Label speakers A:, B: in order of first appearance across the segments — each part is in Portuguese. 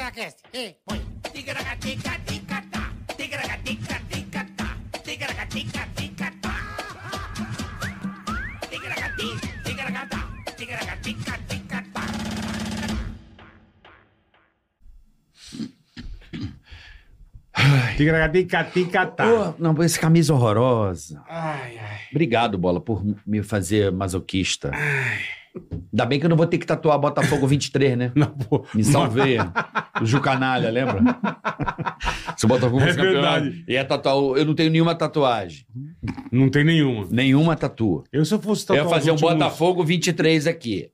A: Ticaracast. E põe.
B: Ticaracaticaticatá, ticaracaticaticatá, ticaracaticaticatá. Ticaracati, ticaracatá, ticaracaticaticatá.
C: Ticaracatica-ticatá.
D: Ô, não, essa camisa horrorosa.
C: tá. Ai, ai.
D: Obrigado, Bola, por me fazer masoquista. Ainda bem que eu não vou ter que tatuar Botafogo 23, né?
C: Não, pô.
D: Me salvei. o Jucanalha, lembra? Se o Botafogo
C: É
D: fosse campeão,
C: verdade.
D: ia tatuar. o- Eu não tenho nenhuma tatuagem.
C: Não tem nenhuma.
D: Nenhuma tatu.
C: Eu se eu fosse
D: Eu
C: tatuar
D: ia fazer um
C: os últimos-
D: Botafogo 23 aqui.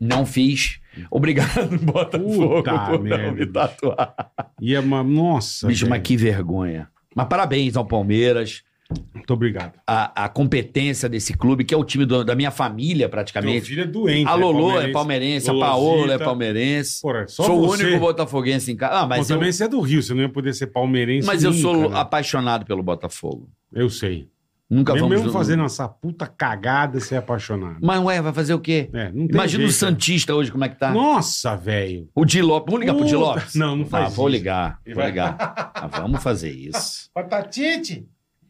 D: Não fiz. Obrigado, Botafogo,
C: Puta
D: por
C: merda,
D: não me
C: bicho. Tá
D: tatuar.
C: Ia, mas, nossa.
D: Bicho,
C: velho.
D: mas que vergonha. Mas parabéns ao Palmeiras.
C: Muito obrigado.
D: a, a competência desse clube, que é o time do- da minha família,
C: Meu
D: praticamente.
C: filho é doente.
D: A
C: né,
D: Lolo é palmeirense, a
C: Lolosita.
D: Paola é palmeirense.
C: Porra, só
D: sou
C: você.
D: o único botafoguense em casa. Ah,
C: Mas
D: mas eu,
C: também você é do Rio, você não ia poder ser palmeirense.
D: mas eu sou
C: nunca, né?
D: apaixonado pelo Botafogo.
C: Eu sei.
D: Nunca
C: Mesmo,
D: vamos...
C: mesmo fazendo essa puta cagada, você é apaixonado.
D: Mas ué, vai fazer o quê?
C: É, não tem
D: Imagina o
C: jeito,
D: Santista hoje, como é que
C: né?
D: tá?
C: Nossa, velho.
D: O Di Lopes. Vamos ligar pro Di
C: Puta,
D: Lopes?
C: não, não faz
D: Ah, vou
C: isso.
D: ligar,
C: Ele
D: vou
C: vai-
D: ligar. Ah, vamos fazer isso.
A: Patatite.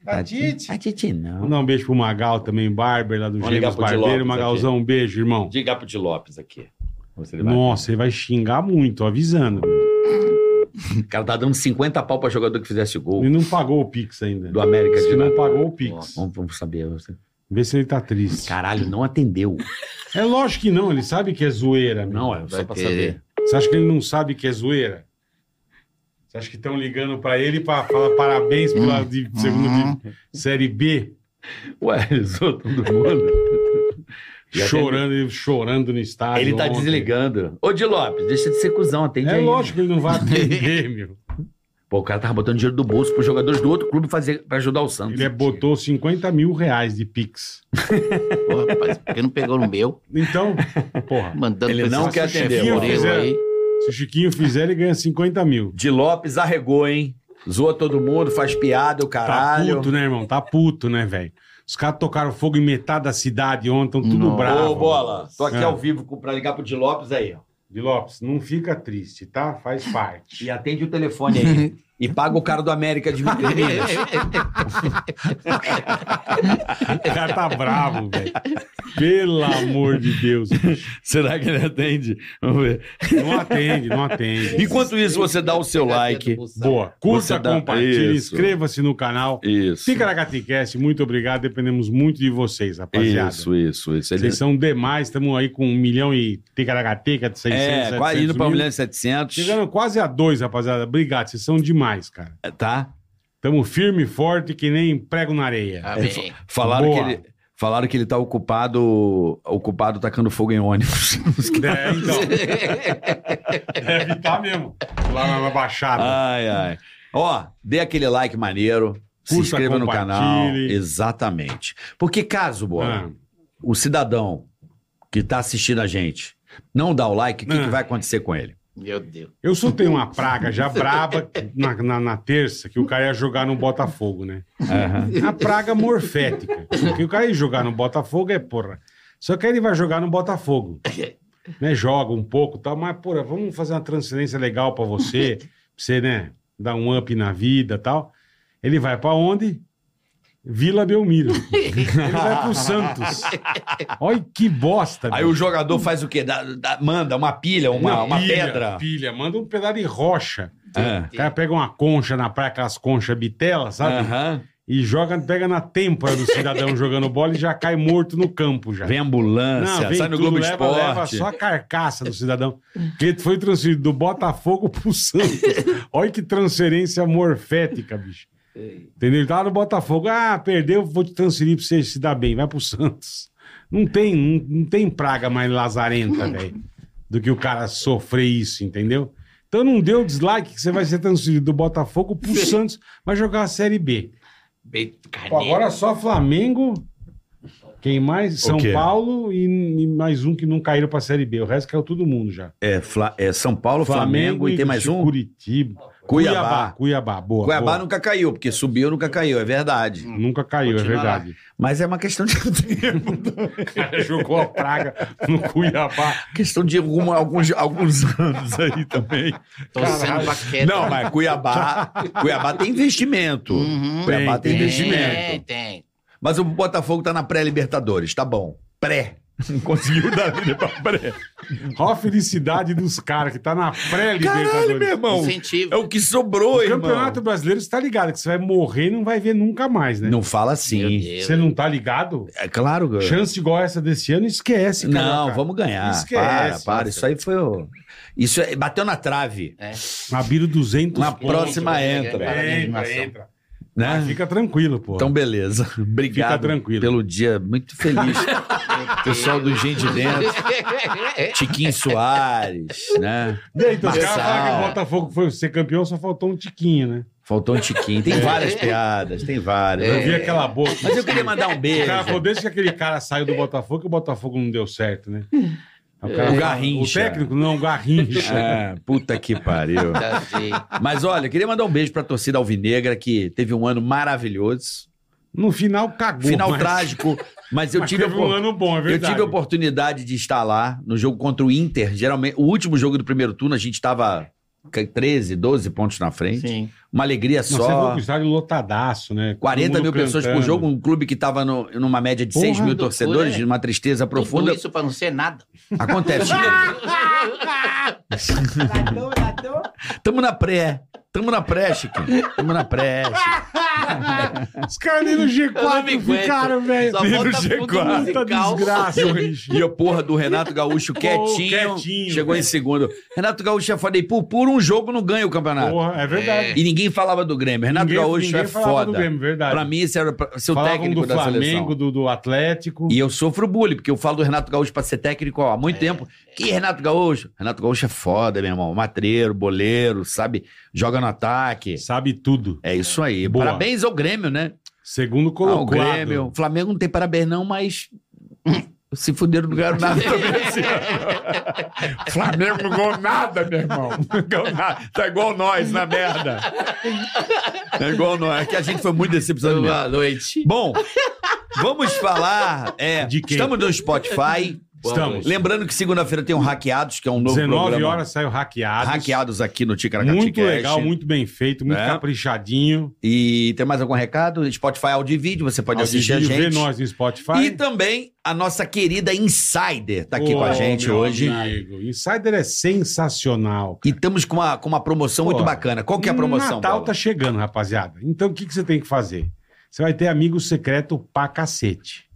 D: A Titi não.
C: Mandar um beijo pro Magal também, Barber, lá do
D: Vamos ligar
C: Gêmeos
D: pro Di
C: Barbeiro.
D: Lopes
C: Magalzão, um beijo, irmão.
D: Diga pro Di Lopes aqui. Você vai-
C: Nossa, ele vai xingar muito, avisando.
D: O cara tá dando 50 pau pra jogador que fizesse o gol
C: Ele não pagou o Pix ainda.
D: do América
C: Se
D: de
C: não
D: Natal.
C: pagou o
D: Ó,
C: Pix.
D: Vamos, vamos saber.
C: Vê se ele tá triste.
D: Caralho, não atendeu.
C: É lógico que não, ele sabe que é zoeira. amigo.
D: Não, é só
E: Vai
D: pra
E: querer.
D: saber.
C: Você acha que ele não sabe que é zoeira? Você acha que estão ligando pra ele pra falar parabéns pela
D: Uhum.
C: de, segunda de- série B?
D: Ué, ele zoou todo mundo. E até-
C: chorando, ele chorando no estádio.
D: Ele tá
C: ontem.
D: desligando. Ô, Di Lopes, deixa de ser cuzão, atende
C: É
D: aí.
C: lógico que ele não vai atender, meu.
D: Pô, o cara tava botando dinheiro do bolso pros jogadores do outro clube fazer, pra ajudar o Santos.
C: Ele é- botou 50 mil reais de Pix.
E: Pô, rapaz, por que não pegou no meu?
C: Então, porra,
E: Mandando
D: Ele né?
E: pra
D: não
E: esses
D: quer atender,
E: chefureu
C: mano.
E: aí.
C: se o Chiquinho fizer, ele ganha 50 mil.
D: Di Lopes arregou, hein? Zoa todo mundo, faz piada, o
C: Tá
D: caralho.
C: puto, né, irmão? Tá puto, né, velho? Os caras tocaram fogo em metade da cidade ontem, tudo
E: Nossa.
C: bravo.
D: Ô, bola, tô aqui
C: É.
D: ao vivo com- pra ligar pro Di Lopes aí, ó.
C: De Lopes, não fica triste, tá? Faz parte.
D: E atende o telefone aí. e paga o cara do América de Minas.
C: O cara tá bravo, velho. Pelo amor de Deus. bicho.
D: Será que ele atende? Vamos ver.
C: Não atende, não atende.
D: Enquanto isso, você dá o seu like.
C: Boa. Curta,
D: Você dá-
C: compartilha,
D: Isso.
C: inscreva-se no canal.
D: Isso.
C: Ticaracaticast, muito obrigado. Dependemos muito de vocês, rapaziada.
D: Isso, isso, isso. Ele-
C: Vocês são demais. Estamos aí com um milhão e ticaracateca de 600,
D: É,
C: 700
D: quase indo pra
C: mil.
D: 1 milhão e 700.
C: Chegando quase a dois, rapaziada. Obrigado, vocês são demais, cara.
D: Tá?
C: Tamo firme e forte que nem prego na areia.
E: Amém.
D: Ah, Falaram que,
C: Boa.
D: ele, falaram que ele tá ocupado, ocupado tacando fogo em ônibus.
C: É, então. Deve estar mesmo. Lá na Baixada.
D: ai, ai. Ó, dê aquele like maneiro. se
C: Curta,
D: inscreva no canal.
C: compartilhe.
D: Exatamente. Porque caso, Bola,
C: Ah,
D: o cidadão que tá assistindo a gente não dá o like, o que,
C: Ah.
D: que vai acontecer com ele?
E: Meu Deus.
C: eu soltei uma praga já braba na, na, na terça que o cara ia jogar no Botafogo, né? A praga morfética. Que o cara ia jogar no Botafogo é porra. Só que aí ele vai jogar no Botafogo. Né? Joga um pouco e tal, mas porra, vamos fazer uma transferência legal pra você, pra você, né, dar um up na vida e tal. Ele vai pra onde? Vila Belmiro. Ele vai pro Santos. Olha que bosta.
D: Aí
C: bicho.
D: o jogador faz o quê? Dá- dá- manda uma pilha, uma, uma
C: pilha,
D: pedra.
C: Pilha, manda um pedaço de rocha.
D: Ah.
C: O cara pega uma concha na praia, aquelas conchas bitela, sabe?
D: Aham.
C: E joga, pega na têmpora do cidadão jogando bola e já cai morto no campo já.
D: Vem ambulância, sai no
C: tudo,
D: Globo
C: leva,
D: Esporte.
C: leva só a carcaça do cidadão. Porque ele foi transferido do Botafogo pro Santos. Olha que transferência morfética, bicho. Entendeu? Ele tava no Botafogo. Ah, perdeu, vou te transferir pra você se dar bem. Vai pro Santos. Não tem, não, não tem praga mais lazarenta, velho, do que o cara sofrer isso, entendeu? Então não dê o dislike que você vai ser transferido do Botafogo pro Santos, vai jogar a Série B.
E: Bem
C: Pô,
E: carneiro.
C: agora só Flamengo. Quem mais? São
D: quê?
C: Paulo e, e mais um que não caíram pra Série B. O resto caiu todo mundo já.
D: É, Fla- é São Paulo, Flamengo, e tem mais um?
C: Curitiba.
D: Cuiabá.
C: Cuiabá, boa.
D: Cuiabá
C: boa.
D: nunca caiu, porque subiu, nunca caiu, é verdade.
C: nunca caiu, é
E: Continua lá.
C: verdade.
D: Mas é uma questão de tempo.
C: O cara jogou a praga no Cuiabá.
D: questão de algum- alguns, alguns anos aí também.
E: Torcendo basquete.
D: Não, mas Cuiabá, Cuiabá tem investimento.
E: Uhum.
D: Cuiabá
C: Tem,
D: tem,
E: Tem,
D: investimento.
E: tem.
D: Mas o Botafogo tá na pré-Libertadores, tá bom. Pré. Não conseguiu dar vida pra pré.
C: Olha a felicidade dos caras que tá na
D: Caralho, meu
C: pré-libertadores.
D: irmão.
E: Incentivo.
D: É o que sobrou,
C: O
D: irmão.
C: Campeonato Brasileiro, você tá ligado que você vai morrer e não vai ver nunca mais, né?
D: Não fala
E: Meu
D: assim.
E: Deus.
C: Você não tá ligado?
D: É claro, cara.
C: Chance igual essa desse ano, esquece. cara,
D: Não,
C: cara.
D: vamos ganhar.
C: Esquece.
D: para, para. Isso aí foi. o- Isso é- bateu na trave.
E: É.
C: Abriram 200
D: Na
C: pontos.
D: próxima
E: vai
D: entra.
E: ganhar.
C: Entra, entra.
D: Né?
C: Mas Ah, fica tranquilo, pô.
D: Então, beleza. Obrigado
C: Fica tranquilo.
D: pelo dia. Muito feliz. Pessoal do Gente Dentro. Tiquinho Soares, né?
C: E aí, então, os caras
D: Marçal.
C: falam que o Botafogo foi ser campeão, só faltou um tiquinho, né?
D: Faltou um Tiquinho. Tem várias piadas, tem várias.
C: É. Eu vi aquela boca.
D: É. Mas eu queria mandar um
C: O
D: beijo.
C: cara falou, desde que aquele cara saiu do Botafogo, que o Botafogo não deu certo, né? O, cara
D: O
C: fala,
D: Garrincha.
C: O técnico não, o Garrincha.
D: É, puta que pariu.
E: Tadinho.
D: Mas olha, eu queria mandar um beijo pra torcida alvinegra, que teve um ano maravilhoso.
C: No final, cagou.
D: Final
C: mas-
D: trágico, mas eu
C: mas
D: tive a
C: teve um
D: oportunidade.
C: ano bom, é
D: Eu
C: verdade.
D: tive a oportunidade de estar lá no jogo contra o Inter. Geralmente, o último jogo do primeiro turno, a gente estava 13, 12 pontos na frente.
E: Sim.
D: Uma alegria
C: Mas Você viu
D: só.
C: que o estádio lotadaço, né? Todo
D: 40
C: mundo
D: mil pessoas por
C: cantando.
D: jogo, um clube que estava numa média de
C: Porra,
D: 6 mil
E: loucura,
D: torcedores,
E: né?
D: numa tristeza
E: Tudo
D: profunda.
E: isso pra não ser nada.
D: Acontece. Tamo na pré. Tamo na pré, Chiquinho. Tamo na pré, Chiquinho.
C: Os caras nem no
E: Eu não me
C: G4
E: aguento.
C: ficaram, velho.
E: Só
C: Nem no
E: falta fundo
C: G4. Puta
D: Tá
E: musical.
C: desgraça, bicho.
D: E a porra do Renato Gaúcho quietinho,
C: quietinho,
D: chegou em
C: velho.
D: segundo. Renato Gaúcho é foda. E por, por um jogo não ganha o campeonato.
C: Porra, é verdade.
D: E ninguém falava do Grêmio. Renato
C: Ninguém-
D: Gaúcho
C: ninguém
D: é
C: falava
D: foda.
C: do Grêmio, verdade.
D: Pra mim, esse era pra ser o
C: Falavam
D: técnico
C: do
D: da
C: Flamengo,
D: seleção.
C: do, do Atlético.
D: E eu sofro bullying, porque eu falo do Renato Gaúcho pra ser técnico ó, há
C: É.
D: muito tempo. Que Renato Gaúcho? Renato Gaúcho é foda, meu irmão. Matreiro, boleiro, sabe? Joga no ataque.
C: Sabe tudo.
D: É isso aí.
C: Boa.
D: Parabéns ao Grêmio, né?
C: Segundo
D: Ao
C: colocado.
D: Grêmio. Ah, um O Flamengo não tem parabéns, não, mas. Se fuderam, não ganharam nada também. esse ano. Flamengo não ganhou nada, meu irmão. Não ganhou nada. Tá igual nós, na merda. É igual nós. É que a gente foi muito decepcionado. mesmo.
E: Boa noite.
D: Bom, vamos falar. É,
C: De quê?
D: Estamos no Spotify.
C: Estamos.
D: Lembrando que segunda-feira tem o Hackeados, que é um novo
C: 19
D: programa.
C: horas saiu hackeado.
D: Hackeados aqui no Ticaracati
C: Muito
D: Cast.
C: legal, muito bem feito, muito
D: Né?
C: caprichadinho.
D: E tem mais algum recado? Spotify áudio e vídeo, você pode
C: Ao
D: assistir a
C: vídeo,
D: gente.
C: Vê nós no Spotify.
D: E também a nossa querida Insider tá aqui
C: Ô,
D: com a gente
C: meu
D: hoje.
C: amigo, Insider é sensacional.
D: E estamos com uma, com uma promoção muito
C: Pô,
D: bacana. Qual que é a promoção,
C: Natal
D: Bola?
C: tá chegando, rapaziada. Então, o que, que você tem que fazer? Você vai ter amigo secreto pra cacete.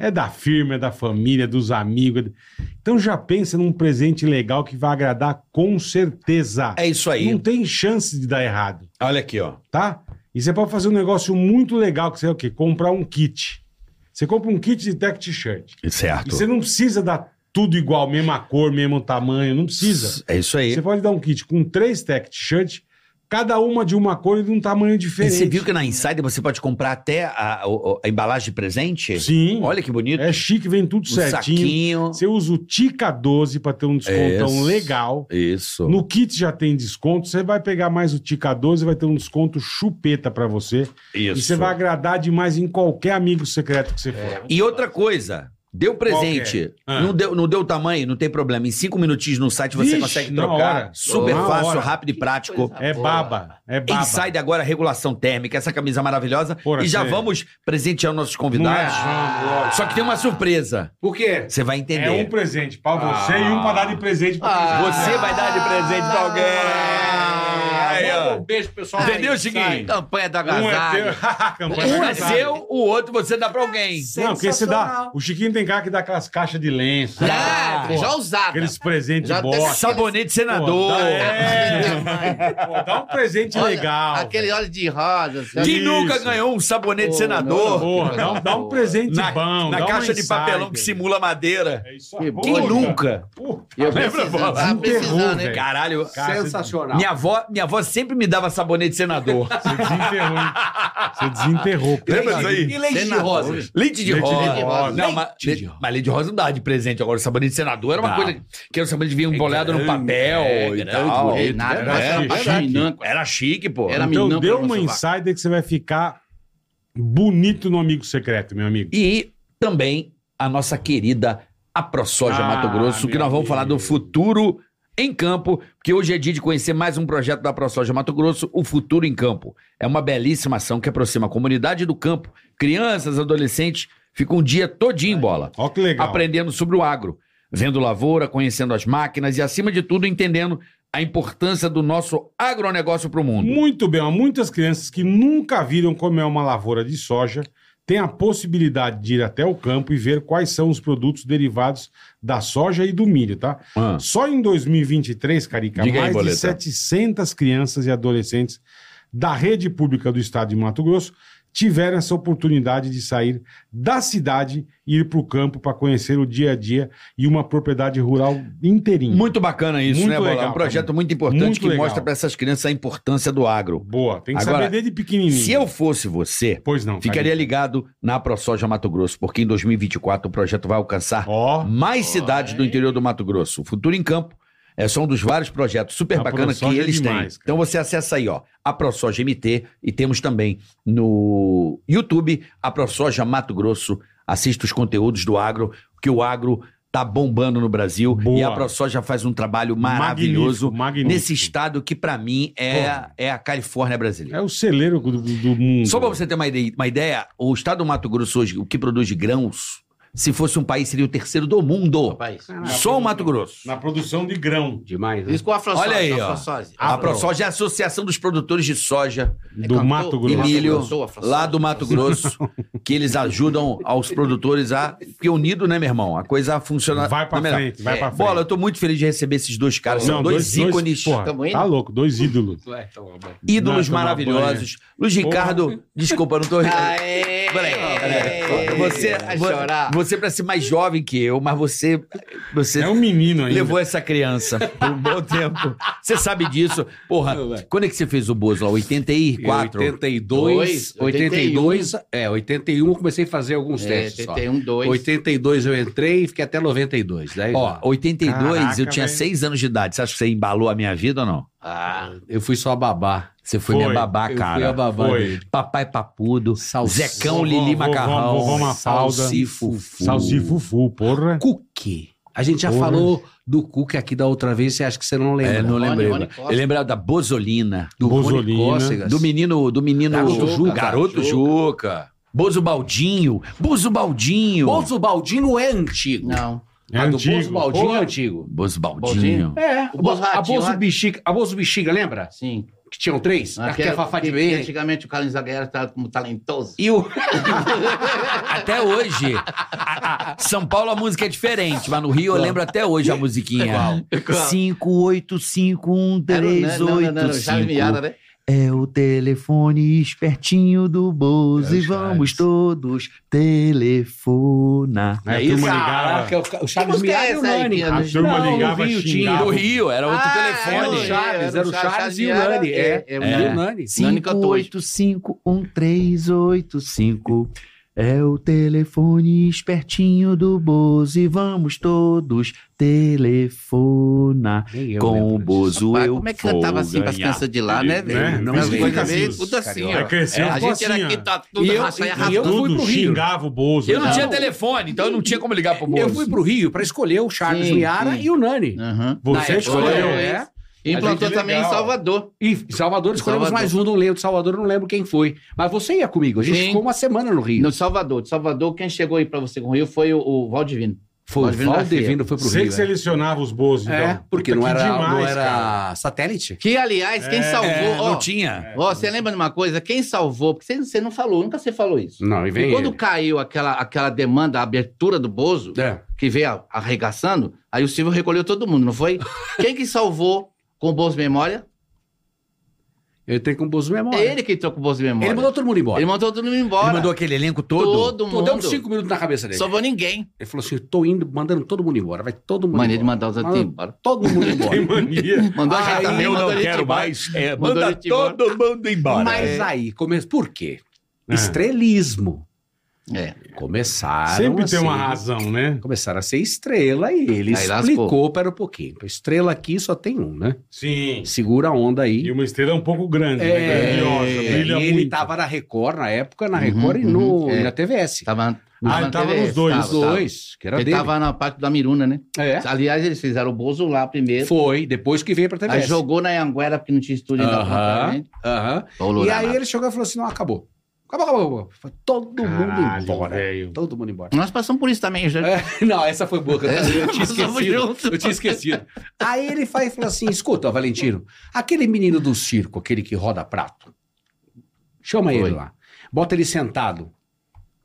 C: É da firma, é da família, é dos amigos. é de- Então já pensa num presente legal que vai agradar com certeza.
D: É isso aí.
C: Não tem chance de dar errado,
D: Olha aqui, ó.
C: tá? E você pode fazer um negócio muito legal, que você é o quê? Comprar um kit. Você compra um kit de tech t-shirt. E
D: É Certo.
C: você não precisa dar tudo igual, mesma cor, mesmo tamanho, não precisa.
D: É isso aí.
C: Você pode dar um kit com três tech t-shirt, cada uma de uma cor e de um tamanho
D: E
C: diferente.
D: você viu que na Insider você pode comprar até a, o- a embalagem de presente?
C: Sim.
D: Olha é que bonito.
C: É chique, vem tudo
D: Um
C: certinho.
D: saquinho.
C: Você usa o Tica 12 para ter um descontão
D: Isso.
C: legal.
D: Isso.
C: No kit já tem desconto. Você vai pegar mais o Tica 12 vai ter um desconto chupeta para você.
D: Isso.
C: E você vai agradar demais em qualquer amigo secreto que você
E: é,
C: for.
D: E outra coisa, deu presente,
C: Ah.
D: não, deu, não deu tamanho, não tem problema. Em cinco minutinhos no site você
C: Vixe,
D: consegue
C: na
D: trocar.
C: hora.
D: Super
C: Na
D: fácil,
C: hora.
D: rápido e prático.
E: coisa
C: É
E: Boa.
C: baba. É baba.
D: Inside agora, regulação térmica, essa camisa maravilhosa.
C: Porra,
D: e já
C: sério.
D: vamos presentear nossos
C: Não é
D: convidados.
C: jogo, ó.
D: Só que tem uma surpresa.
F: Por quê?
D: Você vai entender.
C: É um presente pra você e um pra dar de presente pra
E: Ah.
D: Você vai dar de presente pra alguém.
C: Ah.
D: Aí,
F: Manda
D: ó.
F: um beijo, pessoal.
D: Entendeu,
F: Ai,
D: Chiquinho?
E: Campanha da
C: Um é
E: agasalho.
C: teu. Campanha
D: Um é
C: casada.
D: seu, o outro você dá pra alguém.
C: Não, porque você dá. O Chiquinho tem cara que dá aquelas caixas de lenço.
E: Já,
D: É, tá.
C: Pô,
E: Ah, já usada.
C: Aqueles presentes de
E: Já
C: bosta.
D: Sabonete
C: Pô,
D: senador.
C: dá, é, pô, dá um presente
E: Olha,
C: legal.
E: Aquele óleo de rosa. sabe?
D: Quem nunca
C: Isso.
D: ganhou um sabonete
E: Pô,
D: senador?
C: Porra, dá, um- dá um presente
D: na,
C: bom.
D: na
C: dá um
D: caixa de
C: insider.
D: papelão que simula madeira.
C: É isso
E: Que
C: aí.
D: Quem
C: Porra.
D: nunca?
C: Puta,
E: Eu
D: Lembra,
E: precisando,
D: bola?
E: Tá
C: Enterrou,
E: precisando, hein?
C: velho.
D: Caralho.
C: Cara,
F: Sensacional.
D: Minha avó, minha avó sempre me dava sabonete senador.
C: Você desenterrou. hein? Você desenterrou.
D: Lembra
C: Cara,
D: disso aí?
G: E leite de rosa.
D: Leite de
C: Leite de
D: rosa.
C: rosa.
D: Não, mas,
G: Leite de rosa.
D: mas leite de rosa não dá de presente. Agora, o sabonete senador era uma
G: Dá.
D: coisa que era o sabonete que vinha embolado no
G: grande,
D: papel
G: é
D: e
G: grande,
D: tal.
G: bonito.
E: Nada,
C: Era
E: era
C: chique.
E: Chique.
D: Era chique, pô.
E: Era
C: Então
E: minão
C: deu
E: pra
C: uma
E: você,
C: insider que você vai ficar bonito no amigo secreto, meu amigo.
D: E também a nossa querida a ProSoja
C: Ah,
D: Mato Grosso, que
C: meu
D: nós vamos falar do
C: amigo.
D: futuro em campo, porque hoje é dia de conhecer mais um projeto da ProSoja Mato Grosso, o Futuro em Campo. É uma belíssima ação que aproxima a comunidade do campo, crianças, adolescentes, fica um dia todinho em bola
C: Ó que legal.
D: aprendendo sobre o agro, vendo lavoura, conhecendo as máquinas e, acima de tudo, entendendo a importância do nosso agronegócio para o mundo.
C: Muito bem, ó, muitas crianças que nunca viram como é uma lavoura de soja têm a possibilidade de ir até o campo e ver quais são os produtos derivados da soja e do milho, tá?
D: Ah.
C: Só em 2023, Carica,
D: Diga aí,
C: mais
D: Boleta.
C: de 700 crianças e adolescentes da rede pública do estado de Mato Grosso tiveram essa oportunidade de sair da cidade e ir para o campo para conhecer o dia a dia e uma propriedade rural inteirinha.
D: Muito bacana isso,
C: Muito
D: né, Bola? É
C: legal,
D: um projeto
C: cara.
D: muito importante
C: Muito
D: que
C: legal.
D: mostra para essas crianças a importância do agro.
C: boa. Tem que
D: Agora,
C: saber desde pequenininho.
D: Se eu fosse você,
C: Pois não.
D: ficaria
C: Carica.
D: ligado na ProSoja Mato Grosso, porque em 2024 o projeto vai alcançar
C: Ó.
D: mais cidades do interior do Mato Grosso. O Futuro em Campo é só um dos vários projetos super
C: A
D: bacana que
C: ProSoja é
D: eles
C: demais,
D: têm.
C: cara.
D: Então você acessa aí, ó, a ProSoja MT e temos também no YouTube a ProSoja Mato Grosso. Assista os conteúdos do agro, que o agro tá bombando no Brasil
C: Boa.
D: e a ProSoja faz um trabalho maravilhoso
C: Magnífico, magnífico.
D: nesse estado que pra mim é,
C: Porra.
D: é a Califórnia brasileira.
C: É o celeiro do, do mundo.
D: Só pra você ter uma ideia, uma ideia, o estado do Mato Grosso hoje, o que produz de grãos, se fosse um país, seria o terceiro do mundo.
E: Rapaz.
D: Só o Mato Grosso.
C: Na produção de grão.
G: Demais, né?
E: Isso com a Afrosose.
D: Olha aí,
E: a
D: ó.
E: Afrosose.
D: A
C: Ah,
D: ProSoja é a Associação dos Produtores de Soja
C: Do Mato
D: é e
C: Grosso.
D: Milho,
E: Mato Grosso, Afrosose.
D: lá do Mato Grosso, que eles ajudam aos produtores a. Porque unido, né, meu irmão? A coisa funciona.
C: Vai pra
D: na é melhor.
C: frente, vai pra frente.
D: Bola, eu tô muito feliz de receber esses dois caras. São dois, ícones,
C: porra,
E: Tamo indo?
C: tá louco, dois ídolos. Não,
D: ídolos
C: tá tomar
D: maravilhosos. Luiz Ricardo, desculpa, não tô.
E: Aê!
D: Peraí, peraí. Você,
E: Vai
D: vo-
E: chorar.
D: você pra ser mais jovem que eu, mas você, você
C: É um menino ainda.
D: levou essa criança por um bom tempo. Você sabe disso. Porra, quando é que você fez o Bozo? lá? 84?
G: 82, 82, é, 81 eu comecei a fazer alguns
E: É,
G: testes só.
E: 81, 2.
G: 82 eu entrei e fiquei até 92, né?
D: Ó, 82 eu
C: Caraca,
D: tinha
C: velho.
D: 6 anos de idade. Você acha que você embalou a minha vida ou não?
E: Ah,
G: Eu fui só babá.
D: Você foi,
C: Foi.
D: minha babá,
G: eu fui a
D: cara.
G: babá
C: Foi.
G: dele.
D: Papai Papudo,
G: Salsi-
D: Zecão,
C: Vovó,
D: Lili
C: vovó,
D: Macarrão,
C: vovó Mafalda.
D: Salsifufu.
C: Salsifufu, porra.
D: Cookie.
G: A gente já
C: Porra.
G: falou do Cook aqui da outra vez, você acha que você não lembra.
D: É, não
E: Rony,
D: lembrei.
E: Rony Costa.
D: eu lembrava da Bozolina.
G: Do Rony
C: Bozolina.
G: Cócegas.
D: Do menino, do menino
G: Garoto Juca.
D: Garoto Juca. Bozo Baldinho. Bozo Baldinho.
G: Bozo Baldino é antigo.
E: não.
C: É
G: a Ah, do Bozo
C: antigo.
G: Baldino
C: Porra.
G: é antigo.
D: Bozo Baldinho.
E: Baldinho.
G: É,
E: O Bozo
G: a
E: Ratinho,
G: Bozo
E: né?
G: Bexiga, a Bozo Bexiga, lembra?
E: Sim.
G: Que tinham três? Aqui é a Fafá de
E: que- que
G: Meia.
E: Antigamente o Carlos Zagueira estava como talentoso.
D: E o... até hoje. a- a- São Paulo a música é diferente, mas no Rio eu lembro até hoje a musiquinha. 5, 8, 5, 1,
E: É Era o-
D: 3,
E: não, não, não,
D: 8,
E: não, Charles Miada,
D: 5.
E: né?
D: É o telefone espertinho do Bozo
G: É o
D: e vamos
G: Charles.
D: todos telefonar.
C: Aí a É, turma ligava.
G: É Caraca, o- o
E: Que
G: Charles
E: música
G: Miara
E: é
G: e o
E: essa aí,
G: Nani.
E: que era-
C: A turma
G: Não,
C: ligava,
G: no Rio tinha.
C: xingava.
D: Do Rio, era outro
E: Ah,
G: Era
D: telefone.
G: o
E: Era o
G: Charles, era o
E: Charles
G: Charles e o
E: Miara,
G: Nani. É,
E: é,
G: é
E: é
G: o
E: o
D: Nani.
G: Nani.
E: Nani cantou hoje.
D: 5851385 é o telefone espertinho do Bozo e vamos todos telefonar
G: Nem eu
D: com
G: lembro
D: o Bozo.
E: Rapaz,
D: eu
E: como é que cantava assim pras
D: ganhar.
E: crianças de lá, né,
C: Né?
E: velho?
C: Não
E: Umas
C: explica
E: coisas meio
C: isso,
E: tudo assim,
C: Vai
E: ó.
C: crescer um
E: A gente
C: assim,
E: era aqui, tá tudo
G: E eu-
E: raça,
G: e-
E: aí
G: e eu-
E: arrasou.
G: fui
C: Tudo
G: pro Rio.
C: xingava o Bozo.
D: Eu não tinha
E: Não.
D: telefone, então eu não tinha como ligar pro Bozo.
G: Eu fui pro Rio pra escolher o Charles
E: Sim,
G: Miara
E: sim.
G: e o Nani.
E: Aham.
C: Você
G: Na
C: escolheu.
G: época,
E: é.
G: é.
E: E Implantou
C: gente
E: também em
C: legal.
E: Salvador.
G: E Salvador escolhemos
E: Salvador.
G: mais um, não lembro. de Salvador, eu não lembro quem foi. Mas você ia comigo. A gente
E: Sim.
G: ficou uma semana no Rio.
E: No Salvador. De Salvador, quem chegou aí pra você com o Rio foi o, o Valdivino.
G: foi o
E: Valdivino Garcia.
G: Valdevino foi pro
C: Você
G: Rio.
C: que
G: é.
C: selecionava os Bozos, então.
G: É, porque
C: Puta,
G: não
C: que
G: era, não
C: demais, cara.
G: era satélite.
E: Que, aliás, quem
C: É,
E: salvou...
D: É,
E: ó,
D: não tinha.
E: ó, você lembra de uma coisa? Quem salvou... Porque você, você não falou, nunca você falou isso.
G: Não, e
E: E quando
G: ele.
E: caiu aquela, aquela demanda, a abertura do Bozo,
G: É.
E: que veio a- arregaçando, aí o Silvio recolheu todo mundo, não foi? Quem que salvou com o Bozo Memória?
G: Ele tem composto de memória.
E: É
G: Ele,
E: ele que entrou com o bolso de memória.
G: mandou todo mundo embora.
E: Ele
G: Ele,
E: mandou todo mundo embora.
D: mandou aquele elenco todo?
E: todo mundo.
G: deu uns cinco minutos na cabeça dele.
E: Sobrou ninguém.
G: Ele falou assim: eu tô indo, mandando todo mundo embora. Vai todo mundo
E: Mania de
G: embora.
E: mandar os outros
G: Manda
E: embora.
G: Todo mundo
C: Tem
G: embora.
C: mania.
E: Mandou a gente
G: Aí
E: também,
D: eu
E: mandou
D: não
E: a gente
D: quero
E: embora.
D: mais. É,
E: Mandou
D: manda
E: ele embora.
D: todo mundo embora.
G: Mas
D: É.
G: aí, come... por quê?
C: É.
G: Estrelismo.
E: É.
G: Começaram
C: Sempre
G: a
C: tem uma
G: ser-
C: razão, né?
G: Começaram a ser estrela e ele
E: Aí lascou.
G: explicou, pera um pouquinho. Estrela aqui só tem um, né?
C: Sim.
G: Segura a onda aí.
C: E uma estrela um pouco grande, né? Grandiosa,
G: É,
C: brilha
G: e
C: muito.
G: ele tava na Record na época, na
E: Uhum,
G: Record e, no,
E: uhum, é.
G: e na TVS.
E: Tava,
C: Ah, ele tava
E: na TV,
C: nos dois,
E: tava,
G: Os
E: tava.
G: dois, que era
E: Ele
G: dele.
E: tava na parte da Miruna, né?
G: É,
E: Aliás, eles fizeram o Bozo lá primeiro.
G: foi, depois que veio pra
E: Aí
G: TVS.
E: jogou na Anguera porque não tinha estúdio ainda.
G: Aham,
E: né?
G: aham.
E: Paulo
G: E
E: Lurana.
G: aí ele chegou e falou assim, não, acabou. Acabou, acabou, acabou. Foi todo mundo
C: Caralho,
G: embora.
C: velho.
G: Todo mundo embora.
E: Nós passamos por isso também, né? já.
G: É, não, essa foi boa, que eu, eu tinha
E: Passamos
G: esquecido.
E: junto.
G: Eu tinha esquecido. Aí ele faz e fala assim: escuta, Valentino, aquele menino do circo, aquele que roda prato, chama
E: Foi.
G: ele lá. Bota ele sentado.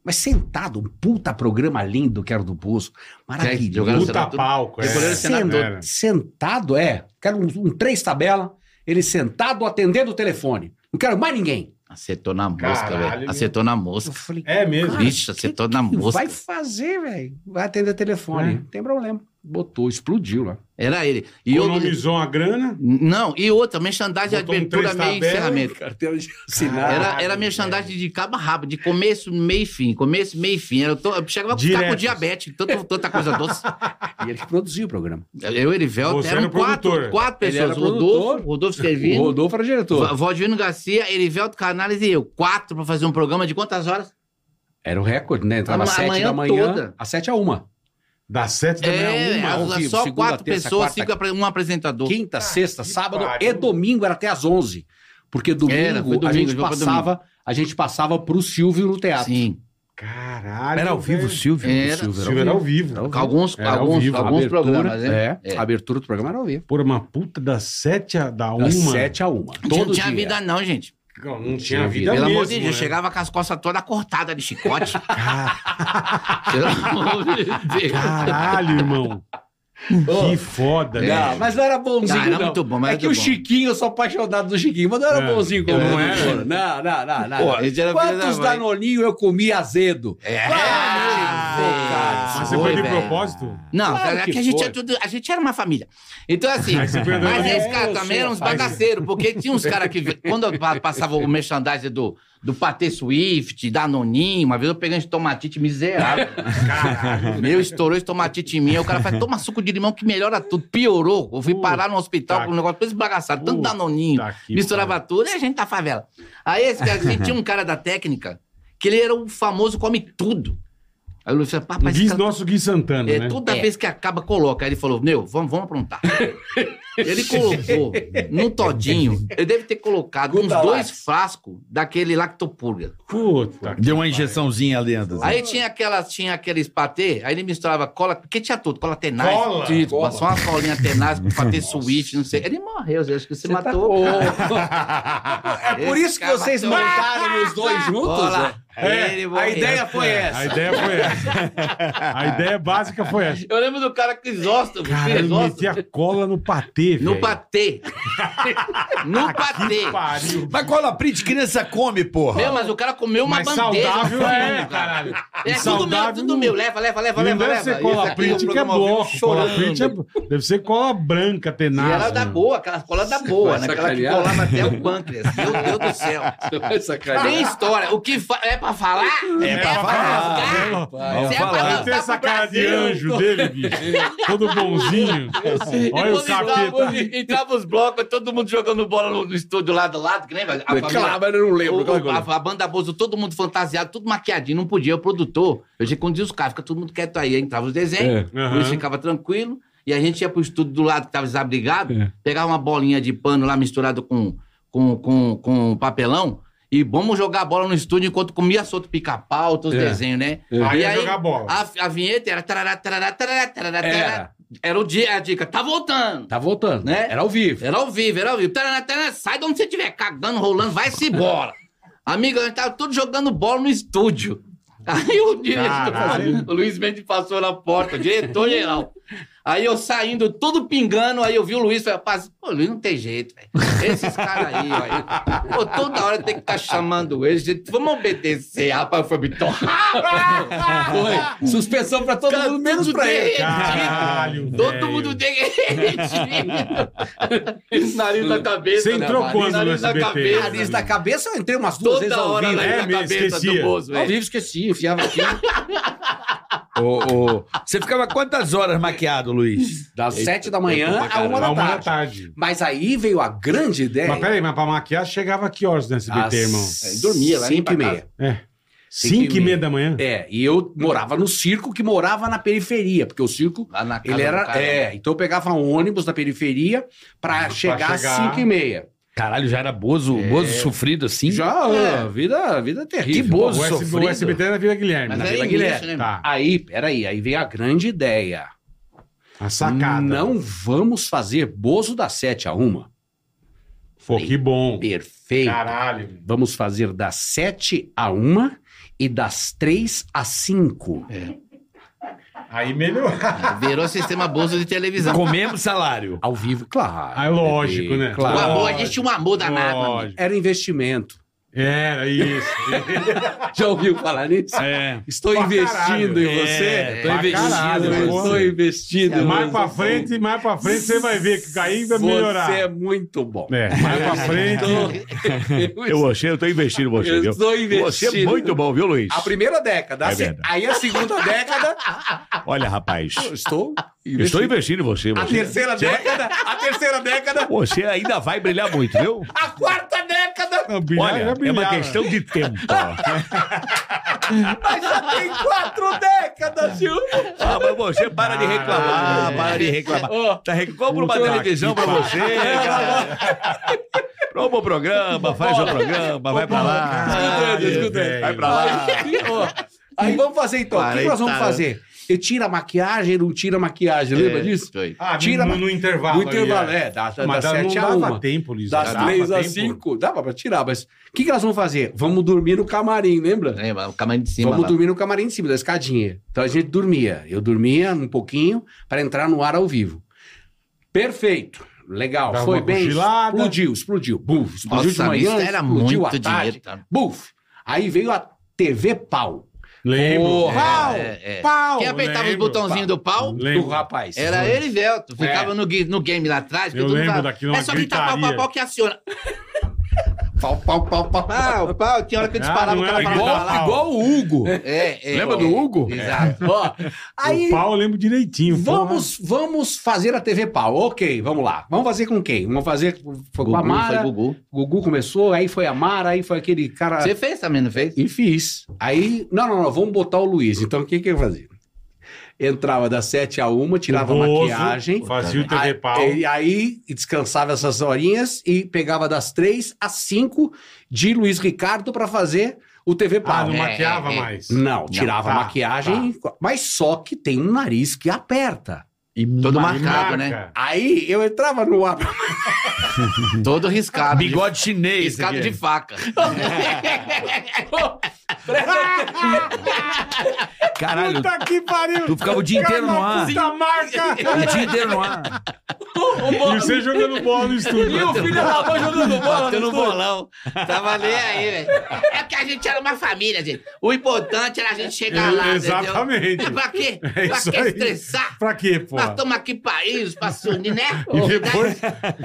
G: Mas sentado, um puta programa lindo que era do Bozo.
E: Jogaram
G: Maravilhoso.
E: o
C: Puta
E: Senado-
C: palco, é.
E: Decoraram o Senado.
C: Era.
G: Sendo- sentado, é. Quero um, um três tabela, ele sentado atendendo o telefone. Não quero mais ninguém.
E: Acertou na mosca,
C: Caralho,
E: velho.
C: meu.
E: Acertou na
G: Eu
E: mosca.
G: falei,
C: É mesmo.
G: Cara,
E: Vixe, acertou na
G: que
E: mosca. É.
G: vai fazer, velho? Vai atender telefone. Não tem problema. Botou, explodiu lá.
E: Era ele. E eu...
C: Economizou uma grana.
E: Não, e outra, merchandising de
C: Botou um
E: abertura, meio
C: três
E: e
C: tabela.
E: encerramento.
G: Carteira de assinar.
E: Era, era
C: Caralho,
E: merchandising de cabo a rabo, de começo, meio e fim. Começo, meio e fim. Era to... Eu chegava a ficar com
C: Direto.
E: diabetes, tanto, tanta coisa doce.
G: E ele que produziu o programa.
E: Eu e Erivelto
C: Você era
E: eram
C: o
E: quatro,
C: produtor.
E: quatro
G: Ele era
E: pessoas.
G: o
E: Rodolfo,
G: produtor.
E: Rodolfo
G: O
E: Servino,
G: Rodolfo era diretor.
E: Valdivino Garcia, Erivelto Canales e eu. Quatro pra fazer um programa de quantas horas?
G: Era o recorde, né? Entrava às
E: A
G: 7
E: manhã
G: da manhã,
E: toda.
G: às 7 a 1.
C: Das sete da
E: É,
C: manhã, uma.
E: era
G: ao vivo,
E: só
G: segunda,
E: quatro
G: terça,
E: pessoas,
G: quarta,
E: cinco, apre- um apresentador.
G: Quinta, sexta,
C: que
G: sábado
C: pariu.
G: e domingo era até às 11. Porque domingo,
E: Era, foi domingo,
G: a gente
E: jogo foi
G: passava, a gente passava pro Silvio no teatro.
E: Sim.
C: Caralho.
G: Era ao vivo o
C: velho.
G: Silvio?
E: Era.
G: O Silvio
C: Silvio era ao vivo.
G: Era ao
E: Com alguns,
C: Era ao
E: alguns,
C: vivo,
E: alguns
G: abertura,
E: programas, né?
G: É,
E: É.
G: A abertura do programa era ao vivo.
C: Por uma puta das sete a, da uma.
G: Das 7 a 1.
E: Não
G: Todo
E: tinha
G: dia.
E: vida, não, gente.
C: Não, não tinha vida
E: Pelo
C: mesmo,
E: amor de Deus,
C: né?
E: eu chegava com as costas todas cortadas de chicote.
C: Ca-
E: Pelo amor de Deus.
C: Caralho, irmão. Que foda,
G: Não,
C: né?
G: mas não era bonzinho,
E: Ah, É. era
G: não.
E: muito bom, mas
G: é
E: era
G: que o
E: muito bom.
G: Chiquinho, eu sou apaixonado do Chiquinho, mas não era
C: É.
G: bonzinho como
C: Eu não
G: o
C: era.
G: Chiquinho. Não, não, não, não.
E: né? Pô,
G: não.
E: ele era filho da
G: Quantos
E: mãe.
G: danoninho eu comi azedo?
E: É.
G: Ah,
C: Mas
G: mas
C: você foi de
E: tá velho.
C: propósito?
E: Não,
G: Claro
E: é que,
G: que
E: a gente,
G: foi.
E: é tudo- a gente era uma família. Então, assim,
C: Aí você perdeu
E: mas
C: a
E: esse
C: mão.
E: cara
G: Eu
E: também
G: sou
E: era uns
G: rapaz.
E: bagaceiros, porque tinha uns caras que, quando eu pa- passava o merchandising do, do Patê Swift, da Anoninho, uma vez eu peguei um tomatite miserável.
C: Caralho.
E: Meu estourou esse tomatite em mim. Aí o cara fala, toma suco de limão que melhora tudo. Piorou. Eu fui
C: Puta
E: parar no hospital
C: que-
E: com um negócio todo esbagaçado, tanto
C: Puta
E: danoninho.
C: que
E: misturava tudo e a gente da favela. Aí esse cara, assim, tinha um cara da técnica que ele era o famoso come tudo. Aí o Luiz falou, papai, esse
C: Gui,
E: cara
C: nosso Gui Santana,
E: é,
C: né?
E: Toda
G: É.
E: vez que acaba, coloca. Aí ele falou, meu, vamos, vamos aprontar. ele colocou num todinho, ele deve ter colocado uns
G: Guta
E: dois
G: Lax.
E: frascos daquele lactopurga.
C: Puta.
D: Deu uma injeçãozinha lenta. assim.
E: Aí tinha, aquela, tinha aqueles patê, aí ele misturava cola, porque tinha tudo, cola tenaz.
C: Cola?
E: tudo,
G: Cola.
E: Passou umas colinhas tenaz com patê suíte, não sei. Ele morreu, eu acho que se
G: Você tá
E: matou.
G: É por isso que
E: Esse
G: vocês
E: cara matou.
G: montaram os dois juntos? né?
E: Cola.
C: É,
E: Ele
G: A
E: morreu.
G: ideia foi
C: A
G: essa.
C: ideia foi essa. A ideia básica foi essa.
E: Eu lembro do cara Crisóstomo,
C: Cara, ele
E: Crisóstomo.
C: metia cola no patê, velho.
E: No patê. no patê.
C: Ah, Pariu.
D: Mas cola print, criança come, porra.
E: Meu, mas o cara comeu uma
C: Mas
E: bandeja.
C: saudável
E: no
C: é,
E: fundo,
C: caralho.
E: É tudo meu,
C: saudável
E: tudo
C: não-
E: meu. Leva, leva, leva,
C: Não
E: leva,
C: deve
E: leva.
C: ser
E: Esse
C: cola
E: aqui é um
C: print que é
E: programa ao vivo
C: bloco. Cola
E: chorando.
C: print é... Deve ser cola branca,
E: E
C: tenaz.
E: era é da
C: né?
E: boa, aquela cola da boa,
G: vai
E: né? Aquela que
G: sacanear?
E: colava até
C: é
E: o pâncreas. Meu Deus do céu. Tem história. O que fa- é pra falar?
D: É pra
E: rasgar?
C: falar.
G: Vai,
E: Você
D: falar.
E: pra
C: Ele
E: lançar
C: tem essa
E: pro
C: cara de
E: Brasil.
C: anjo dele, bicho. Todo bonzinho. Olha o
E: Depois
C: capeta.
E: entrava, entrava os blocos, todo mundo jogando bola no, no estúdio lá do lado, que lembra? A família-
G: Claro, mas eu não
E: O-
G: lembro.
E: o- a, a banda Bozo, todo mundo fantasiado, tudo maquiadinho, não podia. O produtor, eu já conduzia os carros, fica todo mundo quieto aí. aí Entrava os desenhos,
C: É.
E: o Luiz
C: Aham.
E: ficava tranquilo. E a gente ia pro estúdio do lado que tava desabrigado,
C: É.
E: pegava uma bolinha de pano lá misturada com, com, com, com papelão e vamos jogar a bola no estúdio enquanto comia solto pica-pau, todos os
G: É.
E: desenhos, né?
G: É.
E: E
C: Aí ia jogar bola.
E: A, a vinheta era tarará, tarará, tarará, tarará, tarará.
G: Era,
E: Era o dia, a dica, tá voltando.
G: É, tá voltando.
E: Né?
G: Era ao vivo.
E: Era ao vivo, era ao vivo. Tarana, tarana, sai de onde você estiver, cagando, rolando, vai-se embora. Amiga, a gente tava tudo jogando bola no estúdio. Aí o diretor,
C: Caralho.
E: o Luiz Mendes passou na porta, diretor geral. Aí eu saindo, tudo pingando, aí eu vi o Luiz, falei, rapaz, pô, Luiz não tem jeito, velho. Esses caras aí, ó. Pô, toda hora tem que estar chamando eles, gente, vamos obedecer, rapaz, foi muito
G: Foi. Suspensão pra todo mundo, menos pra ele.
C: Caralho,
E: Todo
C: velho.
E: mundo derretido. Nariz na cabeça.
C: Você entrou
E: rapaz?
C: quando no
E: Nariz na
C: SBT?
E: cabeça.
G: Nariz na cabeça, eu entrei umas duas vezes
E: Toda
G: ao
E: hora
G: vivo.
E: nariz
C: É
E: na
C: mesmo,
E: cabeça do
C: esquecia.
E: Bozo,
G: Ao
E: velho.
G: vivo esqueci, eu fiava aqui.
H: Ô, ô, Você ficava quantas horas maquiado, Luiz?
G: Das sete da manhã à uma
C: Lá
G: da
C: uma da
G: tarde.
C: tarde.
G: Mas aí veio a grande ideia.
C: Mas peraí, mas pra maquiar chegava que horas no SBT,
G: Às
C: irmão?
E: É, dormia lá,
G: cinco
E: ia pra
G: e meia.
C: É.
G: Cinco
C: 5
G: e
C: e
G: meia.
C: meia da manhã?
G: É, e eu morava no circo que morava na periferia, porque o circo,
E: Lá na casa
G: ele
E: do
G: era...
E: cara.
G: É, então eu pegava um ônibus da periferia pra chegar às
C: chegar.
G: cinco e meia. É.
H: Caralho, já era bozo, bozo sofrido assim?
G: Já,
E: É.
G: vida, vida terrível.
H: Que bozo.
C: O, SB,
H: sofrido.
C: o SBT era é Vila Guilherme.
E: Mas
G: Na
E: aí
G: Vila
E: é
G: Guilherme.
E: início, né?
C: Tá.
G: Aí, peraí, aí veio a grande ideia.
C: A sacada.
G: Não vamos fazer bozo das sete a uma.
C: Pô, que bom.
G: Perfeito.
C: Caralho.
G: Vamos fazer das 7 a 1 e das 3 a 5.
C: É, tá. Aí melhorou.
E: Tá. Virou sistema bolso de televisão.
H: Comemos salário.
G: Ao vivo, claro.
C: Ah, é lógico, né?
E: O
G: Claro.
E: amor, a gente tinha um amor danado. amigo.
C: Lógico. É,
G: Era investimento.
C: Era isso.
G: Já ouviu falar nisso?
H: É.
G: Estou
C: Pra
G: investindo em
H: caralho.
G: você.
H: É,
G: estou
C: pra
G: investindo,
C: caralho,
G: eu
C: pô.
G: estou investindo.
C: é
G: em
C: mais pra
G: você.
C: frente, mais pra frente você vai ver que aí vai melhorar.
G: Você é muito bom.
C: É, mais pra frente.
G: Então, eu
H: Eu achei, eu tô investindo em você, viu?
G: estou investindo.
H: Você é muito bom, viu, Luiz?
G: A primeira década. a
H: É
G: se-
H: verdade.
G: aí a segunda década,
H: Olha, rapaz,
G: eu estou
H: eu estou
G: investindo.
H: investindo em você.
G: Ah, A
H: Você,
G: terceira década, a terceira década,
H: você ainda vai brilhar muito, viu?
G: a quarta década.
C: Não, brilhar
H: Olha, é
C: brilhar,
H: uma
C: né?
H: questão de tempo. ó.
G: Mas já tem quatro décadas, viu?
H: Ah, mas você para de reclamar, para de reclamar. Tá rec... Compra uma
C: Puta
H: televisão
C: que
H: pra você. cara. Prova o programa, faz o programa, vai pra lá.
G: Escutando,
C: velho.
G: escutando.
H: Vai pra lá.
C: Ah.
G: Ó, Aí vamos fazer então. O que nós vamos
E: Quarenta
G: fazer? Ele tira a maquiagem, não tira a maquiagem, lembra disso?
E: É, Foi.
C: Ah,
G: Tira-
C: tira no, no intervalo.
G: O
C: ali,
G: intervalo,
C: é.
G: é, da, da,
C: Mas
G: das
C: dá-
G: 7
C: não
G: a
C: dava
G: 1.
C: tempo, Liz.
G: Das
C: dava
G: 3 a
C: tempo.
G: 5, dava pra tirar, mas o que, que elas vão fazer? Vamos dormir no camarim, lembra?
E: Lembra? O camarim de cima
G: Vamos
E: lá.
G: dormir no camarim de cima da escadinha. Então a gente dormia. Eu dormia um pouquinho para entrar no ar ao vivo. Perfeito. Legal.
C: Dava
G: Foi
C: uma
G: bem.
C: cochilada.
G: Explodiu, explodiu. Buf, explodiu de
E: Nossa,
G: manhã,
E: isso era
G: explodiu
E: muito
G: à tarde.
E: dinheiro. cara.
G: Buf. Aí veio a TV Pau.
C: Lembro.
G: Porra.
C: Pau,
E: É, é.
C: pau.
E: Quem apertava
C: lembro.
E: os botãozinhos do pau
G: Do
C: Lembro.
G: rapaz.
E: era ele, Velto. Ficava no, gui- no game lá atrás. que
C: Eu
E: todo mundo
C: lembro
E: falava,
C: daquilo,
E: É
C: uma
E: só gritar pau, pau,
C: gritaria.
E: pau que aciona. Pau, pau, pau, pau. Pau, pau. Tinha hora que eu
C: Ah,
E: disparava,
C: não
E: o cara
C: era
E: falava
C: gritar
E: lá.
C: pau.
H: Igual o Hugo.
E: É, é,
H: Lembra
E: é,
H: do Hugo?
E: Exato.
G: Ó, aí
C: O pau eu lembro direitinho.
G: vamos, vamos fazer a TV Pau. Ok, vamos lá. Vamos fazer com quem? Vamos fazer foi com a
E: Gugu, foi
G: Mara.
E: Gugu.
G: Gugu começou, aí foi a Mara, aí foi aquele cara.
E: Você fez também, não fez?
G: E fiz. Aí, não, não, não, vamos botar o Luiz. Então, o que que eu fazia? Entrava das 7 a 1, tirava a maquiagem.
C: Fazia o TV
G: Aí,
C: pau.
G: e aí descansava essas horinhas e pegava das 3 às 5 de Luiz Ricardo pra fazer o TV
C: Ah,
G: Pau.
C: não
E: É,
C: maquiava
E: é, é.
C: mais.
G: Não, tirava
C: tá,
G: a maquiagem, mas só que tem um nariz que aperta.
H: E
E: Todo
C: E
E: marcado, né?
C: marca.
G: Aí eu entrava no ar.
E: Todo riscado. de-
H: bigode chinês.
E: Riscado de
H: aqui.
E: faca.
H: Caralho,
C: Puta que pariu.
H: tu ficava o dia inteiro no ar.
C: Puta marca.
H: O dia inteiro no ar.
C: E você jogando bola no estúdio.
E: tava jogando bola no bolão. Tava nem aí, velho. É porque a gente era uma família, gente. O importante era a gente chegar lá,
C: É, Exatamente.
E: entendeu? Pra quê?
C: É
E: pra
C: isso
E: que
C: aí.
E: estressar?
C: Pra quê, pô?
E: Nós estamos aqui pra isso, pra se unir, né?
C: E depois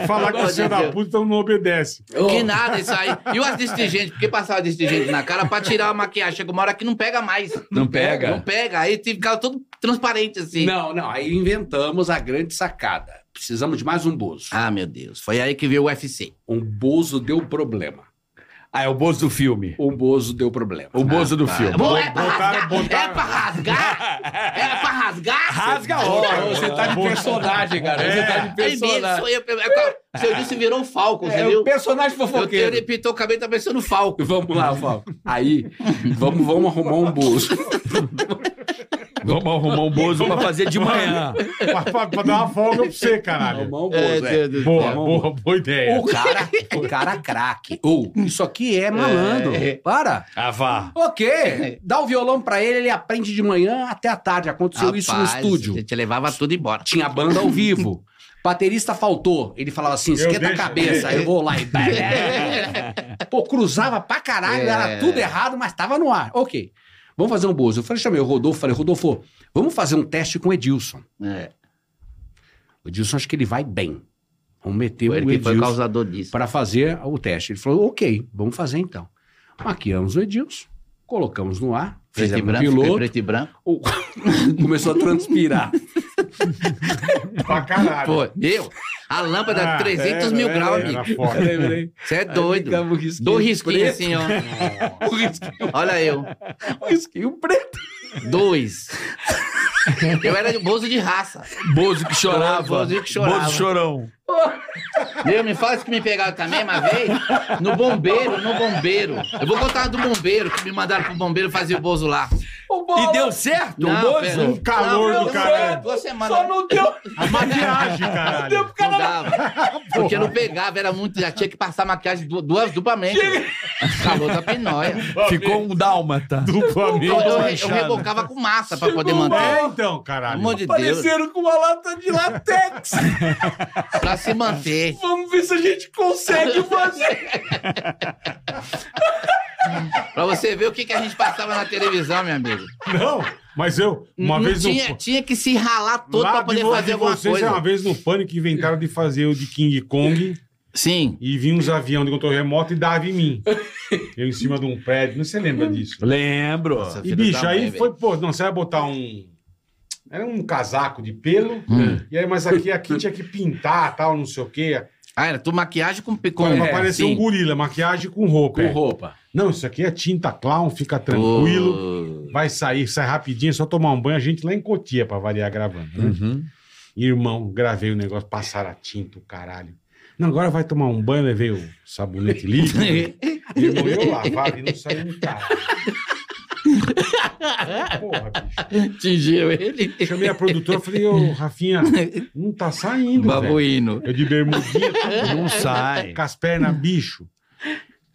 C: falar que
E: Pelo
C: o filho
E: amor de
C: da
E: Deus.
C: puta então não obedece.
G: Oh,
E: Que nada, isso aí. E o destigente, porque passava destigente na cara pra tirar a maquiagem. Chega uma hora que não pega mais.
H: Não pega?
E: Não pega. Aí ficava todo transparente assim.
G: Não, não, aí inventamos a grande sacada. Precisamos de mais um bozo.
E: Ah, meu Deus. Foi aí que veio o UFC.
G: Um bozo deu problema.
H: Ah, é o bozo do filme.
G: Um bozo deu problema. Ah,
H: O bozo do filme.
E: Bom, é pra
C: botaram-
E: rasgar. É
C: botaram-
E: pra rasgar. É pra rasgar.
H: Rasga
G: Ô,
H: hora.
G: Você tá de personagem, cara. Você tá de
E: Tem medo,
G: personagem.
E: sou eu. eu- Seu disse virou um falco,
G: É,
E: entendeu?
G: o personagem
E: Eu tenho,
G: fofoqueiro.
E: ele pintou o cabelo e tá pensando falco.
G: Vamos lá, Val. Aí, vamos, vamos arrumar um bozo.
H: Vamos arrumar um bozo pra fazer de manhã.
C: pra, pra- pra dar uma folga pra você, caralho.
G: Mão
E: É,
G: boa,
E: Deus
G: é.
E: do
C: Boa,
G: Não,
C: boa, boa ideia.
G: O cara, o cara craque. Ou, isso aqui é malandro.
E: É.
G: Para.
H: Ah, vá.
G: Ok. Dá o violão pra ele, ele aprende de manhã até à tarde. Aconteceu isso no
E: Rapaz,
G: estúdio.
E: A gente levava tudo embora.
G: Tinha banda ao vivo. Baterista faltou. Ele falava assim: esquenta
C: deixo.
G: a cabeça, eu vou lá e. Pô, cruzava pra caralho,
E: É.
G: era tudo errado, mas tava no ar. Ok. Vamos fazer um bozo. Eu falei, chamei o Rodolfo, falei, Rodolfo, vamos fazer um teste com o Edilson.
E: É.
G: O Edilson acho que ele vai bem. Vamos meter
E: Foi
G: o
E: ele que
G: Edilson.
E: foi o causador disso.
G: para fazer o teste. Ele falou, ok, vamos fazer então. Maquiamos o Edilson, colocamos no ar,
E: Preto e
G: fizemos um
E: branco, ficou
G: piloto,
E: preto e branco.
G: o- começou a transpirar.
C: Pra caralho.
E: Pô, meu, a lâmpada
C: Ah, é.
E: 300 mil
C: era,
E: graus,
C: era
E: amigo.
C: forte.
E: Você é doido.
G: ficava um risquinho
E: Do risquinho
G: preto.
E: assim, ó. Olha eu.
G: O esquinho preto.
E: Dois. Eu era de bozo de raça.
H: Bozo que chorava.
E: Bozo que chorava.
H: Bozo chorão.
E: Meu, me fala isso que me pegaram também uma vez. No bombeiro, no bombeiro. Eu vou contar uma do bombeiro, que me mandaram pro bombeiro fazer o bozo lá.
G: O
H: E deu certo o
E: pera-
H: bozo?
C: Um calor
E: não,
C: do
E: eu-
C: caralho.
E: Duas semanas.
G: Só não deu,
C: A maquiagem, caralho.
E: Não dava. Porque não pegava, era muito. Já tinha que passar maquiagem du- duas duplamente. Calor da pinóia.
H: Ficou um dálmata.
E: Eu,
C: Duplamente
E: eu, eu
C: manchado.
E: rebocava com massa pra poder
C: É,
E: manter.
C: então,
E: Pelo
C: caralho.
E: amor de Deus.
G: apareceram com uma lata de latex.
E: Pra se manter.
G: Vamos ver se a gente consegue fazer.
E: Pra você ver o que, que a gente passava na televisão, meu amigo.
C: Não, mas eu, uma
E: não
C: vez no-
E: tinha, tinha que se ralar todo pra
C: Lá de
E: poder
C: vo- de
E: fazer alguma
C: vocês, é
E: coisa.
C: Uma vez no pânico inventaram de fazer o de King Kong
E: Sim.
C: e vinha uns aviões de controle remoto e dava em mim. Eu em cima de um prédio, não se lembra disso.
H: Lembro.
E: Nossa,
C: E
E: filho
C: bicho,
E: da mãe,
C: aí
E: velho.
C: foi, pô, não, você vai botar um. Era um casaco de pelo,
E: Hum.
C: e aí, mas aqui, aqui tinha que pintar, tal, não sei o quê.
E: Ah, era tu maquiagem com É, picô.
C: Pra parecer um gorila, maquiagem com roupa. é.
G: Com roupa.
C: Não, isso aqui é tinta clown, fica tranquilo. Vai sair, sai rapidinho, é só tomar um banho. A gente lá em Cotia, pra variar, gravando. Né? Irmão, gravei o negócio, passaram a tinta, o caralho. Não, agora vai tomar um banho, levei o sabonete líquido. né? Irmão, eu lavava e não saiu um caralho. Porra, bicho.
E: Atingiu ele.
C: Chamei a produtora, falei, ô, Rafinha, não tá saindo, velho.
E: Babuíno.
C: Eu de bermudinha, né?
H: Não sai.
C: com as pernas, bicho.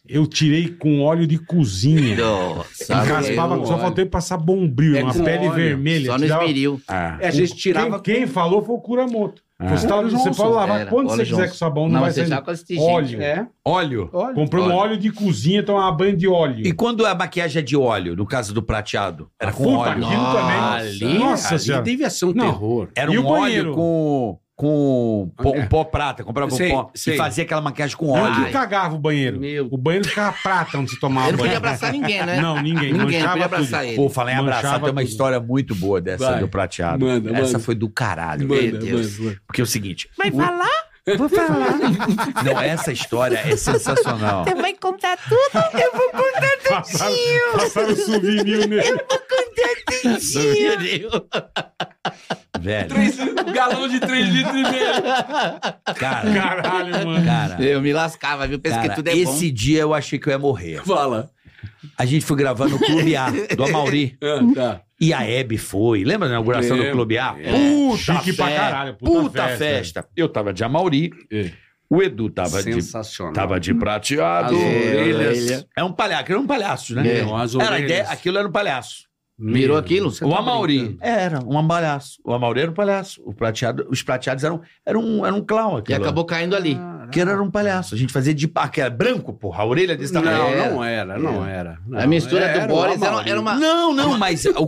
C: Eu tirei com óleo de cozinha.
E: Nossa,
C: Encaspava,
E: velho.
C: só faltei passar bombril,
G: É
C: uma
G: com
C: pele
G: óleo.
C: vermelha.
E: Só no
C: tirava-
E: esmeril.
H: Ah.
G: A gente tirava.
C: Quem, quem falou foi o Curamoto. Você, tá-
G: Óleo
C: você
G: Johnson.
C: pode lavar
E: Era,
C: quando
E: óleo
C: você quiser
E: Johnson.
C: com sabão, não,
E: Não,
C: vai
E: mas você
C: sair
E: já com esse tipo tigre.
C: óleo.
G: É,
H: Óleo.
G: olha.
C: Comprei um
E: Óleo.
C: óleo de cozinha, tomar uma banho de óleo. Ah,
H: E quando a maquiagem é de óleo, no caso do prateado? Era com
C: Puta,
H: óleo.
C: aquilo também.
G: Ali,
C: Nossa
G: ali
C: senhora.
G: devia ser um
C: Não.
G: terror.
H: Era
C: E
H: um
C: o banheiro?
H: óleo com, com pó, um pó prata. Comprava
G: É. Sei,
H: um pó
G: sei.
H: e fazia aquela maquiagem com
C: Não,
H: óleo.
C: que cagava o banheiro.
E: Meu.
C: O banheiro ficava prata onde se tomava
E: Ele não
C: banho.
E: podia abraçar ninguém, né?
C: Não,
E: Ninguém
C: ninguém.
E: não
C: manchava
E: podia
C: tudo.
E: abraçar ele.
H: Pô, falar em abraçar,
C: Manchava
H: tem uma
C: tudo.
H: história muito boa dessa
G: Né? Vai.
H: do prateado.
G: Manda,
H: Essa
G: manda.
H: foi do caralho.
G: Manda,
H: Meu Deus.
G: manda.
H: Porque é o seguinte. Vai falar? Vou falar. Não, essa história é sensacional.
I: vai contar tudo? Eu vou contar
C: Passaram, passaram souvenir nele.
E: Meu Deus.
H: Velho.
G: um galão de 3 litros e meio.
H: Cara,
C: Caralho, mano.
H: cara.
E: Eu me lascava, viu? Pensa que
H: cara,
E: tudo é bom.
H: esse dia eu achei que eu ia morrer.
G: Fala.
H: A gente foi gravar no Clube A, do Amauri.
G: Ah, tá.
H: E a Hebe foi. Lembra da inauguração do
G: Lembro. É.
H: Clube A?
C: Chique pra
H: fe-
C: caralho, puta
H: Puta,
C: festa.
H: festa. Eu tava de Amauri.
G: É.
H: O Edu tava de,
G: Sensacional.
H: tava de prateado.
G: As orelhas.
E: orelha.
H: É um palhaço. Era um palhaço, né?
E: É.
G: Não, as
H: Era a
G: orelhas.
H: ideia, aquilo era um palhaço.
E: Mirou aquilo?
G: Você
H: o
G: tá
H: Amauri
G: brincando.
H: era um palhaço. O Amauri era um palhaço. O prateado, os prateados eram, eram, um- eram um clown.
E: E
H: Aquilo.
E: acabou caindo ali.
H: Que era um palhaço. A gente fazia de pá, que era branco, porra. A orelha desse
G: Não,
H: tamanho.
G: não era, não era. Não,
E: a mistura
G: Ah, era
E: do Boris
G: o
E: era,
G: Amauri.
E: era uma.
H: Não, não, mas o
E: mistura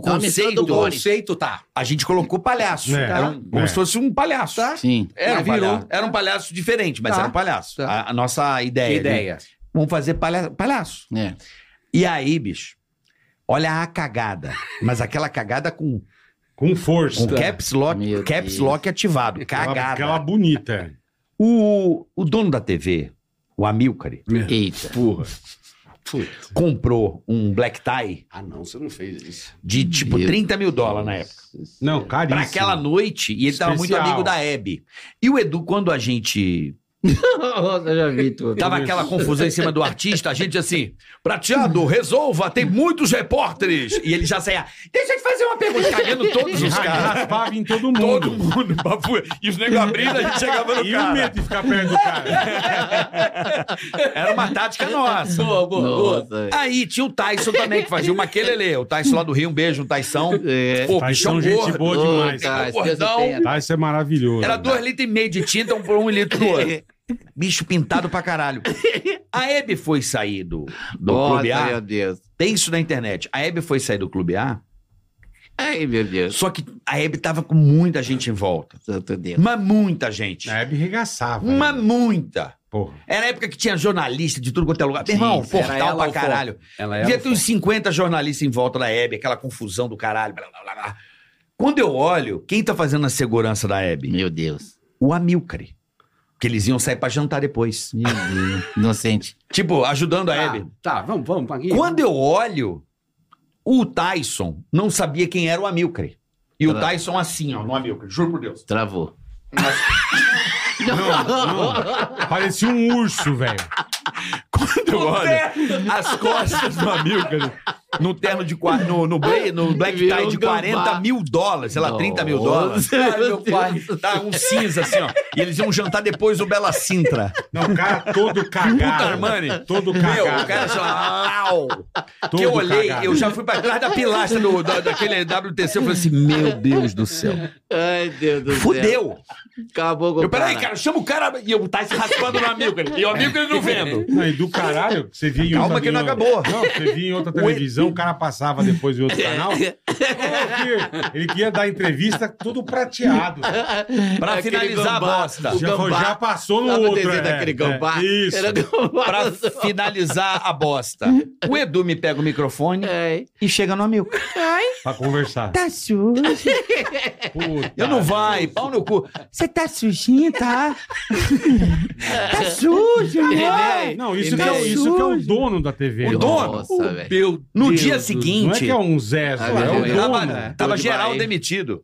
E: do
H: conceito.
G: O
E: Boris.
G: conceito tá.
H: A gente colocou palhaço.
C: É.
H: Era um- como
C: É.
H: se fosse um palhaço.
E: Sim.
H: Era, um
G: Mas virou.
H: palhaço. era um palhaço diferente, mas
G: Tá.
H: era um palhaço.
G: Tá.
H: A, a nossa ideia.
G: Que
H: né?
G: ideia.
H: Vamos fazer palha palhaço.
E: É.
H: E aí, bicho, olha a cagada. Mas aquela cagada com,
C: Com
H: com
C: força.
H: caps lock,
E: Meu
H: caps
E: Deus.
H: lock ativado.
C: Aquela- Aquela
H: Cagada.
C: bonita.
H: O, o dono da TV, o Amilcar,
E: Eita.
G: Porra.
H: comprou um black tie
G: Ah, não, você não fez isso.
H: de tipo
E: Meu
H: 30 mil dólares na época.
C: Não, caríssimo.
H: Pra aquela noite, e ele tava muito
C: Especial.
H: amigo da Hebe. E o Edu, quando a gente
J: Eu já vi tudo.
H: Tava aquela confusão em cima do artista, a gente assim, prateado, resolva, tem muitos repórteres. E ele já saia, deixa eu te fazer uma pergunta, cagando todos os caras.
C: Raspava em todo mundo.
H: Todo mundo, babu. E os negros abrindo, a gente chegava no
C: E o
H: cara.
C: medo de ficar perto do cara?
H: Era uma tática nossa.
J: Boa, boa, boa.
E: Nossa.
H: Aí tinha o Tyson também, que fazia o Maquelele. O Tyson lá do Rio, um beijo, o Tyson.
E: É.
H: Pô,
C: Tyson,
H: bichão
C: gente
H: gordo.
C: boa demais.
E: Ô,
J: Cara,
E: cara,
J: Deus o
H: Gordão.
J: tenha.
C: Tá, isso é maravilhoso.
H: Era dois litros e meio de tinta, um por um e litro pro outro. Bicho pintado pra caralho. A Hebe foi sair do, do
E: Nossa,
H: Clube A.
E: meu Deus.
H: Tem isso na internet. A Hebe foi sair do Clube A,
E: Ai, meu Deus.
H: só que a Hebe tava com muita gente em volta.
E: Santo Deus.
H: Mas muita gente.
C: Na Hebe regaçava.
H: Mas
C: né?
H: muita.
C: Porra.
H: Era a época que tinha jornalista de tudo quanto é lugar. Meu irmão,
G: Sim, era
H: portal
G: ela
H: pra
G: o
H: caralho.
G: Ela
H: Devia ter uns 50 jornalistas em volta da Hebe, aquela confusão do caralho. Blá, blá, blá, blá. Quando eu olho, quem tá fazendo a segurança da Hebe?
E: Meu Deus.
H: O Amilcre. Porque eles iam sair pra jantar depois.
E: Meu Deus. Inocente.
H: Tipo, ajudando a
G: Tá,
H: Hebe.
G: tá, vamos, vamos. Aqui.
H: Quando eu olho, o Tyson não sabia quem era o Amilcre. E o
E: Claro.
H: Tyson assim, ó, no Amilcre, juro por Deus.
E: Travou.
C: Parecia um urso, velho.
H: Quando eu olho, as costas do Amilcre, no terno de qua- no, no, bla- no black tie
E: Virou
H: de
E: gambá.
H: 40 mil dólares, sei lá, 30 mil dólares.
E: Nossa,
H: Meu pai, tá um cinza assim, ó. E eles iam jantar depois o Bela Sintra.
C: Não, o cara todo
H: Puta,
C: cagado. né?
H: Armani.
C: Todo
H: Meu,
C: cagado.
H: o cara assim, ó, au.
C: todo
H: que eu olhei,
C: cagado.
H: eu já fui pra trás da pilastra do, da- daquele WTC, eu falei assim, meu Deus do céu.
E: Ai, Deus do céu.
H: Fudeu.
E: Acabou com o
H: Eu, peraí,
E: cara.
H: cara, chama o cara e o Tyson raspando no amigo. E o amigo ele não vendo.
C: Não, e do caralho, você via em
H: Calma
C: outra-
H: que não
C: em-
H: acabou.
C: Não, você via em outra televisão, o cara passava depois em outro
E: É.
C: canal. Ô, Kir, Ele queria dar entrevista todo prateado.
H: Pra
E: Aquele
H: finalizar a
E: gambá.
H: bosta.
E: O
C: Já, foi-
E: gambá.
C: já passou no
E: Sabe o
C: outro.
E: desenho
C: é,
E: daquele gambá?
C: é, isso.
E: Era gambá.
H: Pra finalizar a bosta. O Edu me pega o microfone
E: Ai.
H: e chega no amigo.
C: Pra conversar.
K: Tá sujo.
E: É.
C: Puta.
H: Eu não vai, pau no cu.
K: Você tá sujinho, tá? tá sujo, amor.
E: Ele é
C: Não, isso,
E: Ele
C: que é, o-
E: é
C: isso que é o
K: sujo.
C: dono da TV.
H: O
C: né?
H: dono.
E: Nossa,
H: o
E: velho.
H: meu no
C: Deus
H: dia
C: do- Não é
H: seguinte,
C: que é um Zé, só
E: Ah,
C: é o
E: velho,
C: dono.
H: tava, tava
E: Dono
H: geral
E: demais.
H: demitido.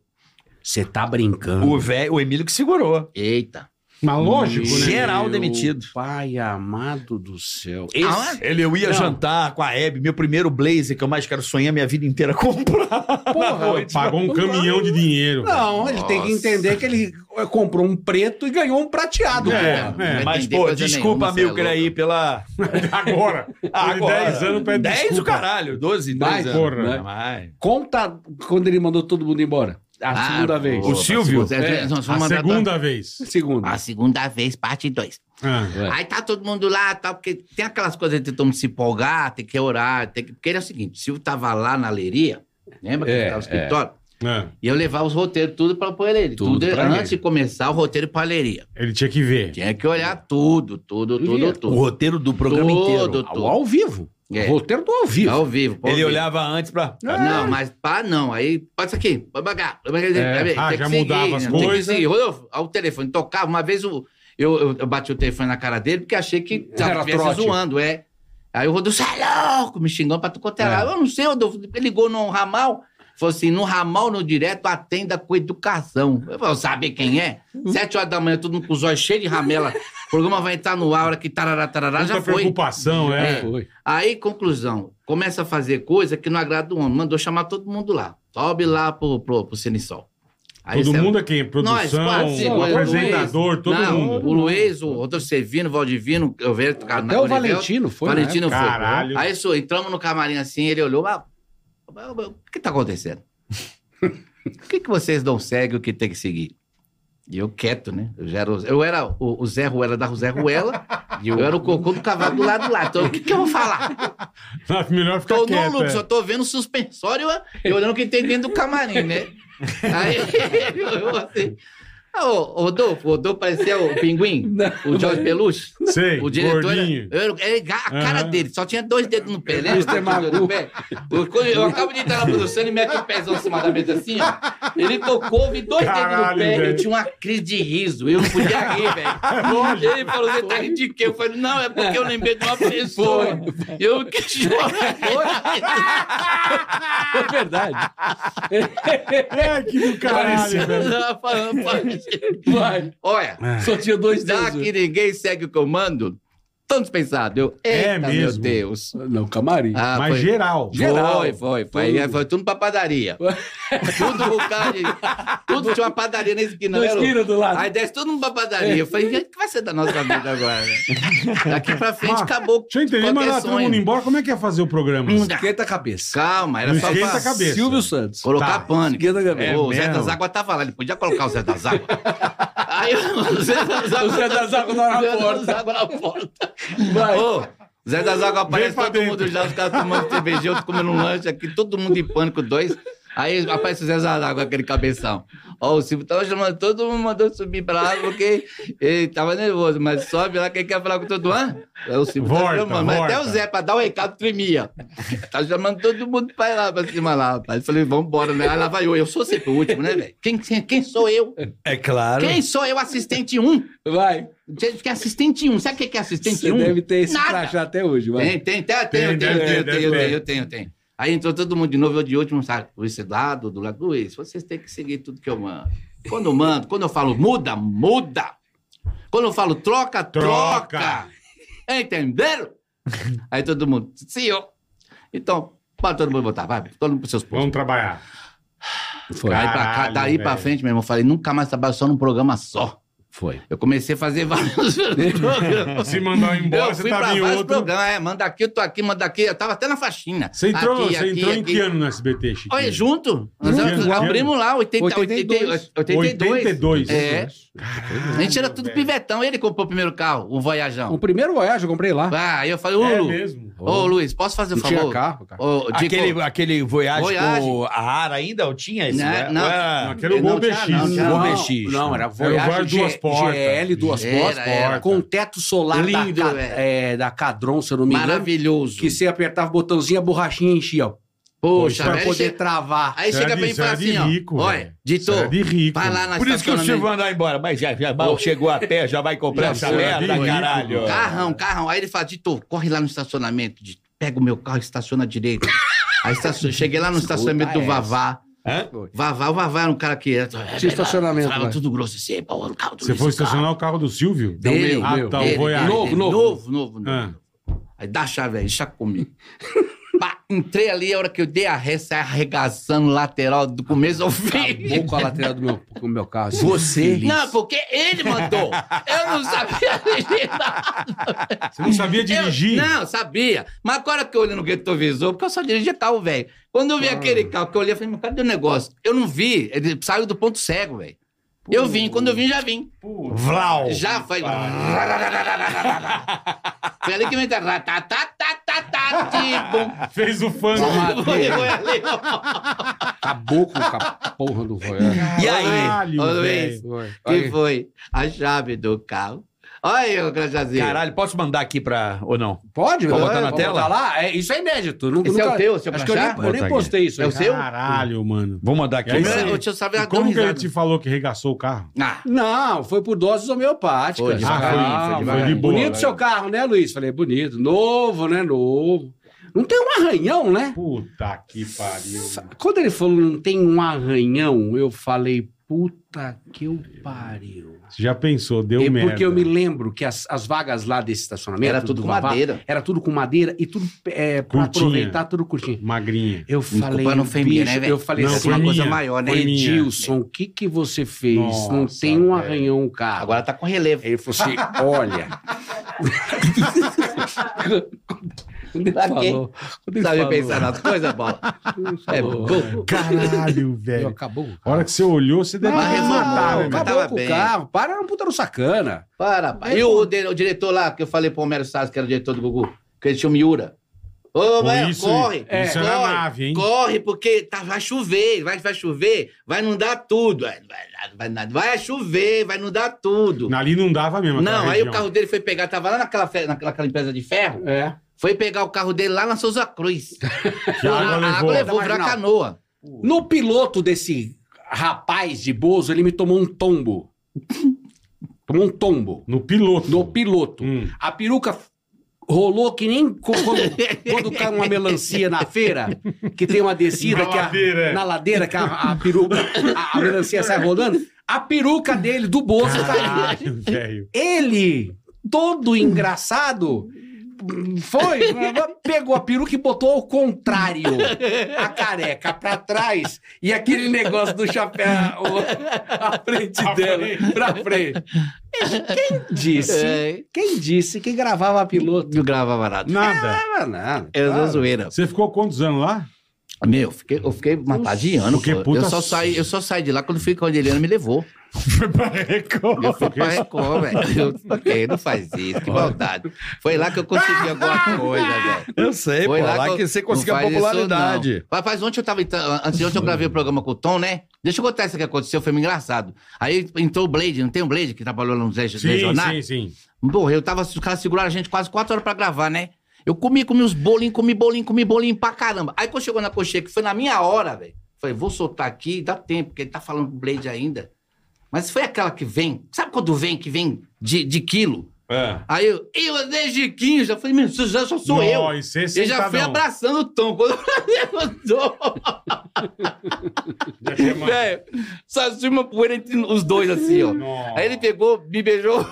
G: Você tá brincando.
H: O, velho, o Emílio que segurou.
E: Eita.
C: Mas lógico, né?
H: Geral
G: Meu
H: demitido.
G: Pai amado do céu.
H: Ah, é? Ele, eu ia
G: Não.
H: jantar com a Hebe, meu primeiro blazer que eu mais quero sonhar minha vida inteira comprar.
G: Porra,
C: Pagou um caminhão de dinheiro.
G: Não, ele tem que
E: Nossa.
G: entender que ele comprou um preto e ganhou um prateado.
C: É,
G: porra.
C: é.
H: Mas,
E: entendi
H: pô,
E: coisa
H: desculpa,
E: nenhuma, cê é
H: Amilcar, aí,
E: louco.
H: pela.
C: Agora.
H: Ah,
C: Ele 10 anos pede
H: 10 o
C: desculpa.
H: caralho, 12, 10
G: Mais,
H: anos.
C: porra.
H: Né? Mais.
G: Conta quando ele mandou todo mundo embora. A segunda vez.
E: Ah, pô,
H: O Silvio?
E: a segunda-
G: É,
E: nós
C: A
E: vamos mandar
C: segunda vez.
G: A segunda.
E: pra- A segunda vez, parte 2.
C: Ah,
G: É.
E: Aí tá todo mundo lá, tal, porque tem aquelas coisas de todo mundo se empolgar, tem que orar, tem que... Porque era o seguinte, o Silvio tava lá na leiria, lembra que
G: É,
E: ele tava no
G: é.
E: escritório?
C: ah.
E: E eu levava os roteiros tudo pra pôr ele.
G: Tudo
E: Tudo,
G: pra
E: antes
G: ele.
E: de começar o roteiro pra leiria.
C: Ele tinha que ver.
E: Tinha que olhar tudo, tudo,
G: Lia.
E: tudo,
H: O
E: tudo.
H: roteiro do programa
E: Todo,
H: inteiro.
G: Ao, ao vivo.
E: É.
G: O roteiro do ao vivo.
E: Ao vivo. pô, ao
H: Ele
E: vivo.
H: olhava antes pra.
E: Não, mas pá, não. Aí, passa aqui. Pode pagar.
C: É. Ah, já mudava
E: né?
C: as coisas.
E: Rodolfo, ao telefone. Tocava. Uma vez o- eu, eu, eu bati o telefone na cara dele porque achei que
G: Era
E: estivesse
G: trote.
E: zoando, é. Aí o Rodolfo, sai louco, me xingando pra tu cotelar.
C: É.
E: Eu não sei, Rodolfo. Ele ligou num ramal. Falou assim, no ramal, no direto, atenda com educação. Eu falei, sabe quem é?
C: Uhum.
E: Sete horas da manhã, todo mundo com os olhos cheios de ramela. O programa vai entrar no ar, a hora que tarará, tarará, já
C: Muita
E: foi.
C: preocupação, né?
E: É. Aí, conclusão, começa a fazer coisa que não agrada o homem. Mandou chamar todo mundo lá. Sobe lá pro, pro, pro Cinesol. Aí
C: Todo
E: você-
C: mundo é quem? Produção,
E: quatro, cinco,
C: o
E: eu,
C: apresentador, todo
E: Não, O
C: mundo.
E: Luiz, o Rodolfo Servino, o Valdivino, eu vejo o cara
G: Até o Valentino foi. né?
E: Valentino foi.
C: Caralho.
E: Aí isso, entramos no camarim assim, ele olhou, mas, mas- mas o que tá acontecendo? Por que, que vocês não seguem o que tem que seguir? E eu quieto, né? Eu, já era, o- eu era o, o Zé Ruela da Zé Ruela, e eu era o cocô do cavalo do lado lá. Então, o que, que eu vou falar?
C: Não, Melhor ficar
E: Tô no
C: quieto.
E: lucro,
C: é.
E: só tô vendo o suspensório e olhando o que tem dentro do camarim, né? Aí ele olhou assim. Ah, ô, ô, Rodolfo, o Rodolfo parecia o pinguim, o Jorge Peluche.
C: Sei,
E: O diretor é era,
C: gordinho.
E: eu- ele- a cara
C: Aham.
E: dele, só tinha dois dedos no pé, né?
G: Mr. Magoo.
E: Eu, quando eu acabo de entrar na produção, ele mete o pezão em cima da mesa assim, ó. Ele tocou, vi dois
C: Caralho,
E: dedos no pé,
C: velho.
E: eu tinha uma crise de riso, eu não podia rir, velho. Ele falou, você tá rindo de quê? Eu falei, não, é porque eu lembrei de uma pessoa. Eu que chorar.
G: É verdade.
C: É, que do caralho, velho.
E: Não,
J: Vai.
E: Olha,
J: Só tinha dois
E: já
J: dedos.
E: que ninguém segue o comando, tão dispensado. Eu, eita,
C: É
E: meu
C: mesmo.
E: Deus.
G: Não, camarim.
E: Ah,
C: Mas
E: foi,
C: geral.
G: geral.
E: foi, foi, foi. Aí Foi tudo pra padaria. tudo lugar de, Tudo tinha uma padaria na esquina,
J: Dois
E: né, Lu?
J: quilos do lado.
E: Aí desce todo mundo pra padaria. Eu falei, o que vai ser da nossa vida agora? né? Daqui pra frente
C: Mas,
E: acabou
C: Ah, Deixa eu entender, mas
E: qualquer
C: lá todo mundo
E: sonho. Hum,
C: embora, como é que ia fazer o programa?
G: Esquenta a cabeça.
E: Calma, era
C: Não
E: só
C: esquenta
E: pra
C: a cabeça.
G: Silvio Santos.
E: colocar
C: Tá.
E: pânico.
G: Esquenta a cabeça.
C: É
E: Ô, o Zé
C: mesmo?
E: das Águas tava lá, ele podia colocar o Zé das Águas. Aí o Zé das
J: O
E: Águas...
J: Zé das Águas lá na
E: O Zé das
J: porta.
E: Águas na porta. Ô, Zé das Águas aparece
C: pra
E: todo
C: dentro.
E: mundo já, os caras tomando cerveja, outro comendo um lanche aqui, todo mundo em pânico, dois. Aí aparece o Zé das Águas, aquele cabeção. Ó, o Silvio tava chamando, todo mundo mandou subir pra lá, porque ele tava nervoso, mas sobe lá, quem quer falar com todo mundo? Aí o Silvio
C: Volta,
E: tá chamando, mas até o
C: volta.
E: Zé, pra dar o recado, tremia. Tá chamando todo mundo pra ir lá, pra cima lá, rapaz. Eu falei, vambora, né? Aí lá vai eu, eu sou sempre o último, né, velho? Quem, quem, quem sou eu?
G: É claro.
E: Quem sou eu, assistente 1?
G: Vai.
E: Gente, que é assistente 1, sabe o que que é assistente
G: Você
E: 1?
G: deve ter esse
E: Nada.
G: crachá até hoje, vai.
E: Tem, tem, tem, tem, eu
C: Tem, deve
E: tenho,
C: ter,
E: eu
C: deve
E: tenho, eu
C: ter.
E: tenho, eu tenho, eu tenho. Aí entrou todo mundo de novo, eu de último, sabe? Luiz do lado, do lado, Luiz, vocês têm que seguir tudo que eu mando. Quando eu mando, quando eu falo muda, muda. Quando eu falo troca,
C: Troca.
E: troca. Entenderam? Aí todo mundo, senhor. Então, para todo mundo voltar, vai, todo mundo para seus postos.
C: Vamos trabalhar.
G: Foi.
E: Aí pra cá,
C: Caralho,
E: daí pra
C: velho.
E: frente, meu irmão, eu falei, nunca mais trabalho só num programa só.
G: Foi.
E: Eu comecei a fazer vários programas.
C: Se mandar um embora,
E: Eu
C: você
E: fui
C: tava
E: pra
C: em
E: vários
C: outro.
E: programas, é, manda aqui, eu tô aqui, manda aqui. Eu tava até na faxina.
C: Você entrou,
E: Aqui,
C: você
E: aqui,
C: entrou em
E: aqui.
C: que ano no SBT, Chiquinho?
E: Olha, junto. Nós
C: Junto, junto.
E: abrimos lá, 80,
G: 82.
E: 82. 82.
C: 82.
E: É.
C: Caralho,
E: A gente era tudo
C: velho.
E: pivetão. Ele comprou o primeiro carro, o
G: O
E: Voyajão.
G: primeiro voyage eu comprei lá.
E: Ah, aí eu falei, ô,
C: É
E: Lu,
C: mesmo.
E: ô, Luiz, posso fazer o
G: Não tinha
E: favor?
G: carro, cara.
E: Ô, Dico,
H: Aquele, aquele Voyage,
E: Voyage.
H: com a Ara ainda? Ou tinha esse?
E: Não,
H: Ué,
E: Né? não.
H: ué.
C: Não, aquele é o
E: Não,
C: Gol
E: tinha,
C: BX.
E: não, tinha.
G: Não,
H: Não, BX,
G: não,
H: não.
G: era
C: Era o
G: Voyage
C: Voyage duas
G: G-
C: portas.
G: GL, duas
E: Era,
G: portas,
E: era.
G: com teto solar
E: Lindo,
G: da, Ca-
E: velho.
G: é, da Cadron, se eu não me engano,
E: maravilhoso.
G: que você apertava o botãozinho, a borrachinha enchia, ó,
E: Poxa,
G: pra
E: velho.
G: poder
E: chega-
G: travar.
E: Aí
C: Isso
E: chega pra
C: era
E: mim
C: de-
E: e fala
C: isso era
E: assim,
C: de
E: ó.
C: rico,
E: Olha,
C: velho.
E: Dito,
C: Isso era de rico.
E: vai lá na
H: Por isso que o
E: estacionamento.
H: Silvio andou embora. Mas já, já mal chegou a pé, já vai comprar
G: Já
H: essa
G: foi,
H: merda,
C: amigo.
H: caralho.
E: Carrão, carrão. Aí ele fala, Dito, corre lá no estacionamento. Dito. Pega o meu carro e estaciona direito. Aí estacion- cheguei lá no estacionamento do
G: essa.
E: Vavá.
H: Hã?
E: Vavá, o Vavá era um cara que...
G: Tinha estacionamento,
E: Falava
G: vai.
E: tudo grosso assim, pô, no carro do
C: Você
E: Luiz, o
C: foi
E: carro.
C: estacionar o carro do Silvio?
G: Deu
E: Dele,
G: meu,
C: Ah,
G: meu.
C: tá, o
E: Dele,
C: Voyage.
E: dele,
G: Novo,
E: dele.
G: novo.
E: Novo, novo, novo.
C: Ah.
E: Aí dá a chave aí, deixa comigo. Pá, entrei ali, a hora que eu dei a ré, saí arregaçando lateral do começo ao fim.
G: Acabou com a lateral do meu, com o meu carro. assim. Você?
E: Não, porque ele mandou. Eu não sabia dirigir nada.
C: Você não sabia dirigir?
E: Eu, não, sabia. Mas agora que eu olhei no retrovisor, porque eu só dirigia carro, velho. Quando eu
C: Ah.
E: vi aquele carro que eu olhei, eu falei, mas cadê o negócio? Eu não vi. Ele saiu do ponto cego, velho. Eu vim, quando eu vim, já vim.
H: Vlau.
E: Já foi. Foi ali que me Tá, entra- tá, ratatatatatibo.
C: Fez o fã.
E: Foi, foi ali, ó.
G: Acabou com a porra do voyage.
E: E aí?
C: Caralho,
E: Ô,
C: velho.
E: Luiz,
G: Foi.
E: que foi? A chave do carro. Olha aí, ô Grajazinho.
H: Caralho, posso mandar aqui pra. Ou não?
G: Pode,
H: Pode botar na
G: Pode
H: tela?
G: botar lá? É, isso é inédito. nu-
E: Esse é
G: nunca-
E: o teu, seu
G: Acho que eu
E: crachá?
G: nem, eu nem
H: Botar aqui.
G: postei isso.
E: É o
G: aí.
E: seu?
C: Caralho, mano.
H: Vou mandar aqui.
C: É isso
E: Meu,
C: aí.
E: eu tinha sabe,
C: E como que ele te falou que regaçou o carro?
E: Ah,
G: Não, foi por doses homeopáticas.
E: Foi devagarinho,
G: Ah,
E: foi
C: devagarinho. Foi de boa,
G: Bonito
C: né?
G: seu carro, né, Luiz? Falei, bonito. Novo, né? Novo. Não tem um arranhão, né?
C: Puta que pariu.
G: Quando ele falou não tem um arranhão, eu falei, puta que eu pariu.
C: Você já pensou, deu
G: E
C: merda.
G: porque eu me lembro que as, as vagas lá desse estacionamento.
E: era tudo
G: do
E: com
G: Vavá,
E: madeira.
G: Era tudo com madeira e tudo é, pra
C: Curtinha.
G: aproveitar, tudo curtinho.
C: Magrinha.
G: Eu
E: Desculpa,
G: falei,
E: não foi minha,
G: bicho,
E: né, velho?
G: eu falei
C: Não,
G: assim,
C: foi
E: uma coisa
C: minha.
E: maior, né?
C: Foi minha.
G: Edilson, o que que você fez? não
C: Nossa,
G: tem um
C: velho.
G: arranhão o carro.
E: Agora tá com relevo.
G: Aí ele falou assim: olha. quando ele
E: Pra quê?
G: falou, quando ele
E: Sabe
G: falou,
E: pensar nas coisas, bola?
G: quando ele
E: É
G: falou,
E: bom.
C: Caralho,
G: eu,
C: velho.
G: acabou.
C: A hora que você olhou, você deve
E: Mas
C: ter
E: resolveu,
C: matado, né,
G: Acabou,
E: mas tava
C: velho?
G: acabou com o
E: bem.
G: carro. Para, era um puta no sacana.
E: Para, pai. E o, de- o diretor lá, que eu falei pro Homero Salles, que era o diretor do Gugu, que ele tinha o Miura. Ô,
C: Com
E: velho,
C: isso,
E: corre!
C: é, isso é
E: corre,
C: na nave, hein?
E: Corre, porque tá, vai chover, vai, vai chover, vai inundar tudo. É, Vai, vai, vai, nada, vai chover, vai inundar tudo.
C: Ali não dava mesmo. aquela
E: Não, aí o
C: região.
E: carro dele foi pegar, tava lá naquela, fe- naquela, naquela empresa de ferro,
G: É.
E: foi pegar o carro dele lá na Souza Cruz.
C: Que a água
E: a
C: levou.
E: água levou,
G: Tá
E: virou a
G: marginal.
E: canoa.
G: No piloto desse rapaz de Bozo, ele me tomou um tombo. tomou um tombo.
C: No piloto.
G: No piloto.
C: Hum.
G: A peruca rolou que nem co- quando, quando cai uma melancia na feira, que tem uma descida
C: Na
G: que a-
C: ladeira, é.
G: na ladeira que a, a peruca, a, a melancia sai rolando. A peruca dele, do bolso, tá ali.
C: Caralho, velho.
G: Ele, todo engraçado, foi, pegou a peruca e botou ao contrário a careca pra trás e aquele negócio do chapéu a frente dela pra frente. Quem disse?
E: É,
G: Quem disse que gravava piloto?
E: não gravava nada.
C: Nada.
G: Não, não.
E: Era zoeira.
C: Você ficou quantos anos lá?
E: Meu, eu fiquei, eu fiquei uma pá de ano,
C: Porque
E: pô.
C: puta
E: Eu só,
C: s-
E: saí, eu só saí de lá quando fui com a Adeliana me levou.
H: Foi pra Record.
E: Eu fui pra Record, velho. Eu- Ok, não faz isso, que maldade. Foi lá que eu consegui alguma coisa, velho.
H: Eu sei,
E: Foi
H: pô. Lá,
E: eu-
H: que você conseguiu
E: não
H: a
E: faz isso,
H: popularidade.
E: não. Rapaz, ontem eu tava. então, Antes de ontem eu gravei o programa com o Tom, né? Deixa eu contar isso que aconteceu, foi meio engraçado. Aí entrou o Blade, não tem o Blade que trabalhou lá no Zé Zé
C: Sim,
E: Jornal?
C: sim, sim.
E: Porra, eu tava, os caras seguraram a gente quase quatro horas pra gravar, né? Eu comi, comi os bolinhos, comi bolinho, comi bolinho pra caramba. Aí quando chegou na cocheira, que foi na minha hora, velho. Falei, vou soltar aqui, dá tempo, porque ele tá falando do Blade ainda. Mas foi aquela que vem. Sabe quando vem, que vem de, de quilo?
C: Ah.
E: Aí eu, eu desde 15, já falei, meu, isso já só sou eu.
C: Nó, e você
E: Eu já fui
C: é sentadão.
E: abraçando o Tom. Quando eu levantou,
C: Já chama-
E: velho, só tinha uma poeira entre os dois, assim, ó.
C: Nó.
E: Aí ele pegou, me beijou.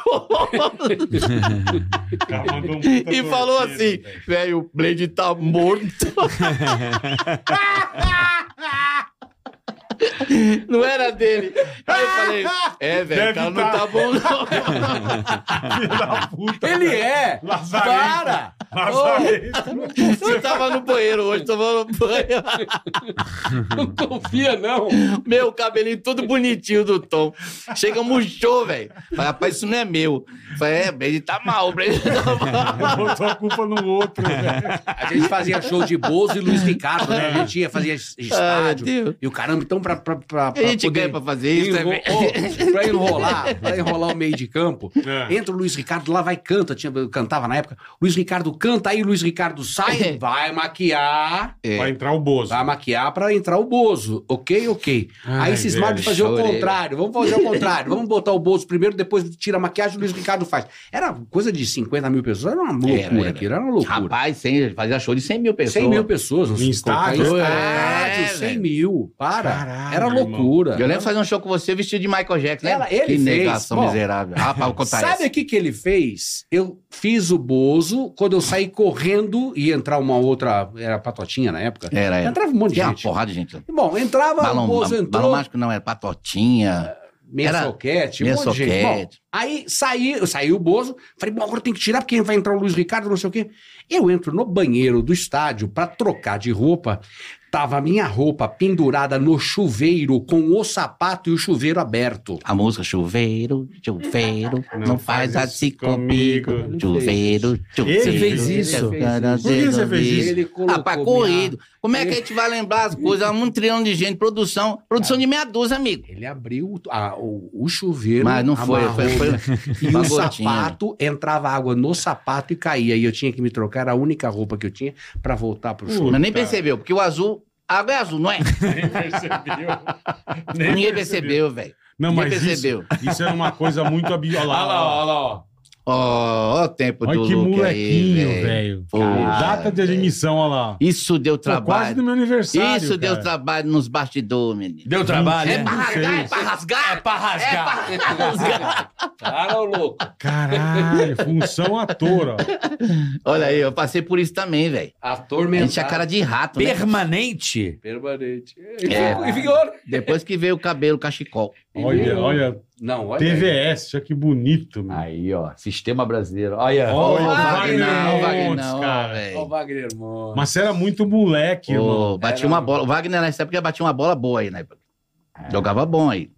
C: Cara, mandou um puta
E: e falou
C: torpedo,
E: assim:
C: velho.
E: velho, o Blade tá morto. não era dele. Aí eu falei: é, velho,
C: Deve
E: o cara
C: tá.
E: não tá bom, não.
C: Filho da puta.
G: Ele é!
C: Lazarento.
G: Para!
C: Lazarento.
E: Eu tava no banheiro hoje tomando banho.
G: Não confia, não!
E: Meu cabelinho todo bonitinho do Tom. Chega, murchou, velho. Falei, rapaz, isso não é meu. Falei, é, o Blade tá mal, o Blade tá mal.
C: Botou a culpa no outro,
E: É.
C: velho.
G: A gente fazia show de Bozo e Luiz Ricardo, né? A gente ia, fazia
E: Ai,
G: estádio.
E: Ah, Deus.
G: E o caramba, então, pra, pra, pra,
E: A
G: pra
E: gente
G: poder...
E: ganha pra fazer isso,
C: é
E: né,
G: Enro-
E: velho?
G: Ô, pra enrolar, pra enrolar o meio de campo,
C: É.
G: entra o Luiz Ricardo, lá vai canta, tinha, cantava na época. Luiz Ricardo canta, aí o Luiz Ricardo sai,
E: É.
G: vai maquiar,
C: Vai entrar o Bozo.
G: vai maquiar pra entrar o Bozo, ok, ok.
C: Ai,
G: aí cismaram de
C: velho,
G: fazer o
E: chorei.
G: contrário, vamos fazer o contrário, vamos botar o Bozo primeiro, depois tira a maquiagem, o Luiz Ricardo faz. Era coisa de 50 mil pessoas, era uma loucura
E: Era, era.
G: aquilo, era uma loucura.
E: Rapaz, sem, fazia show de 100 mil pessoas.
G: 100 mil pessoas. não
C: Em
G: sei,
C: estádio?
G: colocar em
E: É,
G: estádio, 100
E: velho.
G: mil, para.
C: Caralho,
G: era
C: irmão.
G: loucura.
E: Eu lembro de fazer um show com você vestido de Michael Jackson, né?
G: Ela- ele
E: que
G: fez.
E: negação
G: Bom,
E: miserável. Rapaz, vou contar
G: Sabe
E: essa.
G: o que, que ele fez? Eu fiz o Bozo, quando eu saí correndo, ia entrar uma outra. Era patotinha na época.
E: Era, era.
G: Entrava um monte de
E: É. Tinha uma
G: gente.
E: porrada de gente.
G: Bom, entrava,
E: Balão,
G: o Bozo
E: balão
G: entrou,
E: mágico não, era patotinha,
G: meia
E: era-
G: soquete, um
E: tinha
G: monte de gente. Bom,
E: soquete.
G: aí saí, saiu o Bozo, falei, bom, agora tem que tirar, porque vai entrar o Luiz Ricardo, não sei o quê. Eu entro no banheiro do estádio pra trocar de roupa. Tava a minha roupa pendurada no chuveiro, com o sapato e o chuveiro aberto.
E: A música chuveiro, chuveiro, não, faz,
C: faz
E: assim
C: isso
E: comigo.
C: comigo.
E: Chuveiro, chuveiro.
C: fez
G: isso?
C: Por que você fez isso?
E: Ah, pra corrido. Como é que
G: Ele-
E: a gente vai lembrar as coisas? É Um trilhão de gente, produção. Produção de meia dúzia, amigo.
G: Ele abriu o- a- o, o chuveiro.
E: Mas não foi,
G: amarrou,
E: foi, foi,
G: E
E: uma
G: o
E: gotinha.
G: sapato, entrava água no sapato e caía. E eu tinha que me trocar, era a única roupa que eu tinha pra voltar pro show.
C: Puta.
E: Mas nem percebeu, porque o azul. A água é azul, não é?
C: Nem percebeu. Nem
E: Ninguém percebeu, velho.
C: Não,
E: Ninguém
C: mas
E: percebeu.
C: Isso, isso era uma coisa muito abiola. Olha lá, olha lá.
E: Ó, ó o tempo do
C: Olha que
E: Luke
C: molequinho,
E: aí,
C: velho.
E: Pô,
C: Data de
E: velho.
C: admissão, olha lá.
E: Isso deu
C: Pô, quase do
E: trabalho.
C: meu aniversário.
E: Isso deu
C: cara.
E: trabalho nos bastidores, menino.
H: Deu trabalho,
E: É
H: né?
E: pra rasgar, é pra rasgar. É pra rasgar. É pra rasgar.
G: Cara, ô louco.
C: Caralho, função ator, ó.
E: Olha aí, eu passei por isso também, velho. A
G: Atormentado.
E: gente tinha cara de rato, né?
H: Permanente.
G: Permanente.
E: É.
G: E vigor.
E: Depois que veio o cabelo cachecol.
C: Olha, olha.
G: Não, olha. aí.
C: TVS, olha que bonito, meu.
H: Aí, ó. Sistema brasileiro. Olha.
C: Olha,
G: Ô,
C: o
G: Wagner,
C: Wagner
G: ô,
C: Montes,
E: Wagner, ó,
C: cara.
E: velho.
G: Ó, o Wagner Moura.
C: Mas você era muito moleque, irmão.
E: Pô, batia
G: Era
E: uma
G: um- É.
E: bola. O Wagner nessa época batia uma bola boa aí, né? Jogava bom aí.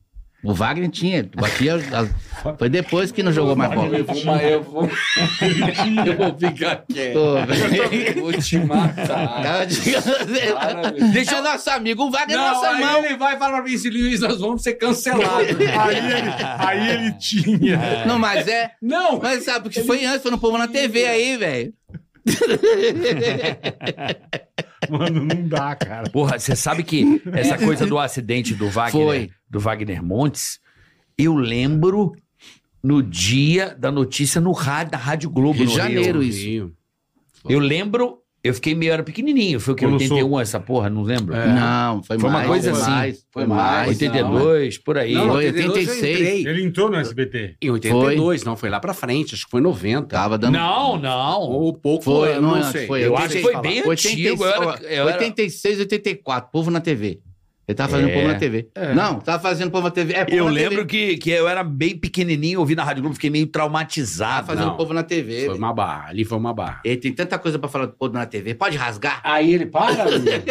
E: O Wagner tinha, batia. as- Foi depois que não jogou mais bola.
G: Eu vou, mas eu vou, eu vou ficar quieto.
E: Pô, velho.
G: Eu vou te matar.
E: Cara, diga-
H: Deixa
E: é nosso amigo, o Wagner é
G: Não,
E: nossa
G: aí
E: mão.
G: ele vai falar pra mim, assim, Luiz, nós vamos ser cancelados.
C: Aí ele, aí ele tinha.
E: Não, mas é.
G: Não,
E: Mas sabe, porque foi antes, foi no povo na TV aí, velho.
C: Mano, não dá, cara.
H: Porra, você sabe que essa coisa do acidente do Wagner,
E: Foi.
H: do Wagner Montes, eu lembro no dia da notícia no rádio, da Rádio Globo
E: Rio
H: no
E: de Janeiro,
H: Rio.
E: isso.
H: Eu lembro Eu fiquei meio, eu era pequenininho. Foi o que?
C: Quando
H: 81, essa porra, não lembro.
E: É. Não, foi,
H: Foi uma
E: mais,
H: coisa
E: foi
H: assim.
E: Mais, foi mais.
H: 82, por aí.
G: Não,
E: Em
G: não,
E: 86.
G: 82 eu entrei.
C: Ele entrou no SBT.
G: Em 82, não, foi lá pra frente, acho que foi 90.
E: Tava dando.
H: Não, não.
G: Ou pouco,
E: Foi,
G: eu
E: não,
G: não,
E: antes,
G: sei.
E: foi
H: Eu
E: oitenta e-
H: acho que foi bem antigo, eu era- eu era-
E: 86, 84, povo na TV. Ele tava fazendo
H: É.
E: povo na TV. Não, tava fazendo povo na TV. É, povo
H: Eu
E: na
H: lembro
E: TV.
H: que, que eu era bem pequenininho, eu vi na Rádio Globo, fiquei meio
E: Tava
H: traumatizado.
E: Tá fazendo
G: Não.
E: povo na TV.
G: Foi uma barra, ali foi uma barra.
E: Ele tem tanta coisa pra falar do povo na TV. Pode rasgar?
G: Aí ele para, menino?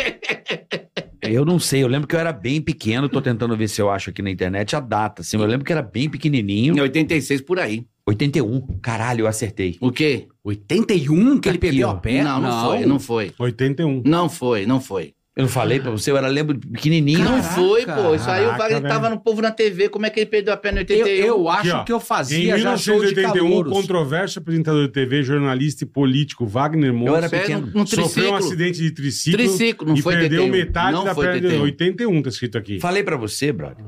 H: Eu não sei, eu lembro que eu era bem pequeno, tô tentando ver se eu acho aqui na internet a data, assim, eu lembro que era bem
E: Em
H: pequenininho.
E: 86 por aí.
H: 81, caralho, eu acertei.
E: O quê?
G: 81 que ele
H: Aqui,
G: perdeu
H: ó.
G: a perna?
E: não, não, foi, não foi.
C: 81.
E: Não foi, não foi.
H: Eu não falei pra você, eu era lembro de pequenininho.
E: não foi, pô. Isso aí o
C: Caraca,
E: Wagner
C: velho.
E: tava no povo na TV. Como é que ele perdeu a perna em
G: Eu,
E: 81?
G: eu acho
C: Aqui, ó.
G: que eu
C: Em
G: fazia já show de
C: 1981,
G: calouros.
C: controverso apresentador de TV, jornalista e político Wagner
H: Eu era
C: Montes
E: Isso aí é
H: pequeno.
E: num, num
C: sofreu um
E: triciclo.
C: acidente de triciclo,
E: triciclo, não
C: e
E: foi
C: perdeu
E: 81.
C: metade
E: não
C: da
E: foi
C: perna.
E: 81.
C: 81 tá escrito aqui.
H: Falei pra você, brother.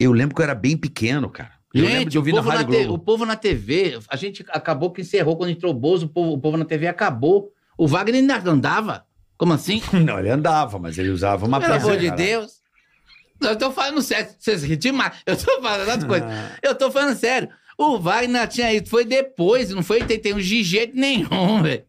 H: Eu lembro que eu era bem pequeno, cara. Eu lembro
E: Gente,
H: de
E: o
H: ouvir na
E: povo, na
H: Rádio
E: te- o
H: Globo.
E: povo na TV, a gente acabou que encerrou quando entrou o Bozo, o povo, o povo na TV acabou. O Wagner ainda andava? Como assim?
H: Não, ele andava, mas ele usava uma
E: Pelo
H: peça,
E: amor de
H: cara.
E: Deus. Eu tô falando sério. Vocês riram demais. Eu tô falando outra
H: Ah.
E: coisa. Eu tô falando sério. O Wagner tinha ido, foi depois, não foi 81 de jeito nenhum, velho.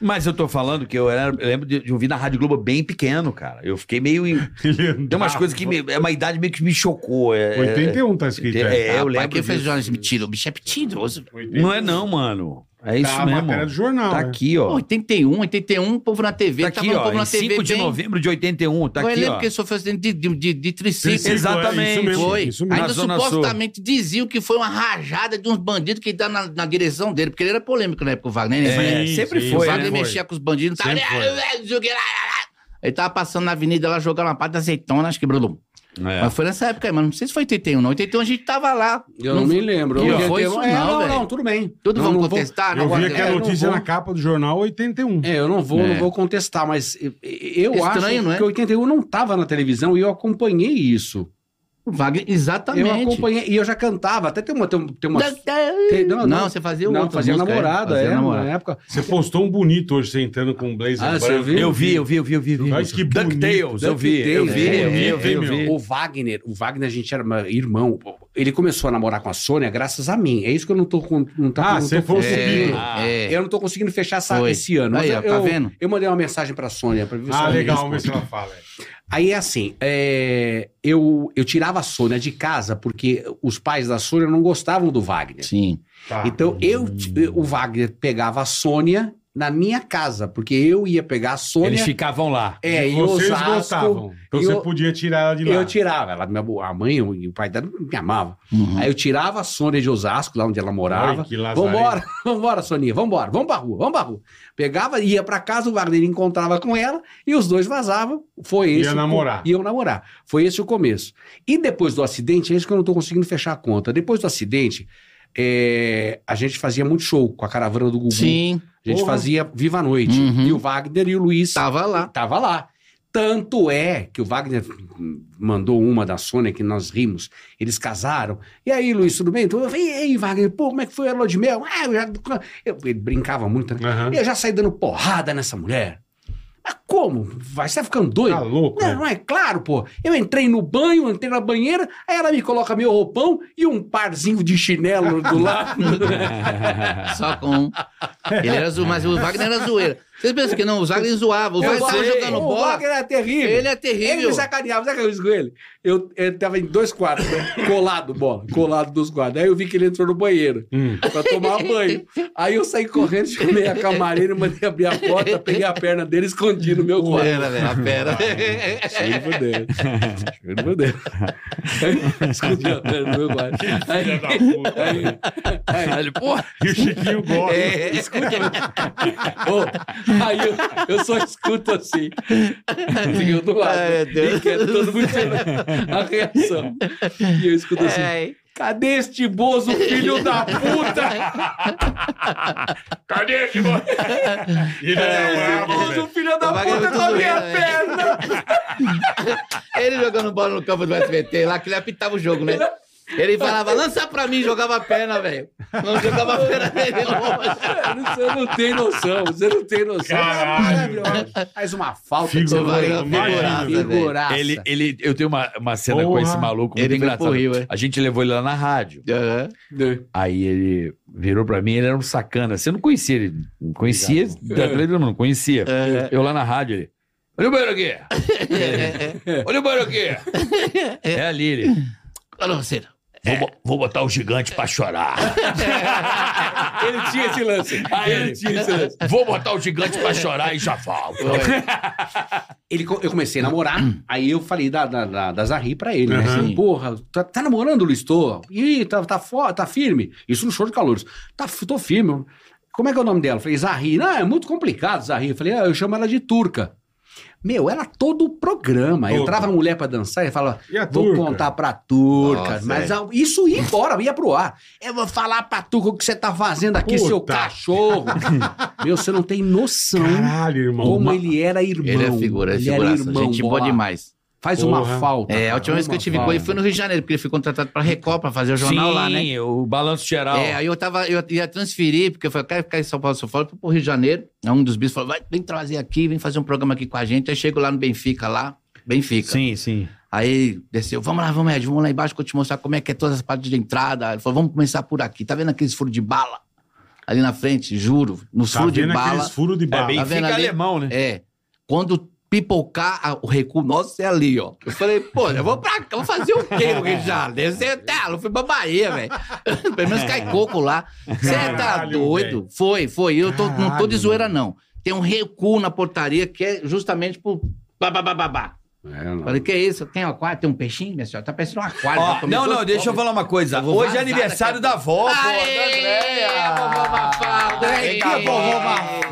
H: Mas eu tô falando que eu, era, eu lembro de, de ouvir na Rádio Globo bem pequeno, cara. Eu fiquei meio. em-
C: Ele
H: Tem umas
E: Ah,
C: andava.
H: coisas que me- é uma idade meio que me chocou. É,
C: 81 tá
H: é,
C: escrito.
H: é,
C: É.
H: eu
E: Rapaz,
H: lembro.
E: Quem fez
H: disso.
E: jornalismo de tiro? O bicho é mentiroso. velho.
H: Não é não, mano. É isso
C: tá a
H: mesmo.
C: matéria do jornal.
H: Tá
C: né?
H: aqui, ó.
E: 81, 81, povo na TV.
H: Tá
E: tava
H: aqui,
E: no
H: ó.
E: povo
H: Em
E: na TV.
H: 5 de
E: bem.
H: novembro de 81. Tá
E: eu
H: aqui,
E: lembro
H: ó.
E: que ele sofreu acidente de, de, de, de triciclo.
C: Triciclo, é,
H: Exatamente.
C: isso mesmo,
E: Foi.
C: Isso mesmo.
H: Na
E: Ainda
H: Zona
E: supostamente diziam que foi uma rajada de uns bandidos que dá na, na direção dele, porque ele era polêmico na época, o Wagner. né?
H: É,
C: Sim,
H: sempre
C: sim,
E: o
H: foi,
C: sim.
E: Wagner
H: né?
E: mexia com os bandidos. Tá,
C: Sempre foi.
E: ele tava passando na avenida lá, jogando uma parte da azeitona, acho que Bruno.
H: É.
G: É.
E: Mas foi nessa época aí, mano. Não sei se foi 81, não. 81 a gente tava lá.
G: Eu não, me lembro.
E: E
G: Eu-
E: não foi
G: eu-
E: isso
G: é,
E: não,
G: não,
E: velho.
G: não, tudo bem.
E: Tudo
G: não,
E: vamos
G: não vou-
E: contestar?
C: Eu vi
E: vou-
C: aqui
G: é,
C: a
H: né?
G: não
C: notícia
G: vou.
C: na capa do jornal 81.
G: É, eu não vou,
E: É.
G: não vou contestar, mas eu- eu
E: Estranho,
G: acho
E: não é?
G: que 81 não tava na televisão e eu acompanhei isso.
E: O É, Wagner,
G: Eu
E: exatamente.
G: acompanhei, e eu já cantava, até tem uma... Tem, um, tem umas-
E: Da- da-
G: tem- não,
E: Não,
G: não,
E: você fazia o
G: não,
E: outro.
G: fazia namorada, é, na época.
C: Você postou um bonito hoje, você entrando com um blazer
G: Ah,
C: branco.
G: você viu?
H: Eu vi, eu vi, eu vi, eu vi. eu vi.
C: Mas que bonito.
H: DuckTales, eu vi, eu
G: DuckTales,
H: vi, eu vi,
E: né?
C: é,
H: eu vi, eu
C: bonito, hein,
H: vi.
G: O Wagner, o Wagner, a gente era uma- irmão. Ele começou a namorar com a Sônia graças a mim. É isso que eu não tô com. Não tá,
C: Ah,
G: não tô
C: você foi o
G: conseguindo.
C: subido.
H: Ah,
E: É.
G: Eu não tô conseguindo fechar essa,
E: Foi.
G: esse ano. mas
E: Aí, ó,
G: eu,
E: tá vendo?
G: eu mandei uma mensagem pra Sônia pra ver se
C: Ah,
G: ela me
C: legal,
G: responde.
C: vamos ver se ela fala. é.
G: Aí é assim, é, eu, eu tirava a Sônia de casa porque os pais da Sônia não gostavam do Wagner.
E: Sim.
C: Tá.
G: Então eu, o Wagner pegava a Sônia na minha casa, porque eu ia pegar a
H: Eles
G: Sônia.
H: ficavam lá.
G: É, em
C: Vocês
G: Osasco.
C: gostavam. Então
G: e
C: você
G: eu-
C: podia tirar ela de lá.
G: Eu tirava, ela, minha, a mãe e o pai dela me amavam.
E: Uhum.
C: Hum.
G: Aí eu tirava a Sônia de Osasco, lá onde ela morava.
C: Ai, que lazarento.
G: vambora, vambora, Soninha, vambora, vamos pra rua, vamos pra rua. Pegava, ia pra casa, o Wagner encontrava com ela e os dois vazavam. Foi
C: Ia
G: esse. o co-
C: namorar.
G: Iam namorar. Foi esse o começo. E depois do acidente, é isso que eu não tô conseguindo fechar a conta. Depois do acidente, é, a gente fazia muito show com a caravana do Gugu.
E: Sim.
G: A gente
C: Porra.
G: fazia Viva a Noite.
E: Uhum.
G: E o Wagner e o Luiz
E: Tava lá.
G: Tava lá. Tanto é que o Wagner mandou uma da Sônia que nós rimos. Eles casaram. E aí, Luiz, tudo bem? Eu falei, e aí, Wagner, pô, como é que foi a lua de mel? Ah, eu já... eu- ele brincava muito, né?
E: Uhum.
C: Aham.
G: Eu já saí dando porrada nessa mulher. Mas como? Vai, você tá ficando
C: Tá
G: doido?
C: louco?
E: né?
G: Não, não é claro, pô. Eu entrei no banho, entrei na banheira, aí ela me coloca meu roupão e um parzinho de chinelo do lado.
C: né?
E: Só com um. Ele era zo... Mas o Wagner era zoeira. Vocês pensam que não? O Wagner zoava. O Wagner tava
G: sei.
E: jogando
G: O
E: bola.
G: Wagner é terrível.
E: Ele é
G: Ele
E: terrível.
G: me sacaneava, sabe o que eu fiz com ele? Eu, eu tava em dois quartos, né? colado, bola, colado dos quartos. Aí eu vi que ele entrou no banheiro
C: Hum.
G: pra tomar banho. Aí eu saí correndo, chamei a camareira, mandei abrir a porta, peguei a perna dele e escondi no meu quarto.
E: Pera, velho. a Pera.
G: Cheio por dentro. Cheio por dentro. Aí, Escondi a perna no meu quarto.
C: Filha
G: Aí,
C: da puta.
G: aí, aí,
H: Ele, porra,
C: E o Chiquinho gosta.
G: ô, aí eu, eu só escuto assim. assim, eu do lado.
E: Ai, meu Deus.
G: E quero todo mundo tirando a reação. E eu escuto assim.
E: É,
G: Cadê este bozo, filho da puta?
C: Cadê esse bo- Ele era
G: Esse
C: bravo,
G: bozo,
C: velho.
G: filho da
E: O Wagner
G: puta,
E: é muito
G: com a minha
E: zoeira,
G: perna!
E: Ele jogando bola no campo do SBT lá, que ele apitava o jogo, né?
J: Ele falava, lança pra mim, jogava a perna, velho. Não jogava a perna dele longe.
G: Você não tem noção, você não tem noção.
C: Caralho.
G: Maravilhoso. Faz uma falta que
C: Figura-
G: você vai
C: Imagina,
E: velho.
G: figuraça.
H: Ele, ele, eu tenho uma, uma cena com
C: Porra.
H: esse maluco muito
E: Ele foi pro
H: engraçada.
E: Rio, é.
H: A gente levou ele lá na rádio.
E: Aham.
H: Aí ele virou pra mim, ele era um sacana. Você não conhecia ele. Não Conhecia, da televisão não conhecia.
E: É.
H: Eu lá na rádio, ele. Olha o banheiro aqui!
E: é.
H: Olha o banheiro aqui! É ali, ele.
E: Olha você.
H: Vou, bo- vou botar o gigante pra chorar.
G: Ele tinha esse lance.
H: Aí ele disse, vou botar o gigante pra chorar e já volto.
G: Ele, co- eu comecei a namorar, aí eu falei da, da, da, da Zahri pra ele, né?
C: Uhum.
G: Assim, Porra, tá, tá namorando, Luiz? Tô. Ih, tá, tá, fo- tá firme? Isso no show de calores. Tá, f- tô firme. Como é que é o nome dela? Eu falei, Zahri. Não, é muito complicado, Zahri. Eu falei, ah, eu chamo ela de turca. Meu, era todo o programa.
C: Turca.
G: Entrava a mulher pra dançar e falava,
C: E a
G: vou
C: turca?
G: contar pra turca.
E: Nossa,
G: mas a- isso ia embora, ia pro ar. Eu vou falar pra turca o que você tá fazendo aqui, seu
C: Puta.
G: cachorro. Meu, você não tem noção.
C: Caralho, irmão.
G: Como
C: Uma-
G: ele era irmão.
E: Ele é figura, é figuraça. gente boa
G: bola.
E: demais.
G: Faz
C: Porra.
G: uma falta.
E: É, a última vez que eu
G: Uma
E: tive com
G: falta.
E: ele foi no Rio de Janeiro, porque ele foi contratado pra Record, pra fazer o jornal lá, né?
H: o balanço geral.
E: É, aí eu tava, eu ia transferir, porque eu falei, quero ficar em São Paulo, São Paulo, fui pro Rio de Janeiro. Aí um dos bichos falou, vai, vem trazer aqui, vem fazer um programa aqui com a gente. Aí chego lá no Benfica, lá, Benfica.
H: Sim, sim.
E: Aí desceu, vamos lá, vamos, Ed, vamos lá embaixo que eu te mostrar como é que é todas as partes de entrada. Ele falou, vamos começar por aqui. Tá vendo aqueles furos de bala? Ali na frente, juro, nos
C: Tá
E: furos de
C: vendo
E: bala.
C: aqueles furos de bala.
E: bem- Tá vendo ali?
H: né?
E: É. Quando pipocar a- o recuo, nosso é ali, ó. Eu falei, pô, eu vou pra cá, vou fazer o quê no Rio de Janeiro? Você tá, eu fui pra Bahia, velho. Pelo menos cai coco lá. Você tá
C: Caralho,
E: doido?
C: velho.
E: Foi, foi. Eu tô, não tô
C: Caralho,
E: de zoeira, não. Tem um recuo na portaria que é justamente pro babá. Falei, que é isso? Tem um aquário? Tem um peixinho, minha senhora? Tá parecendo um aquário.
H: Ó,
E: Já começou
H: não, não,
E: a-
H: deixa Ah, eu falar uma coisa.
E: Eu vou
H: Hoje é
E: vazar
H: aniversário
E: daqui a
H: da vó, pô.
E: Aê, vovó Mafalda.
H: Vem cá,
E: Aê.
H: vovó Mafalda.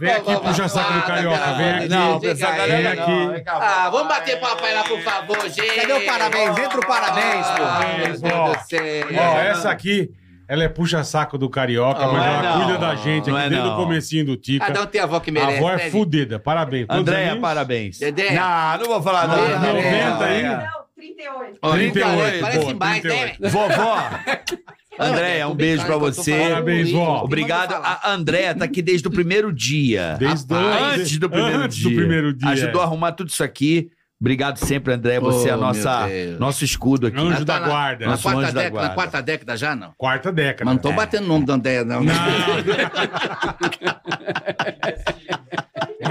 C: Vem aqui, puxa saco do carioca. Vem aqui.
H: Não,
E: Diga
H: essa
E: aí.
H: galera
C: Vem
H: não.
C: aqui.
E: Ah, vamos bater papo aí lá, por favor, gente.
G: Cadê o parabéns? Entra o parabéns, pô.
E: Ah, meu Deus
C: Ó,
E: do céu.
C: Ó, é. essa aqui, ela é puxa-saco do carioca,
H: Não
C: mas
H: é
C: ela
H: não.
C: cuida da gente
H: Não
C: aqui
H: é
C: desde
H: não.
C: o comecinho do
E: Cada
C: Tica.
E: um tem a avó que
C: A
E: merece.
C: avó
E: né,
C: é fudida. Parabéns. Quantos
H: Andréia,
C: aninhos?
H: parabéns.
E: Dedé.
H: Não, não vou falar
E: Dedé.
H: nada.
C: 90 aí.
I: Não, 38.
E: Ó,
C: 38,
E: Parece
C: boa,
E: mais, né?
C: 38.
H: Vovó, Andréia, um beijo pra você.
C: Parabéns, vó.
H: Obrigado. A Andréia tá aqui desde o primeiro dia.
C: Desde
H: Antes,
C: antes
H: do primeiro
C: antes
H: dia.
C: do primeiro dia.
H: Ajudou a arrumar tudo isso aqui. Obrigado sempre, André. Você é a
E: Oh,
H: nossa,
E: meu Deus.
H: nosso escudo aqui.
C: Anjo da
E: na-
C: guarda. né?
E: Na
H: Nosso
E: quarta,
H: anjo da
E: década,
H: guarda.
E: na quarta década já, não?
C: Quarta década.
E: Mas não tô batendo o nome da Andréia, não.
C: é. Não.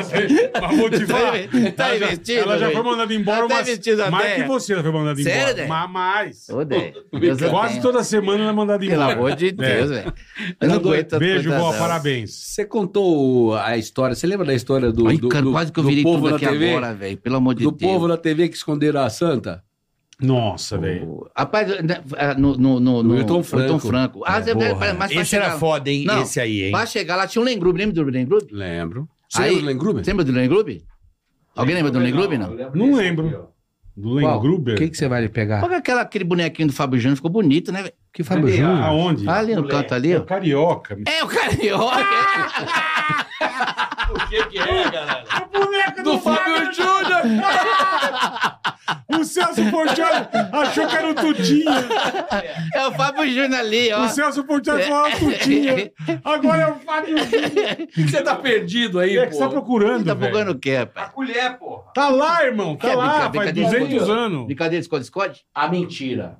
C: Mas vou te falar.
E: Tá
C: ela, já-
E: investido,
C: ela já
E: velho.
C: foi mandada embora
E: Tá
C: umas,
E: investido até.
C: mais que você. Ela foi mandada embora.
E: Sério, né?
C: Mas mais.
E: Ô, Dé, Deus eu
C: Quase
E: tenho.
C: toda semana ela é mandada
E: Pelo
C: embora.
E: amor de Deus, velho. Eu não aguento as
C: Beijo,
E: coisas,
C: vó.
E: não.
C: Parabéns.
G: Você contou a história, você lembra da história do,
E: Ai,
G: do,
E: cara,
G: do-
E: quase que eu
G: do
E: virei
G: povo
E: tudo
G: na
E: aqui
G: TV?
E: agora, velho. Pelo amor de
G: do
E: Deus.
G: povo na TV que esconderam a santa?
C: Nossa, velho.
E: Rapaz, né, no, no, no,
G: No
E: no
G: Hilton Franco.
E: Hilton Franco. Ah, você-
H: Porra,
E: mas pra
H: Esse
C: é
H: era
E: chegar-
H: foda, hein?
E: Não.
H: Esse aí, hein?
E: Pra chegar lá, tinha um Lengrube. Lembra do Lengrube?
G: Lembro. Você
E: Aí-
G: lembra do Lengruber?
E: Lembra do Lengrube? Alguém lembra do Lengrube, não?
C: Não lembro. Do Lengruber?
G: O que, que você vai lhe pegar?
D: É.
E: Olha aquela, aquele bonequinho do Fábio Júnior, ficou bonito, né? velho?
G: Que Fábio Júnior?
C: Hum. Aonde?
E: Ah, ali no canto ali,
C: É
E: ó.
C: o Carioca.
E: É o Carioca!
G: Do Fábio Júnior!
C: O Celso Portioli achou que era o Tudinho.
E: É o Fábio Júnior ali, ó.
C: O Celso Portioli falava Tudinho. Agora é o Fábio Júnior.
G: Você tá perdido aí,
C: É que você tá
G: pô.
C: procurando,
E: Tá
C: velho.
E: bugando o quê, rapaz?
G: Colher, porra.
C: Tá lá, irmão. Tá
E: Quer
C: lá,
E: brincar-
C: faz
E: brincadeira?
C: 200 anos.
E: Brincadeira de esconde-esconde?
G: A mentira.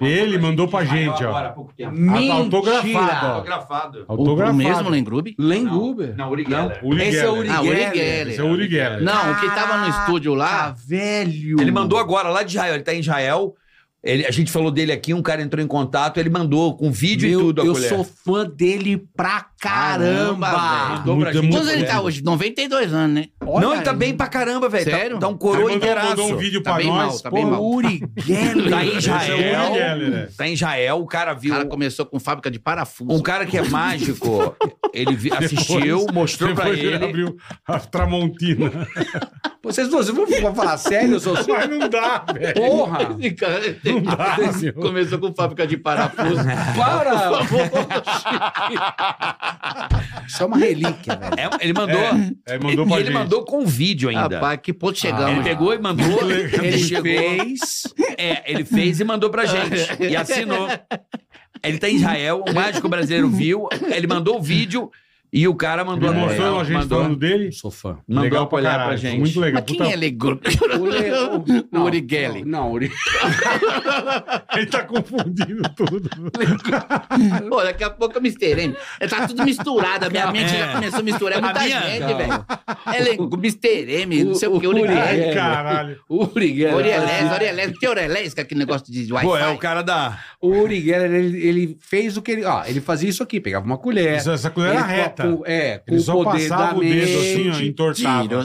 C: Ele mandou pra gente, ó.
D: pouco tempo.
C: Tá
G: Mentira.
C: autografado, ó.
D: Autografado.
E: O, o
C: Autografado.
E: mesmo Lengrube?
G: Lenguber.
D: Não, Uri Geller.
C: Uri
G: Esse é o
C: Geller.
G: Uri
E: Ah, o Uri
G: Geller.
E: Geller.
C: Esse é o Uri Geller.
E: Não, o que tava no estúdio
G: Ah,
E: lá...
G: velho.
H: Ele mandou agora lá de Israel. Ele tá em Israel. Ele- a gente falou dele aqui, um cara entrou em contato, ele mandou com vídeo
G: Meu,
H: e tudo a
G: Eu
H: colher.
G: sou fã dele pra
C: Ah,
G: caramba.
E: Caramba,
H: Mandou pra
C: Muito-
H: gente.
E: Quantos
C: muito-
E: ele tá hoje? 92 anos, né?
G: Olha
H: Não, ele tá
G: aí.
H: bem pra caramba, velho. Tá-
E: Sério?
H: Tá, um
C: Ele
H: coroa
C: mandou,
H: inteiraço.
C: mandou um vídeo
E: Tá
C: pra
E: bem
C: nós.
E: mal, tá
C: pô.
E: bem
G: Pô,
E: mal.
G: Uri
H: Tá em
G: Geller.
C: Esse é o Uri
H: Israel.
C: Geller, né?
H: Tá em Israel, o cara
E: O
H: viu.
E: cara começou com fábrica de parafuso.
H: Um cara que é mágico, ele vi- assistiu, mostrou pra
C: Depois ele
H: ele.
C: abriu a Tramontina.
G: Pô, Vocês dois, vamos vamos falar sério, seus...
C: Mas não dá, velho.
G: Porra!
E: Esse cara
C: Não dá, meu.
E: começou com fábrica de parafuso.
G: Para! Isso é uma relíquia, velho.
H: É, ele mandou.
C: É, é, mandou pra
H: e ele
C: gente.
H: mandou mandou com vídeo ainda.
E: Rapaz, que ponto
H: ele
E: chegamos?
H: pegou e mandou. ele chegou.
G: fez.
H: É, ele fez e mandou pra gente. E assinou. Ele tá em Israel, o mágico brasileiro viu, ele mandou o vídeo e o cara mandou
C: Ele
H: a
C: mostrou a gente falando dele.
G: Sou fã.
H: mandou
C: legal
H: pra
C: pra
H: olhar
C: caralho.
H: pra
C: ficou
H: gente.
C: Muito legal.
E: Mas quem
C: Puta-
E: é Legro?
G: O Le... o- não,
E: Uri Geller.
G: Não, Uri...
C: Ele tá confundindo tudo.
E: Pô, daqui a pouco eu misturei. Tá tudo misturado. A minha mente já começou a misturar. É muita
H: A minha?
E: gente, velho. É Legro, Mr. M, não sei o que,
G: O- o
E: Uriel.
G: Uriel.
C: Ai,
G: É.
C: caralho.
G: o Uri Geller.
E: Orielés, Orielés. Que Orielés, que é aquele negócio de Wi-Fi.
H: Pô, é o cara da.
G: O Uri Geller, ele, ele fez o que ele... Ó, ele fazia isso aqui, pegava uma colher.
C: Isso- essa colher era
G: Ele co-
C: reta.
G: com- é, com
C: Ele
G: o
C: só
G: poder da
C: passava o dedo assim, ó,
G: mente.
C: e entortava.
E: né?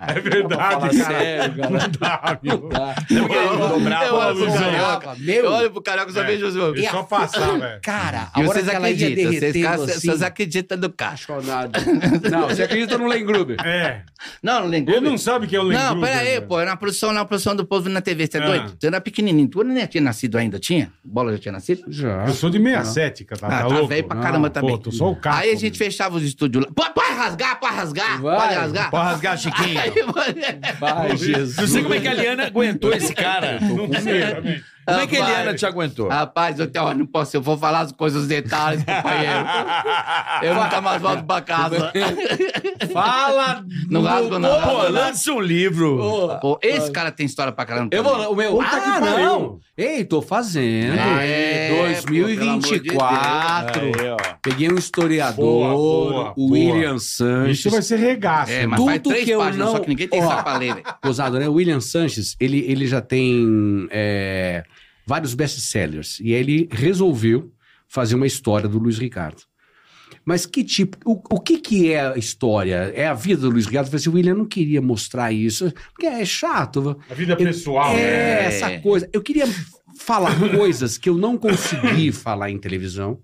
C: É
G: Fala
C: verdade, cara.
G: sério,
C: Não
G: cara.
C: dá, meu.
G: Tá.
E: Eu- eu
C: Brava,
E: olho pro
C: Luizão.
E: carioca.
G: Meu.
E: Eu olho pro carioca, só
C: É.
E: vejo os... E
C: Ele só passava, velho.
G: Cara, a hora
E: vocês
G: que ela ia
E: acreditam, vocês,
G: derretendo
E: ca-
G: assim...
E: vocês acreditam no cacho.
G: apaixonado. Não, você acredita no Lengruber?
C: É.
E: Não, não lembro.
C: Ele não sabe quem é o Lengruber.
E: Não, pera aí,
C: né?
E: pô. Era uma produção, era uma produção do povo na TV, você é
C: Ah.
E: doido? Você era pequenininho. Tu nem tinha nascido ainda, tinha? Bola já tinha nascido?
G: Já.
C: Eu sou de 67, cara. Tá,
E: Ah,
C: tá
E: tá
C: louco?
E: velho pra
C: Não,
E: caramba
C: pô,
E: também.
C: tô só o cara.
E: aí a gente fechava os estúdios lá. Pô, pode rasgar, pode rasgar,
G: Vai.
E: pode rasgar.
H: Pode rasgar, Chiquinho.
E: Aí, mano,
G: Vai,
H: Não
G: Jesus.
H: sei como é que a Liana aguentou esse cara.
C: Não sei também.
H: Como é que a
E: Rapaz.
H: Liana te aguentou?
E: Rapaz, eu, te- ó, não posso, eu vou falar as coisas, os detalhes, companheiro. Eu nunca mais volto pra casa.
G: Fala
E: Não rasgo, não.
H: Pô, lança um livro.
E: Pô, esse cara tem história pra caramba.
G: Eu vou, o meu.
C: Puta
G: ah,
C: que pariu.
G: não! Ei, tô fazendo.
E: É, pô, pelo amor
G: 2024.
H: Aí, ó.
G: Peguei um historiador,
C: Boa, boa,
G: o
C: boa.
G: William
C: Isso
G: Sanches.
C: vai ser regaço. né?
E: É, mas
G: Tudo
E: faz três
G: que eu
E: páginas, só
G: não-
E: que ninguém tem
G: Ó.
E: sapaleira.
G: Gozado, né? O William Sanches, ele, ele já tem é, vários best-sellers. E ele resolveu fazer uma história do Luiz Ricardo. Mas que tipo, o, o que que é a história? É a vida do Luiz Ricardo? Eu falei assim, o William não queria mostrar isso, porque é chato.
C: A vida pessoal. né?
G: É,
E: é.
G: essa coisa. Eu queria falar coisas que eu não consegui falar em televisão,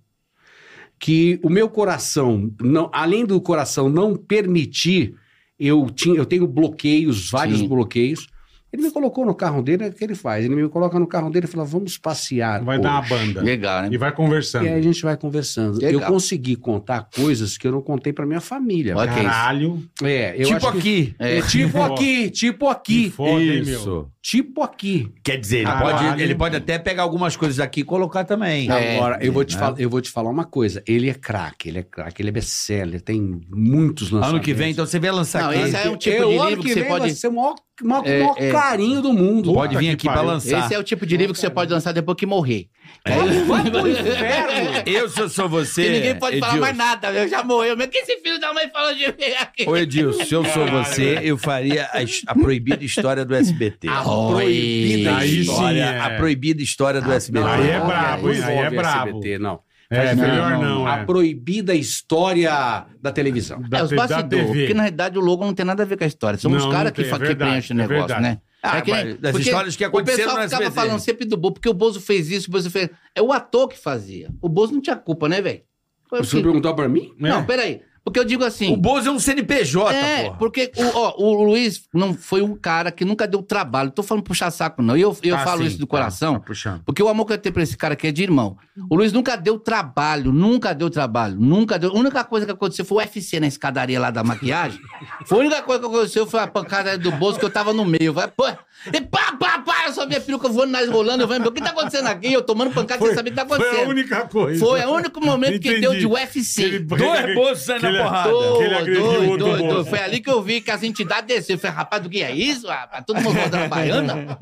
G: que o meu coração, não, além do coração não permitir, eu, tinha, eu tenho bloqueios, vários
E: Sim.
G: bloqueios. Ele me colocou no carro dele, é o que ele faz. Ele me coloca no carro dele e fala, vamos passear.
C: né? Vai dar uma banda.
D: É.
E: Legal, né?
C: E vai
G: E aí a
C: conversando.
G: gente vai conversando.
E: Legal.
G: Eu consegui contar coisas que eu não contei pra minha família.
E: Olha que isso.
C: Caralho.
G: É, eu
H: Tipo
G: acho que-
H: aqui.
G: É, tipo aqui, tipo
C: Que
G: aqui,
C: foda, hein, meu.
H: Isso.
G: tipo aqui.
H: Quer dizer, ele
C: Caralho.
H: pode, ele pode até pegar algumas coisas aqui e colocar também.
E: É.
G: Agora, eu, vou te
H: né?
G: fal- eu vou te falar uma coisa. Ele é craque, ele é craque, ele é best-seller, tem muitos lançamentos.
H: Ano que vem, então você vê lançar
E: Não,
H: aqui.
E: esse é um tipo
G: Eu,
E: de
G: ano
E: livro que,
G: que
E: você
G: vem
E: pode.
G: vai ser o maior, o maior,
E: É,
G: o maior
E: é.
G: carinho do mundo.
H: Pode vir
C: Puta
H: aqui
C: que
H: pra
C: pariu.
H: lançar.
E: Esse é o tipo de livro que você pode lançar depois que morrer.
G: É. Vai pro inferno.
H: Eu, se eu sou você.
E: Que ninguém
G: é
E: pode falar
H: Edilson,
E: mais nada, eu já morreu. Mas que esse filho da mãe falou de mim aqui?
H: Ô, Edilson, se eu sou
C: Caralho,
H: você, eu faria a, his- a proibida história do SBT.
E: Ah,
G: proibida
C: Aí sim,
H: História-
C: é.
H: A proibida história do SBT.
C: Aí é
G: Ah, Não,
C: brabo,
G: não
C: hein? Aí é
G: envolve
C: brabo.
G: SBT, não.
C: É, melhor não,
G: A
C: é.
G: proibida história da televisão.
C: Da,
E: É, os
C: te- da
E: bastidores,
C: TV.
E: porque na realidade o logo não tem nada a ver com a história. São os
C: Não,
E: caras
C: não
E: que,
C: tem,
E: fa-
C: é
E: que
C: verdade,
E: preenchem o
C: é
E: negócio,
C: verdade.
E: né?
H: Ah,
E: que nem-
H: mas das
E: porque
H: histórias que
E: O
H: aconteceram
E: pessoal
H: no
E: ficava
H: SBT.
E: falando sempre do Bozo, porque o Bozo fez isso, o Bozo fez... É o ator que fazia. O Bozo não tinha culpa, né, velho? Foi
G: Você
E: assim.
G: perguntou pra mim?
C: É.
E: Não, peraí. Porque eu digo assim...
H: O Bozo é um CNPJ,
E: É,
H: porra.
E: porque o, ó, o Luiz não foi um cara que nunca deu trabalho. Tô falando puxar saco, não. E eu, eu
C: Ah,
E: falo
C: sim,
E: isso do
C: tá,
E: coração,
C: tá puxando.
E: porque o amor que eu tenho pra esse cara aqui é de irmão. O Luiz nunca deu trabalho, nunca deu trabalho, nunca deu. A única coisa que aconteceu foi o UFC na escadaria lá da maquiagem. foi a única coisa que aconteceu foi a pancada do bolso que eu tava no meio. Vai, pô, e pá, pá, pá, eu só vi a peruca voando, nós rolando. Eu falei, o que tá acontecendo aqui? Eu tomando pancada sem saber o que tá
C: Foi a
E: acontecendo.
C: única coisa.
E: Foi, o único momento que deu de
C: Entendi.
E: UFC.
C: Ele-
H: Dois Bozos saindo
C: que ele-
H: na porrada.
E: Doido,
C: Que ele agrediu o outro
E: doido, doido.
C: moço.
E: Foi ali que eu vi que as entidades desceram. Eu falei, rapaz, o que é isso, rapaz? Todo mundo rodando a baiana?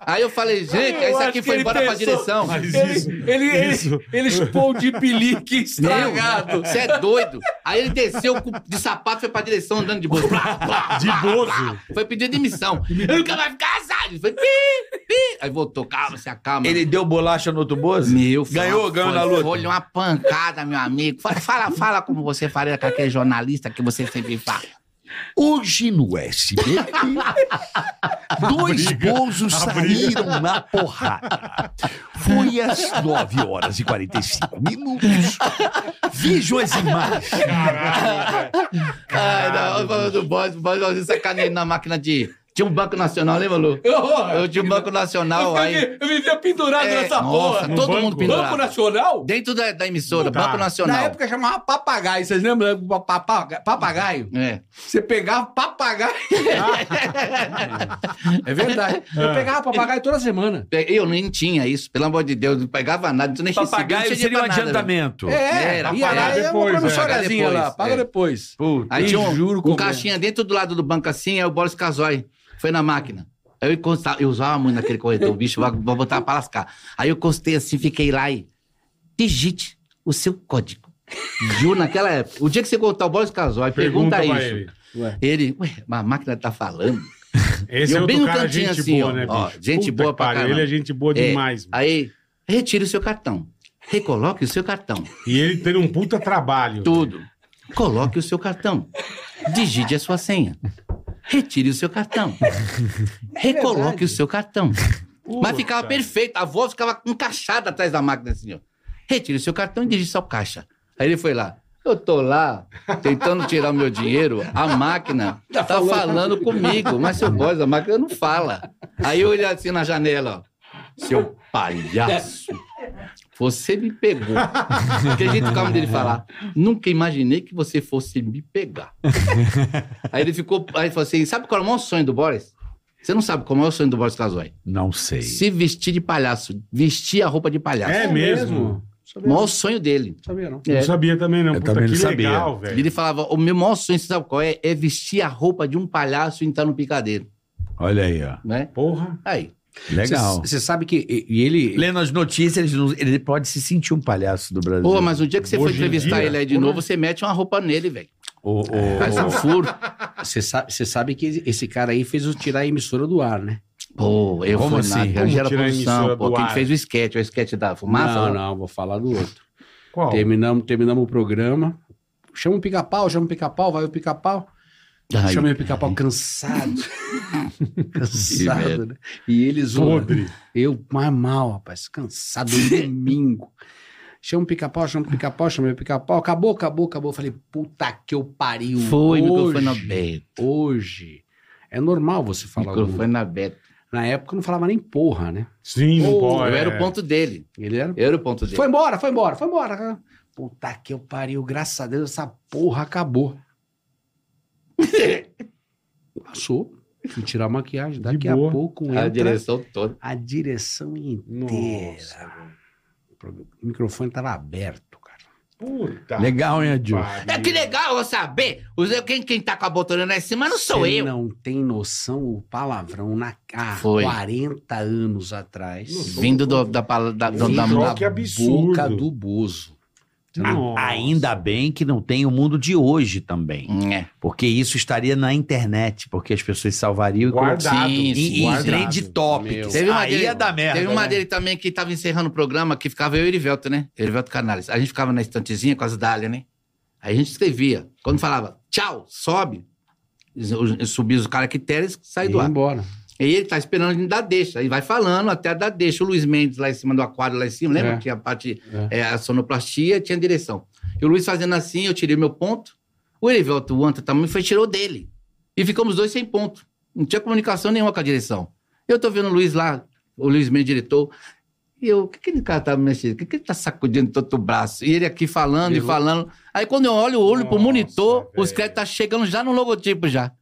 E: Aí eu falei, gente,
G: Eu
E: isso
G: acho
E: aqui
G: que
E: foi
G: ele
E: embora pra
G: pensou-
E: direção.
C: Mas isso,
G: Ele, ele,
C: isso.
G: ele, ele chupou o de pelique estragado.
E: Você é doido. Aí ele desceu com- de sapato, foi pra direção andando de bolsa. Blá, blá,
C: De
E: blá,
C: Bozo.
E: blá. Foi pedir demissão. Eu nunca mais ficar assado. Ele foi, pi, pi. Aí voltou, calma, se acalma.
H: Ele deu bolacha no outro Bozo?
E: Meu, foi
H: Ganhou,
E: uma-
H: ganhou
E: foi-
H: na luta.
E: Foi uma pancada, meu amigo. Fala, fala, fala como você faria com aquele jornalista que você sempre fala.
I: Hoje no SBT, dois bozos saíram na porrada. Foi às 9 horas e 45 minutos. Vejam as imagens.
C: Caralho, velho.
E: Ai, não, falando do boss, o boss sacaneando na máquina de, Tinha um Banco Nacional, lembra, Lu? Eu tinha um Banco Nacional aí.
G: Eu vivia pendurado
E: É,
G: é nessa
E: nossa,
G: porra.
E: todo
C: No
E: mundo
C: banco?
E: pendurado.
G: Banco Nacional?
E: Dentro da, da emissora,
C: Tá.
E: Banco Nacional.
G: Na época chamava papagaio. Vocês lembram? Pa- pa- pa- Papagaio.
E: É.
G: Você pegava papagaio. é verdade. Eu pegava papagaio toda semana.
E: Pe- Eu nem tinha isso, pelo amor de Deus, não pegava nada, tu nem recebia, não
H: Papagaio
E: tinha
H: seria um
E: dinheiro pra nada, né? velho.
H: adiantamento.
G: É,
E: Era,
G: e aí eu
C: depois,
G: comprei uma
C: é.
G: chorazinha
E: Paga
G: lá.
E: depois,
G: Paga
E: é.
G: depois.
H: Puta.
E: Aí tinha um,
G: juro
E: um
G: como é.
E: caixinha dentro do lado do banco assim, aí o Boris Casoy foi na máquina. Aí Eu, encostava, eu usava muito naquele corredor, o bicho vai, vai botar pra lascar. Aí eu encostei assim, fiquei lá e digite o seu código. Ju, naquela época. O dia que você contar o Boris Casoy, pergunta,
C: Pergunta pra
E: isso.
C: ele.
E: Ele, ué, mas a máquina tá falando.
C: Esse
E: Eu
C: é
E: bem
C: outro
E: no
C: cara,
E: cantinho
C: gente
E: assim,
C: boa,
E: ó.
C: né, bicho?
E: Ó, gente
C: Puta
E: boa
C: que
E: pra
C: pariu,
E: caramba.
C: Ele é gente boa
E: É,
C: demais. mano.
E: Aí, retire o seu cartão. Recoloque o seu cartão.
C: E ele tendo um puta trabalho.
E: Tudo. Coloque o seu cartão. Digite a sua senha. Retire o seu cartão. Recoloque o seu cartão. Mas ficava perfeito. A voz ficava encaixada atrás da máquina, assim, ó. Retire o seu cartão e digite ao caixa. Aí ele foi lá. Eu tô lá tentando tirar o meu dinheiro, a máquina tá, falando. comigo, mas seu voz, a máquina não fala. Aí eu olhei assim na janela, ó. Seu palhaço, você me pegou. Porque a gente ficava dele falar, nunca imaginei que você fosse me pegar. aí ele ficou, aí ele falou assim, sabe qual é o maior sonho do Boris? Você não sabe qual é o sonho do Boris Casoy?
H: Não sei.
E: Se vestir de palhaço, vestir a roupa de palhaço.
C: É mesmo?
E: O maior sonho dele.
G: Sabia não.
E: É.
C: Não sabia também, não.
H: Eu
C: Puta,
H: também
C: que
H: não sabia.
C: legal, velho.
E: Ele falava, o meu maior sonho, você sabe qual é? É vestir a roupa de um palhaço e entrar no picadeiro,
H: Olha aí, ó.
E: né?
C: Porra.
E: Aí,
H: Legal.
G: Você sabe que e- e ele...
H: Lendo as notícias, ele, não- ele pode se sentir um palhaço do Brasil.
E: pô, mas o dia que você for
C: Hoje em
E: entrevistar
C: dia,
E: ele aí de novo, você mete uma roupa nele, velho.
H: O- o-
E: Faz um furo.
G: Você sabe, você sabe que esse cara aí fez o tirar a emissora do ar, né?
E: Pô, eu
H: Como
E: fui
H: assim?
E: na
C: Como
E: gera
C: tirar a emissora
E: produção, pô,
C: do
E: quem
C: ar?
E: fez o esquete, o esquete da fumaça,
G: não,
E: né?
G: não, vou falar do outro.
C: Qual?
G: Terminamos, terminamos o programa. Chama o pica-pau, chama o pica-pau, vai o pica-pau.
E: Aí,
G: Chamei o pica-pau cansado.
E: merda.
G: cansado, né? E eles
H: um.
C: Podre.
G: Eu, mais mal, rapaz, cansado, um domingo. Chama o pica-pau, chama o pica-pau, chama o pica-pau. Acabou, acabou, acabou. Eu Falei, puta que eu pariu.
E: Foi,
G: hoje,
E: microfone aberto.
G: Hoje. É normal você falar alguma
E: Microfone aberto.
G: Na época eu não falava nem porra, né?
C: Sim, não
G: Pô,
C: pode.
E: Eu era
C: é.
E: o ponto dele.
G: Ele era.
E: Eu era o ponto dele.
G: Foi embora, foi embora, foi embora. Puta que eu pariu, graças a Deus, essa porra acabou. Passou. Fui tirar a maquiagem. Daqui a
C: boa.
G: pouco
E: a
G: entra
E: direção toda.
G: a direção inteira.
C: Nossa. mano.
G: O microfone tava aberto, cara.
C: Puta.
H: Legal, hein, Adil?
C: pariu.
E: É que legal eu saber. Os- Quem, quem tá com a botonana lá em cima não sou
G: Você
E: eu.
G: não tem noção o palavrão na há
E: Foi.
G: 40 anos atrás.
E: Vindo do, da, pala- da, da,
G: Vindo
E: da,
C: Vindo
E: da-
C: que absurdo.
G: Boca do Bozo.
D: Ah,
C: Nossa.
H: Ainda bem que não tem o mundo de hoje também.
E: É.
H: Porque isso estaria na internet, porque as pessoas salvariam e colocariam.
C: Guardado. É.
E: Sim,
H: E- e- E
C: guardado.
H: trend topics.
E: Teve uma
H: Aí
E: dele-
H: ia dar merda.
E: Teve uma
H: né?
E: dele também que tava encerrando o programa, que ficava eu e Erivelto, né? Erivelto Canales. A gente ficava na estantezinha com as dália, né? Aí a gente escrevia. Quando falava, tchau, sobe, os- os- subia os caracteres, sai do
G: E
E: ar.
G: embora.
E: E ele tá esperando a gente dar deixa. E vai falando até dar deixa. O Luiz Mendes lá em cima do aquário, lá em cima, lembra?
G: É.
E: Tinha a parte, é, a sonoplastia, tinha a direção. E o Luiz fazendo assim, eu tirei meu ponto. O Erivelto, o Anta também, foi tirou dele. E ficamos dois sem ponto. Não tinha comunicação nenhuma com a direção. Eu tô vendo o Luiz lá, o Luiz Mendes, diretor. E eu, o que que ele cara tá mexendo? O que que ele tá sacudindo todo o braço? E ele aqui falando e
G: Errou.
E: falando. Aí quando eu olho o olho pro
C: Nossa,
E: monitor, os
C: velho.
E: créditos tá chegando já no logotipo já.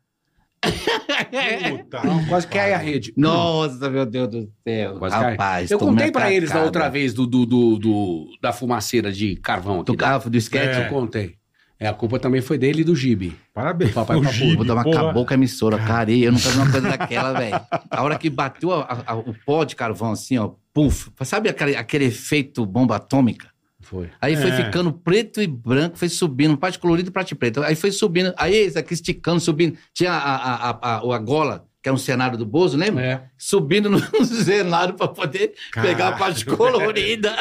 C: Puta.
G: Não, quase cai a rede.
E: Nossa, meu Deus do céu.
G: Quase cai.
E: Rapaz,
G: Eu
E: tomei
G: contei
E: a
G: pra eles da
E: tacada.
G: outra vez do, do, do- do- da fumaceira de carvão. aqui.
E: Do carro, do sketch.
G: Eu contei. É, a culpa também foi dele e do Gibi.
C: Parabéns.
G: Papai
C: O
G: Papu,
C: Gibi,
E: Vou dar uma
C: porra.
E: acabou com a emissora, cara. e Eu nunca vi uma coisa daquela, velho. A hora que bateu a- a- a- o pó de carvão assim, ó, puf. Sabe aquele, aquele efeito bomba atômica?
G: Foi.
E: Aí foi
C: É.
E: ficando preto e branco, foi subindo, parte colorida e parte preta. Aí foi subindo, aí esse aqui esticando, subindo. Tinha a, a, a, a, a gola, que era um cenário do Bozo, lembra?
G: É.
E: Subindo no cenário pra poder pegar a
C: Caralho,
E: parte colorida.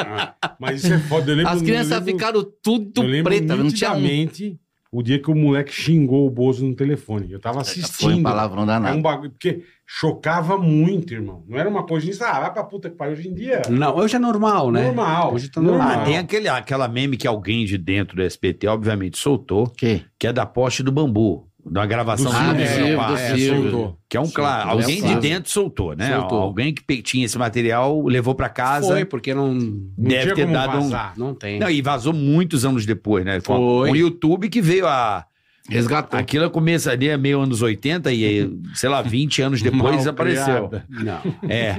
C: Mas isso é foda. Eu lembro,
E: As
C: eu
E: crianças
C: lembro-
E: ficaram tudo
C: eu lembro
E: preta, não tinha um.
C: nitidamente o dia que o moleque xingou o Bozo no telefone. Eu
E: Foi
C: tava
E: um
C: assistindo.
E: palavrão
C: É um
E: danado.
C: bagulho, porque chocava muito, irmão. Não era uma coisa de, ah, vai pra puta que pariu. Hoje em dia,
G: Não, hoje é normal, né?
C: normal.
G: Hoje tá normal.
H: Ah, tem aquele, aquela meme que alguém de dentro do SPT, obviamente, soltou,
E: Que?
H: que é da poste do bambu. Da gravação
C: Do
H: lá
C: Silvio,
H: do seu
G: né?
J: Silvio,
H: pai.
J: do
H: É,
J: Silvio.
H: soltou. Que é um claro.
J: Soltou.
E: né?
H: Alguém de
J: Claro.
H: dentro soltou, né?
G: Soltou.
H: Alguém que pe- tinha esse material levou pra casa.
G: Foi, porque não,
C: Não
H: Deve
C: tinha
H: ter
C: como
H: dado um-
C: vazar.
G: não tem. né?
H: Não, e vazou muitos anos depois, né? Foi
G: Foi.
H: o YouTube que veio a.
E: Resgatou.
H: Aquilo começaria meio anos 80 e, eh, sei lá, 20 anos depois
C: Mal
H: desapareceu.
C: criada.
G: Não.
H: É.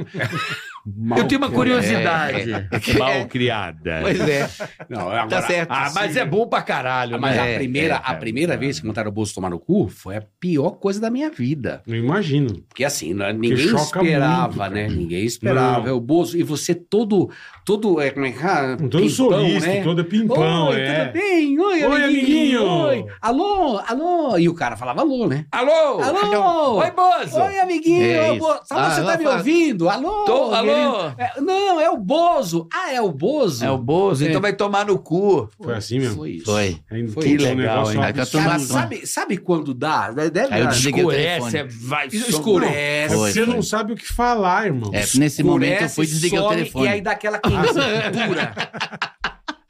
G: Mal
H: Eu tenho uma
G: que-
H: curiosidade.
E: É.
H: Mal criada.
E: Pois é,
G: Não, agora,
E: tá certo.
H: Ah, mas é bom pra caralho,
G: Ah, Mas
H: né?
G: a primeira,
H: é,
G: a
H: é.
G: primeira vez que mandaram o bolso tomar no cu foi a pior coisa da minha vida.
C: Eu imagino.
G: Porque assim, né, ninguém
C: choca muito,
G: esperava,
C: cara.
G: né? Ninguém esperava.
C: Não.
G: É o bolso. E você todo. todo é, como é que é?
C: Com todo solista, todo pimpão,
G: né? Oi,
C: é.
G: tudo bem? Oi,
C: Oi,
G: amiguinho.
C: amiguinho.
G: Oi. Alô, alô. E o cara falava alô, né?
H: Alô!
G: Alô!
H: Oi, Bozo!
G: Oi, amiguinho.
E: É isso.
G: Bo- Sabe,
E: Ah,
G: você tá
E: ela
G: me
E: fala-
G: ouvindo? Alô?
H: Tô-
G: querido.
H: alô!
G: É, não, é o Bozo. Ah, é o Bozo?
H: É o Bozo, então vai tomar no cu.
C: Foi um assim mesmo.
G: Foi isso.
E: foi.
G: Foi
C: Que
E: legal, hein? Aí tá
G: Cara,
E: Tomação.
G: sabe, sabe quando dá? Deve
E: Aí eu desliguei o
H: Escurece,
E: telefone.
H: é- vai.
G: Escurece.
E: Foi,
C: É Você
E: foi.
C: não sabe o que falar, irmão.
E: É, nesse momento eu fui e
G: Escurece,
E: desliguei o
G: some,
E: telefone.
G: E aí dá aquela quentura.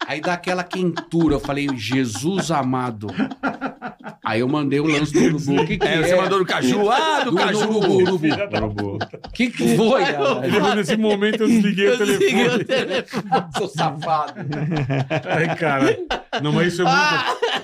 G: aí dá aquela quentura. Eu falei, Jesus amado. Aí eu mandei o lance do Urubu. O que, que é?
H: É, você mandou no Caju. Ah, do Caju.
G: Urubu, Urubu. O que, que é? foi?
C: Depois, Nesse momento eu desliguei o
E: Desliguei
C: telefone.
E: o telefone.
G: Seu safado.
C: Ai, cara. Não, mas isso, é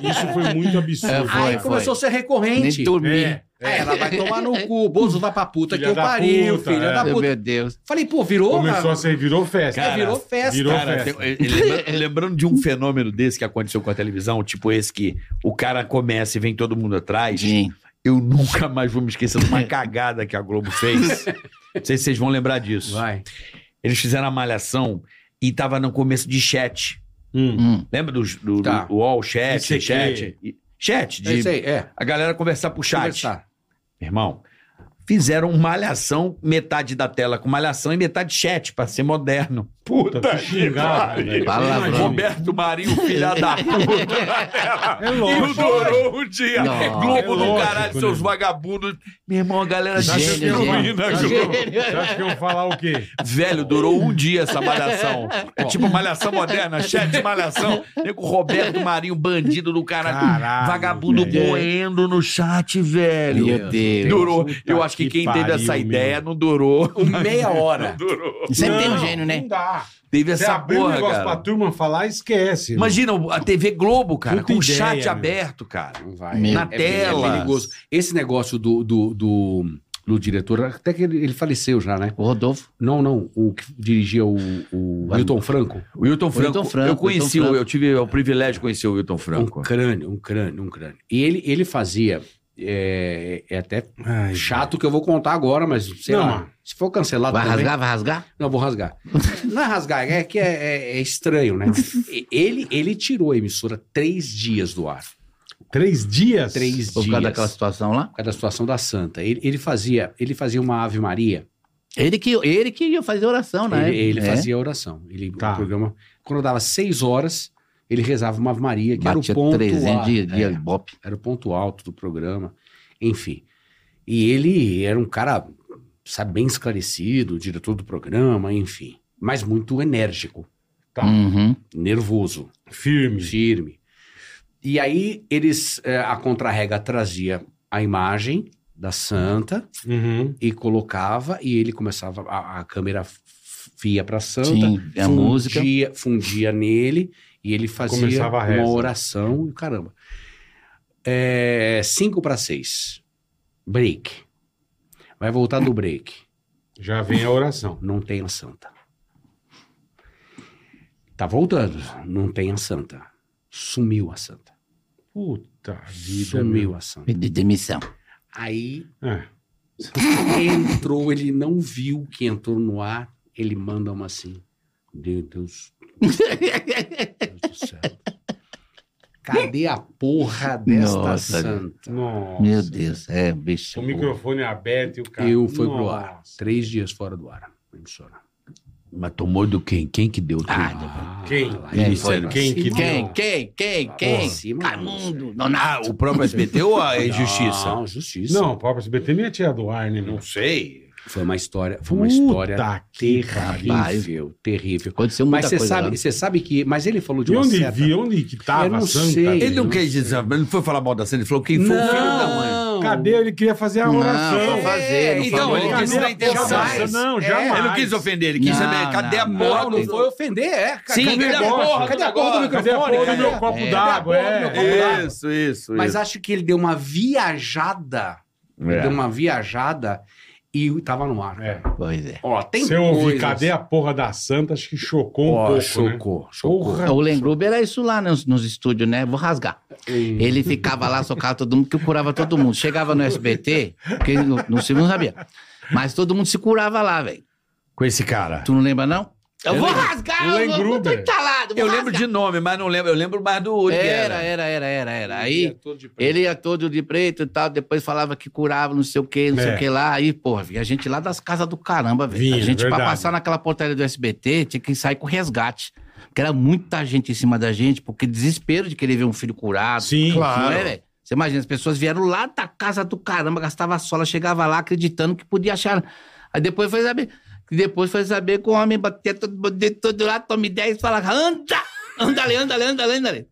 C: muito, isso foi muito absurdo.
E: É,
C: cara.
E: Foi,
G: aí começou a ser recorrente.
E: Nem dormi.
C: É,
G: É, ela vai tomar no cu, o Bozo vai pra puta
C: Filha
G: que eu
C: da
G: pariu,
C: puta,
G: filha
C: é.
G: da puta.
E: Meu Deus.
G: Falei, pô, virou?
C: Começou
G: mano?
C: a ser, virou festa.
G: É, virou festa.
C: virou
H: Cara,
C: festa.
H: tem- eh,
G: É.
H: lembra- lembrando de um fenômeno desse que aconteceu com a televisão, tipo esse que o cara começa e vem todo mundo atrás.
E: Sim.
H: Eu nunca mais vou me esquecer de uma
G: É.
H: cagada que a Globo fez. Não sei se vocês vão lembrar disso.
G: Vai.
H: Eles fizeram a malhação e tava no começo de chat.
C: Hum.
E: Hum.
H: Lembra do, do,
G: Tá.
H: do UOL, chat,
C: Esse aqui.
H: chat? E- Chat,
G: É isso
H: de
G: aí, é.
H: a galera conversar pro chat.
G: Conversar.
H: Irmão, fizeram malhação, metade da tela com malhação e metade chat, pra ser moderno. Puta,
C: Puta, que xingado, Tá velho.
E: Palavrão.
C: Imagina.
H: Roberto Marinho, filha da puta, na tela.
C: É
H: E não
C: lógico.
H: durou um dia.
E: Não,
H: Globo
C: é
H: do
C: lógico,
H: caralho,
C: né?
H: seus vagabundos. Meu irmão, a galera
C: Você acha
G: é.
C: que
E: Gênio,
C: eu-
E: gênio.
H: genuína.
C: Você acha que eu-
E: Gênio.
C: Você acha que eu vou falar o quê?
H: Velho, durou um dia essa malhação. É tipo malhação moderna, chat de malhação. Nego Roberto Marinho, bandido do caralho.
C: Caralho,
H: vagabundo
C: velho.
H: moendo no chat, velho.
E: Meu Deus.
H: Durou.
C: Puta
H: Eu acho que,
C: que
H: quem teve essa
C: pariu,
H: ideia
C: meu.
H: não durou.
G: Meia hora.
E: Sempre tem um
C: Não,
E: gênio, né?
C: Não dá.
H: Teve
C: Você
H: essa
C: abriu um
H: porra,
C: negócio
H: cara.
C: pra turma falar, esquece. irmão.
H: Imagina a TV Globo, cara,
C: Puta
H: com o
C: ideia,
H: chat
C: É, meu.
H: aberto, cara.
G: Não vai.
E: Meu
H: Na
G: É
H: tela.
G: perigoso. Esse negócio do, do, do, do diretor, até que ele, ele faleceu já, né?
E: O Rodolfo.
G: Não, não, o que dirigia o, o Milton Franco.
H: O Wilton Franco,
E: Wilton Franco,
H: eu
E: Wilton
H: conheci, o-
E: Franco.
H: eu tive o privilégio de conhecer o Wilton Franco.
G: Um crânio, um crânio, um crânio. E ele, ele fazia. É, é até
C: Ai,
G: chato que eu vou contar agora, mas sei
C: Não,
G: lá.
C: mano.
G: Se for cancelado.
E: Vai
G: também-
E: rasgar, vai rasgar?
G: Não, vou rasgar. Não é rasgar, é que é, é- é estranho, né? E- Ele, ele tirou a emissora três dias do ar.
C: Três dias?
G: Três
E: Por
G: dias.
E: causa daquela situação lá?
G: Por causa da situação da Santa. Ele, ele fazia, ele fazia uma Ave Maria.
E: Ele que, ele que ia fazer oração, né?
G: Ele, ele
E: É.
G: fazia a oração. Ele,
C: Tá.
G: O programa, quando dava seis horas, ele rezava uma Ave Maria, que
E: Batia
G: era o ponto
E: 300 de,
G: alto,
E: de
H: né?
G: é,
E: ibope.
G: era o ponto alto do programa. Enfim. E ele era um cara, sabe, bem esclarecido, diretor do programa, enfim. Mas muito enérgico,
C: Tá.
E: Uhum.
G: nervoso.
E: Hum.
C: Firme.
G: firme. E aí eles eh, a contrarrega trazia a imagem da santa
C: Uhum.
G: e colocava e ele começava a, a câmera fia para santa,
E: Sim, É a música.
G: fundia, fundia nele e ele fazia
C: Começava a
G: uma
C: reza.
G: oração e caramba. É, cinco para seis, break. Vai voltar do break.
C: Já vem a oração.
G: Não tem a santa. Tá voltando. Não tem a santa. Sumiu a santa.
C: Puta vida. né?
G: Sumiu a santa.
E: De demissão.
G: Aí
C: meu. É.
G: entrou, ele não viu que entrou no ar, ele manda uma assim. Meu Deus, Deus do céu. Cadê a porra desta
E: Nossa,
G: santa?
C: Nossa.
E: Meu Deus, é, bicho.
C: O microfone aberto e o cara.
G: Eu fui pro ar.
C: Nossa.
G: Três dias fora do ar. Emissora.
H: Mas tomou do quem? Quem que deu? Ah,
C: Quem?
G: lá
E: Quem
G: em
E: foi?
G: cima,
C: Quem que
G: lá
C: deu?
G: em
E: Quem, quem, quem, quem?
G: cima, lá em cima.
E: Raimundo, Donato.
H: Ah, o próprio SBT ou a
G: Não,
H: Justiça?
G: justiça.
C: Não, o próprio SBT não ia tirar do ar, né, meu?
H: sei.
G: Foi uma história, foi uma
C: Puta
G: história
C: que
G: terrível, terrível.
E: Aconteceu
G: Mas
E: muita
G: você
E: coisa.
G: sabe,
E: lá.
G: você sabe que, mas ele falou de
C: E
G: uma
C: onde
G: certa-
C: vi? Onde que
G: Eu não
C: tava a Santa?
G: sei.
I: Ele não quis dizer, ele não foi falar mal da Santa, ele falou quem foi o filho da mãe.
G: Não.
C: Cadê? Ele queria fazer a
E: Não,
G: Tá
C: oração.
E: vou fazer, não
I: então,
E: falou.
I: ele quis
C: Cadê
I: na
C: a
I: intenção.
C: jamais. Não,
G: É,
C: jamais.
I: Ele não quis ofender, ele quis
H: é
E: Não,
I: saber, cadê a
E: não,
I: porra?
G: Não, não foi ofender, é.
I: Sim,
G: cadê,
I: cadê
G: a
I: a
G: porra?
I: borra
G: Cadê a porra do microfone?
C: Cadê a porra do
G: Cadê?
C: meu copo
E: É.
C: d'água?
G: Cadê a porra do
C: É.
G: meu copo d'água?
I: Isso, isso,
G: Mas
I: isso.
G: acho que ele deu uma viajada. Ele
I: É.
G: deu uma viajada e tava no ar. né?
C: É.
E: Pois é.
G: Ó, tem
C: Se eu ouvir
G: coisas-
C: cadê a porra da Santa, acho que chocou um
G: Ó,
C: pouco, né?
G: chocou, chocou.
C: Porra.
E: O Lengruber era isso lá nos, nos estúdios, né? Vou rasgar.
G: Hum.
E: Ele ficava lá, socava todo mundo, que curava todo mundo. Chegava no SBT, porque no, no Silvio não sabia. Mas todo mundo se curava lá, velho.
H: Com esse cara.
E: Tu não lembra, não? Eu,
H: Eu
E: vou
H: lembro.
E: rasgar,
C: O
E: eu, vou- eu tô
C: Lengruber.
E: entalado. vou
I: Eu lembro de nome, mas não lembro. Eu lembro mais do olho.
E: Era, era, era, era, era. Aí ele ia todo de preto e tal, depois falava que curava, não sei o que, não sei
C: É.
E: o que lá. Aí, porra, vinha gente lá das casas do caramba, velho. A
C: Vinha,
E: gente, pra
C: verdade.
E: passar naquela portaria do SBT, tinha que sair com resgate. Porque era muita gente em cima da gente, porque desespero de querer ver um filho curado.
C: Sim,
E: Não é, velho? Você imagina, as pessoas vieram lá da casa do caramba, gastava a sola, chegava lá acreditando que podia achar. Aí depois foi saber. Depois foi saber que o homem batia todo, de todo lá, tome 10 e falava, anda! Anda ali, anda ali, anda ali, anda ali.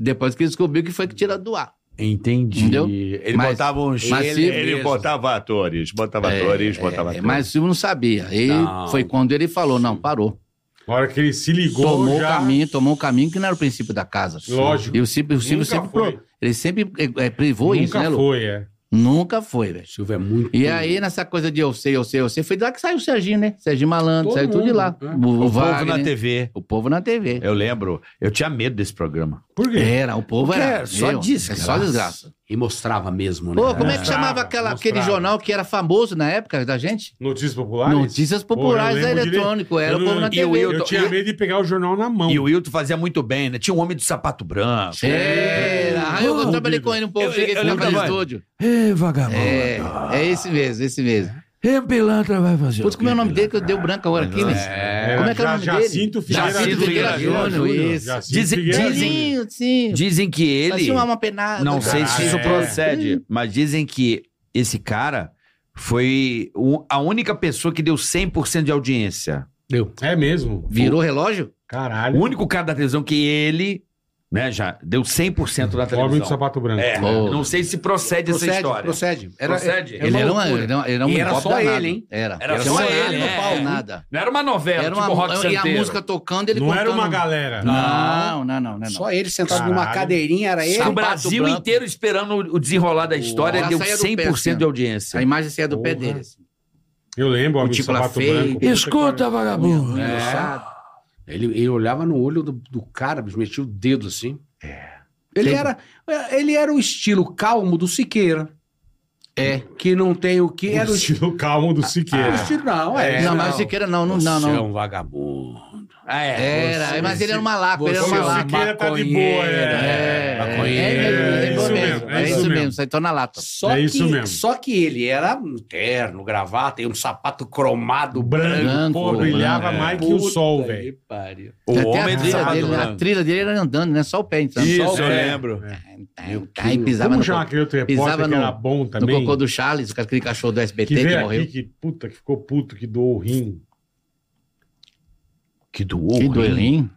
E: Depois que descobriu que foi que tirou do ar.
H: Entendi.
E: Entendeu?
G: É,
H: Ele
E: Mas-
H: botava uns.
E: mas
H: ele-
E: se-
H: ele
E: mesmo.
H: botava atores, botava atores, botava
E: É,
H: atores.
E: mas o Silvio não sabia. Aí
G: Não.
E: foi quando ele falou, não, parou.
C: Na hora que ele se ligou,
E: tomou o
C: já...
E: caminho, tomou o caminho que não era o princípio da casa.
C: Lógico.
E: E o Silvio, o Silvio
C: Nunca
E: sempre,
C: foi.
E: pro- ele sempre eh, eh, privou
C: Nunca
E: isso, né, Lu?
C: foi, é.
E: Nunca foi, velho.
G: Silvio é muito.
E: E aí, nessa coisa de eu sei, eu sei, eu sei, foi de lá que saiu o Serginho, né? Serginho Malandro,
G: Todo
E: saiu tudo de lá.
G: mundo, né?
E: O, o
H: O povo
E: Wagner,
H: na TV.
E: O povo na TV.
H: Eu lembro. Eu tinha medo desse programa.
C: Por quê?
E: Era, o povo
H: Porque
E: era.
H: é só
E: meu,
H: desgraça.
E: É só desgraça.
G: E mostrava mesmo, né?
E: Pô, como é que
C: Mostrava,
E: chamava aquela, aquele
C: mostrava.
E: jornal que era famoso na época da gente?
C: Notícias populares?
E: Notícias Populares
C: Pô, eu lembro
E: eletrônico,
C: direito.
E: era o
C: Eu não-
E: povo na
C: eu-
E: TV.
C: Eu tinha medo de pegar o jornal na mão.
H: E o Wilton fazia muito bem, né? Tinha um homem de sapato branco.
E: Era. Ah, eu, eu
C: Pô,
E: trabalhei com ele um pouco,
H: É. eu-
E: cheguei
H: eu
E: com ele
H: lembro
E: no
H: da voz.
E: estúdio.
I: Ê, vagabundo.
E: É, é esse mesmo, esse mesmo.
I: Ê, pilantra vai fazer.
E: Putz, como é o nome dele que eu dei o branco agora aqui, né?
C: Era
E: Como é que era o
C: Ja-
E: nome dele?
C: Jacinto Figueira
E: Jacinto Figueira Júnior, isso.
C: Jacinto
H: Dizem-
C: Figueira
H: dizem-
C: Júnior.
E: Sim, sim.
H: Dizem que
E: Mas
H: ele.
E: tinha É. uma penada.
H: Não sei se
C: Ah,
H: isso
C: é.
H: procede, mas dizem que esse cara foi o- a única pessoa que deu 100% de audiência.
C: É mesmo.
E: Virou relógio?
H: O
C: Caralho.
H: único cara da televisão que ele, né, já deu 100% da
C: Homem do
H: televisão.
C: sapato branco.
H: É,
E: Pô.
H: não sei se procede, essa
G: É.
H: história.
G: procede. Era,
H: Procede.
G: era
E: Ele
G: uma
E: era, uma,
G: loucura.
E: ele era um- ele era um
G: E era
E: pop
G: só
E: danado.
G: ele, hein?
E: Era.
H: Era
E: Não
H: só
E: tinha nada,
H: ele, é.
E: não pau, nada.
H: Não era uma novela,
E: Era
H: tipo
E: uma,
H: Rock
E: e a
H: Santeiro.
E: música tocando, ele
C: Não era uma
E: galera.
C: galera.
E: Não, não, não, não. não.
G: Só ele sentado numa
C: Caralho.
G: cadeirinha, era ele.
H: O
E: Sapato
H: Brasil
E: branco.
H: inteiro esperando o o desenrolar da história
E: Ela
H: deu
E: saía do pé,
H: 100%
E: assim,
H: de
E: ó.
H: audiência.
E: A imagem saía do pé
C: Porra.
E: dele. assim.
C: Eu lembro, homem do
E: Cutícula
C: sapato
E: feia.
C: branco.
I: Escuta, vagabundo.
G: É. Ele, ele olhava no olho do, do cara, bicho, metia o dedo assim. É. Ele era, ele era o estilo calmo do Siqueira.
E: É.
G: Que não tem o que. Era
C: Era
G: o
C: o
G: estilo.
C: estilo calmo
E: Ah,
C: do Siqueira.
G: o estilo não, é.
E: não, mas o Siqueira não, não, não.
G: Você é
E: não.
G: um vagabundo.
E: Era, mas ele era um malaco, ele era um
G: você é um
E: malaco.
C: Siqueira tá de boa,
E: É,
C: é.
G: maconheiro.
E: é, é,
C: É
E: isso
C: isso
E: mesmo, é isso mesmo, saiu na lata.
G: Só,
C: É
G: que,
C: isso mesmo.
G: só que ele era um terno, gravata e um sapato cromado branco.
C: Branco,
E: Branco,
C: pô, brilhava
H: branco.
C: mais que o
G: Puta
C: sol,
G: que
C: velho.
G: pariu.
H: O
E: Até
H: homem
E: a
H: do
E: trilha
H: sapato
E: dele, a
H: branco.
E: trilha dele era andando, né? Só o pé, então. Só o
H: Isso, eu
E: pé.
H: lembro.
E: Aí pisava
C: Como
E: no,
C: chama aquele outro
E: pisava
C: repórter que
E: no-
C: era bom
E: no
C: também?
E: cocô do Charles, aquele cachorro do SBT
C: Tá que
E: que,
C: veio aqui,
E: morreu.
C: que puta, que ficou puto, que doou o rim.
H: Que doou
E: Que doelim.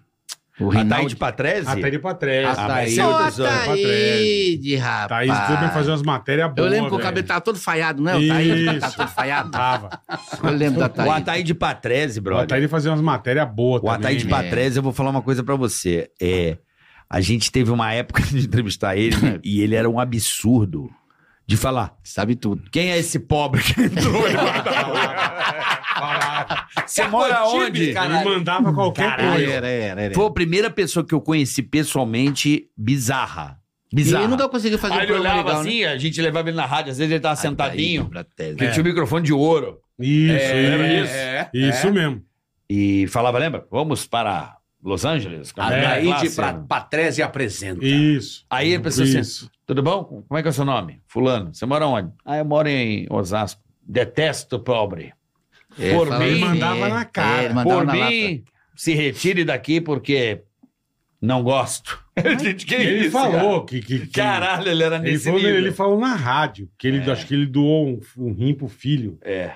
E: O
D: Ah, tá
H: A Taíde
E: Rinaldo.
H: Patrese?
C: Até ele pra trás.
G: Ah, Thaís.
H: Só a
C: Só a Thaís.
E: rapaz.
C: Thaís Duber fazia umas matérias boas.
E: Eu lembro que o
C: velho.
E: cabelo tava todo falhado, não é? O Thaís
C: Isso.
E: tava todo falhado.
C: Tava.
E: Eu lembro da
H: O
E: Thaís.
H: Ataíde Patrese,
C: O
H: brother.
C: Ataíde fazia umas matérias boas
H: O
C: também.
H: Ataíde
E: é.
C: velho.
H: Patrese, eu vou falar uma coisa pra você. É, a gente teve uma época de entrevistar ele e ele era um absurdo de falar.
E: Sabe tudo.
H: Quem é esse pobre que entrou? Ele mandava. Você mora onde?
C: Ele mandava qualquer
E: Caralho,
C: coisa.
E: era, era, era.
H: Foi a primeira pessoa que eu conheci pessoalmente bizarra.
E: E
H: Bizarra.
E: ele nunca conseguiu fazer
H: Aí
E: um
H: ele
E: programa
H: olhava
E: legal, né?
H: assim, a gente levava ele na rádio, às vezes ele tava sentadinho,
E: Ataíde
H: que
E: Patrese.
H: tinha o microfone de ouro.
C: Isso,
H: lembra
C: isso.
H: disso?
G: É,
C: Isso mesmo.
H: E falava, lembra? Vamos para Los Angeles? tipo, com a
C: É,
H: minha
G: Ataíde
H: classe.
G: pra Patrese apresenta.
C: Isso.
H: Aí ele pensou assim,
C: Isso.
H: Tudo bom? Como é que é o seu nome? Fulano. Você mora onde? Ah, eu moro em Osasco. Detesto pobre.
E: É,
H: Por
E: falava
H: mim,
E: assim,
C: mandava
E: é,
C: na cara.
E: é, ele mandava
H: Por
E: na
H: mim, se retire daqui porque não gosto. Gente, que
C: Ele
H: isso,
C: falou que, que, que-
H: cara? Caralho, ele era
C: ele
H: nesse
C: falou,
H: nível.
C: ele falou na rádio, que ele acho que ele doou um, um rim pro filho.
H: É.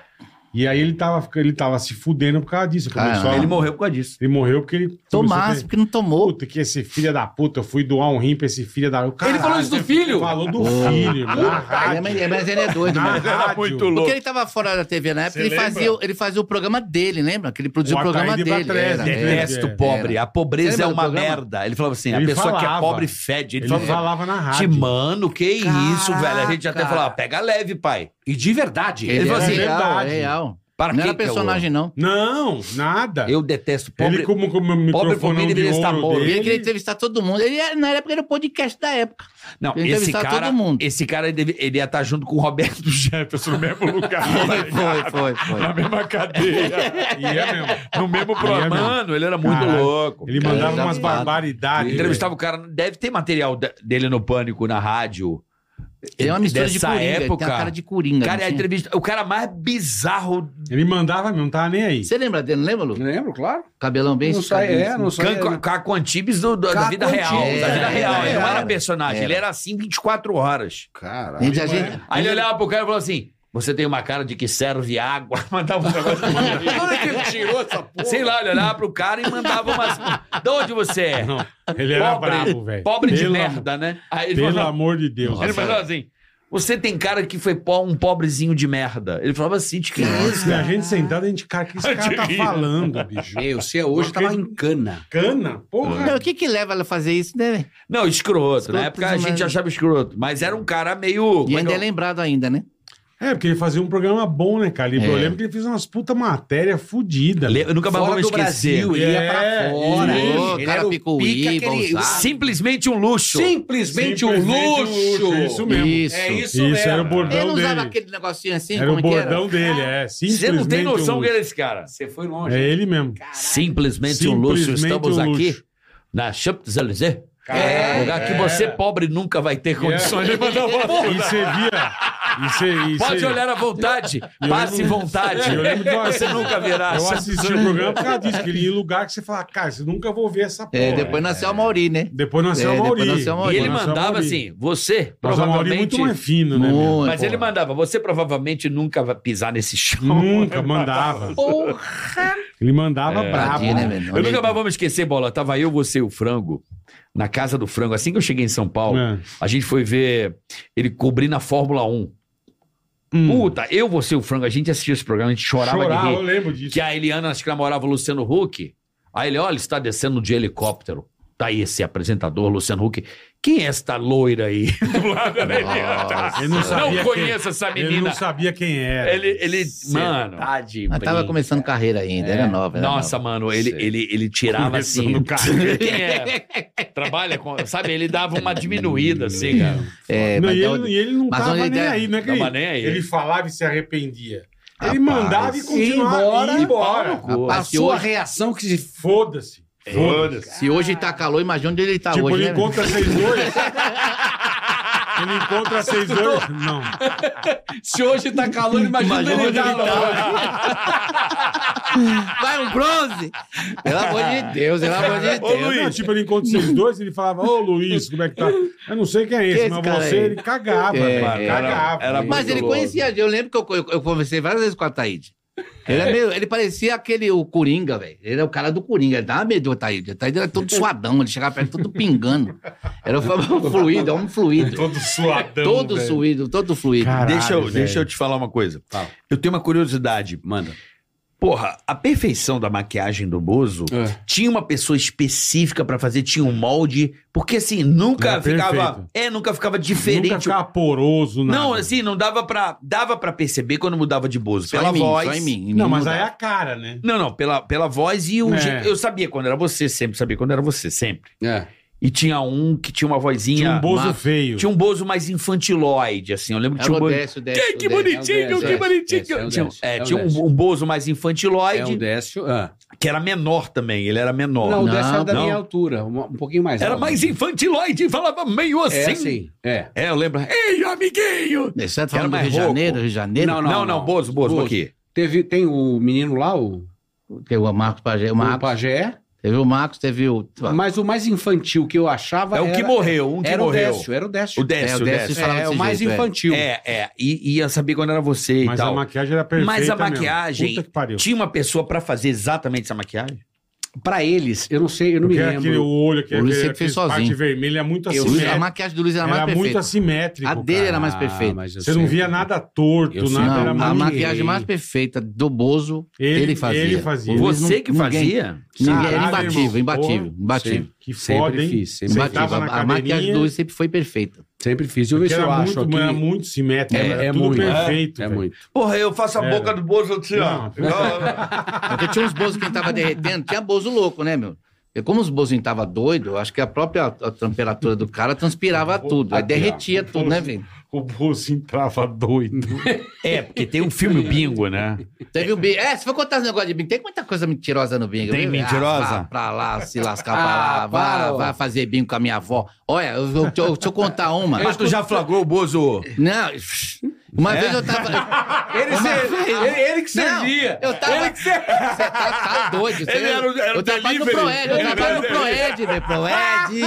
C: E aí ele tava, ele tava se fudendo por causa disso.
E: Caralho,
C: Começou a-
H: Ele morreu por causa disso.
C: ele morreu porque ele.
E: Tomás,
C: começou a ter-
E: porque não tomou.
C: Puta, que esse filho da puta, eu fui doar um rim pra esse filho da. Caralho, né?
G: falou isso do filho?
C: Falou do filho, irmão. na
E: Ele é-
C: rádio.
E: Mas ele é doido,
C: Na
E: mano.
C: rádio.
E: Porque ele tava fora da TV na época,
C: Cê
E: ele fazia,
C: lembra?
E: ele fazia o programa dele, lembra? Que ele produziu
C: O
E: o programa
C: Ataíde
E: dele.
C: Batrese,
E: era,
C: né?
E: era.
C: É,
H: Detesto
C: é.
H: pobreza. A
E: Você
H: pobreza é
E: lembra
H: uma
E: do programa?
H: merda. Ele falava assim,
C: Ele
H: a pessoa que é
C: falava.
H: pobre fede. Ele,
C: Ele falava
H: falava,
C: na
H: "Te,
C: rádio.
H: mano, que isso, velho. A gente até
G: Caraca.
H: falava, pega leve, pai.
G: E de verdade.
E: Ele,
H: Ele
E: era
H: falou assim,
E: real,
C: verdade.
E: é real.
H: Para
E: Não
H: que
E: era
H: que eu-
E: personagem, não.
C: Não, nada.
H: Eu detesto pobre.
C: ele, como com o meu
H: pobre
C: microfone
H: comida
C: de
H: deveria estar
C: ouro
H: morto.
E: E ele
C: dele,
E: queria entrevistar todo mundo. Ele era- na época era o podcast da época.
H: Não,
E: ele
H: esse
E: entrevistava
H: cara,
E: todo mundo.
H: esse cara deve- ele ia estar junto com o Roberto
C: É,
H: Jefferson no mesmo lugar.
E: Foi, foi, foi, foi.
H: na mesma cadeia.
C: E é mesmo.
H: No mesmo
C: Ele é
H: programa.
C: mesmo.
H: Mano, ele era muito
C: Caralho.
H: louco.
C: Ele mandava
E: Cara,
C: umas
E: já-
C: barbaridades.
H: Ele entrevistava o cara. Deve ter material de- dele no Pânico, na rádio.
E: Ele é uma mistura de
H: Dessa
E: coringa. Ele tem
H: época.
E: uma cara de coringa. né,
H: Cara, é
E: não
H: a
E: tinha?
H: entrevista. O cara mais bizarro.
C: velho. Ele mandava mesmo, não tava nem aí.
E: Você lembra dele, não lembra, Lu?
G: Lembro, claro.
E: Cabelão bem
G: Não sai,
E: esticadinho,
G: é,
E: assim.
G: não sai.
H: Canco- Caco Antibes do- do- da
G: Caco
H: vida real.
G: Antibes,
H: Da vida
G: é,
H: real.
G: é,
H: Ele não
G: era.
H: era personagem,
E: Era.
H: ele era assim 24 horas.
E: A
G: Caralho.
E: gente- a
C: é?
E: gente-
H: Aí ele olhava pro cara e falava assim: Você tem uma cara de que serve água. Mandava um negócio.
G: Olha que ele tirou essa porra.
H: Sei lá, ele olhava pro cara e mandava umas. De onde você é?
C: Ah, Não, ele era
H: Pobre-
C: brabo, velho.
H: Pobre de
C: Pelo
H: merda, né? Aí ele
C: Pelo
H: falava,
C: amor de Deus.
H: ele falava assim: Você tem cara que foi po- um pobrezinho de merda. Ele falava assim, de criança.
C: E a gente sentado, a gente, cara, o que esse cara tá falando, bicho?
G: Meu, você hoje tava em cana.
C: Cana? Porra.
E: Não, o que que leva ela a fazer isso, né? velho?
H: Não, escroto.
E: Escroto
H: Na época a
E: demais.
H: gente achava escroto. Mas era um cara meio.
E: E
H: como é
E: ainda
H: que
E: é
H: eu-
E: lembrado ainda, né?
C: É, porque ele fazia um programa bom, né, cara? E
E: É.
C: Eu lembro que ele fez umas puta matéria fodida.
H: Le- Eu nunca mais vou
G: Fora
H: me
G: do
H: esquecer.
G: Brasil, ele ia pra
C: É,
G: fora.
C: isso.
G: Ele-
E: Ô,
G: ele
E: cara
G: era o
E: picuí,
G: pica que ele-
E: Bolsonaro.
H: Simplesmente um luxo.
G: Simplesmente um luxo.
C: Isso mesmo.
E: Isso.
G: É isso,
C: Isso,
G: mesmo.
C: era o
E: Ele não
C: bordão
E: usava
C: dele.
E: aquele negocinho assim,
C: Era
E: como
C: o
E: que era?
C: bordão dele, é.
H: Você não tem
C: Simplesmente
H: noção
C: um
H: que era esse cara.
G: Você foi longe.
C: É ele mesmo.
H: Simplesmente um luxo.
C: Simplesmente
H: Estamos
C: um luxo.
H: aqui na Champs-Élysées.
E: É.
G: Cara,
H: lugar que você, pobre, nunca vai
C: É.
H: ter condições de mandar uma foto.
C: E você via. E você, e
H: Pode
C: você-
H: olhar à vontade.
C: eu
H: Passe
C: lembro- É,
H: vontade.
C: eu lembro de uma-
H: Você nunca verá.
C: Eu assisti o programa por causa disso, que ele ia em lugar que você fala, cara, você nunca vou ver essa porra.
E: É, depois nasceu a Mauri, né?
C: Depois nasceu
E: É,
C: o
E: depois
C: Mauri.
E: nasceu o
H: E
E: Mauri.
H: ele
C: Nasceu o
H: mandava
C: Mauri.
H: assim, você
C: Mas o Mauri é muito
H: provavelmente...
C: mais fino, né? meu?
E: Muito,
H: Mas ele mandava, você provavelmente nunca vai pisar nesse chão.
C: Nunca mandava. Ele mandava brabo.
E: Tadinho, né,
C: né?
E: velho?
H: Eu nunca mais vou me esquecer, Bola. Tava eu, você e o Frango, na casa do Frango. Assim que eu cheguei em São Paulo,
C: É.
H: a gente foi ver ele cobrindo a Fórmula 1.
C: Hum.
H: Puta, eu, você e o Frango, a gente assistia esse programa, a gente chorava de
C: Chorava,
H: rir.
C: eu lembro disso.
H: Que a Eliana, acho que namorava o Luciano Huck. Aí ele, olha, está descendo de helicóptero. Tá aí esse apresentador, Luciano Huck. Quem é esta loira aí? Do lado da Eliana.
C: Ele não sabia quem-
H: Não conheço essa
C: Ele
H: menina.
C: não sabia tá quem era.
H: Ele, ele, mano.
E: Mas tava começando carreira ainda, era nova. Era
H: Nossa, mano, ele,
E: Sei.
H: ele, ele tirava assim.
C: Começando carreira.
H: Quem é? Trabalha com. Sabe, ele dava uma diminuída, assim, cara.
E: nova. É,
C: não,
E: mas
C: e,
E: deu-
C: ele, e ele não
E: mas
C: tava
E: onde
C: nem
E: ele é? der-
C: aí, né? Que
H: Tava
C: ele,
H: nem aí.
C: ele falava e se arrependia.
E: Rapaz.
C: ele mandava e continuava.
G: Embora.
C: ia embora.
G: A
E: Rapaz, se
G: sua
E: hoje,
G: reação que se
C: Foda-se.
E: É.
C: Foda-se.
E: se hoje
H: Ah.
E: tá calor, imagina onde ele tá
C: tipo,
E: hoje,
C: ele
E: né? velho?
C: encontra vocês dois. ele encontra vocês dois. Não.
G: Se hoje tá calor, imagina
E: Imagina
G: ele
E: onde ele
G: tá.
E: Vai um bronze! Pelo amor de Deus, pelo amor de
C: Ô,
E: Deus.
C: Luiz, tipo, ele encontra vocês dois, ele falava, ô Luiz, como é que tá? Eu não sei quem é esse,
E: esse
C: mas
E: cara
C: você,
E: aí?
C: ele cagava,
E: É,
C: velho,
E: era-
C: cagava.
H: era
C: Ele-
E: Mas ele
H: louco.
E: conhecia, eu lembro que eu, eu, eu conversei várias vezes com a Taíde. Ele, é meio- ele parecia aquele, o Coringa, velho. Ele era o cara do Coringa, ele dava medo do Ataíde. O Ataíde era todo suadão, ele chegava perto todo pingando. Era o famoso fluido, é um fluido.
C: todo suadão,
E: Todo
C: velho.
E: fluido, todo fluido.
C: Caralho,
H: deixa, eu,
C: velho.
H: deixa eu te falar uma coisa.
G: Fala.
H: Eu tenho uma curiosidade.
G: Manda.
H: Porra, a perfeição da maquiagem do Bozo
G: É.
H: tinha uma pessoa específica pra fazer, tinha um molde. Porque assim, nunca
C: Era
H: ficava.
C: perfeito.
H: É, nunca ficava diferente.
C: Nunca ficava poroso, nada.
H: Não, assim, não dava pra. Dava pra perceber quando mudava de Bozo.
E: Só
H: pela
E: em mim,
H: voz.
E: só em mim. em
C: Não,
E: mim
C: mas
E: mudava.
C: aí é a cara, né?
H: Não, não, pela, pela voz e o.
C: É.
H: jeito. Eu sabia quando era você, sempre sabia quando era você, sempre.
G: É.
H: E tinha um que tinha uma vozinha.
C: Tinha um bozo
E: mas-
C: feio.
H: Tinha um bozo mais infantiloide, assim. Eu
G: É
H: lembro que
E: Era
C: tipo
E: o
H: tinha um bozo.
E: Décio, o Décio,
H: que
E: o Décio.
H: bonitinho,
G: Décio,
H: que bonitinho.
G: Décio, é o
H: Tinha-
G: Décio,
H: é,
G: é o
H: tinha
G: Décio.
H: um, um bozo mais
G: É
H: infantiloide,
G: um Décio. ah.
H: que era menor também. Ele era menor.
G: Não, o Décio era da
H: não.
G: minha altura, um, um pouquinho mais
H: era
G: alto.
H: mais infantiloide, falava meio assim.
G: É,
H: É,
G: sim. É.
H: eu lembro. Ei, amiguinho!
E: Você tá
H: Era
E: falando do
H: mais
E: Rio de Janeiro,
H: rouco.
E: Rio de Janeiro?
G: Não,
H: Não, não, bozo, bozo,
G: Bozo.
H: aqui.
G: Teve, tem o menino lá, o,
E: Tem o Marcos Pajé, o
G: o
E: Marcos.
G: Pajé.
E: Teve o Marcos, teve o.
G: Mas o mais infantil que eu achava
I: É o que
G: era-
I: morreu, um que
G: era
I: morreu.
G: O Décio, era o Décio.
I: O Décio,
E: É, o Décio
I: Décio.
E: falava
G: É,
E: desse
G: o mais
E: jeito, é.
G: infantil.
I: É, é. E e ia saber quando era
E: um
I: você e
C: Mas a
I: tal.
C: maquiagem era perfeita.
I: Mas a
C: mesmo.
I: maquiagem-
C: Puta que pariu.
I: Tinha uma pessoa pra fazer exatamente essa maquiagem?
G: Pra eles, eu não sei, eu não
C: Porque
G: me
C: era aquele
G: lembro.
C: olho, aquele,
E: O Luiz
C: aquele,
E: sempre fez
C: aquele parte
E: sozinho.
C: vermelha é muito
E: Eu-
C: assimétrico.
E: a maquiagem do Luiz era
C: Era,
E: mais
C: muito assim,
E: perfeita.
C: assimétrico.
E: A dele era
C: cara.
E: mais perfeita.
C: Você não via nada torto,
I: Eu sei.
C: nada né? era
E: Não, a
C: muito-
E: maquiagem mais perfeita do Bozo, ele, fazia.
C: Ele fazia.
E: Você-
I: Você que
E: ninguém-
I: fazia?
E: Ninguém-
C: Caralho,
E: era imbatível,
C: irmão,
E: imbatível,
C: porra.
E: imbatível.
C: Que foda,
G: Sempre
C: hein?
G: fiz, sempre,
C: Sentava
E: imbatível. A,
C: na
E: a maquiagem
C: cadeirinha.
E: do Luiz sempre foi perfeita.
G: sempre fiz. Deixa eu ver
C: Porque
G: se eu
C: era
G: acho
C: muito,
G: aqui.
C: era muito simétrico,
G: É,
C: era
G: é
C: tudo
G: muito.
C: perfeito.
G: É
C: velho.
G: muito.
I: Porra, eu faço a
C: Era.
I: boca do Bozo assim, ó.
E: é. Porque tinha uns Bozo que tava derretendo, tinha Bozo louco, né, meu? Porque como os Bozo tava doido, eu acho que a própria a temperatura do cara transpirava tudo. Aí
C: Aqui, ó.
E: derretia tudo, né, velho?
C: O bolso entrava doido.
I: É, porque tem um filme Bingo, né?
E: Teve o Bingo. É, se for contar os negócios de Bingo, tem muita coisa mentirosa no Bingo.
I: Tem
E: viu?
I: mentirosa?
E: Ah, vá pra lá, se lascar
G: Ah,
E: pra lá.
G: para, ó.
E: Vá, vá fazer Bingo com a minha avó. Olha, eu, eu, eu, deixa eu contar uma.
I: Mas tu já flagrou o Bozo.
E: Não, uma
I: É?
E: vez eu tava...
G: Ele,
E: Uma
G: ser-
E: vez-
G: ele- ele que
E: é? Não,
G: servia.
E: eu tava-
G: Ele que servia.
E: Você tá, tá doido. Você
I: Ele era o- era o
E: eu trabalho no
I: delivery.
E: Proed, eu
I: Ele
E: trabalho no Proed, né? Proed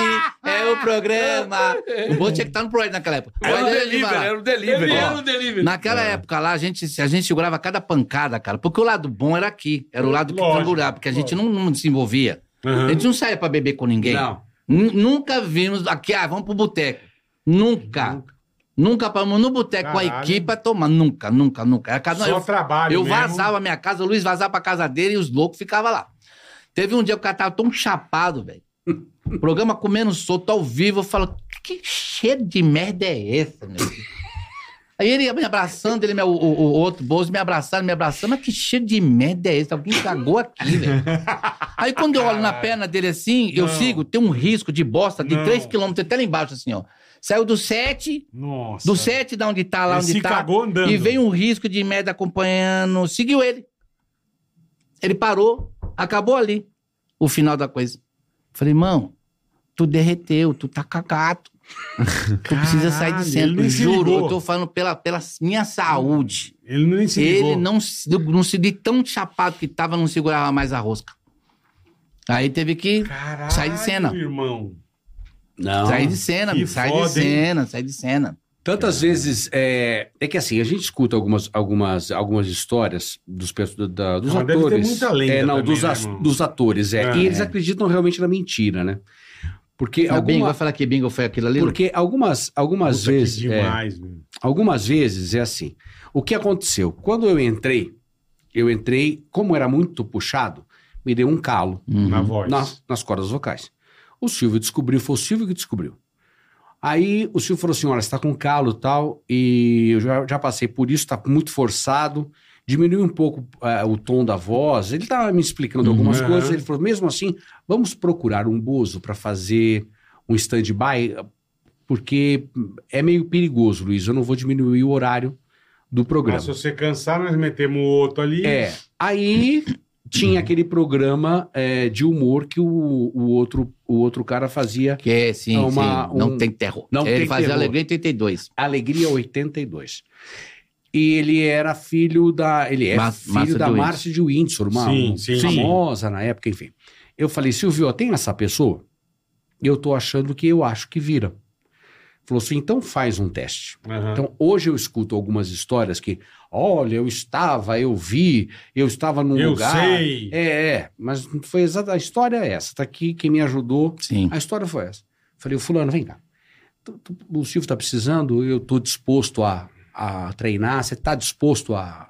E: é o programa. O bom tinha que estar no Proed naquela época.
H: um
I: Era o
E: Olha, deixa eu te
I: delivery,
E: falar.
I: era o delivery.
E: Ele
I: Ó.
E: era
G: um
E: o Naquela época lá, a gente, a gente segurava cada pancada, cara. Porque o lado bom era aqui. Era o lado que
C: Lógico,
E: segurava, porque a gente não, não se envolvia.
C: Aham.
E: A gente não saía pra beber com ninguém.
G: Não.
E: Nu- Nunca vimos aqui, ah, vamos pro boteco. Nunca. Nunca paramos no boteco com a
C: Caralho.
E: equipe pra tomar. Nunca, nunca, nunca. Era cada um-
C: Só
E: eu-
C: trabalho
E: eu
C: mesmo.
E: vazava a minha casa, o Luiz vazava pra casa dele e os loucos ficavam lá. Teve um dia que o cara tava tão chapado, velho. Programa comendo solto ao vivo. Eu falo, que cheiro de merda é esse, meu? Aí ele ia me abraçando, ele, me- o, o- o outro bolso me abraçando, me abraçando. Mas que cheiro de merda é esse? Alguém cagou aqui, velho. Aí quando eu olho na perna dele assim, eu
C: Não.
E: sigo, tem um risco de bosta de
C: Não.
E: 3 km até lá embaixo, assim, ó. Saiu do 7,
C: Nossa.
E: do 7 da onde tá, lá
C: Ele
E: onde
C: se
E: tá.
C: cagou andando.
E: E veio um risco de merda acompanhando. Seguiu ele. Ele parou, acabou ali o final da coisa. Falei, irmão, tu derreteu, tu tá cagado. tu precisa sair de
C: Caralho, ele
E: centro.
C: nem se
E: Juro,
C: ligou.
E: eu tô falando pela, pela minha saúde.
C: Ele nem se ligou.
E: ele não, se- não se de tão chapado que tava, não segurava mais a rosca. Aí teve que
C: Caralho,
E: Sai de cena.
C: irmão.
G: Não.
E: sair de cena,
C: que
E: meu, sai
C: foda,
E: de cena, sai de cena.
G: Tantas vezes é, é que assim a gente escuta algumas, algumas, algumas histórias dos perso- da- dos
C: Ah, mas deve
G: atores.
C: ter muita lenda
G: é, não,
C: também,
G: dos,
C: né,
G: as-
C: irmão?
G: dos atores, é.
C: É.
G: E eles acreditam realmente na mentira, né? Porque
E: Ah, Bingo, vai
G: alguma,
E: falar que bingo foi aquilo ali?
G: porque algumas algumas
C: Puta, que
G: vezes, é,
C: demais, meu.
G: algumas vezes é assim. O que aconteceu? Quando eu entrei, eu entrei, como era muito puxado, me deu um calo
E: Uhum.
C: Na voz.
G: na- nas cordas vocais. O Silvio descobriu, foi o Silvio que descobriu. Aí o Silvio falou assim: olha, você tá com calo e tal, e eu já, já passei por isso, tá muito forçado. Diminuiu um pouco eh, o tom da voz. Ele tava me explicando algumas
C: Uhum.
G: coisas. Ele falou: mesmo assim, vamos procurar um bozo para fazer um stand-by, porque é meio perigoso, Luiz. Eu não vou diminuir o horário do programa.
C: Mas se você cansar, nós metemos o outro ali.
G: É. Aí tinha aquele programa é, de humor que o, o, outro, o outro cara fazia
E: Que é, sim,
G: É uma-
E: sim. Não
G: um-
E: tem terror.
G: não
E: Ele
G: tem
E: fazia
G: terror.
E: Alegria em 32.
G: Alegria 82. E ele era filho da. Ele é
E: Mar-
G: filho
E: Márcia
G: da
E: de Windsor.
G: Márcia de Windsor, uma
C: Sim,
G: uma
C: sim.
G: famosa na época, enfim. Eu falei, Silvio, ó, tem essa pessoa? Eu tô achando que eu acho que vira. Falou assim, então faz um teste.
C: Aham.
G: Então, hoje eu escuto algumas histórias que, olha, eu estava, eu vi, eu estava num
C: eu
G: um lugar.
C: sei.
G: É, é, mas foi exata a história é essa. Tá aqui quem me ajudou.
E: Sim.
G: A história foi essa. Falei, o fulano, vem cá. Tu- tu- O Silvio tá precisando, eu tô disposto a, a treinar, você tá disposto a,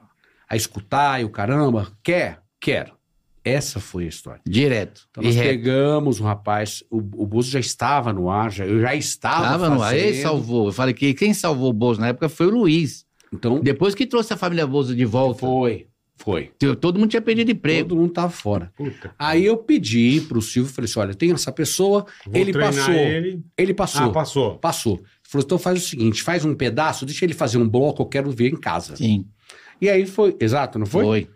G: a escutar e o caramba, quer? Quero. Essa foi a história.
E: Direto.
G: Então
E: e
G: nós
E: reto.
G: pegamos o rapaz, o, o Bozo já estava no ar, já, eu já estava
E: Tava no ar. é
G: fazendo.
E: Ele salvou. Eu falei que quem salvou o Bozo na época foi o Luiz.
G: Então,
E: Depois que trouxe a família Bozo de volta,
G: foi, foi.
E: teu- todo mundo tinha perdido emprego.
G: Todo mundo tava fora.
C: Puta.
G: Aí eu pedi pro Silvio, falei assim, olha, tem essa pessoa,
C: Vou
G: ele
C: treinar
G: passou,
C: ele.
G: ele passou.
C: Ah, passou.
G: Passou. Falou, então faz o seguinte, faz um pedaço, deixa ele fazer um bloco, eu quero ver em casa.
E: Sim,
G: E aí foi, exato, não foi?
E: foi.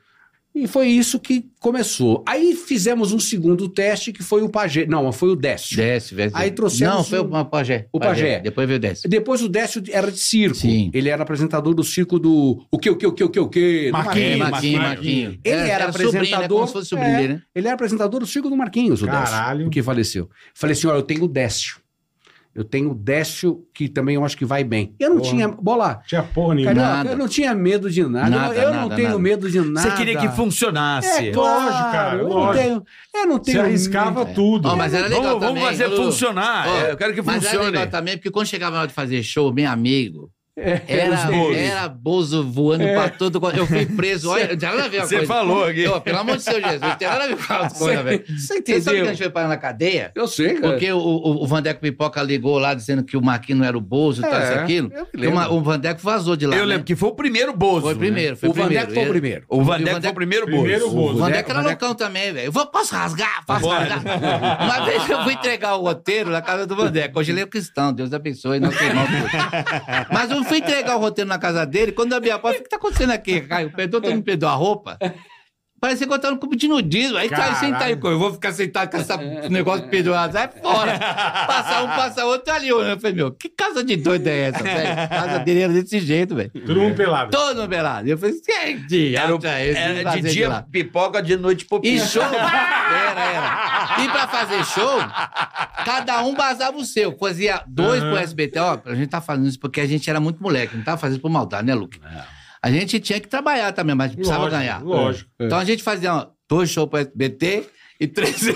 G: E foi isso que começou. Aí fizemos um segundo teste que foi o Pajé. Não, foi o Décio.
E: Desce, velho.
G: Aí trouxemos
E: Não, foi
G: um-
E: o, o Pajé.
G: o Pajé.
E: Depois veio o Desce.
G: Depois o Décio era de circo.
E: Sim.
G: Ele era apresentador do circo do O que, o que, o que, o que, o que.
C: Marquinhos.
E: É, Marquinho,
C: Marquinhos.
E: Marquinho.
G: Ele era
E: sobrinho, né? Como se fosse sobrinho
G: apresentador,
E: dele, né?
G: Ele era apresentador do circo do Marquinhos, o
C: Caralho.
G: Décio, que faleceu. Falei assim, olha, eu tenho o Décio. Eu tenho o Décio, que também eu acho que vai bem. Eu não
C: Porra.
G: tinha... Bola,
C: Tinha porra nenhuma.
G: Carioca,
E: nada.
G: eu não tinha medo de nada.
E: Nada,
G: eu não
E: nada,
G: tenho
E: nada.
G: medo de nada.
H: Você queria que funcionasse.
G: É
E: Assim.
C: Lógico,
G: claro,
C: cara,
G: eu não
C: lógico.
G: tenho... Eu não
C: Você
G: tenho...
C: arriscava tudo.
E: Ó, mas era É, legal
H: vamos, vamos
E: também.
H: fazer
E: viu?
H: funcionar.
E: Ó,
H: É, eu quero que
E: Mas era
H: funcione.
E: legal também, porque quando chegava na hora de fazer show, meu amigo,
H: os
G: É,
E: era,
H: dois.
E: era Bozo voando pra todo... quanto- Eu fui preso, olha, não tem nada a ver com a
H: Você
E: coisa.
H: falou aqui.
E: Ô, pelo amor de Deus, Jesus, não tem nada a ver com as coisas, né, velho.
G: Você
E: Você sabe que a
G: entendeu?
E: gente foi parar na cadeia?
G: Eu sei, cara.
E: Porque o, o, o Vandeco Pipoca ligou lá dizendo que o Marquinhos não era o Bozo e tal,
G: É,
E: isso e aquilo.
G: eu
E: E
G: lembro.
E: uma- o Vandeco vazou de lá.
H: Eu
E: né?
H: lembro que foi o primeiro Bozo.
E: Foi o primeiro, foi
G: né? o
E: o primeiro.
G: Vandeco foi o
E: Ele-
G: primeiro.
H: né? O
E: E é
H: Van
E: o
H: Deck
E: Van
H: foi o
E: Deck-
H: primeiro Bozo.
C: Primeiro
E: O
C: Bozo.
E: Vandeco era
G: Vandeco-
E: loucão também, velho. Eu vou- Posso rasgar? Posso rasgar? Uma vez eu fui entregar o roteiro na casa do Vandeco. Hoje ele é cristão, Deus abençoe, nosso irmão. tudo. Mas eu fui entregar o roteiro na casa dele. Quando eu abri a porta, o que tá acontecendo aqui, Caio? Perdoa, todo mundo perdoou a roupa? Parecia que eu tava no clube de nudismo. Aí Caio,
C: Caralho.
E: senta aí, eu vou ficar sentado com esse negócio pendurado. Sai fora. Passa um, passa outro, ali. Eu falei, meu, que casa de doido é essa, velho? Casa dele era desse jeito, velho.
C: Todo mundo pelado.
E: Todo numerado. Eu falei, que dia
H: Era, o-
E: é esse?
H: era de
E: Prazer
H: dia
E: lá.
H: pipoca, de noite
E: E
H: popinha.
E: show? Era, era. E pra fazer show, cada um basava o seu. Fazia dois pro SBT. Ó, a gente tá fazendo isso porque a gente era muito moleque. Não tava fazendo por maldade, né, Luke? A gente tinha que trabalhar também, mas precisava
C: Lógico,
E: ganhar.
C: lógico.
E: Então a gente fazia ó, dois shows pro SBT e 300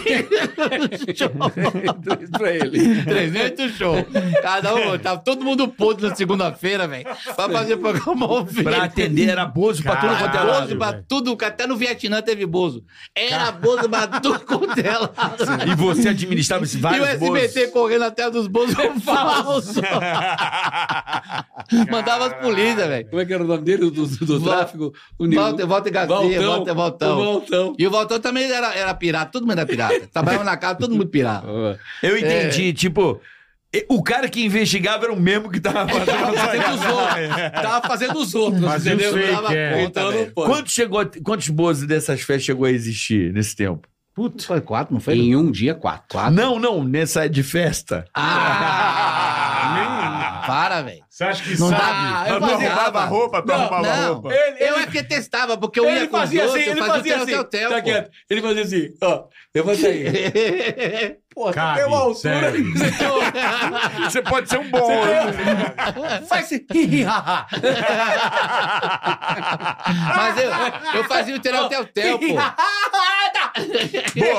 E: shows.
G: pra ele.
E: 300 shows. Cada um, tava todo mundo podre na segunda-feira, velho. Pra fazer programa ao vivo.
H: Pra atender,
G: um
H: era Bozo pra tudo quanto é
C: Caralho.
H: lado.
E: Bozo pra
C: velho.
E: tudo, até no Vietnã teve Bozo. Era Bozo pra tudo quanto é lado.
H: E você administrava esses
E: E o
H: vários
E: SBT correndo até dos Bozos com falso. Mandava as polícias, velho.
G: Como é que era o nome dele, do, do, do
E: Val-
G: tráfico? O Nil-
E: Walter, Walter Garcia,
G: Valtão.
E: Walter
G: O
E: Valtão.
G: Valtão.
E: E o Valtão também era, era pirata, todo mundo era pirata. Trabalhava na casa, todo mundo pirata.
H: Eu
E: É.
H: entendi, tipo, e- o cara que investigava era o mesmo que tava fazendo.
G: fazendo os outros. Tava fazendo os outros,
C: Fazia
G: entendeu?
C: o fake,
G: Dava
C: é.
G: conta,
E: Então não
G: velho.
H: Quantos, chegou, a- quantos Bozos dessas festas chegou a existir nesse tempo?
C: Puta.
E: Foi quatro, não foi?
G: Em um dia, quatro.
H: Não, não, nessa de festa.
E: Ah! Para, velho.
C: Você acha que
E: Não
C: sabe?
E: dá. Eu fazia-
H: roupa pra
E: não,
G: Ele,
E: eu é que testava, porque eu ia
G: ele
E: com os
G: fazia assim,
E: outros,
G: ele
E: eu fazia, o
G: fazia assim.
E: teu tempo.
G: Tá quieto. Ele fazia assim, ó. Levanta aí. Pô, você
C: Cabe,
G: tem uma altura.
C: sério.
G: Você tem uma...
H: Você pode ser um bom.
G: Faz assim.
E: Mas eu, eu fazia o Terão Tel Tel, pô.
H: boa,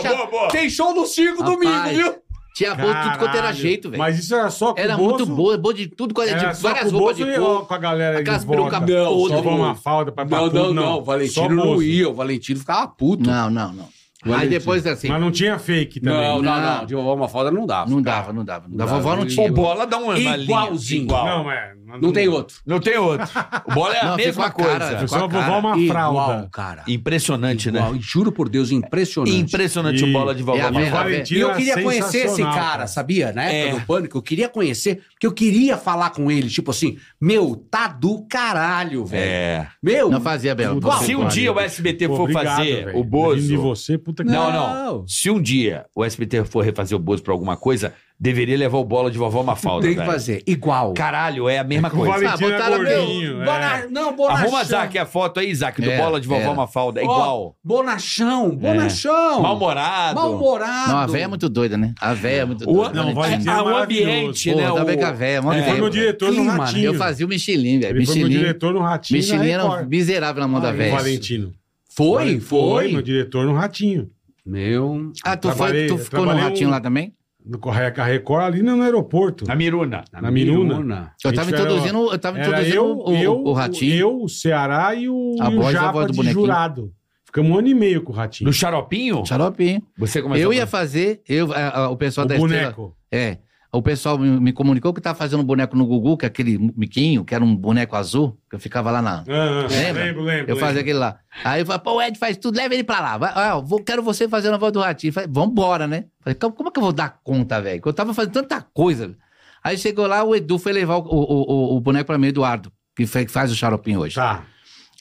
H: boa, boa.
G: Tem show no circo
E: Rapaz,
G: domingo, viu?
E: Tinha boa de tudo quanto era
C: Caralho.
E: jeito, velho.
C: Mas isso era só com
E: Era
C: o Bozo,
E: muito boa, boa de tudo quanto
C: Era
E: era.
C: só
E: De várias
C: com o
E: roupas
C: Bozo
E: de
C: e
E: couro.
C: ó, com a galera de
E: Aquelas peruca-
C: volta.
E: Não,
C: só
E: só
C: pra uma
G: Bozo.
C: falda pra pra
G: Não,
C: tudo,
G: não, não. O
C: Só
G: Valentino não
C: Bozo.
G: ia. O Valentino ficava puto.
E: Não, não, não. Aí
G: Valentino.
E: depois assim.
C: Mas não tinha fake também.
G: Não, não,
E: Não.
G: não. De vovó uma foda não dava.
E: Não dava, não dava. Não dava.
G: dava,
E: vovó não
G: não
E: tinha.
H: O bola dá uma uma linha.
G: Igualzinho.
H: Igual. Não,
C: Não, é. mas
G: Não tem outro.
H: tem outro. O bola é a
E: Não, ficou
H: mesma
E: a cara,
H: coisa.
C: Eu
E: Com
C: só
E: a cara.
C: vou É uma
G: Igual,
C: fralda.
G: cara.
H: Impressionante,
G: Igual.
H: né?
G: Juro por Deus, impressionante.
H: Impressionante o
C: E-
H: bola de vovó.
E: É a
H: Mafalda.
E: mesma-
G: E eu queria
C: era
G: conhecer esse
C: sensacional,
G: cara, sabia? Na época
H: É.
G: do pânico, eu queria conhecer, porque eu queria falar com ele, tipo assim, meu, tá do caralho, velho.
H: É.
G: Meu,
E: Não fazia, Belo.
C: Puta
H: Se
C: que
H: um
C: pariu.
H: dia o SBT for
C: Obrigado,
H: fazer
C: velho.
H: o Bozo-
C: De você, puta que
H: Não,
G: Não.
H: não. Se um dia o SBT for refazer o Bozo pra alguma coisa, deveria levar o bola de vovó Mafalda.
G: tem que
H: velho.
G: fazer igual.
H: Caralho, é a mesma
C: O
H: coisa.
C: Valentino é
E: botaram meu-
C: gordinho. é.
G: Bona- Não, Bonachão.
H: Arruma, Zac, a foto aí, Zac, do
E: É,
H: bola de vovó
E: é.
H: Mafalda. É
G: Ó,
H: igual. É.
G: Bonachão, Bonachão.
H: Mal-humorado.
G: Mal-humorado.
E: Não, a véia é muito doida, né? A véia é muito
H: O,
E: doida. Valentina.
C: Não, vai Valentina é
H: ah, o
C: maravilhoso.
H: ambiente,
E: Porra,
H: né?
E: tá
H: o-
E: bem com a véia. mó
H: Ele
C: Ele foi
E: feio,
C: meu
E: velho.
C: diretor no
G: Clima, né?
C: Ratinho.
E: Eu fazia o Michelin, velho.
C: Ele foi meu
E: Michelin.
C: diretor no Ratinho. na
E: Michelin era um
C: Record.
E: miserável na mão da
C: Aí,
E: véia.
C: Valentino.
G: Foi,
C: Foi meu
G: foi.
C: diretor no Ratinho.
G: Meu.
E: Ah, tu, foi,
C: Trabalhei-
E: tu ficou no
C: trabalhei um-
E: ratinho lá também?
C: No Correia com a Record ali no no aeroporto.
H: A Miruna.
C: Na Miruna.
E: Eu tava
C: A gente era-
E: introduzindo, eu tava
C: Era
E: introduzindo
C: eu,
E: o,
C: eu,
E: o ratinho.
C: Eu, o Ceará e o,
E: A
C: e o
E: voz, a
C: Japa
E: voz do
C: de
E: bonequinho.
C: jurado. Ficamos um ano e meio com o Ratinho.
H: No Xaropinho?
E: Xaropinho.
H: Você começou
E: Eu ia
H: a-
E: fazer, eu, a- a- o pessoal
C: o
E: da Estrela.
C: boneco.
E: É. O pessoal me, me comunicou que tava fazendo um boneco no Gugu, que é aquele miquinho, que era um boneco azul, que eu ficava lá na.
C: Ah, ah,
E: Lembra?
C: lembro, lembro.
E: Eu fazia
C: lembro.
E: aquele lá. Aí eu falei, pô, o Ed faz tudo, leva ele pra lá. Vai, ah, eu vou- quero você fazendo a voz do ratinho. Eu Falei, vambora, né? Eu Falei, como, como é que eu vou dar conta, velho? Que Eu tava fazendo tanta coisa. Aí chegou lá, o Edu foi levar o, o, o- o boneco pra mim, Eduardo, que fe- que faz o xaropinho hoje.
C: Tá.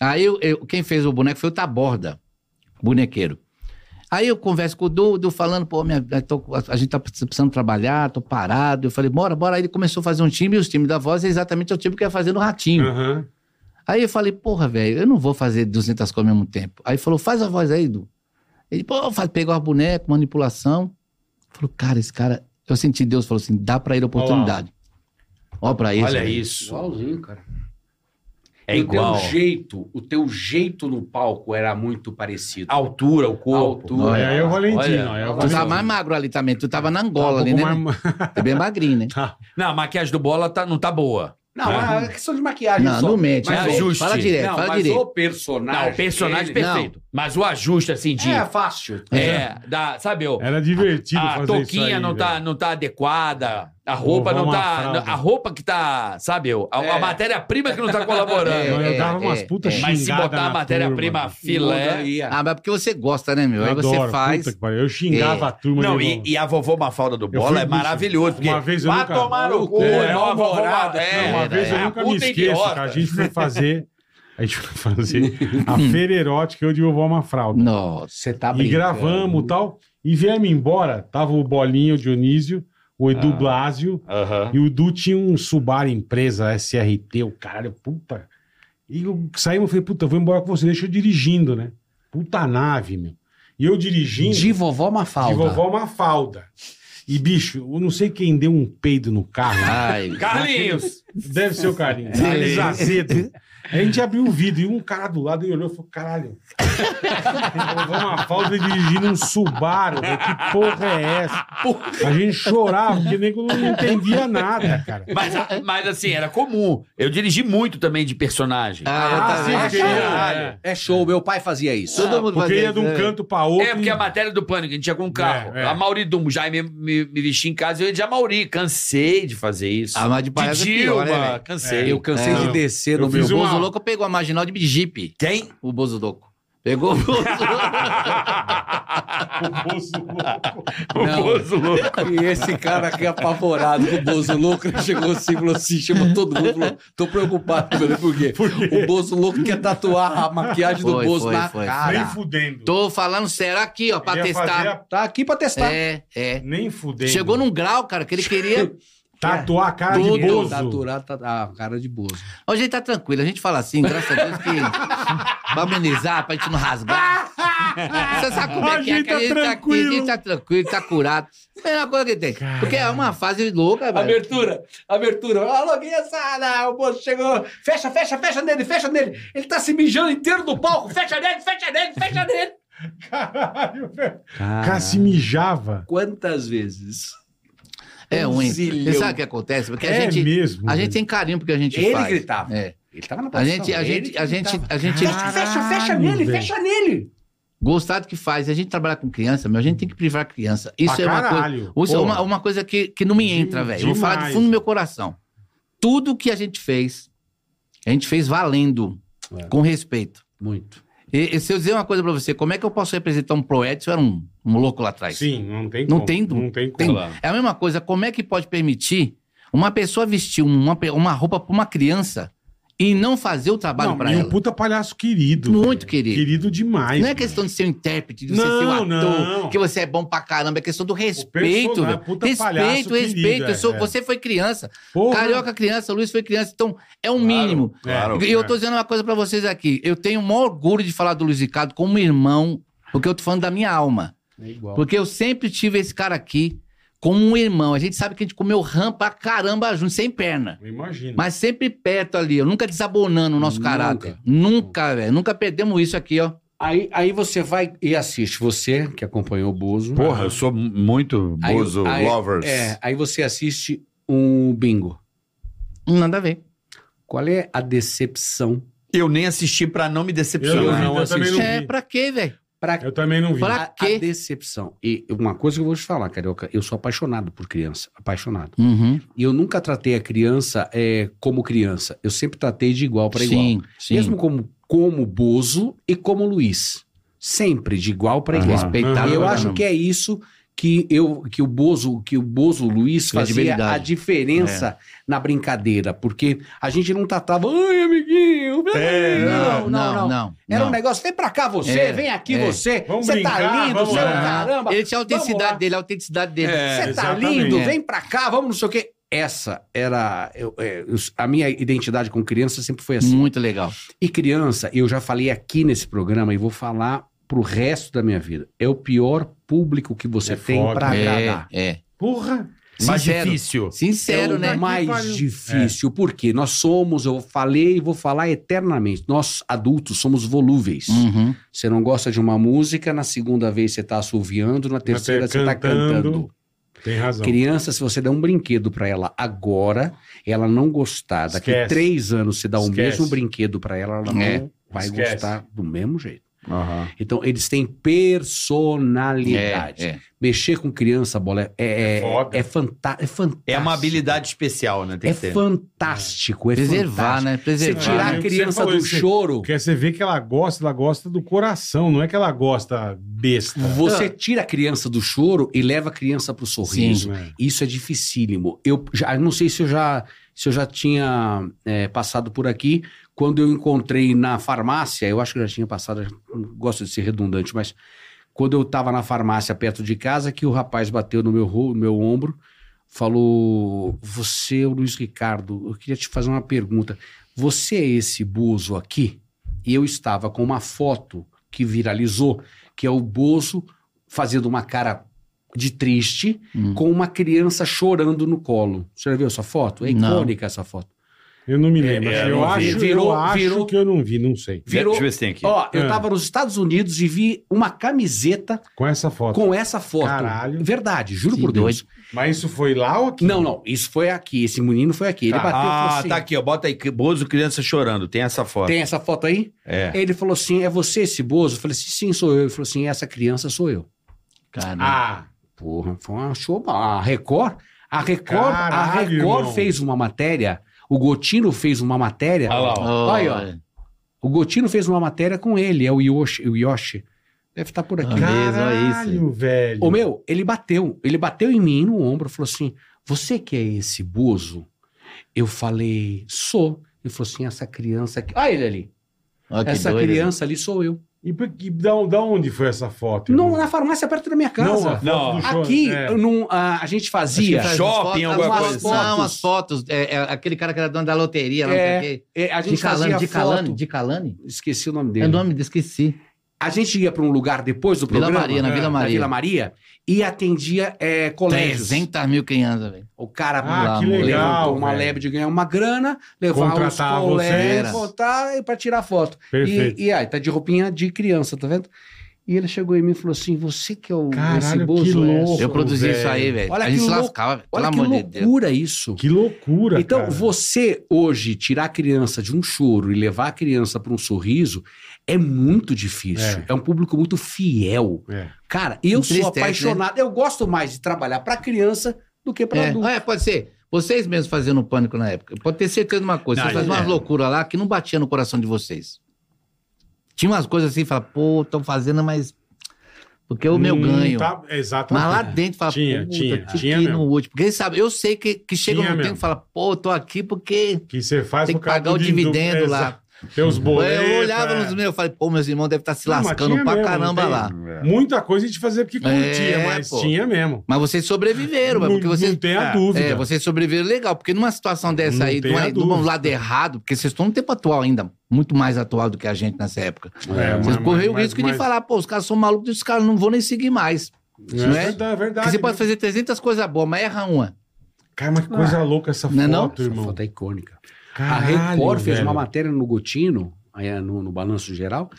E: Aí eu- eu- quem fez o boneco foi o Taborda. bonequeiro. Aí eu converso com o Dudu, falando, pô, minha, eu tô- a, a gente tá precisando trabalhar, tô parado. Eu falei, bora, bora. Aí ele começou a fazer um time, e os times da voz é exatamente o time que ia fazer no Ratinho.
C: Aham.
E: Aí eu falei, porra, velho, eu não vou fazer 200 coisas ao mesmo tempo. Aí falou, faz a voz aí, Edu. Ele, pô, faz, pegou a boneca, manipulação. Falou, cara, esse cara... Eu senti Deus, falou assim, dá pra ele a oportunidade. Ó pra isso.
I: Olha
E: velho.
I: isso.
G: Igualzinho, cara.
I: É
G: E
I: igual.
G: O teu jeito, o teu jeito no palco era muito parecido.
I: A altura, o
G: A
I: corpo.
G: altura.
C: Olha, aí é o
I: Olha,
C: Valentino. aí é o
E: Tu
C: Valentino.
E: tava mais magro ali também, tu tava na
C: Tá um
E: Angola ali, né?
C: pouco mais-
E: É bem magrinho, né?
C: Tá.
I: Não, a maquiagem do Bola tá, não tá boa.
G: Não,
C: Ah.
G: é questão de maquiagem
E: Não,
G: só.
E: não mente.
G: Mas é
E: não mente.
I: ajuste.
E: Fala direto,
G: não,
E: fala
G: mas
E: direto.
G: o personagem.
H: Ah,
I: Não, o personagem
G: ele-
I: perfeito. Mas o ajuste, assim, de...
G: É fácil.
I: É, da, sabe, eu...
C: Era divertido
E: Ah,
I: a
C: É fazer isso
I: touquinha
C: aí,
I: não,
C: velho.
I: tá, não tá adequada, a roupa
C: Vou
I: não
C: arrumar
I: tá.
C: uma fralda.
I: A roupa que tá, sabe, eu, a, a
G: É.
I: matéria-prima que não tá colaborando.
E: É,
C: Não, eu
E: é,
C: dava umas
E: é,
C: putas
E: é.
I: Mas
C: xingadas
I: se botar a
C: na
I: matéria-prima
C: turma.
I: filé.
G: Mudaria.
E: Ah, mas porque você gosta, né, meu?
C: Eu
E: Aí você
C: adoro,
E: faz.
C: puta que pariu. Eu xingava
E: É.
C: a turma.
I: Não,
C: meu
I: e,
C: irmão.
I: e a vovó Mafalda do
C: Eu
I: Bola
C: fui
I: é
C: bicho.
I: maravilhoso. Porque
C: Uma vez eu
I: vai
C: nunca-
I: tomar no cu,
C: É,
I: nova vovó.
G: alvorada,
I: É,
C: Uma
E: É,
C: vez eu
E: é.
C: nunca
I: Puta
C: me esqueço,
I: idiota.
C: cara. A gente foi fazer. A gente foi fazer a feira erótica eu de vovó uma fralda.
E: Nossa.
G: Você tá
C: e
G: brincando.
C: gravamos e tal. E viemos embora. Tava o Bolinho, o Dionísio, o Edu Blasio.
I: Aham.
C: E o Du tinha um Subaru empresa, SRT, o caralho, puta. E eu saímos e falei, puta, eu vou embora com você, deixa eu dirigindo, né? Puta nave, meu. E eu dirigindo.
G: De vovó Mafalda.
C: De vovó Mafalda. E, bicho, eu não sei quem deu um peido no carro. né?
E: Ai,
I: Carlinhos!
C: Deve ser o Carlinhos. Carlinhos Azedo. Aí A gente abriu o vidro e um cara do lado ele olhou e falou: caralho. Vovó Mafalda dirigindo um Subaru. velho, Que porra é essa? A gente chorava, porque nem não entendia nada, cara.
I: Mas, mas assim, era comum. Eu dirigi muito também de personagem.
E: ah, eu
G: É
C: sim,
E: também.
G: show,
C: é.
G: é show. Meu pai fazia isso.
E: Todo mundo
C: Porque
E: fazia
C: ia de um
E: isso, né?
C: canto pra outro.
I: É, porque a matéria do pânico, a gente ia com um carro.
C: É, é.
I: A Mauri Dumbo, já me, me, me vestia em casa, eu ia de Amauri. Cansei de fazer isso.
E: Ah, mas de
I: de
E: palhaço é
I: Dilma,
E: pior, né, velho?
I: cansei.
G: Eu cansei
C: É.
G: de descer
C: Eu
G: no meu.
C: fiz
E: O
C: uma-
E: Bozo um Louco pegou a marginal de Jeep.
I: Quem?
E: O Bozo Louco. Pegou o Bozo
C: o bolso louco.
I: O Bozo louco.
G: E
D: É.
G: esse cara aqui é apavorado com o Bozo Louco, ele chegou assim, falou assim, chamou todo mundo, falou, tô preocupado, eu falei, por quê? é O Bozo Louco quer tatuar a maquiagem do
E: Foi,
G: Bozo
E: foi,
G: na
E: foi.
G: cara.
C: Nem fudendo.
E: Tô falando sério aqui, ó, pra
C: Ele ia fazer
E: testar.
C: a-
G: Tá aqui pra testar.
E: É, é.
C: Nem fudendo.
E: Chegou num grau, cara, que ele queria.
C: Tatuar a cara
G: Todo
C: de Bozo.
G: Tatuar, tatuar, a cara de Bozo.
E: Hoje ele tá tranquilo, a gente fala assim, graças a Deus que. pra amenizar, pra gente não rasgar. Você sabe como
C: A
E: é que é?
C: gente
E: que
C: tá
E: a, gente tá aqui, a
C: tranquilo.
E: gente tá tranquilo, tá curado. Melhor coisa que tem. Porque é uma fase louca, velho.
G: Abertura, abertura. Alô, criançada, o Bozo chegou. Fecha, fecha, fecha nele, fecha nele. Ele tá se mijando inteiro no palco. Fecha nele, fecha nele, fecha nele.
C: Caralho, velho.
E: Ah.
C: O cara se mijava.
G: Quantas vezes?
E: É ruim.
G: zilhão.
E: Você sabe o que acontece? Porque a
C: é
E: gente.
C: mesmo.
E: A gente tem carinho porque a gente
G: Ele
E: faz.
G: gritava.
E: É.
G: Ele tava na
E: A
G: posição.
E: gente, a
G: ele
E: gente, a gente,
G: gritava.
E: a gente
G: Fecha, fecha, fecha nele,
C: velho.
G: fecha nele.
E: gostar do que faz. A gente trabalha com criança, meu, a gente tem que privar a criança. Isso
C: Pra
E: é uma
C: caralho,
E: coisa, isso é
C: porra.
E: uma, uma coisa que, que não me
C: Dem-
E: entra, velho. Eu Vou
C: demais.
E: falar do fundo do meu coração. Tudo que a gente fez, a gente fez valendo,
C: É.
E: com respeito.
G: Muito.
E: E, e se eu dizer uma coisa pra você, como é que eu posso representar um proético se eu era um, um louco lá atrás?
C: Sim, não tem
E: Não
C: como.
E: tem dúvida.
C: Não tem como.
E: Tem- é a mesma coisa, como é que pode permitir uma pessoa vestir um, uma, pe- uma roupa pra uma criança e não fazer o trabalho
C: Não,
E: pra
C: e
E: ela?
C: um puta palhaço querido.
E: Muito querido.
C: Querido demais.
E: Não é questão de ser um intérprete, de você
C: Não,
E: ser um ator,
C: não.
E: que você é bom pra caramba, é questão do respeito,
C: personagem,
E: velho.
C: puta
E: Respeito,
C: palhaço
E: respeito.
C: querido, é,
E: Eu sou-
C: é.
E: Você foi criança,
C: Porra. é.
E: carioca criança, Luiz foi criança, então é o mínimo.
C: Claro, é.
E: e eu tô dizendo uma coisa pra vocês aqui, eu tenho o maior orgulho de falar do Luiz Ricardo como irmão, porque eu tô falando da minha alma.
G: É igual.
E: Porque eu sempre tive esse cara aqui como um irmão. A gente sabe que a gente comeu rã pra caramba junto, sem perna.
C: Eu imagino.
E: Mas sempre perto ali, ó, nunca desabonando o nosso
G: Nunca.
E: caráter. Nunca, velho. Nunca perdemos isso aqui, ó.
G: Aí, aí você vai e assiste, você que acompanhou o Bozo.
D: Porra, eu sou muito
G: Aí-
D: Bozo
G: aí-
D: Lovers.
G: É, aí você assiste um bingo.
E: Nada a ver.
G: Qual é a decepção?
I: Eu nem assisti pra não me
C: eu,
I: decepcionar.
C: não,
G: não
C: eu também não
E: É,
C: vi.
E: pra quê, velho?
G: Pra
C: Eu também não vi. É,
E: Pra-
G: a,
E: quê?
G: a decepção. E uma coisa que eu vou te falar, Carioca, eu sou apaixonado por criança. Apaixonado.
E: Uhum.
G: E eu nunca tratei a criança é, como criança. Eu sempre tratei de igual para igual.
E: Sim, sim.
G: Mesmo como, como Bozo e como Luiz. Sempre de igual para igual.
E: Respeitar.
C: Uhum.
G: Eu acho que é isso que eu que o Bozo, que o Bozo Luiz fazia
E: Credibilidade. É.
G: a diferença na brincadeira, porque a gente não tratava, ai, amiguinho,
E: É.
C: é,
G: não, não, não. Era um negócio, vem pra cá você,
E: É,
G: vem aqui
E: é.
G: você,
C: Vamos
G: você tá
C: brincar,
G: lindo,
C: vamos
G: você é um
C: lá.
G: caramba,
E: Ele tinha a
G: Vamos lá.
E: autenticidade dele, a autenticidade dele.
G: você tá
C: exatamente.
G: lindo,
E: É.
G: vem pra cá, vamos não sei o quê. Essa era eu- é, eu- a minha identidade com criança sempre foi assim.
E: Muito legal.
G: E criança, eu já falei aqui nesse programa e vou falar pro resto da minha vida. É o pior público que você
C: É
G: tem
C: foda.
G: pra agradar.
E: É, é.
C: Porra!
I: Mais
E: Sincero.
I: difícil.
E: Sincero,
G: é o
E: né?
G: mais
C: Que pariu.
G: difícil, porque nós somos, eu falei e vou falar eternamente, nós adultos somos volúveis.
E: Uhum.
G: Você não gosta de uma música, na segunda vez você tá assoviando, na terceira
E: assim,
G: você tá
C: cantando.
G: cantando.
C: Tem razão.
G: Criança, se você der um brinquedo pra ela agora, ela não gostar. Daqui
C: Esquece.
G: três anos, se dá o
C: Esquece.
G: mesmo brinquedo pra ela, ela não
E: É.
G: vai
C: Esquece.
G: gostar do mesmo jeito. Então, eles têm personalidade.
E: É, é.
G: Mexer com criança, bola, é, é,
C: É foda.
G: é, fanta- é fantástico.
D: É uma habilidade especial, né? Tem
G: É
D: que ter.
G: fantástico. É
E: Preservar,
G: fantástico.
E: né?
G: Você
E: Preservar.
G: tirar
C: né?
G: a
C: O que você
G: criança
C: falou,
G: do
C: você-
G: choro,
C: Porque você vê que ela gosta, ela gosta do coração, não é que ela gosta besta.
G: você tira a criança do choro e leva a criança pro sorriso.
C: né?
G: Isso é dificílimo. Eu já eu não sei se eu já, se eu já tinha é, passado por aqui. Quando eu encontrei na farmácia, eu acho que eu já tinha passado, eu não gosto de ser redundante, mas quando eu estava na farmácia perto de casa, que o rapaz bateu no meu, ro- no meu ombro, falou: Você, o Luiz Ricardo, eu queria te fazer uma pergunta. Você é esse Bozo aqui? E eu estava com uma foto que viralizou, que é o Bozo fazendo uma cara de triste,
E: Hum.
G: com uma criança chorando no colo. Você já viu essa foto? É
E: Não.
G: icônica essa foto.
C: Eu não me lembro.
D: É, eu
C: eu
D: não vi.
C: acho,
G: Virou-
C: eu acho
G: virou-
C: que eu não vi, não sei.
G: Virou-
D: Deixa eu ver se tem aqui.
G: Ó, eu
C: Ah.
G: tava nos Estados Unidos e vi uma camiseta
C: Com essa foto.
G: com essa foto.
C: Caralho.
G: Verdade, juro
E: Que
G: por Deus.
C: Mas isso foi lá ou aqui?
G: Não, não, isso foi aqui. Esse menino foi aqui. Ele
C: Tá.
G: bateu e falou
D: Ah,
G: assim,
D: tá aqui, ó. Bota aí, que- Bozo criança chorando. Tem essa foto.
G: tem essa foto aí?
D: É.
G: Ele falou assim, é você esse Bozo? Eu falei assim, sim, sou eu. Ele falou assim, essa criança sou eu.
E: Caramba.
C: Ah,
G: Porra, foi uma show. A Record, a Record, a
C: Caralho,
G: Record
C: irmão.
G: fez uma matéria, o Gotino fez uma matéria.
D: Olha lá, ó.
E: Oh,
G: Olha, ó. O Gotino fez uma matéria com ele, é o Yoshi. O Yoshi. Deve estar por aqui.
E: Ah, Beleza, olha isso.
C: caralho, velho.
G: Ô meu, ele bateu. Ele bateu em mim no ombro, falou assim: Você que é esse bozo? Eu falei, sou. Ele falou assim: essa criança aqui. Olha ele ali.
E: Olha Ah, que
G: essa
E: doido. né?
G: criança ali sou eu.
C: E, por- e da, da onde foi essa foto?
G: Não,
C: irmão?
G: na farmácia perto da minha casa.
D: Não,
C: do show-
G: Aqui,
C: é.
G: num, a, a gente fazia.
D: Acho que faz- Shopping,
E: As
D: alguma
E: fotos-
G: coisa assim.
E: Não, as fotos. É, é, aquele cara que era dono da loteria, lá, não sei
G: É,
E: o quê.
G: é, A gente
E: De Calani,
G: fazia
E: de Calani,
G: foto.
E: de Calani.
G: Esqueci o nome
E: É
G: dele.
E: o nome, esqueci.
G: A gente ia para um lugar depois do
E: Vila
G: programa.
E: Maria, na
C: é,
E: Vila
G: na
E: Maria.
G: Vila Maria. E atendia é, colégios.
E: 300 mil crianças, velho.
G: O cara
C: Ah, que
E: Pelo amor.
C: legal.
G: levantou uma
C: velho.
G: leve de ganhar uma grana, levar
C: Contratar
G: os
C: vocês.
G: colegas, contar e pra tirar foto. E,
C: Perfeito.
G: e aí, tá de roupinha de criança, tá vendo? E ele chegou em mim e falou assim: você que é o
C: Caralho,
G: esse
C: que
G: bozo, é,
C: louco.
E: Eu
G: sou-
E: produzi
C: velho.
E: isso aí, velho.
G: Olha
E: A gente
G: que
E: se
G: louco.
E: lascava, velho. Pelo
G: Olha que
E: amor de Deus.
G: loucura isso.
C: Que loucura,
G: Então,
C: cara.
G: você hoje tirar a criança de um choro e levar a criança pra um sorriso é muito difícil.
C: É.
G: É, um público muito fiel.
C: É.
G: Cara, eu sou
E: Entristece, né?
G: apaixonado. Eu gosto mais de trabalhar pra criança do que pra
E: É.
G: adulto.
E: Ah, é, pode ser. Vocês mesmos fazendo pânico na época. Pode ter certeza de uma coisa.
D: Não,
E: vocês faziam
D: é.
E: umas loucuras lá que não batia no coração de vocês. Tinha umas coisas assim, fala, pô, estão fazendo, mas. Porque é o meu
C: Hum,
E: ganho.
C: Tá, exatamente.
E: Mas lá dentro fala,
C: Tinha,
E: puta,
C: tinha,
E: fiquei
C: tinha
E: no
C: mesmo.
E: último. Porque sabe, eu sei que, que chega
C: Tinha
E: um tempo
C: mesmo.
E: e fala, pô, eu tô aqui porque
C: Que você faz
E: tem que
C: por causa
E: pagar o
C: do- do-
E: dividendo
C: exa-
E: lá.
C: Tem os boletos.
E: eu olhava
C: é.
E: nos meus e falei, pô, meus irmãos devem estar se
C: Não, mas
E: lascando
C: tinha
E: pra
C: mesmo,
E: caramba
C: não tem?
E: lá.
C: Muita coisa a gente fazia porque curtia,
E: É,
C: mas
E: pô.
C: tinha mesmo.
E: Mas vocês sobreviveram, mas
C: não,
E: porque vocês.
C: não tem a
D: É,
C: dúvida.
E: É, vocês sobreviveram legal, porque numa situação dessa
C: Não
E: aí, de,
C: tenha
E: uma, de um
C: dúvida.
E: lado errado, porque vocês estão no tempo atual ainda, muito mais atual do que a gente nessa época.
C: É, mas-
E: Vocês correram o
C: mas-
E: risco
C: mas-
E: de falar, pô, os caras são malucos, os caras não vão nem seguir mais.
C: É
E: não é?
C: verdade, é verdade.
E: Porque você pode fazer 300 coisas boas, mas erra uma.
C: Cara, mas que coisa louca essa
E: Não é não?
C: foto, irmão.
G: Essa foto é icônica.
C: Caralho,
G: a Record fez
C: velho.
G: uma matéria no Gotino, aí é no, no Balanço Geral,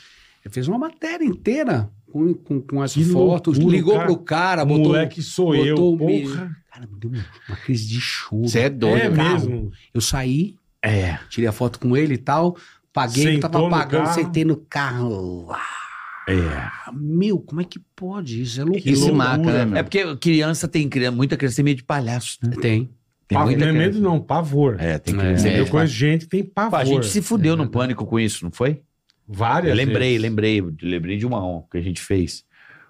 G: ele fez uma matéria inteira com, com, com as
C: Que
G: fotos,
C: loucura,
G: ligou
C: cara.
G: pro cara, botou...
C: Moleque sou
G: botou
C: eu,
G: um
C: porra.
G: Cara, me deu um- uma crise de choro.
E: Você é doido,
C: É
E: cara.
C: mesmo.
G: Eu saí,
D: É.
G: tirei a foto com ele e tal, paguei, eu
C: Sentou
G: tava
C: no
G: pagando,
C: carro.
G: sentei no carro lá. Meu, como é que pode isso? É
C: Que
G: loucura.
E: Esse
C: loucura,
E: marca, né, meu?
I: É porque criança tem criança, muita criança tem medo de palhaço, né?
G: Tem.
I: Tem
C: Pavor,
I: muita
C: não é
I: criança.
C: medo, não, pavor.
D: É, tem
G: É.
D: que.
E: É.
C: Eu conheço gente que tem
I: Pô,
C: pavor.
I: a gente se fudeu no pânico com isso, não foi?
C: Várias.
I: Eu lembrei,
C: vezes.
I: lembrei, lembrei de uma on que a gente fez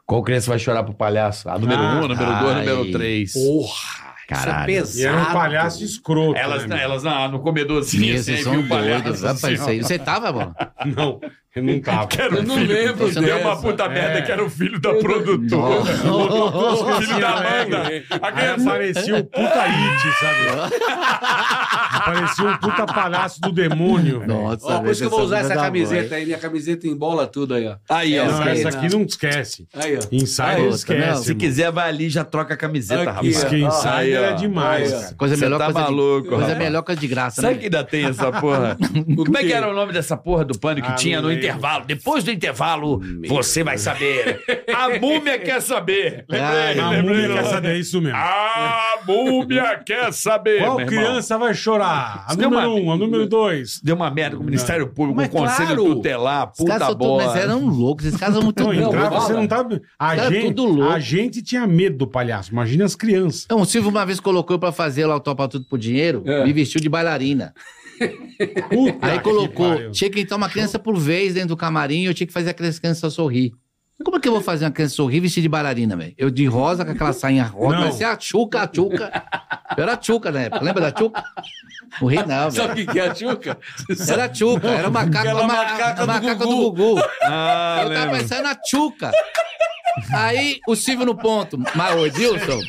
D: Qual criança vai chorar pro palhaço? A número
C: Ah,
D: um, a número dois, a
E: ai.
D: número três.
G: Porra,
D: Caralho.
G: isso
C: E
G: é
C: era um
G: pesado.
C: palhaço escroto.
I: Elas,
C: né,
I: elas na, no comedorzinho,
E: Sim,
I: assim,
E: esses
I: aí
E: são
I: viu o
E: doidos.
I: palhaço.
E: Rapaz,
I: Assim,
E: isso aí. Você tava, bom?
C: meu? Não, eu não tava.
G: Eu não lembro
E: Você não
I: é
G: dessa.
I: uma puta merda
C: É.
I: que era o filho da produtora. O
C: assim,
I: filho da
C: é.
I: banda. A
C: Aí
I: criança
C: aparecia o um puta it, sabe? aparecia um puta palhaço do demônio. velho.
E: Nossa,
G: Ó, por isso é que eu vou usar essa
E: velho, tá
G: camiseta aí. Minha camiseta embola tudo aí, ó.
D: Aí, ó.
G: Essa
C: Não,
G: aí,
C: essa
G: não.
C: aqui não esquece.
G: Aí, ó.
C: Insider
E: Outra,
C: esquece.
E: não.
D: Se
C: irmão.
D: quiser, vai ali e já troca a camiseta,
G: Aqui,
D: rapaz.
C: Diz que
G: ó,
D: aí,
C: insider
D: ó.
C: é demais,
G: Aí, ó.
C: cara.
E: Coisa
D: Você
E: melhor,
D: tá
E: coisa,
D: maluco,
E: de, coisa
D: rapaz.
E: melhor, coisa de graça,
D: Sabe
E: né?
D: que ainda tem essa porra? Como é que era o nome dessa porra do pânico que
C: Ah,
D: tinha
C: não
D: no
C: lembro.
D: intervalo? Depois do intervalo, você vai saber. A múmia quer saber.
G: É.
E: Ah,
D: Lembrei,
C: A
D: lembrei.
C: múmia quer saber é isso mesmo.
D: A múmia quer saber.
C: Qual
D: meu irmão.
C: criança vai chorar? A
D: Isso deu
C: número um,
D: uma-
C: a número dois.
D: Deu uma merda com o Ministério Público,
G: Mas
D: com o Conselho
G: claro.
D: Tutelar,
E: Os caras
D: puta
E: são tudo, mas
D: bola.
E: eram loucos, esses caras são muito
C: Não,
E: loucos.
C: entrava,
G: fala.
C: você não tava. A
E: Cara,
C: gente,
E: Tá tudo louco.
C: a gente tinha medo do palhaço. Imagina as crianças.
E: Então, o Silvio uma vez colocou eu pra fazer lá o Topa Tudo por Dinheiro,
G: É.
E: me vestiu de bailarina.
C: Puta
E: Aí
C: Ah, que
E: colocou,
C: pariu.
E: tinha que entrar uma criança por vez dentro do camarim e eu tinha que fazer a criança sorrir. Como é que eu vou fazer uma criança sorrir vestida de bailarina, velho? Eu de rosa, com aquela sainha rosa,
C: Não.
E: parecia a Tchuca, a Tchuca. Eu era a Tchuca na época, lembra da Tchuca? Não ri não, velho.
G: Sabe o que que é a Tchuca?
E: Era a Tchuca, era o macaco,
G: Aquela
E: a ma-
G: macaca
E: a
G: do
E: macaca do
G: Gugu.
E: Gugu.
D: Ah,
E: eu tava
D: lembro.
E: pensando na Tchuca. Aí o Silvio no ponto, mas ô Edilson,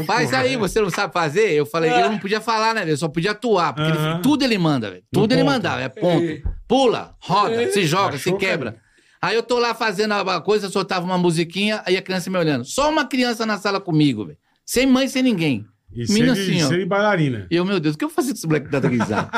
E: é faz aí, você não sabe fazer? Eu falei, eu não podia falar, né? velho? Eu só podia atuar, porque ele-
C: Aham.
E: tudo ele manda, velho.
C: No
E: Tudo ele
C: ponto.
E: mandava, é ponto. Pula, roda, se joga, se
C: Achou,
E: quebra. Aí eu tô lá fazendo a coisa, soltava uma musiquinha, aí a criança me olhando. Só uma criança na sala comigo, velho. Sem mãe, sem ninguém.
C: E
E: Mina
C: ser de,
E: assim, ó.
C: ser de bailarina.
E: E eu, meu Deus, o que eu vou fazer com esse moleque que tá risada?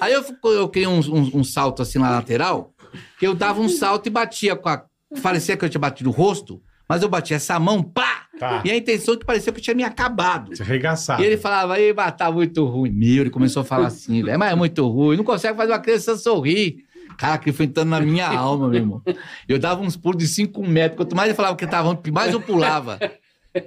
E: Aí eu, fico- eu criei um, um, um salto assim na lateral, que eu dava um salto e batia com a. Parecia que eu tinha batido o rosto, mas eu batia essa mão, pá!
C: Tá.
E: E a intenção é que parecia que eu tinha me acabado.
C: Você arregaçava.
E: E ele falava, ei, mas tá muito ruim. Meu, ele começou a falar assim, velho, mas é muito ruim, não consegue fazer uma criança sorrir. Cara, que foi entrando na minha alma, meu irmão. Eu dava uns pulos de 5 metros. Quanto mais ele falava que tava ruim, mais eu pulava.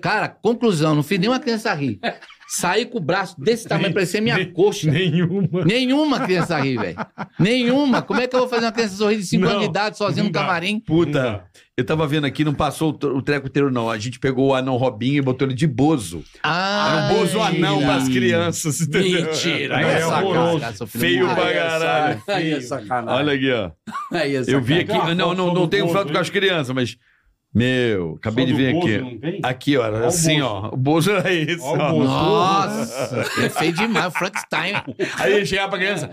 E: Cara, conclusão, não fiz nenhuma criança rir. Saí com o braço desse tamanho, parecia minha
C: nem-
E: coxa.
C: Nenhuma.
E: Nenhuma criança ri, velho. Nenhuma. Como é que eu vou fazer uma criança sorrir de 5
C: Não,
E: anos de idade sozinha
C: não
E: no
C: dá.
E: camarim?
C: Nenhuma.
D: Puta, eu tava vendo aqui, não passou o tr- o treco inteiro, não. A gente pegou o anão Robinho e botou ele de Bozo. Era
E: Ah,
D: um Bozo anão pras crianças, entendeu?
G: Mentira.
D: Aí
C: Não,
D: é
C: é
D: sacanagem.
C: horroroso.
D: Feio pra caralho.
C: Tá
G: Aí é sacanagem.
D: Olha aqui, ó.
G: Aí é
D: Eu vi
G: sacanagem.
D: aqui.
C: Tem uma
D: Não,
C: foto
D: não, não
C: do
D: tenho
C: Bozo,
D: foto com
C: hein?
D: as crianças, mas. Meu, acabei
C: Só
D: de
C: do
D: ver
C: Bozo
D: aqui.
C: não tem?
D: Aqui, ó, era
C: Olha o
D: assim,
C: Bozo.
D: ó. O Bozo era esse,
C: Olha o
D: ó.
C: Bozo.
E: Nossa, é feio demais. Frankenstein.
D: Aí chegava pra criança.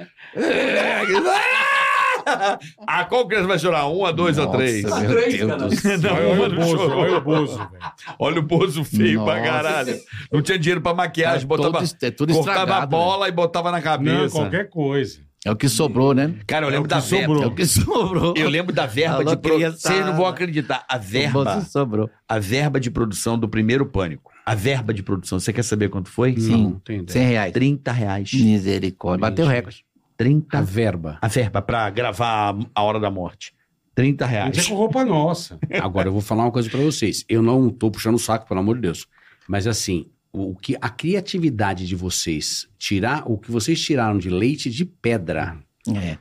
D: A qual criança vai chorar? Um, a dois, a três?
E: Nossa,
G: Tá
E: meu
G: três,
E: Deus
G: cara.
E: do céu.
D: Não,
C: Olha, olha
D: uma
C: o
D: não
C: Bozo,
D: chorou.
C: olha o Bozo, velho.
D: Olha o Bozo feio pra
E: Nossa.
D: caralho. Não tinha dinheiro pra maquiagem,
E: É
D: botava.
E: todo est- é tudo
D: cortava a
E: estragado,
D: bola e botava na
C: Não,
D: cabeça.
C: qualquer coisa.
E: É o que sobrou, né?
D: Cara, eu lembro
C: É o que
D: da
C: sobrou.
D: verba.
E: É o que sobrou.
D: Eu lembro da verba
E: Alô,
D: de produção.
E: criançada.
D: Vocês não vão acreditar. A
E: O
D: verba,
E: Bozo sobrou.
D: a verba de produção do primeiro pânico. A verba de produção. Você quer saber quanto foi?
C: Não, tem
G: É.
C: ideia.
E: 100 reais.
D: 30 reais.
E: Misericórdia. Bateu recorde.
D: 30
G: A verba.
D: A verba pra gravar A Hora da Morte. 30
C: Não tinha
D: reais.
C: com roupa nossa.
G: Agora, eu vou falar uma coisa pra vocês. Eu não tô puxando o saco, pelo amor de Deus. Mas assim, o que a criatividade de vocês, tirar o que vocês tiraram de leite de pedra,
E: É.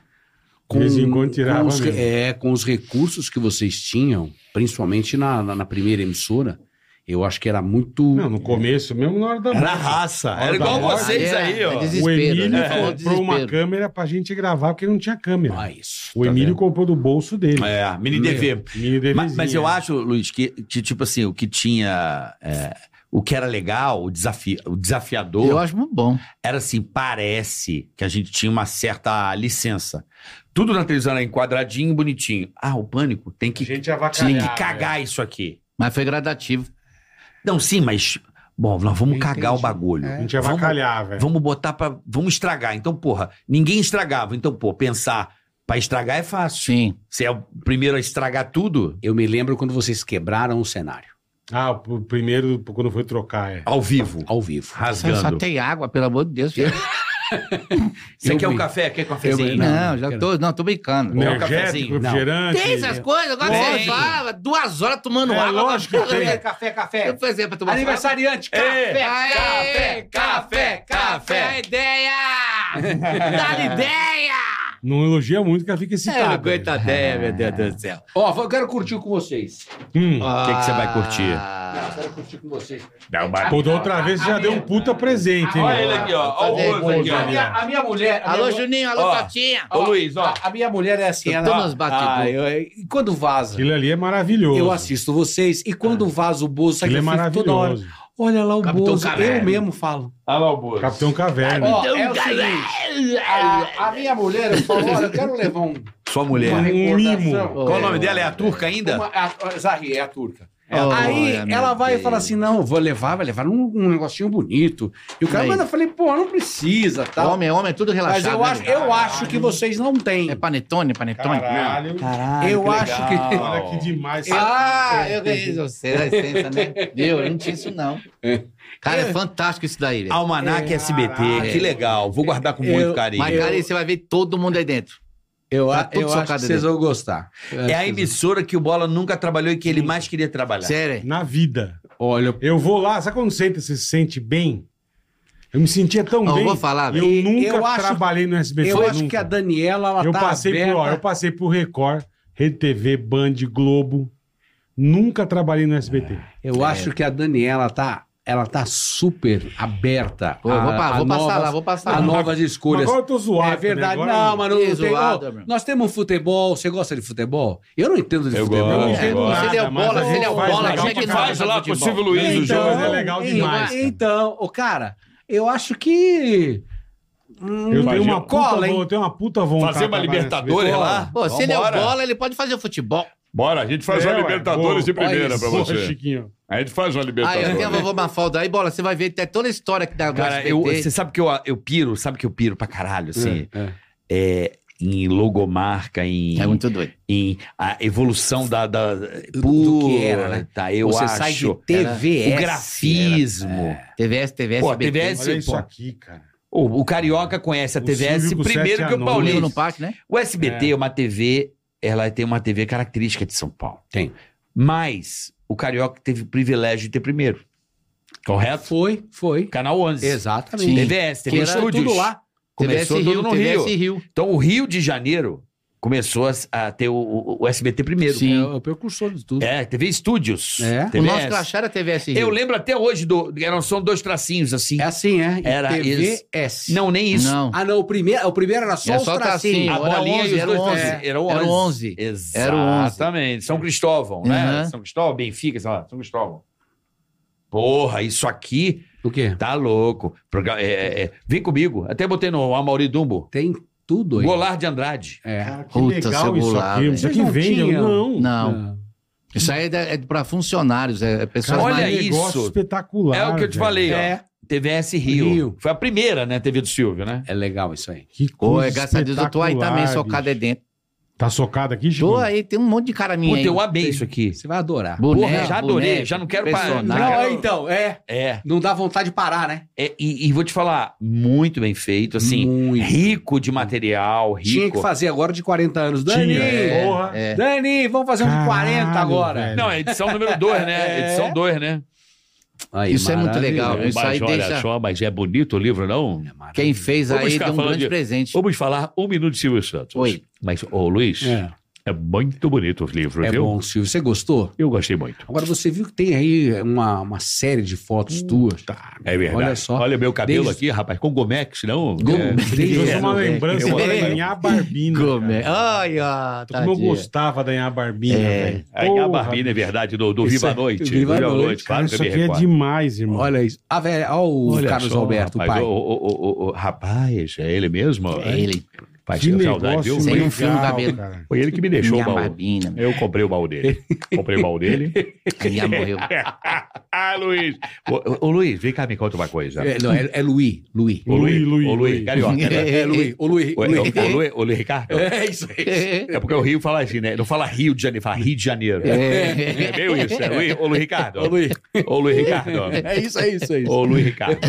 C: De vez em quando tirava
G: com os,
C: mesmo.
G: é, com os recursos que vocês tinham, principalmente na, na, na primeira emissora, eu acho que era muito.
C: Não, no começo, mesmo na hora da
D: Era
C: música.
D: raça. Era
C: Hora da
D: igual
C: Morte.
D: vocês
E: É,
D: aí,
E: é
D: ó.
E: des-
C: O
E: Desespero,
C: Emílio
E: né? É,
C: comprou uma
E: desespero.
C: câmera pra gente gravar, porque não tinha câmera.
G: Ah, isso.
C: é.
D: tá
C: o Emílio comprou do bolso dele.
D: É, mini DV.
C: Mini DVzinha.
D: Mas, mas eu acho, Luiz, que, que, tipo assim, o que tinha. é, o que era legal, o, desafi o desafiador.
E: Eu acho muito bom.
D: era assim, parece que a gente tinha uma certa licença. Tudo na televisão era enquadradinho, bonitinho. Ah, o pânico tem
C: A
D: que,
C: gente
D: tem
C: avacalhava.
G: é.
C: é.
D: que cagar isso aqui.
E: Mas foi gradativo.
D: Não, sim, mas bom, nós vamos
C: Eu
D: cagar
C: entendi. É.
D: o bagulho.
C: A gente
D: né? vamos,
C: avacalhava. é.
D: vamos botar pra. vamos estragar. Então, porra, ninguém estragava. Então, pô, pensar pra estragar é fácil.
E: Sim.
D: Você é o primeiro a estragar tudo
G: Eu me lembro quando vocês quebraram o cenário,
C: Ah, o primeiro, quando foi trocar, é.
D: ao vivo,
G: ao vivo.
E: Só, só
D: rasgando.
E: tem água, pelo amor de Deus.
D: Você
G: Eu
D: quer um
G: vi.
D: café? Quer
E: não,
D: cafezinho?
G: não,
E: já
G: quero.
E: tô, não, tô brincando.
D: Não.
C: Energético,
D: cafezinho, não.
C: refrigerante.
E: Tem essas coisas, agora
D: Tem.
E: você fala, duas horas tomando
C: É,
E: água.
C: lógico que tem.
G: Café,
E: Eu,
G: café.
E: por exemplo, tomar
G: Aniversariante,
D: É.
G: café.
E: Aê,
D: café, café,
E: café,
D: café.
E: a ideia! Dá ideia!
C: Não elogia muito que ela
L: É, não
C: fica excitada. né?
L: aguento a ideia, meu Deus do céu.
G: Ó, eu quero curtir com vocês. Ah,
C: Hum.
L: O
D: que que você vai curtir?
G: Eu quero curtir com vocês.
D: Dá uma-
C: Pô, da outra vez você já deu um puta presente, hein?
D: Olha ele aqui, ó. Olha o
E: Fazer
D: rosto aqui,
G: A
D: ó.
G: minha, a minha mulher. A
E: é. Alô,
G: minha,
E: Juninho, alô,
D: Ó.
E: Totinha.
D: Ô, Luiz, ó.
G: a, a minha mulher é assim,
E: Eu tô
G: ela.
E: nos batidos.
G: Ah, eu- e quando vaza,
C: Aquilo ali é maravilhoso.
G: eu assisto vocês. E
E: Ah.
G: quando vaza o Bozo, sai
C: Aquilo
G: que
C: é
G: eu fico toda hora.
C: maravilhoso.
G: Olha lá o
L: Capitão
G: Bozo. Eu
L: Caverna.
G: mesmo falo.
D: Olha lá o Bozo.
C: Capitão Caverna.
G: Ó,
E: um
G: é o seguinte, a, a minha mulher, eu falo, olha, eu quero levar um.
D: Sua
G: uma
D: mulher.
E: Um
G: recordação.
C: mimo.
D: Qual o nome dela? É a turca ainda?
G: Uma, a, a- Zahri, é a turca.
E: Oh,
G: Aí
E: meu
G: ela vai e
E: Deus.
G: fala assim: não, vou levar, vai levar um, um negocinho bonito. E o cara
E: Aí.
G: manda, eu falei, pô, não precisa, tal.
E: Homem, homem, é tudo relaxado.
G: Mas eu
E: né,
G: acho,
E: Juninho?
G: eu acho que vocês não têm.
E: É Ah, panetone, panetone?
C: Caralho.
E: Caralho.
G: eu acho que.
C: Olha é que demais. É,
E: Ah, eu ganhei você, dá licença, né? Viu? Eu não tinha isso, não. Cara, é fantástico isso daí, velho.
D: Almanac SBT. Que legal. Vou guardar com muito carinho.
E: Mas, cara, aí você vai ver todo mundo aí dentro.
G: Eu,
E: Tá
G: a-
E: tudo
G: eu acho
E: socado
G: que vocês
E: dentro.
G: vão gostar.
D: É a emissora que o Bola nunca trabalhou e que ele mais queria
H: Tá.
D: trabalhar.
E: Sério.
C: Na vida.
G: Olha,
C: Eu vou lá, sabe quando você entra, você se sente bem? Eu me sentia tão
E: Não, eu
C: bem.
E: vou falar,
C: e eu
G: velho.
C: nunca
G: Eu acho-
C: trabalhei no SBT.
G: eu acho
C: nunca.
G: que a Daniela, ela
C: eu
G: tá
C: passei
G: aberta.
C: por, ó, eu passei por Record, Rede TV, Band, Globo. Nunca trabalhei no SBT.
E: É.
G: Eu acho que a Daniela tá, ela tá super aberta.
E: Pô, vou, pa-
G: a
E: vou passar
G: novas-
E: lá, vou passar
G: A
E: lá.
G: novas
C: Mas
G: escolhas.
C: agora eu tô zoado.
G: é verdade.
C: também, agora
G: não, mas não
E: Ih,
G: tem.
E: zoado,
G: ó,
E: meu.
G: nós temos um futebol. Você gosta de futebol? Eu não entendo é de
D: Eu
G: futebol.
D: gosto.
C: não entendo
D: Agora-
C: nada,
E: Você deu
C: mas
E: bola,
C: a gente
E: você deu
C: faz
E: bola,
C: é legal
E: gente,
C: pra
E: não.
C: caralho.
E: faz lá com o Silvio
D: Luiz
C: o jogo, mas é legal
G: então,
C: demais, cara.
G: Então, ô, cara, eu acho que. hum,
C: Eu tenho uma
G: um Cola,
C: puta,
G: hein?
C: vo- eu tenho uma puta vontade.
D: Fazer uma
C: de trabalhar no
D: Libertadores
C: SBT.
D: lá?
E: Pô, se ele é o
D: Vambora.
E: bola, ele pode fazer o futebol.
H: Bora, a gente faz
C: É,
H: uma
C: ué,
H: Libertadores
C: boa.
H: de primeira
C: Olha
H: pra
C: isso,
H: você.
C: Chiquinho.
H: A gente faz uma
E: Ah, eu tenho a
H: Libertadores.
E: vovó Mafalda aí, bola, você vai ver até toda a história que dá do
D: Cara, eu- você sabe que eu, eu piro, sabe que eu piro pra caralho, assim. É, em logomarca, em,
E: É muito doido.
D: em a evolução da. da
G: do que era, né?
D: Tá, eu
G: Você
D: acho.
G: sai de TVS.
D: o grafismo.
E: é. TVS, TVS,
D: Pô, a
E: SBT.
D: TVS,
C: Olha isso
D: pô,
C: aqui, cara.
D: o, o Carioca conhece a
C: O
D: TVS
C: Silvio com
D: primeiro
C: sete
D: que o
C: anões.
E: Domingo
D: é Paulista.
E: no parque, né?
D: O SBT é. uma TV, ela tem uma TV característica de São Paulo.
G: Tem.
D: Mas o Carioca teve o privilégio de ter primeiro. Correto?
G: Foi, foi.
D: Canal 11.
G: Exatamente.
E: Sim.
D: TVS, TV
E: Que era
D: Estúdios.
G: Tudo lá.
D: Começou
E: TVS
D: tudo no Rio.
E: TVS Rio.
D: Então o Rio de Janeiro começou a, a ter o, o- o SBT primeiro.
E: Sim.
G: É o precursor de tudo.
D: É, TV Estúdios.
G: É.
E: O nosso
D: TVS.
E: crachá era TVS Rio.
D: Eu lembro até hoje do. Eram só dois tracinhos assim.
G: É assim, é. E é
D: Era
G: TVS.
D: Não, É nem isso.
E: Não.
G: Ah, não, o primeiro, o primeiro era só
E: Era
G: os
E: É só tá assim.
G: tracinhos.
E: tracinho.
D: A
E: Era
D: bolinha
E: 11,
D: e os
E: era
D: dois
E: 11.
D: tracinhos. Era É. o 11.
E: Era um o 11. Era o 11.
D: Exatamente. São Cristóvão, né?
E: Uhum.
D: São Cristóvão, Benfica, sei lá. São Cristóvão. Porra, isso aqui
G: O quê?
D: tá louco. Progra- é, é, é. Vem comigo. Até botei no Amauri Dumbo.
G: Tem tudo aí.
D: Golar de Andrade.
G: É.
C: Cara, que
E: Puta,
C: legal
E: seu
C: isso
E: Goulart,
C: aqui.
E: velho.
C: Isso aqui
G: Vocês não
C: vende. eu- Não.
G: tinham?
E: Não. Isso aí é, da- é pra funcionários, é, é pessoas
D: Olha
E: mais...
D: aí.
C: que um negócio
D: isso.
C: espetacular.
D: É o que eu te
C: velho.
D: falei,
G: É.
D: ó. TVS Rio.
G: Rio.
D: Foi a primeira, né? TV do Silvio, né?
G: É legal isso aí.
C: Que
E: Pô,
C: coisa
E: é, graças a Deus, eu tô aí também,
C: espetacular,
E: socado é
C: bicho.
E: dentro.
C: Tá socado aqui, Chico?
E: Tô aí, tem um monte de cara minha
D: Puta,
E: aí.
D: eu amei isso aqui.
G: Você vai adorar.
E: Boné,
D: Porra, já adorei,
E: boneco,
D: já não quero
E: personagem.
D: parar. Não,
G: é, então, é.
D: É.
G: Não dá vontade de parar, né?
D: é, e, e vou te falar, muito bem feito, assim.
G: Muito.
D: Rico de material, rico.
G: Tinha que fazer agora de 40 anos. Dani!
C: Tinha, é, porra.
D: Tá
E: É.
G: Dani, vamos fazer um de
C: Caralho,
G: 40 agora.
C: velho.
D: Não, é edição número 2, né?
G: É. Ah,
D: Edição 2, né?
G: Aí,
E: Isso é muito
G: maravilha. É
E: legal. Isso aí deixa...
H: só, mas é bonito o livro, não?
E: Quem fez
H: Vamos
E: aí
H: ficar
E: deu um
H: falando
E: grande
H: de-
E: presente.
H: Vamos falar um minuto de Silvio Santos.
E: Oi.
H: Mas, ô Luiz, é,
G: É,
H: muito bonito o livro,
G: é
H: viu?
G: bom, Silvio. Você gostou?
H: Eu gostei muito.
G: Agora você viu que tem aí uma, uma série de fotos tuas.
H: É verdade.
G: Olha só.
H: Olha meu cabelo
G: Desde-
H: aqui, rapaz, com Gomex, não? É.
C: Eu sou
G: Desde-
D: né?
C: uma lembrança
H: Eu
C: da
H: odeio.
C: Inhá Barbina.
E: Come.
C: cara.
E: Ai, ó,
C: Como eu
E: é? tadinha.
C: gostava da Inhá Barbina, velho.
H: É a
C: Porra,
H: Barbina, é verdade, do, do
G: Isso
H: Viva
G: é-
H: a Noite.
G: Viva a Noite,
C: Cara,
H: claro,
C: isso aqui é
H: Record.
C: demais, irmão.
G: Olha isso. Ah, velho, olha o
H: Olha
G: Carlos
H: só,
G: Alberto, o
H: rapaz,
G: pai.
H: O, o- o- o- o- rapaz, é ele mesmo?
E: É ele.
H: Rapaz,
C: que
H: que
C: negócio
H: saudade, viu?
E: Sem
H: Foi,
E: um fio no
C: legal,
E: cabelo.
C: cara.
H: foi ele que me deixou
E: Minha
H: o baú.
E: barbina.
H: Eu comprei o baú dele. comprei o baú dele.
E: Minha morreu.
H: ah, Luiz! Ô, ô, ô, Luiz, vem cá, me conta uma coisa.
G: É, não, é, é Luiz. Luiz.
H: Ô,
C: Luiz, Luiz,
H: Ô, Luiz,
C: Luiz.
H: carioca. né?
G: É Luiz. Ô, Luiz.
H: Ô, ô,
G: Luiz.
H: ô, Luiz, ô, Luiz Ricardo?
G: É isso aí.
H: É porque o Rio fala assim, né? Não fala Rio de Janeiro, fala Rio de Janeiro. É, meio isso, né? Luiz- Ô, Luiz Ricardo.
G: Ô, Luiz.
H: Ô, Luiz Ricardo.
G: É isso, é isso, é isso.
H: Ô, Luiz Ricardo,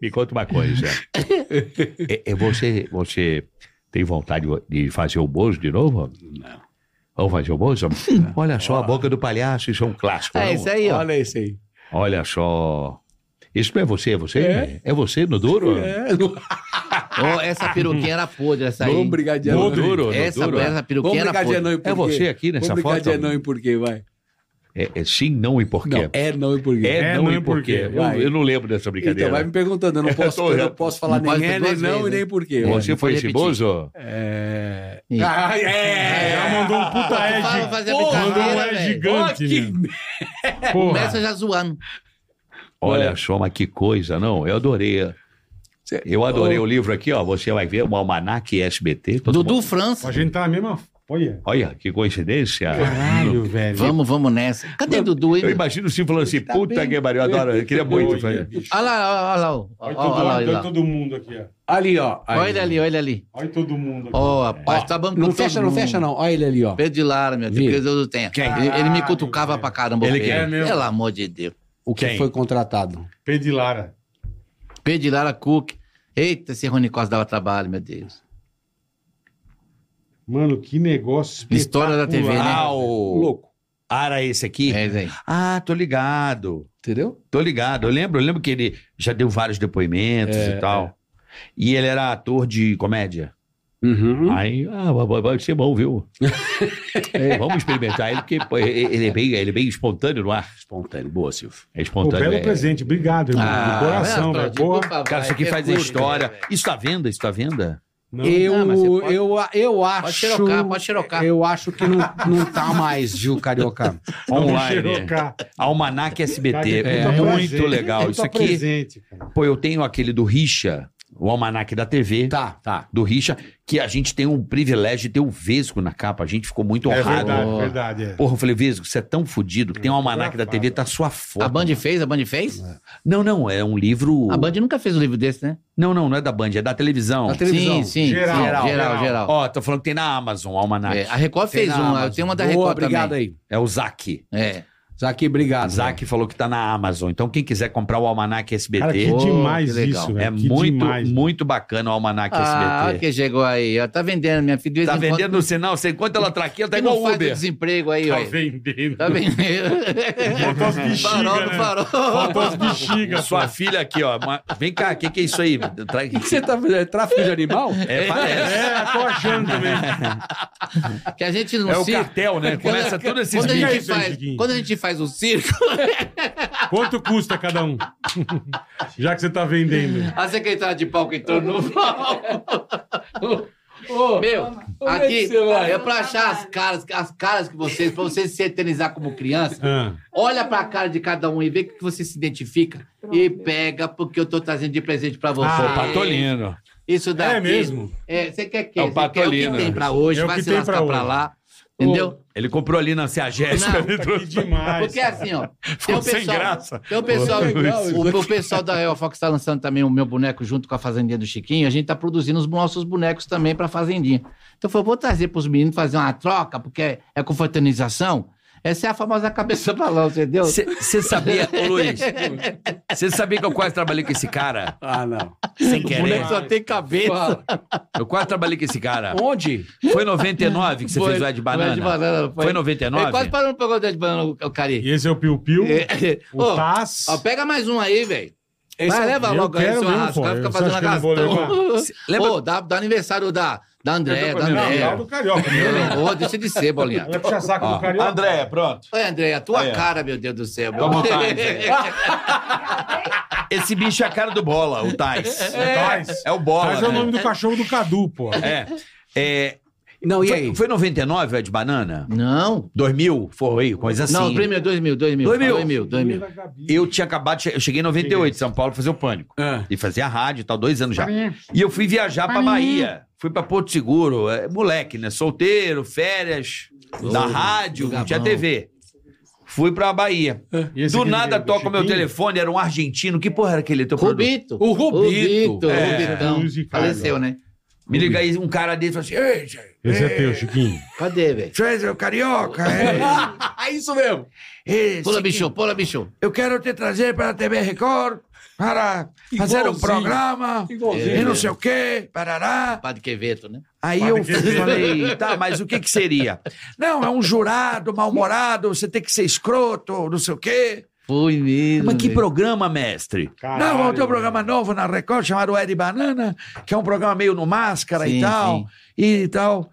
H: me conta uma coisa. É, é você, você tem vontade de fazer o Bozo de novo? Não. Vamos fazer o Bozo? Olha só, a boca do palhaço, isso é um clássico.
E: É
H: não?
E: isso aí, ó.
G: Olha isso aí.
H: Olha só.
D: Isso não é você, é você? É, você no duro? É.
E: Ó, essa peruquinha era podre, assim. essa aí.
G: Vamos brigadeiro.
D: No duro, no
E: essa,
D: duro.
E: essa
G: Vamos
E: peruquinha era
G: brigadeiro
E: podre.
G: não e
D: É
G: por quê?
D: você aqui nessa
G: Vamos brigadeiro
D: foto?
G: não e por quê, vai.
D: É, é sim, não e porquê.
G: Não, é não e por quê.
D: É,
C: É,
D: não,
C: não
D: e porquê. Eu,
G: Vai.
D: eu não lembro dessa brincadeira.
G: Então, vai me perguntando, eu não posso,
D: tô
G: eu não
D: olhando.
G: posso falar
E: Não pode
G: nem
E: ter
G: é, nem
E: duas
G: não
E: vezes,
G: e nem por quê.
D: Você
E: não
D: foi
E: pode
D: esse
E: repetir.
D: bozo?
G: É...
E: Ih.
G: Ah, é.
C: Já mandou um puta
E: Eu falo,
C: é
E: fazer
C: Mandou um
E: brincadeira,
C: é
E: velho.
C: gigante. né? Porra.
E: Começa já zoando.
D: Olha só, mas que coisa, não. Eu adorei.
G: Cê-
D: Eu adorei o livro aqui, ó. Você vai ver, um o Almanac SBT. todo
E: Dudu
D: mundo-
E: França.
C: A gente tá na mesma. Olha.
D: Olha, que coincidência.
C: Caralho, velho.
E: Vamos, vamos nessa. Cadê Dudu, hein?
D: Eu imagino se falando assim, puta que pariu, eu adoro, eu queria muito. fazer.
E: Olha lá, olha lá, olha lá.
C: Olha
E: Olha lá, olha lá.
C: todo, mundo aqui, ó.
G: Ali, ó. Aí.
E: Olha ali, olha ali.
C: Olha todo mundo aqui.
E: Ó,
D: É.
E: rapaz, tá bom com
G: Não
E: todo
G: fecha, não
E: mundo.
G: fecha, não. Olha ele ali, ó.
E: Pedro de Lara, meu Deus,
G: Vira.
E: que Deus o tenha. Ele, ele me cutucava
C: Caralho,
E: pra caramba.
D: Ele
E: Pedro.
D: quer
C: mesmo.
E: Pelo amor de Deus.
G: O que
D: Quem?
G: foi contratado.
C: Pedilara.
E: Pedro de Lara Cook. Eita, esse Rony Costa dava trabalho, meu Deus.
C: Mano, que negócio.
E: História da TV, né?
D: Ah,
C: espetacular.
D: o...
G: Louco.
D: Ah, era esse aqui?
E: É isso aí.
D: Ah, tô ligado.
G: Entendeu?
D: Tô ligado. Eu lembro, eu lembro que ele já deu vários depoimentos e tal. E ele era ator de comédia.
G: Uhum.
D: Aí, ah, vai- vai, vai ser bom, viu? É, vamos experimentar ele, porque pô, ele é, bem, ele é bem espontâneo no ar. Espontâneo, boa, Silvio. É
C: Pô,
D: espontâneo.
C: belo
D: é-
C: presente. Obrigado, irmão.
D: Ah,
C: Do coração,
E: Olha,
C: velho.
E: Claudinho, por
C: Porra.
E: favor,
D: Cara, isso aqui
E: é
D: faz a
E: curto,
D: história.
E: velho.
D: Isso tá à venda? Isso tá à venda?
C: Não.
G: Eu,
E: Não, Ah, mas você pode-
G: eu, eu acho.
E: xerocar, pode xerocar.
G: Eu acho que não, não tá mais, viu, Carioca?
C: Vamos
D: Online.
C: xerocar.
D: Almanac SBT.
C: Cara,
D: é
C: puta
D: muito
C: presente.
D: legal.
C: Puta
D: Isso aqui.
C: presente, cara.
D: é- Pô, eu tenho aquele do Richa, o Almanac da TV.
G: Tá, tá.
D: Do Richa, que a gente tem um privilégio de ter o Vesgo na capa. A gente ficou muito
C: É
D: honrado.
C: verdade, verdade. É.
D: Porra, eu falei, Vesgo, você é tão fodido que tem um almanac da TV, tá sua
E: A
D: foto.
E: Band fez? A Band fez?
D: Não, não, é um livro.
E: A Band nunca fez um livro desse, né?
D: Não, não, não é da Band, é da televisão.
G: Na televisão.
E: Sim, sim.
C: Geral,
E: sim, geral,
C: geral.
E: geral.
D: Ó, tô falando que tem na Amazon o almanac.
E: É,
D: É,
E: a Record
G: Tem
E: fez
G: na
E: um, eu
G: Amazon.
E: tenho uma da
G: Boa,
E: Record
G: obrigado
E: também.
G: aí.
D: o Zac.
E: É.
G: Zaque, obrigado.
D: Zac falou que tá na Amazon. Então, quem quiser comprar o almanac SBT,
C: Cara, que
E: Oh,
C: demais
E: que legal.
C: isso, velho.
D: é
C: que
D: muito,
C: demais.
D: muito bacana o almanac
E: Ah, olha
D: SBT.
E: que chegou aí. ó. Tá vendendo, minha filha. de vez em
D: Tá
E: quando-
D: vendendo no sinal, você enquanto ela traqueia, tá
E: que não
D: igual
E: faz o
D: Uber.
E: desemprego aí, ó.
C: Tá vendendo.
E: Tá vendendo.
C: Botou as bexigas,
E: farol
C: né?
E: do farol.
C: Botou as bexigas.
D: Sua filha aqui, ó. ma- Vem cá, o que, que é isso aí? Tra...
G: O que você tá fazendo? É Tráfico de animal?
D: É, parece.
C: É, eu tô achando também.
E: Que a gente não
D: É o
E: circo.
D: cartel, né? Começa tudo esses
E: Quando a,
C: bichos.
E: gente
C: Fica aí,
E: faz,
C: Chiquinho.
E: quando a gente faz o circo,
C: Quanto custa cada um? Já que você tá vendendo.
E: a secretária de palco entrou no Meu, aqui é pra achar as caras, as caras que vocês, pra vocês se eternizar como criança.
C: Ah,
E: Olha pra cara de cada um e vê o que você se identifica e pega porque eu tô trazendo de presente pra você.
C: Ah,
D: Patolino.
E: Isso daqui.
C: é mesmo?
E: É, você quer que
D: É o
E: Você quer o que
D: Patolino.
E: tem pra hoje,
C: É o
E: vai
C: que
E: se
C: tem pra
E: lascar pra
C: hoje.
E: lá. Entendeu?
D: Ele comprou ali na Ceagesp.
E: Não.
C: Puta, que demais.
E: Porque assim, ó. Tem
D: Ficou
E: o
D: sem
E: pessoal,
D: graça.
E: Tem o Então, pessoal,
G: Pô, legal isso
E: o, o pessoal da Real Fox tá lançando também o meu boneco junto com a Fazendinha do Chiquinho. A gente tá produzindo os nossos bonecos também pra Fazendinha. Então eu falei, vou trazer pros meninos fazer uma troca, porque é, é com fraternização. Essa é a famosa cabeça balão, entendeu?
D: Você sabia, ô Luiz? Você sabia que eu quase trabalhei com esse cara?
G: Ah, não.
D: Sem
E: O
D: querer.
E: moleque só tem cabeça.
G: Fala.
D: Eu quase trabalhei com esse cara.
G: Onde?
D: Foi em 99 que você
E: Foi,
D: fez o Ed Banana?
E: o Ed Banana, foi.
D: Foi em
E: Ele
D: 99?
E: quase parou no programa do Ed Banana, o o Cari. é,
C: E esse é o Piu Piu, o
E: Ô,
C: Taz.
E: ó, pega mais um aí, velho.
G: Esse
E: Vai,
G: é-
E: leva logo aí,
C: quero
E: seu
C: mesmo,
E: arraso. O
C: pô.
E: cara fica
C: Você
E: fazendo
C: acha que eu não vou
E: arrastão.
D: Lembra-
E: Ô, dá, dá aniversário da, da André, da
C: Não,
E: André.
C: lá do Carioca. né?
E: Ô, deixa de ser, Bolinha.
C: Vai puxar saco do Carioca.
M: André, pronto.
E: Olha, É. André, a tua cara, meu Deus do céu. meu.
M: Toma vontade. Esse bicho é a cara do Bola, o Tais.
D: Então,
C: Taz.
M: É o Bola,
C: Taz é o
M: né?
C: nome do cachorro do Cadu, pô.
D: É. É,
G: Não, e aí?
D: foi, foi 99 o Ed Banana?
E: Não.
D: 2000? Foi, coisa assim.
E: Não, é primeiro, 2000, 2000.
D: 2000.
E: 2000,
C: é
E: 2000.
D: Eu tinha acabado, de che- eu cheguei em 98, em São Paulo, fazer o pânico.
E: né?
G: Ah.
D: E fazia rádio e tal, dois anos já. E eu fui viajar pra é. Bahia. Fui pra Porto Seguro. É, moleque, né? Solteiro, férias, da rádio,
E: lugar
D: não tinha
E: bom.
D: TV. Fui pra Bahia.
C: E esse
D: Do
C: aqui é
D: nada
C: do
D: toca o meu
C: Chiquinho?
D: telefone, era um argentino. Que porra era aquele teu produto?
E: Rubito.
G: O Rubito.
E: Rubito.
D: É.
E: Rubitão.
C: Musical.
E: Faleceu, né?
D: Me liga aí um cara dele e falou assim: Ei, gente,
C: Esse é teu, Chiquinho.
E: Cadê, velho?
D: vocês é o carioca, é?
G: É isso mesmo.
D: Ei,
E: Pula, bicho, pula, bicho.
D: Eu quero te trazer para a TV Record para fazer um
G: Igualzinho.
D: programa
G: Igualzinho.
D: e
E: É.
D: não sei o quê, parará.
E: Padre Queveto, né?
D: Aí eu falei, tá, mas o que é que seria? Não, é um jurado mal-humorado, você tem que ser escroto, não sei o quê. é
E: Foi mesmo.
H: Mas que
E: velho.
H: programa, mestre?
C: Caralho,
H: não, tem um
C: velho.
H: programa novo na Record chamado Ed Banana, que é um programa meio no máscara
E: Sim,
H: e tal.
E: sim.
H: E tal.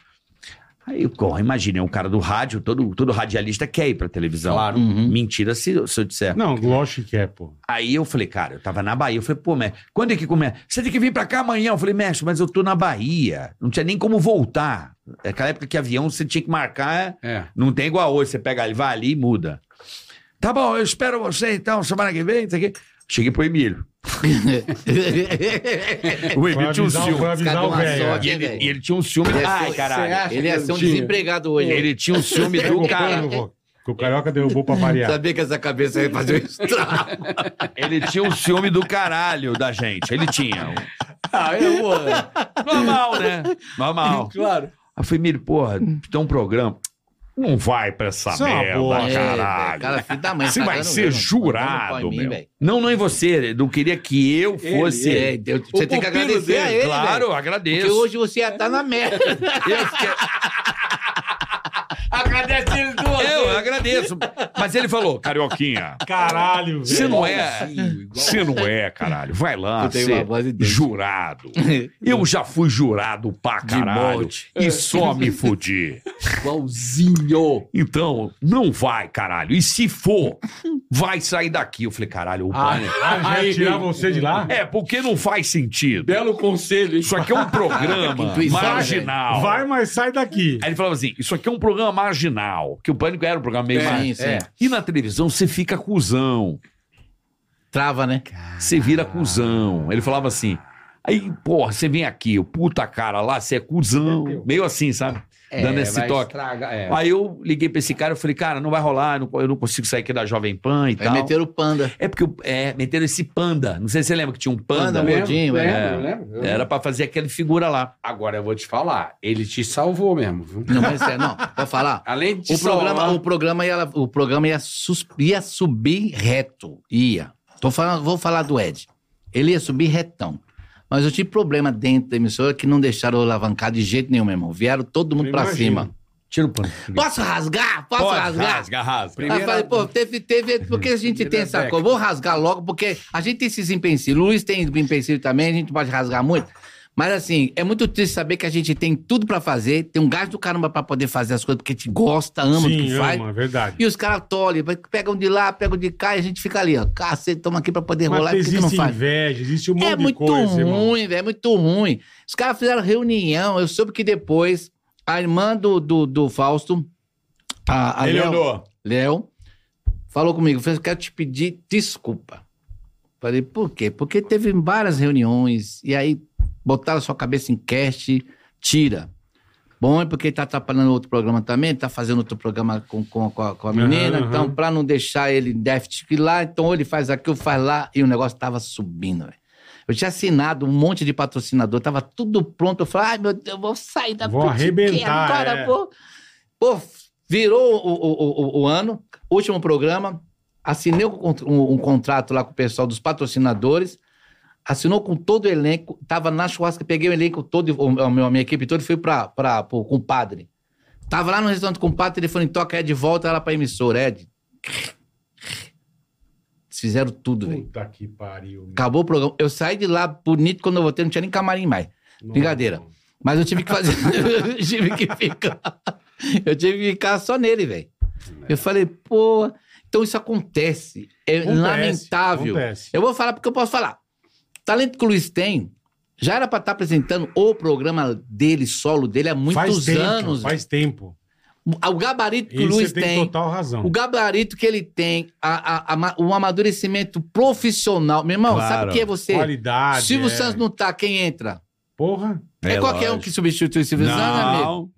H: Aí, pô, imagina, é um cara do rádio, todo, todo radialista quer ir pra televisão. Claro.
E: Uhum.
H: Mentira se, se eu disser.
C: Não, lógico que é, pô.
H: Aí eu falei, cara, eu tava na Bahia. Eu falei, pô, mestre, quando é que começa? Você tem que vir pra cá amanhã. Eu falei, mestre, mas eu tô na Bahia. Não tinha nem como voltar. Naquela época que avião você tinha que marcar.
G: É.
H: Não tem igual hoje. Você pega ali, vai ali e muda. Tá bom, eu espero você então, semana que vem, isso aqui. Cheguei pro Emílio. o
C: Foi
H: Emílio tinha um
C: avisar, o- foi
H: ciúme.
C: avisar
E: Cada
C: o
E: uma
C: velho.
E: sorte.
H: E ele, e ele tinha um ciúme.
E: Ele é
H: Ai,
E: seu-
H: caralho.
E: Ele ia ser um
G: Tinha.
E: desempregado hoje.
H: Ele tinha um ciúme do cara.
C: Que o Carioca derrubou pra
H: É.
C: variar.
E: Sabia que essa cabeça ia fazer um estrago.
H: Ele tinha um ciúme do caralho da gente. Ele tinha.
G: Ah, eu vou.
H: Normal, né? Normal.
G: Claro.
H: Aí eu falei, Emílio, porra, tem um programa. Não vai pra essa
C: Isso é uma
H: merda,
C: bosta.
E: É, velho,
H: caralho.
E: cara, filho da mãe.
H: Você vai
E: pagando
H: ser
E: mesmo,
H: jurado,
E: pagando pau em mim,
H: meu.
E: velho.
H: Não, não em você. Ele Não queria que eu
G: Ele,
H: fosse.
E: É, eu- você tem que
G: pupilo
E: agradecer
G: dele,
E: a ele,
H: claro,
E: velho.
H: eu
E: Porque
H: agradeço.
E: hoje você ia estar na merda.
H: Eu fiquei-
D: Agradece ele duas
H: Eu agradeço. Mas ele falou, carioquinha,
C: Caralho,
H: você
C: velho.
H: não é. Você não é, caralho. Vai lá,
E: Eu tenho uma
H: você
E: voz idêntica.
H: jurado. Eu já fui jurado pra caralho.
E: monte.
H: E só me fudi.
G: Igualzinho.
H: Então, não vai, caralho. E se for, vai sair daqui. Eu falei, caralho, o pai.
C: Ah, já ia
G: Aí,
C: tirar
G: Emílio.
C: você de lá?
H: É, porque não faz sentido.
G: Belo conselho, hein?
H: Isso aqui é um programa
E: intuição,
H: marginal.
C: Vai, mas sai daqui.
H: Aí ele falava assim: isso aqui é um programa marginal. Que o Pânico era um programa meio
E: É,
H: marginal.
E: sim, sim.
H: E na televisão você fica cuzão.
E: Trava, né?
H: Você vira cuzão. Ele falava assim. Aí, porra, você vem aqui, o puta cara lá, você é cuzão. Meio assim, sabe?
E: É,
H: Dando esse
G: vai
H: toque.
G: estragar, é.
H: Aí eu liguei pra esse cara, eu falei, cara, não vai rolar, eu não- eu não consigo sair aqui da Jovem Pan e
E: Aí
H: tal.
E: meteram o panda.
H: É porque eu- é, meteram esse panda. Não sei se você lembra que tinha um
E: Panda,
H: panda.
E: né? gordinho,
G: lembro,
H: é.
G: lembro, lembro.
H: Era pra fazer aquela figura lá.
G: Agora eu vou te falar, ele te salvou mesmo. viu?
E: Não, mas é, não, vou falar.
G: Além de te
E: O programa,
G: salvar,
E: o programa, ia, o programa ia, sus- ia subir reto. Ia. Tô falando, vou falar do Ed. Ele ia subir retão. Mas eu tive problema dentro da emissora que não deixaram eu alavancar de jeito nenhum, meu irmão. Vieram todo mundo
C: Eu
E: pra
C: imagino.
E: cima. Tira o pano. Posso rasgar? Posso rasgar?
H: rasga.
E: Aí eu falei, pô, teve, teve, porque a gente tem essa coisa. Vou rasgar logo, porque a gente tem esses empecilhos. O Luiz tem empecilho também, a gente pode rasgar muito. Mas assim, é muito triste saber que a gente tem tudo pra fazer, tem um gás do caramba pra poder fazer as coisas, porque a gente gosta, ama do que
C: Sim,
E: faz.
C: ama, é verdade.
E: E os caras tolhem, pegam de lá, pegam de cá, e a gente fica ali, ó. Cacete, toma aqui pra poder rolar,
C: Mas
E: é porque tu não
C: existe
E: faz.
C: inveja, existe um monte
E: É
C: de
E: muito
C: coisa, irmão.
E: ruim, velho, é muito ruim. Os caras fizeram reunião, eu soube que depois a irmã do, do, do Fausto, a, a Léo- Léo, falou comigo, fez, quero te pedir desculpa. Falei, por quê? Porque teve várias reuniões e aí botaram sua cabeça em cast, tira. Bom, é porque tá atrapalhando outro programa também, tá fazendo outro programa com, com, com a, com a
C: Aham,
E: menina,
C: aham.
E: então pra não deixar ele em déficit lá, então ou ele faz aqui, eu faz lá, e o negócio tava subindo, velho. Eu tinha assinado um monte de patrocinador, tava tudo pronto. Eu falei, ai meu Deus, eu vou sair da
C: Vou
E: Putiquinha
C: arrebentar,
E: agora,
C: é.
E: vou. Pô, virou o, o, o, o ano, último programa, assinei um, contr- um- um contrato lá com o pessoal dos patrocinadores, assinou com todo o elenco, tava na churrasca, peguei o elenco todo, o, a minha- a minha equipe toda e fui pra, pra, pro compadre. Tava lá no restaurante com o padre, telefone toca, Ed, volta lá pra emissora, Ed. Eles fizeram tudo, velho.
C: Puta que pariu. meu.
E: Acabou o programa. Eu saí de lá bonito quando eu voltei, não tinha nem camarim mais. Brincadeira. Mas eu tive que fazer. eu tive que ficar. Eu tive que ficar só nele, velho.
C: É.
E: Eu falei, pô. Então isso acontece. É
C: Acontece,
E: lamentável.
C: acontece.
E: Eu vou falar porque eu posso falar. O talento que o Luiz tem já era pra estar apresentando o programa dele, solo dele, há É muitos
C: faz tempo,
E: anos.
C: Faz tempo.
E: O gabarito que
C: E
E: o
C: você
E: Luiz
C: tem,
E: tem
C: total razão.
E: o gabarito que ele tem, a, a- a ma- o amadurecimento profissional. Meu irmão, sabe
H: Claro.
E: o que é você?
C: Qualidade.
E: Silvio
C: é.
E: Santos não tá, quem entra?
C: Porra.
E: É, qualquer um que substitui o Silvio Santos, amigo.
H: Não.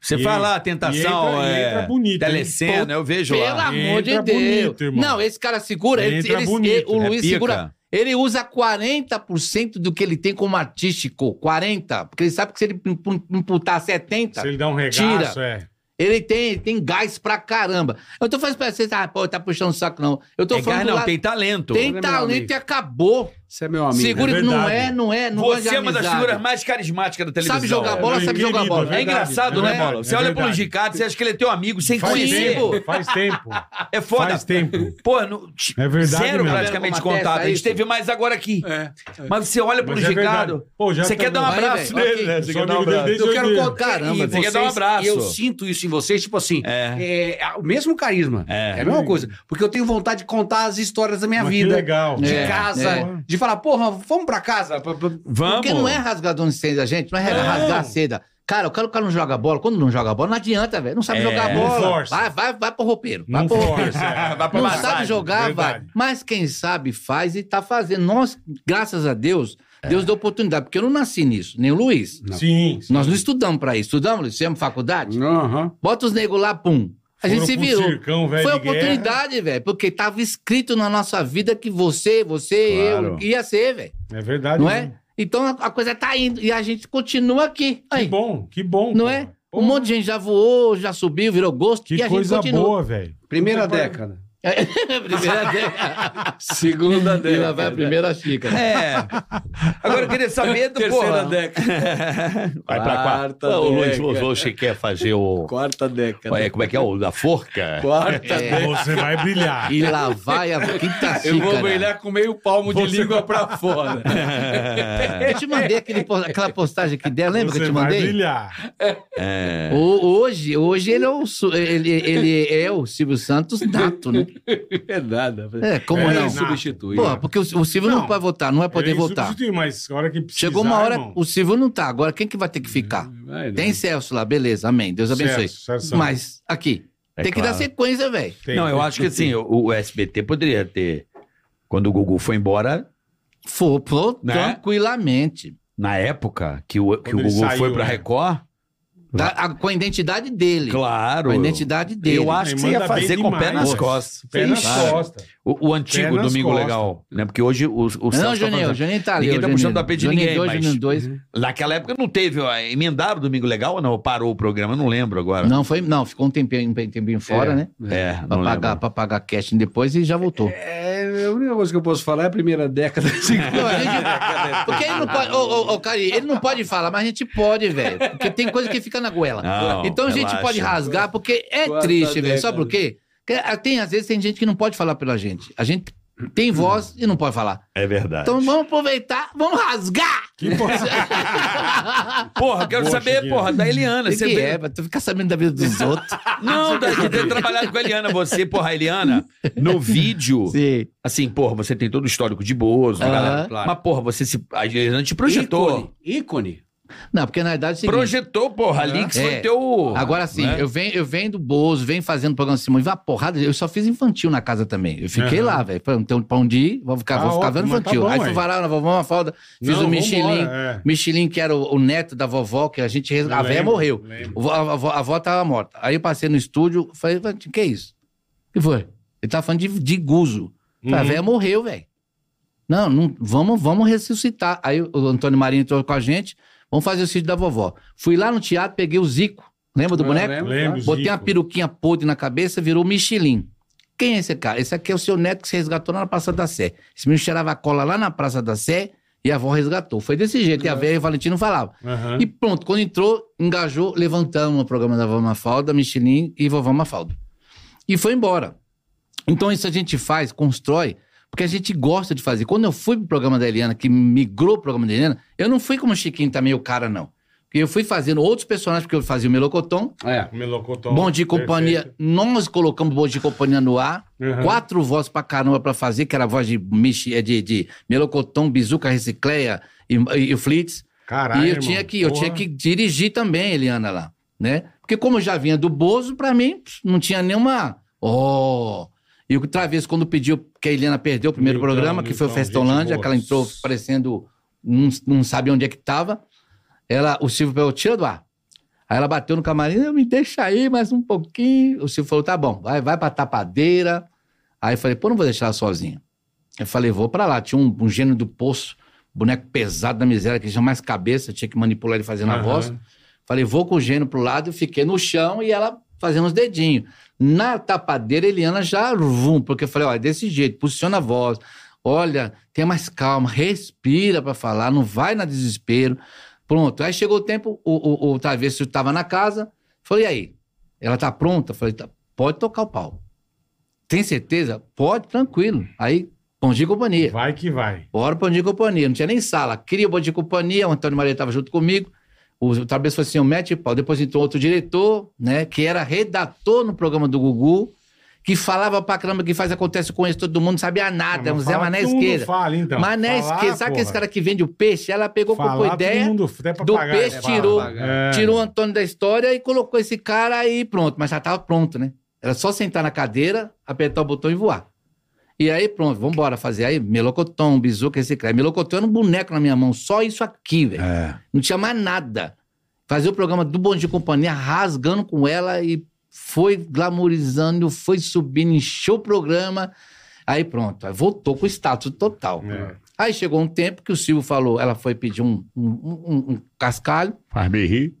H: Você
C: E entra-
H: fala
D: "Ah,
H: lá,
D: Tá
H: tentação,
C: e entra- e
H: é,
C: entra bonito, hein?
D: né?
H: telecena, eu vejo
E: Pelo
H: lá.
E: amor de
C: Entra
E: Deus.
C: bonito, irmão.
E: não, esse cara segura, ele,
C: Entra
E: ele-
C: bonito.
E: ele- o
H: É
D: né?
E: Luiz
H: pica.
E: segura. Ele usa 40% do que ele tem como artístico. 40%. Porque ele sabe que se ele impu- imputar 70%,
C: Se ele dá um regaço,
E: Tira.
C: é.
E: ele tem, ele tem gás pra caramba. Eu tô falando pra vocês, ah, pô, tá puxando o saco, não. Eu tô
H: É
E: falando.
H: gás
E: do
H: não,
E: lado-
H: tem talento.
E: tem
G: Lembra, meu
E: talento
G: amigo?
E: e acabou.
G: Você é meu amigo.
J: Segura,
C: é
J: não
C: verdade.
J: é, não é, não
D: Você
J: anja
D: é uma das
J: amizade.
D: figuras mais carismáticas da televisão.
J: Sabe jogar bola,
C: Meu
J: sabe jogar
C: querido,
J: bola.
C: né?
D: É engraçado,
C: É
D: né,
C: verdade,
D: Bola? Você
C: é
D: olha
C: verdade.
D: pro Ricardo, você acha que ele é teu amigo, sem
C: Faz
D: conhecer.
C: tempo, faz tempo.
D: É foda.
C: Faz tempo.
D: Pô, no-
C: É verdade
D: zero
C: mesmo.
D: praticamente
J: Como
D: contato.
J: acontece
D: A gente
J: isso?
D: teve mais agora aqui.
G: É.
D: Mas você olha pro
C: Mas é
D: Ricardo,
C: verdade. Pô, já
D: você
C: tá
D: quer dar um
J: Vai,
D: abraço
J: velho.
D: nele, né? Você
C: Sou
D: quer dar um
C: amigo dele
D: abraço.
C: desde
G: Eu quero
C: oito.
G: contar.
D: Caramba,
G: e
D: você quer dar um abraço.
G: Eu sinto isso em vocês, tipo assim, é, é o mesmo carisma. É. a mesma coisa. Porque eu tenho vontade de contar as histórias da minha
C: Mas que
G: vida.
C: legal.
G: De
C: É.
G: casa.
C: É.
G: De falar, porra, vamos pra casa. pra- pra-
D: Vamos.
E: Porque não é rasgador de seda, gente. Não é rasgar a seda. Cara, o cara, o cara não joga bola. Quando não joga bola, não adianta, velho. Não sabe
D: É,
E: jogar
C: não
E: bola.
C: força.
E: Vai, vai, vai pro roupeiro. Vai
C: Não
E: pro roupeiro.
C: força. é.
D: Vai pra
E: Não
D: massagem,
E: sabe jogar,
C: verdade.
E: vai. Mas quem sabe faz e tá fazendo. Nós, graças a Deus,
C: É.
E: Deus deu oportunidade. Porque eu não nasci nisso, nem o Luiz.
C: Sim.
E: Nós não estudamos pra isso. Estudamos, Luiz? Fizemos faculdade?
G: Aham.
E: Bota os negros lá, pum. A gente se virou.
C: Circão, velho,
E: Foi
C: de guerra.
E: oportunidade, velho. Porque tava escrito na nossa vida que você, você,
D: Claro.
E: eu, ia ser, velho.
C: É verdade.
E: Não
C: mesmo.
E: é? Então a, a coisa tá indo e a gente continua aqui.
C: Que
E: Aí,
C: bom, que bom.
E: não
C: pô.
E: é?
C: Pô,
E: Um monte de gente já voou, já subiu, virou gosto
C: Que
E: e a gente
C: coisa
E: continua.
C: boa, velho.
G: Primeira década.
E: primeira década.
G: Segunda
E: E lá vai a primeira xícara.
D: É. Agora eu queria saber do porra.
G: década.
N: Vai pra
G: Quarta
N: quarta. Ô, Luiz
G: década.
N: você quer fazer o.
G: Quarta década.
N: É, como é que é? O da forca?
E: É,
G: Quarta década.
C: Você vai brilhar.
E: E lá vai a quinta xícara.
G: Eu vou brilhar com meio palmo de
C: Você-
G: língua pra fora.
H: É
E: Eu te mandei aquele po- aquela postagem que der, lembra
C: Você
E: que eu te
C: vai
E: mandei?
C: brilhar.
E: O- hoje, hoje ele é o su- ele, ele é o Silvio Santos nato, né?
G: É nada.
E: É, como
C: É,
E: não?
C: nato.
G: substitui.
E: Porra, porque o, o Silvio não,
C: Não. é
E: vai votar, não vai poder
C: Ele
E: votar.
C: substitui, Mas a hora que precisar,
E: Chegou uma hora,
C: irmão,
E: o Silvio não tá. Agora quem que vai ter que
N: Hum,
E: ficar?
G: Vai, né?
E: Tem Celso lá, beleza, amém. Deus abençoe.
C: Celso, Celso Santos.
E: Mas, aqui,
N: É
E: tem que
N: claro.
E: dar sequência, velho.
C: tem.
N: Não, eu acho que assim, o, o SBT poderia ter. Quando o Gugu foi embora,
E: Foi pro-
N: Né?
E: tranquilamente.
N: na época que o, que o
C: Quando ele
N: Gugu
C: saiu,
N: foi pra
C: né?
N: Record,
E: Tá- a- com a identidade dele.
N: claro.
E: Com a identidade dele.
N: Eu acho
C: Ele
N: que você ia
C: manda bem
N: fazer com o pé
C: demais.
N: nas costas.
C: Pé nas
E: Ixi.
C: costas.
N: O, o antigo
C: Pé nas
N: Domingo
C: costas.
N: Legal. Né? Porque hoje o, o Celso
E: Não,
N: tá
E: Juninho,
N: fazendo-
E: Juninho tá ali.
N: Ninguém
E: ó,
N: tá
E: Juninho.
N: puxando o tapete de
E: Juninho
N: ninguém,
E: dois,
N: mas-
E: Juninho dois.
N: Naquela época não teve. ó, Emendaram o Domingo Legal ou não? Parou o programa, não lembro agora.
E: Não, foi, não, ficou um tempinho, um tempinho fora, né?
N: É,
E: Pra
N: não
E: pagar,
N: lembro.
E: pra pagar casting depois e já voltou.
G: É, a única coisa que eu posso falar é a primeira década.
E: É. Não, a gente- porque ele não pode. Ô, ô, ô, Cari, ele não pode falar, mas a gente pode, velho. Porque tem coisa que fica na goela.
N: Não,
E: então a gente
N: relaxa.
E: pode rasgar, porque é
G: Quarta
E: triste, velho. Sabe
G: década.
E: por quê? Porque ah, tem, às vezes tem gente que não pode falar pela gente. A gente tem voz e não pode falar.
N: É verdade.
E: Então vamos aproveitar, vamos rasgar!
C: Que porra.
D: Porra, eu quero
C: Poxa,
D: saber,
C: Guilherme.
D: porra, da
E: O
D: Eliana.
E: que,
D: Você
E: que
D: vê-
E: é? pra Tu ficar sabendo da vida dos outros.
D: Não, da, de ter trabalhado com a Eliana. Você, porra, a Eliana, no vídeo,
E: Sim.
D: assim, porra, você tem todo o histórico de Bozo,
E: Aham.
D: galera.
G: Claro.
D: Mas, porra, você se. A Eliana te projetou.
G: Ícone.
E: Não, porque na verdade é o seguinte,
D: Projetou, porra, ali que foi
E: É.
D: teu.
E: Agora sim,
D: né?
E: eu, venho, eu venho do Bozo, venho fazendo programa Simão e vai porrada. Eu só fiz infantil na casa também. Eu fiquei
C: Aham.
E: lá, velho. pra Não ter um pão de ir, vou ficar,
C: Ah,
E: vou ficar
C: ótimo,
E: vendo
C: mas tá
E: infantil.
C: bom,
E: aí
C: aí.
E: fui varar na vovó uma falda, fiz
C: Não,
E: o Michelin.
C: vambora, é.
E: Michelin, que era o, o neto da vovó, que a gente. res-
C: Eu
E: A velha
C: lembro,
E: morreu.
C: lembro.
E: O vô- A, vó- a avó tava morta. Aí eu passei no estúdio, falei, "Ué, que é isso? O que foi? Ele tava falando de, de guzo. Falei, A
C: Uhum.
E: velha morreu, velho. Não, não, vamos, vamos ressuscitar. Aí o Antônio Marinho entrou com a gente. Vamos fazer o sítio da vovó. Fui lá no teatro, peguei o Zico. Lembra do
G: Ah,
E: boneco?
G: lembro,
C: Lembro,
G: tá?
E: Botei uma
C: né? Zico.
E: peruquinha podre na cabeça, virou Michelin. Quem é esse cara? Esse aqui é o seu neto que você resgatou lá na Praça da Sé. Esse menino cheirava a cola lá na Praça da Sé e a avó resgatou. Foi desse jeito. E a velha e o Valentino falavam.
C: Aham.
E: E pronto, quando entrou, engajou, levantamos o programa da Vovó Mafalda, Michelin e Vovó Mafalda. E foi embora. Então isso a gente faz, constrói, porque a gente gosta de fazer. Quando eu fui pro programa da Eliana, que migrou pro programa da Eliana, eu não fui como Chiquinho também, o cara, não. Porque eu fui fazendo outros personagens, porque eu fazia o Melocotão,
G: É.
C: O melocotão.
E: Bom Dia e Companhia.
C: Perfeito.
E: Nós colocamos Bom Dia e Companhia no ar.
C: Uhum.
E: Quatro vozes pra caramba pra fazer, que era a voz de, Michi, eh, de, de Melocotão, Bizuca, Recicleia e, e o Flitz.
C: Caralho,
E: e eu
C: irmão.
E: tinha, que, eu
C: Porra.
E: tinha que dirigir também, Eliana, lá. Né? Porque como eu já vinha do Bozo, pra mim pff, não tinha nenhuma... Oh! E o Travesso, quando pediu que a Eliana perdeu o primeiro
C: Milton,
E: programa, que foi o
C: Milton, Então, gente
E: Festolândia,
C: boa.
E: que ela entrou parecendo... Não, não sabe onde é que tava. Ela, o Silvio pegou, tira do ar. Aí ela bateu no camarim, "Não, me deixa aí mais um pouquinho. O Silvio falou, tá bom, vai, vai pra tapadeira. Aí eu falei, pô, não vou deixar ela sozinha. Eu falei, vou pra lá. Tinha um, um gênio do poço, boneco pesado da miséria, que tinha mais cabeça, tinha que manipular ele fazendo a
C: Aham.
E: voz. Falei, vou com o gênio pro lado, eu fiquei no chão e ela fazendo os é dedinhos. Na tapadeira, Eliana já, vum, porque eu falei, olha, desse jeito, posiciona a voz, Olha, tenha mais calma, respira para falar, não vai na desespero. Pronto. Aí chegou o tempo, o, o, o Travesso estava na casa, falei, e aí? Ela tá pronta? Falei, tá, pode tocar o pau. Tem certeza? Pode, tranquilo. Aí, bom dia e companhia.
C: Vai que vai.
E: Bora pro Bom Dia e Companhia. Não tinha nem sala. Queria o Bom Dia e Companhia, o Antônio Maria estava junto comigo. O, o Trabeço foi assim, o mete pau. Depois entrou outro diretor, né? Que era redator no programa do Gugu, que falava pra caramba que faz acontece com isso, todo mundo não sabia nada.
C: Ah,
E: É um
C: mas
E: Zé
C: fala
E: Mané
C: todo mundo
E: Esquerda.
C: Fala, então.
E: Mané
C: Falar,
E: Esquerda. Sabe aquele
C: porra.
E: cara que vende o peixe? Ela pegou, comprou
C: Falar, todo
E: ideia,
C: mundo, até pra
E: do
C: pagar,
E: peixe,
C: fala.
E: tirou.
C: É.
E: tirou o Antônio da história e colocou esse cara aí pronto. Mas já tava pronto, né? Era só sentar na cadeira, apertar o botão e voar. E aí, pronto, vamos embora fazer aí melocotão, bizuca, esse cara. Melocotão era um boneco na minha mão, só isso aqui, velho. Não tinha mais nada. Fazer o programa do Bom Dia e Companhia rasgando com ela e foi glamorizando, foi subindo, encheu o programa. Aí pronto, aí voltou com o status total.
C: É.
E: Aí chegou um tempo que o Silvio falou, ela foi pedir um, um, um- um cascalho.
N: Faz me rir.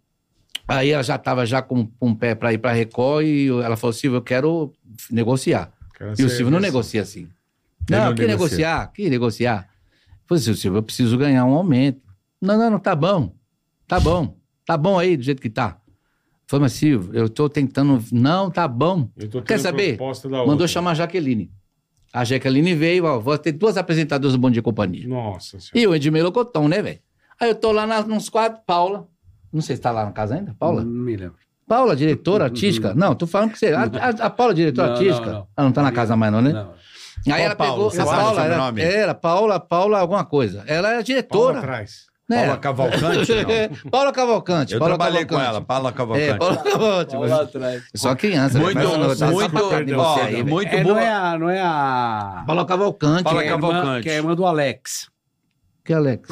E: Aí ela já estava já com, com um pé para ir para Record e ela falou, Silvio, eu quero negociar.
C: Quero
E: E o
C: ser-
E: Silvio não negocia assim.
N: Ele
E: Não,
N: não
E: que
N: negocia.
E: negociar, que negociar. Falei assim, Silvio, eu preciso ganhar um aumento. Não, não, não, tá bom. Tá bom. Tá bom aí, do jeito que tá. Falei, mas Silvio, eu tô tentando... Não, tá bom.
C: Eu tô tendo
E: Quer saber?
C: proposta
N: Tá
C: da
E: Mandou
C: outra.
E: chamar a Jaqueline. A Jaqueline veio, ó, vou ter duas apresentadoras do Bom Dia e Companhia.
C: Nossa senhora.
E: E o Edmei Locotão, né, velho? Aí eu tô lá na- nos quadros, Paula. Não sei se tá lá na casa ainda, Paula.
G: Não me lembro.
E: Paula, diretora artística? Não, tô falando que você. A, a, a Paula, diretora
G: Uhum. Não,
E: artística?
G: não, não.
E: Ela não tá na casa mais, não, né?
G: Não.
E: Aí ela
D: Paula?
E: pegou.
D: Você
E: a
D: sabe o
E: Paula era,
D: sobrenome?
E: era Paula, Paula, alguma coisa. Ela era
C: Paula
E: diretora.
C: atrás.
E: né?
D: Paula Cavalcante, não.
E: Paula Cavalcante.
D: Eu
E: Paula
D: trabalhei
E: Cavalcante.
D: com ela, Paula Cavalcante.
E: É, Paula Cavalcante.
G: Olha lá atrás.
E: Só criança. né?
D: Muito,
E: Mas eu não- eu tava
D: muito,
E: sapacado em você
D: ó,
E: aí, velho.
D: muito
G: É,
D: boa.
G: Não é a. Não é a...
E: Paula Cavalcante.
D: Paula
G: que é a irmã,
D: Cavalcante.
G: que é a irmã do Alex.
E: Que Alex?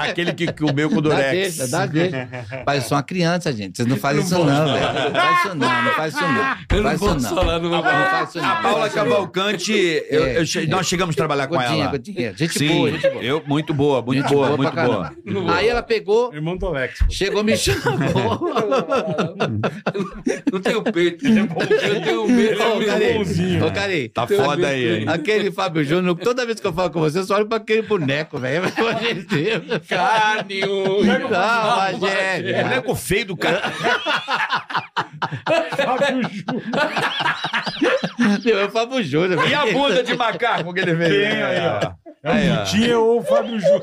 D: Aquele que comeu com o
E: Dá
D: Durex.
E: deixa, dá deixa. Pai, eu sou uma criança, gente. Vocês não fazem isso não, velho. Não faz isso não, não faz isso não. Faz isso não. Não faz isso não.
D: A Paula Cavalcante, eu-
E: É.
D: eu che- nós chegamos a trabalhar com
E: Godinha,
D: ela.
E: Godinha. Gente
D: Sim,
E: boa, gente boa.
D: eu, muito boa, muito
E: Gente
D: boa,
E: boa
D: muito
E: pra
D: boa.
E: Aí ela pegou,
C: Irmão do Alex. pô.
E: chegou, me chamou.
J: Não tenho peito.
G: né?
J: Eu tenho medo.
D: é
E: Ô, Carinho, ô, Carinho.
D: Tá foda aí, hein?
E: Aquele Fábio Júnior, toda vez que eu falo com você, eu só olho pra aquele boneco, velho. Pelo amor de Deus.
J: Carne.
E: Não,
D: É,
E: é, Magélia.
D: Boneco feio do cara.
E: Meu, é o Fábio Júnior. velho.
D: E a bunda de macaco que ele veio.
C: Tem aí, ó. É
D: Aí, ó.
C: o Vitinho ou o Fábio Júnior.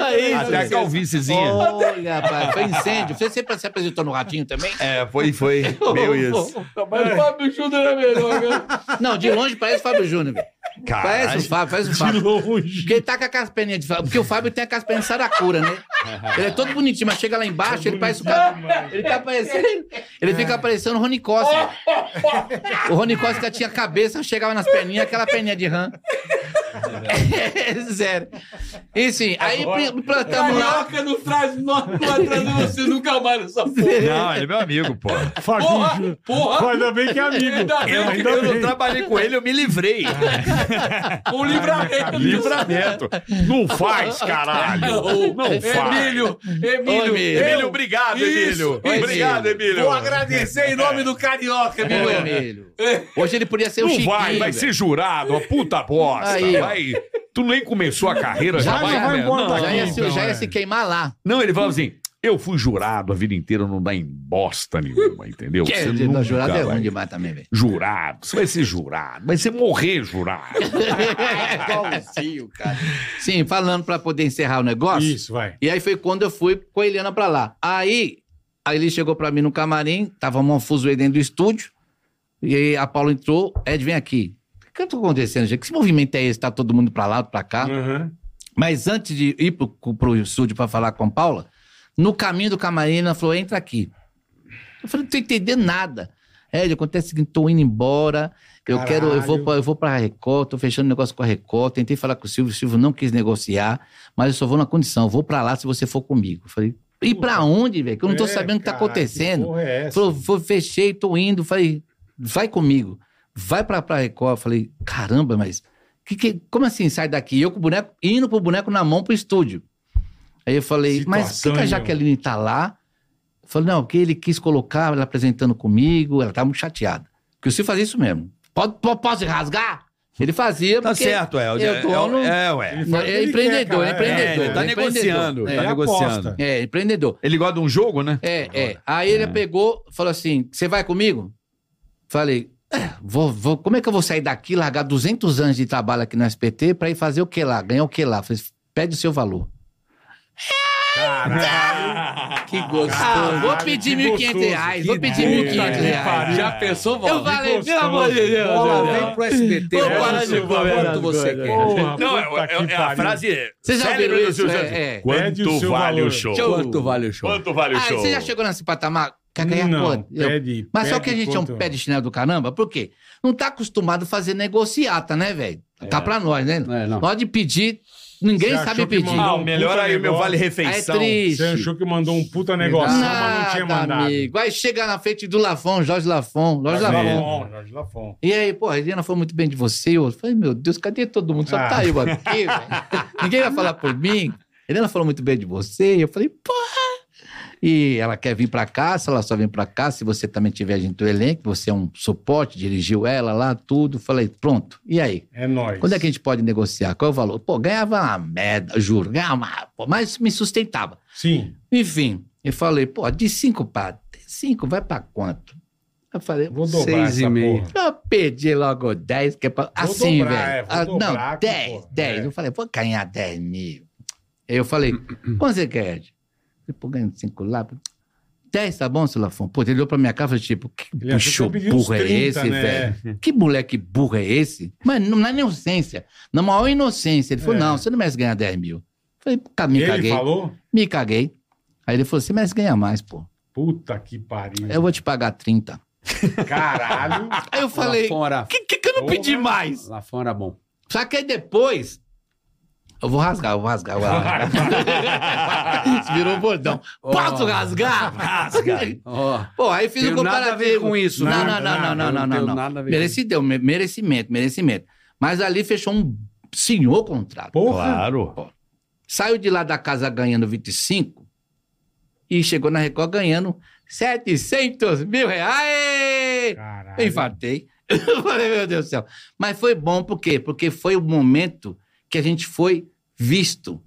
E: Aí,
D: Até a calvíciezinha.
E: Olha, pai, foi incêndio. Você sempre se apresentou no Ratinho também?
D: É, foi, foi. Meio isso.
J: Mas o Fábio Júnior é melhor. viu?
E: Não, de longe parece o Fábio Júnior. velho. Parece o Fábio, parece o Fábio.
C: longe.
E: Porque ele tá com aquelas perninhas de Fábio. Porque o Fábio tem aquelas perninhas de saracura, né? Ele é todo bonitinho, mas chega lá embaixo, ele parece o cara. Ele tá parecendo. Ele fica parecendo o Rony Costa. O Rony Costa tinha cabeça, chegava nas perninhas, aquela perninha de rã. É, sério. E sim, aí pl- plantamos lá.
J: Carioca não traz nó- não vai trazer você nunca mais nessa porra.
D: Não, ele é meu amigo, pô.
C: Fábio
J: Porra,
C: Júnior.
J: porra.
C: Pô, Ainda bem que é amigo.
J: Ainda bem que
C: Ainda
D: Eu não
C: bem.
D: trabalhei com ele, eu me livrei.
J: Um livramento.
D: Livramento.
C: Não faz, caralho. Não faz.
J: Emílio, Emílio,
E: Ô, Emílio.
J: eu-
D: Emílio, obrigado,
J: Isso,
D: Emílio. Obrigado, Emílio.
J: Vou agradecer em nome do Carioca,
E: Ô,
J: Emílio.
E: Emílio. Hoje ele podia ser o
N: Não
E: Chiquinho.
N: vai, vai
E: velho.
N: ser jurado, uma puta bosta.
E: Aí, ó.
N: vai. Tu nem começou a carreira, já,
E: Já,
N: vai,
E: já vai
N: né?
C: embora
N: Não,
C: daqui.
E: Já ia, se,
C: Então,
E: já ia
C: é.
E: se queimar lá.
N: Não, ele falava assim: eu fui jurado a vida inteira, não dá em bosta nenhuma, entendeu?
E: Que
N: Você
E: é,
N: nunca
E: jurado é
N: vai-
E: ruim demais também, velho.
N: Jurado, você vai ser jurado, vai ser morrer jurado.
E: Igualzinho, cara. Sim, falando pra poder encerrar o negócio.
C: Isso, vai.
E: E aí foi quando eu fui com a Eliana pra lá. Aí, aí ele chegou pra mim no camarim, tava um fuzuê dentro do estúdio, e aí a Paula entrou, Ed, vem aqui. O que tá acontecendo, gente? Que esse movimento é esse? Tá todo mundo pra lá, pra cá?
C: Aham.
E: Mas antes de ir pro, pro estúdio pra falar com a Paula, no caminho do camarim, ela falou, entra aqui. Eu falei, não tô entendendo nada. Ed, acontece o seguinte, tô indo embora, eu quero, eu vou,
C: Caralho.
E: pra, eu vou pra Record, tô fechando um negócio com a Record, tentei falar com o Silvio, o Silvio não quis negociar, mas eu só vou na condição, eu vou pra lá se você for comigo. Eu falei, e pra onde, velho? Que eu não tô
C: É,
E: sabendo o que tá
C: caralho,
E: acontecendo.
C: Que porra é essa?
E: Falou, vou, fechei, tô indo. Falei, vai comigo. Vai pra, pra Record. Falei, caramba, mas que, que, como assim sai daqui? Eu com o boneco, indo pro boneco na mão pro estúdio. Aí eu falei, mas por que, que a
C: Situação,
E: Jaqueline tá lá? Eu falei, não, porque ele quis colocar ela apresentando comigo, ela tá muito chateada. Porque o Silvio fazia isso mesmo. Pode, po- posso rasgar? Ele fazia
D: Tá
E: porque
D: certo, é.
E: eu
D: é,
E: tô
D: é,
E: no-
D: é, ué.
C: faz o que
E: É
C: ele
E: empreendedor,
C: quer,
E: é
C: cara.
D: É,
E: empreendedor.
D: ele tá
E: é empreendedor.
D: negociando,
E: É,
D: tá
C: Ele
D: negociando.
C: aposta.
E: É, empreendedor.
D: Ele gosta de um jogo, né?
E: É, é. Aí ele pegou, falou assim: Você vai comigo? Falei: "É, vou, vou- Como é que eu vou sair daqui, largar 200 anos de trabalho aqui no SPT pra ir fazer o que lá? Ganhar o que lá? Falei, Pede o seu valor.
G: Que
E: Ah,
C: Caralho,
E: vou pedir
C: que
E: 1.500 reais.
C: gostoso,
E: Vou
C: que
E: pedir
C: ideia.
E: 1.500
G: É,
E: reais.
O: Já pensou,
E: Eu
O: Valdir?
E: falei, pelo amor de Deus.
G: Bola, vem pro SBT.
E: Ô,
G: olha
E: para
G: o
E: de
G: seu
E: comer
G: valor,
E: essas
G: né? quanto você
E: coisas.
G: quer.
C: Porra,
O: Não,
C: puta
O: é, é-
C: que
O: é a
C: pariu.
O: frase.
E: Vocês já
O: célebre
E: viram
O: do
E: isso?
O: Silvio
E: É,
O: Santos.
E: é.
C: Pede o
H: Quanto
C: seu
H: vale o
C: valor.
H: show?
G: Quanto vale o show?
H: Quanto vale o
E: Ah,
H: show?
E: você já chegou nesse patamar? Quer ganhar
C: Não,
E: quanto? Eu-
C: pede,
E: Mas só
C: pede
E: que a gente é um
C: quanto-
E: pé de chinelo do caramba, por quê? Não tá acostumado a fazer negociata, né, velho? Tá pra nós, né?
G: É, não.
E: Pode pedir, ninguém
C: Você
E: sabe
C: achou que
E: pedir.
C: mandou
D: Ah,
C: um
D: o melhor
C: puta
D: aí, o meu
C: negócio.
E: Aí é
D: vale-refeição.
C: Você
E: triste.
C: achou que mandou um puta negócio, mas não tinha
E: Nada,
C: mandado. Tá
E: amigo. Aí chega na frente do Lafon, Jorge Lafon, Jorge Lafon.
C: Lafon, Jorge Lafon.
E: E aí, pô, a Helena falou muito bem de você. Eu falei, meu Deus, cadê todo mundo? Só
C: Ah.
E: tá eu aqui, velho. Ninguém vai falar por mim. A Helena falou muito bem de você. Eu falei, porra. E ela quer vir pra cá, se ela só vem pra cá, se você também tiver gente do elenco, você é um suporte, dirigiu ela lá, tudo. Falei, pronto. E aí?
C: É nóis.
E: Quando é que a gente pode negociar? Qual é o valor? Pô, ganhava uma merda, juro, ganhava uma, pô, mas me sustentava.
C: Sim.
E: Enfim, eu falei, pô, de cinco para cinco, vai pra quanto? Eu falei,
C: Vou dobrar
G: Seis
C: essa
G: e meia.
C: porra.
E: eu perdi logo 10, que é pra... assim,
C: dobrar, é,
E: velho.
C: vou
E: Ah,
C: dobrar,
E: não, 10,
C: pô,
E: 10.
C: é.
E: Eu falei, vou ganhar 10 mil. Aí eu falei, quanto você quer? Tipo, ganhando 5 lá. 10, tá bom, seu Lafon? Pô, ele olhou pra minha cara e falou, tipo, que
C: Ele achou que
E: bicho
C: eu pedi uns
E: burro é
C: 30,
E: esse,
C: né?
E: velho? Que moleque burro é esse? Mas não na inocência, na maior inocência. Ele falou,
C: É.
E: não, você não merece ganhar 10 mil. Eu falei, "Ca-
C: E
E: me
C: ele
E: caguei,
C: falou?
E: me caguei. Aí ele falou, você merece ganhar mais, pô.
C: Puta que pariu.
E: Eu vou te pagar 30.
C: Caralho.
E: Aí eu falei,
G: Lafon era,
E: que, que, que eu não pedi
C: Porra.
E: mais?
G: Lafon era é bom.
E: Só que aí depois. Eu vou rasgar, eu vou rasgar. Eu vou rasgar. Isso virou bordão. Posso
G: né?
E: rasgar? Rasga.
G: Ó,
E: Pô, aí fiz
G: Tem
E: um
G: nada
E: comparativo.
G: a ver com isso,
E: Não, não, não,
G: nada,
E: não,
G: nada,
E: não,
G: não
E: não,
G: tem
E: não.
G: nada a ver com
E: Merecideu, me- merecimento, merecimento. Mas ali fechou um senhor contrato.
C: Porra.
H: Claro.
E: Saiu de lá da casa ganhando 25 e chegou na Record ganhando 700 mil reais.
C: Caralho.
E: Eu infartei. Eu falei, meu Deus do céu. Mas foi bom, por quê? Porque foi o momento que a gente foi visto.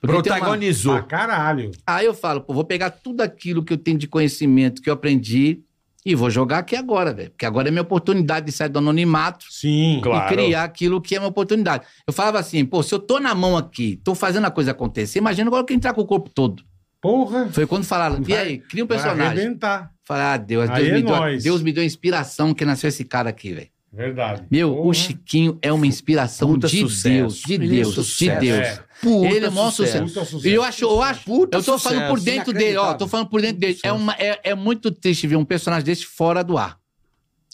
E: Porque tem uma-
C: Pra
D: Protagonizou.
C: caralho.
E: Aí eu falo, pô, vou pegar tudo aquilo que eu tenho de conhecimento, que eu aprendi, e vou jogar aqui agora, velho. Porque agora é minha oportunidade de sair do anonimato
C: Sim.
H: Claro.
E: e criar aquilo que é uma oportunidade. Eu falava assim, pô, se eu tô na mão aqui, tô fazendo a coisa acontecer, imagina agora que entrar com o corpo todo.
C: Porra.
E: Foi quando falaram, e
C: Vai-
E: aí, cria um
C: Vai
E: personagem.
C: arrebentar.
E: Falei, ah, Deus,
C: Aí
E: Deus,
C: é
E: me, deu,
C: nóis.
E: Deus me deu inspiração que nasceu esse cara aqui, velho.
C: Verdade.
E: Meu,
C: Porra.
E: o Chiquinho é uma inspiração
D: Puta
E: de
D: sucesso.
E: Deus, de
D: Ele é
E: Deus,
D: sucesso.
E: de Deus.
C: É.
E: ele é o maior sucesso.
C: Puta sucesso.
E: E eu acho, eu acho, eu tô
D: sucesso,
E: falando por dentro dele, ó, tô falando por dentro dele. É, uma, é, é muito triste ver um personagem desse fora do ar.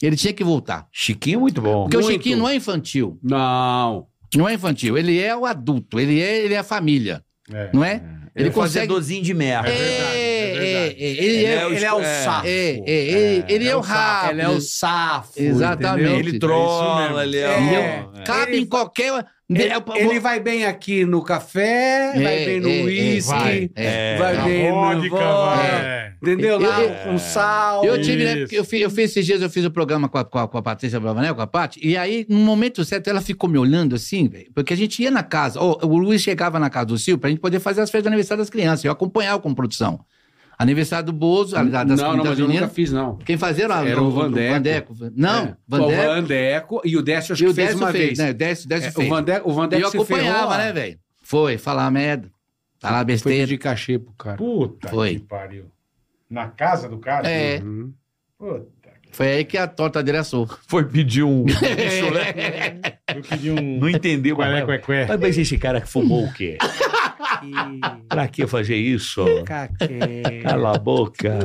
E: Ele tinha que voltar.
D: Chiquinho é muito bom.
E: Porque o
G: Muito.
E: Chiquinho não é infantil.
G: Não.
E: Não é infantil, ele é o adulto, ele é, ele é a família, não é?
D: Ele,
E: Ele
D: é
E: consegue-
D: fazedorzinho de merda.
E: É,
C: verdade, é
E: é,
C: verdade.
E: é, ele é,
G: ele é o safo.
E: é, é, ele- ele é o
G: safo,
E: rabo.
G: Ele é o safo.
E: Exatamente.
G: entendeu?
D: Ele trola, ele é,
G: É.
D: um-
E: Cabe em qualquer.
G: Ele,
E: é, o-
G: ele vai bem aqui no café, vai
E: É,
G: bem no
E: é, é,
G: uísque,
E: vai, é.
G: vai
C: Na
G: bem no
C: vodka,
G: vodka,
C: vai.
G: entendeu? Lá
E: Eu-
G: um sal.
E: Eu tive, né?
C: Isso.
E: porque Eu fiz, eu fiz esses dias, eu fiz o programa com a, com a, com a Patrícia Bravanel, com a Paty, e aí, num momento certo, ela ficou me olhando assim, velho, porque a gente ia na casa, ó, o Luiz chegava na casa do Silvio pra gente poder fazer as festas de aniversário das crianças, eu acompanhava com produção. Aniversário do Bozo, a- da- das,
G: não, não,
E: das
G: mas eu nunca
E: meninas.
G: fiz, não.
E: Quem fazia era,
G: Era o Vandeco.
E: Não,
G: É.
E: Vandeco.
G: O Vandeco e o Décio acho
E: E
G: que
E: o
G: fez
E: Décio
G: uma
E: fez,
G: vez.
E: né? O Décio, Décio
G: É, o
E: fez.
G: Vandeco, o
E: e
G: Vandeco
E: eu
G: se ferrou
E: acompanhava,
G: lá.
E: né, velho? Foi, falar merda, falar
G: Foi
E: besteira.
G: pedir cachê pro cara.
C: Puta
E: Foi.
C: que pariu. Na casa do cara?
E: É,
G: Uhum.
C: Puta.
E: foi aí que a torta dele assou.
H: Foi pedir um.
C: Eu queria um...
H: Não entendeu
C: Qual é,
H: mas-
C: qual é, qual é?
H: Mas, mas esse cara que fumou o quê? pra que fazer isso? Cala a boca.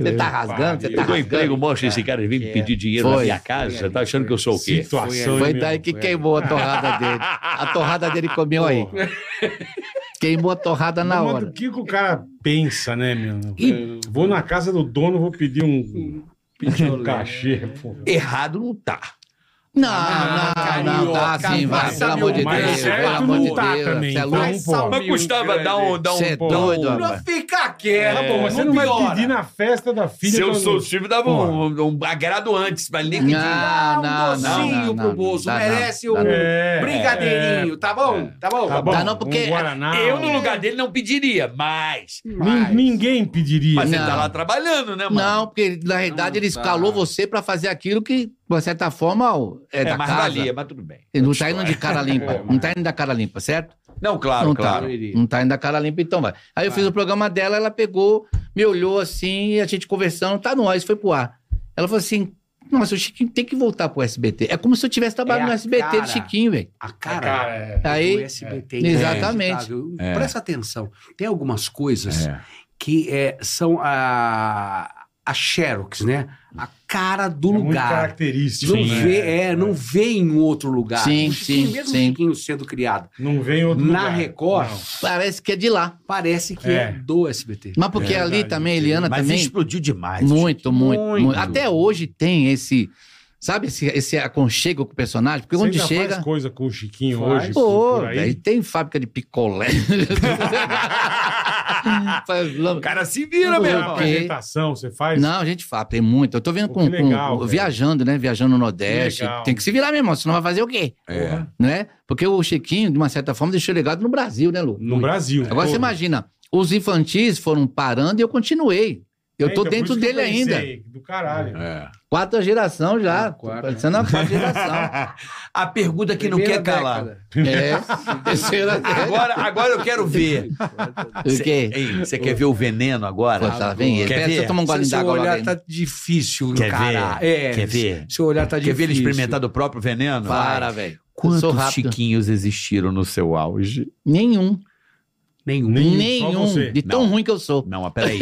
E: Você tá
C: que
E: rasgando, você
C: pariu.
E: tá
H: Eu dou emprego,
E: rasgando.
H: mostra esse cara vindo pedir dinheiro na
E: Foi.
H: minha casa. Tá achando que eu sou o quê?
C: Situação,
E: Foi
C: hein,
E: daí
C: meu?
E: que queimou a torrada dele. A torrada dele comeu aí. Queimou a torrada Tá na
C: Mas
E: hora.
C: O que, que o cara pensa, né, meu? Vou na casa do dono, vou pedir um, pedir um cachê, pô.
D: Errado não tá.
E: Não,
G: Ah,
E: não, não, tá sim, vai. Pelo amor de
C: Mas
E: Deus,
G: é
C: certo
E: pelo amor
C: não
E: de
C: tá
E: Deus.
C: também,
E: Você é
C: então,
E: louco.
C: pô.
D: Mas custava dar um, dar um
E: Você é
C: pô.
E: doido,
G: Pra
E: rapaz. É,
G: ficar paquera,
C: é, Pô,
G: pô,
C: mas você não, vai pedir na festa da filha.
D: Se eu
C: pra-
D: sou o time, dava um, um, um agrado antes, mas nem que
E: Não,
G: Dá um
E: não, não.
G: docinho
E: não,
G: pro
E: não,
G: Bozo,
E: dá não,
G: merece
E: dá
G: um
E: não.
C: É,
G: brigadeirinho, tá bom?
E: É.
G: Tá bom?
C: Tá bom,
E: Dá não, porque-
C: um Guaraná. um
D: Eu,
E: é.
D: no lugar dele, não pediria, mas.
C: Nin- Ninguém pediria.
D: Mas
E: Não.
D: ele tá lá trabalhando, né, mano?
E: Não, porque na realidade ele escalou você pra fazer aquilo que, de uma certa forma, o- é,
D: É,
E: da
D: mas
E: casa.
D: valia, mas tudo bem.
E: Ele não tá indo de cara limpa. não tá indo da cara limpa, certo?
D: Não, claro,
E: não
D: claro.
E: Tá, não tá indo da cara limpa, então vai. Aí eu fiz o programa dela, ela pegou, me olhou assim, e a gente conversando, tá nós, foi pro ar. Ela falou assim: Nossa, o Chiquinho tem que voltar pro SBT. É como se eu tivesse trabalhado
G: É
E: no
G: a
E: SBT
G: cara.
E: do Chiquinho, velho.
G: A
C: Cara,
G: cara,
C: é.
G: do
E: Aí.
G: SBT.
E: é.
G: é
E: Exatamente.
G: inacreditável. Presta atenção. Tem algumas coisas que é, são a, a Xerox, né? A cara do
C: É muito
G: lugar.
C: característico.
G: Não
C: né?
G: vê, é, não vê em outro lugar.
E: Sim,
G: O Chiquinho,
E: sim,
G: mesmo o
E: sim.
G: Chiquinho sendo criado
C: Não vem outro
G: na
C: lugar.
G: Record,
C: Não.
E: Parece que é de lá.
G: parece que
C: É.
G: é. do SBT.
E: Mas porque
C: É
E: ali
C: verdade,
E: também,
C: entendi.
E: Eliana
D: Mas
E: também.
D: explodiu demais.
E: Muito, muito,
G: Muito.
E: muito. Até hoje tem esse, sabe, esse, esse aconchego com o personagem, porque
C: Você
E: onde
C: ainda
E: chega.
C: faz coisa com o Chiquinho
G: Faz.
C: hoje? assim,
E: Pô,
C: por aí?
E: velho, tem fábrica de picolé. Faz lama.
D: O cara se
C: Você
D: vira
C: faz
D: mesmo.
E: porque-
C: apresentação, você faz.
E: Não, gente fala, tem muito. Eu tô vendo
C: Pô,
E: com,
C: que legal,
E: com-
C: velho.
E: viajando, né? Viajando no Nordeste.
C: Que legal.
E: Tem que se virar mesmo, senão vai fazer o quê?
D: É.
E: Né? Porque o Chiquinho, de uma certa forma, deixou legado no Brasil, né, Lu?
C: No Brasil.
E: Agora você
C: todo.
E: imagina, os infantis foram parando e eu continuei. Eu
C: É,
E: tô
C: então, por
E: dentro
C: isso que eu
E: dele ainda.
C: pensei, Do caralho.
E: Quarta geração já.
G: É, quarta.
E: Tô Parecendo a quarta geração.
D: A pergunta que não quer
G: Primeira
D: calar.
G: década.
E: é. Terceira.
D: Agora, agora eu quero ver.
E: O quê?
D: Ei, você quer ver o veneno agora?
E: Pô, tá, vem ele.
D: Quer
E: Pera,
D: ver?
E: se eu tomar um
G: Seu-
E: gole
G: Seu
E: d'água lá
G: olhar
E: dentro.
G: tá difícil,
D: Quer
G: cara.
D: ver?
G: É,
D: Quer ver?
G: Seu olhar tá
D: Quer
G: difícil.
D: ver ele experimentar do próprio veneno?
E: Para, velho. Eu sou
D: Quantos
E: rápido.
D: chiquinhos existiram no seu auge?
E: Nenhum.
G: Nenhum.
C: Nem- Nenhum, só
E: Nenhum.
C: você.
E: De tão
D: Não.
E: ruim que eu sou.
D: Não, mas peraí.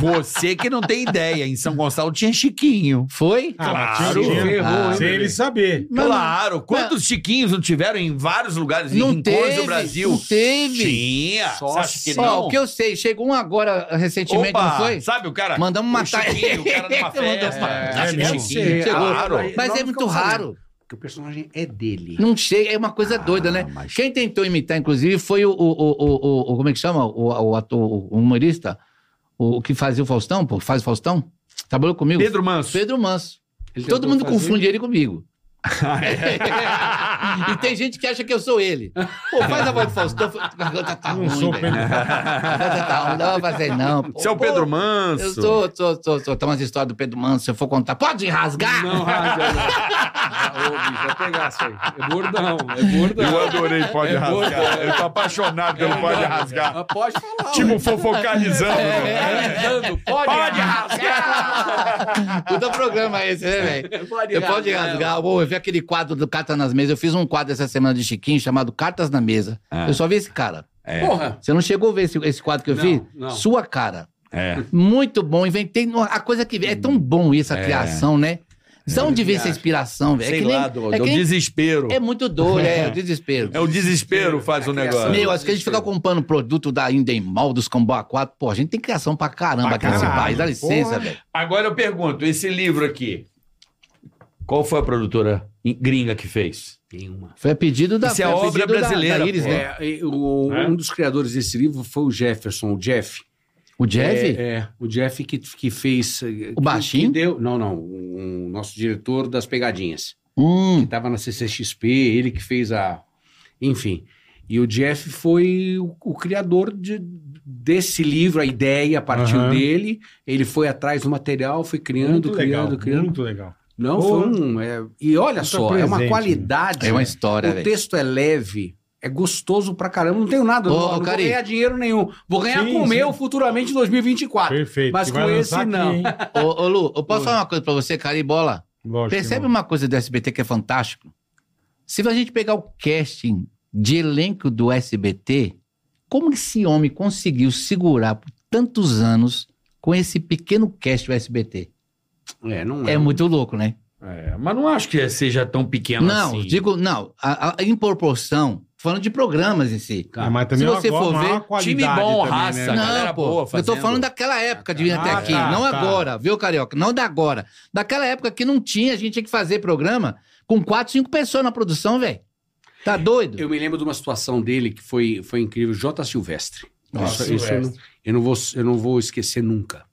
D: Você que não tem ideia. Em São Gonçalo tinha chiquinho.
E: Foi?
C: Ah, mas
D: Claro.
C: tinha que-
E: Errou, hein,
C: Sem
G: bebê?
C: ele saber.
E: Mas
D: claro. Quantos chiquinhos não tiveram em vários lugares, em
E: Não
D: rincões
E: teve.
D: do Brasil?
E: Não teve.
D: Tinha.
G: Só-
D: Você acha que
E: Ó,
D: não?
E: o que eu sei, chegou um agora recentemente,
D: Opa,
E: não foi?
D: sabe o cara?
E: Mandamos
D: O
E: matar
D: Chiquinho, o cara numa
E: Mandamos
D: festa.
E: matar.
C: É,
D: Acho
C: mesmo.
D: que Chiquinho,
G: Chegou.
D: claro.
G: ah, Aí,
E: Mas
G: nós
E: é muito
G: ficamos sabendo.
E: raro.
G: Porque o personagem é dele.
E: Não chega, é uma coisa doida, né? Quem tentou imitar, inclusive, foi o. o, o, o, o- como é que chama? O, o ator, o humorista? O, o que fazia o Faustão, pô? Faz o Faustão? Trabalhou comigo?
D: Pedro Manso.
E: Pedro Manso.
G: Ele
E: Todo
G: tentou
E: mundo
G: fazer-
E: confunde ele comigo. e tem gente que acha que eu sou ele. Pô, faz a voz do Faustão. A garganta tá
C: Não
E: ruim,
C: sou
E: velho.
C: Pedro.
E: A garganta tá ruim, não vai fazer não. pô.
D: Você é o
E: Pô,
D: Pedro Manso.
E: Eu sou, sou, sou, sou. Tem umas histórias do Pedro Manso, se eu for contar, pode rasgar!
G: Não, rasga. não. Ah, Ô, bicho, vai pegar isso aí. É gordão, é gordão.
P: Eu adorei, pode
G: É boa,
P: rasgar. Eu tô apaixonado
C: É,
P: pelo pode rasgar.
G: Mas Pode falar.
P: Tipo, fofocalizando.
C: É,
G: ué. Analisando, é, pode,
D: Pode
E: Puta programa esse, né, velho?
G: É, Pode
E: Eu pode rasgar. Pô, eu vi aquele quadro do Cartas nas Mesas. Eu fiz um quadro essa semana de Chiquinho chamado Cartas na Mesa. Eu só vi esse cara.
G: Porra.
E: Você não chegou a ver esse, esse quadro que eu
G: Não,
E: vi?
G: não.
E: Sua cara. Muito bom. Inventei. no- A coisa que. É tão bom isso, a criação, né? De onde vem essa inspiração, velho? É
D: Sei
E: que nem-
D: lá, do,
E: é,
D: do
E: que nem-
D: desespero.
E: é muito doido, é, o desespero.
D: É o desespero faz o negócio.
E: Meu, acho que assim, a gente fica comprando produto da Indemol, dos Cambó 4. Pô, a gente tem criação pra caramba
C: Pra
E: aqui nesse
C: caralho,
E: país. Dá licença,
C: porra.
E: velho.
D: Agora eu pergunto, esse livro aqui, qual foi a produtora gringa que fez?
G: Nenhuma.
E: Foi a pedido da
D: Isso é
E: foi a
D: obra
E: pedido da-
D: brasileira,
E: da Iris,
D: pô.
E: né?
G: É, e o-
C: É?
G: Um dos criadores desse livro foi o Jefferson, o Jeff.
E: O Jeff?
G: É, é, o Jeff que, que fez. eh,
E: O baixinho?
G: deu, não, não. O nosso diretor das pegadinhas.
E: Hum.
G: que tava na CCXP, ele que fez a. Enfim. E o Jeff foi o, o criador de- desse livro, a ideia partiu
C: Aham.
G: dele. Ele foi atrás do material, foi criando,
C: Muito
G: criando,
C: legal.
G: criando.
C: Muito legal.
G: Não,
C: Boa.
G: foi um. é- e olha
C: Muito
G: só, é
C: presente,
G: uma
C: né?
G: qualidade.
E: É uma história,
G: o
E: velho.
G: texto é leve, é gostoso pra caramba. Não tenho nada,
E: Ô,
G: não, não vou
E: Cari.
G: ganhar dinheiro nenhum. Vou ganhar
C: Sim,
G: com o meu
C: sim.
G: futuramente em 2024.
C: Perfeito.
G: Mas
C: que
G: com
C: vai
G: esse,
C: lançar aqui,
G: não.
C: hein?
E: Ô, ô, Lu, eu posso falar uma coisa pra você, cara, e bola?
C: Lógico.
E: Percebe
C: irmão.
E: uma coisa do SBT que é fantástico? Se a gente pegar o casting de elenco do SBT, como esse homem conseguiu segurar por tantos anos com esse pequeno cast do SBT?
G: É, não é.
E: É muito louco, né?
D: É, mas não acho que seja tão pequeno
E: Não,
D: assim.
E: digo, não, a- a- em proporção, falando de programas em si.
C: Ah, mas também
E: Se
C: é uma
E: você
C: go-
E: for
C: uma
E: ver,
C: maior qualidade
D: time bom,
C: também,
D: raça,
C: né?
D: A
E: Não,
D: galera
E: pô.
D: boa
E: eu tô
D: fazendo.
E: falando daquela época de vir até
C: Ah,
E: aqui,
C: tá,
E: não
C: tá.
E: agora, viu, Carioca? Não da agora. Daquela época que não tinha, a gente tinha que fazer programa com quatro, cinco pessoas na produção, velho. Tá doido?
G: Eu me lembro de uma situação dele que foi, foi incrível, J. Silvestre. Nossa, isso eu, não, eu não vou, eu não vou esquecer nunca.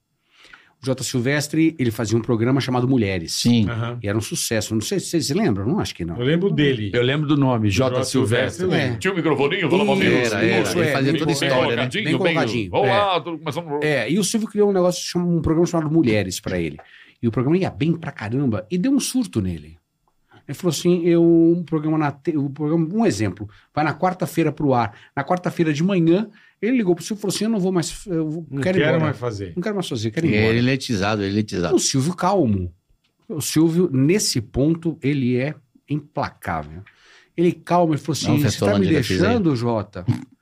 G: O Jota Silvestre, ele fazia um programa chamado Mulheres.
J: Sim.
C: Aham.
G: E era um sucesso. Não sei se vocês lembram, não acho que não.
C: Eu lembro dele.
I: Eu lembro do nome, J.
C: J.
I: Silvestre.
C: Silvestre.
G: É.
N: Tinha
H: um
N: o microfoninho, vamos lá,
G: Isso,
J: Era, era.
G: isso,
J: Ele
G: é,
J: fazia
G: bem
J: toda a história, né?
G: Bem colocadinho.
N: Vamos
G: é.
N: lá, tudo começando.
G: É, e o Silvio criou um negócio, chama- um programa chamado Mulheres pra ele. E o programa ia bem pra caramba e deu um surto nele. Ele falou assim: eu, um programa na te- um, programa, um exemplo, vai na quarta-feira pro ar. Na quarta-feira de manhã, ele ligou pro Silvio e falou assim: eu não vou mais, eu vou-
C: Não
G: quero,
C: quero,
G: ir embora.
C: mais fazer.
G: Não quero mais fazer, quero ir embora.
J: Ele é eletizado, ele é eletizado.
G: O Silvio calmo. O Silvio, nesse ponto, ele é implacável. Ele calma, ele falou assim:
J: Não,
G: você tá me
J: Festolândia, eu fiz aí."
G: deixando, Jota?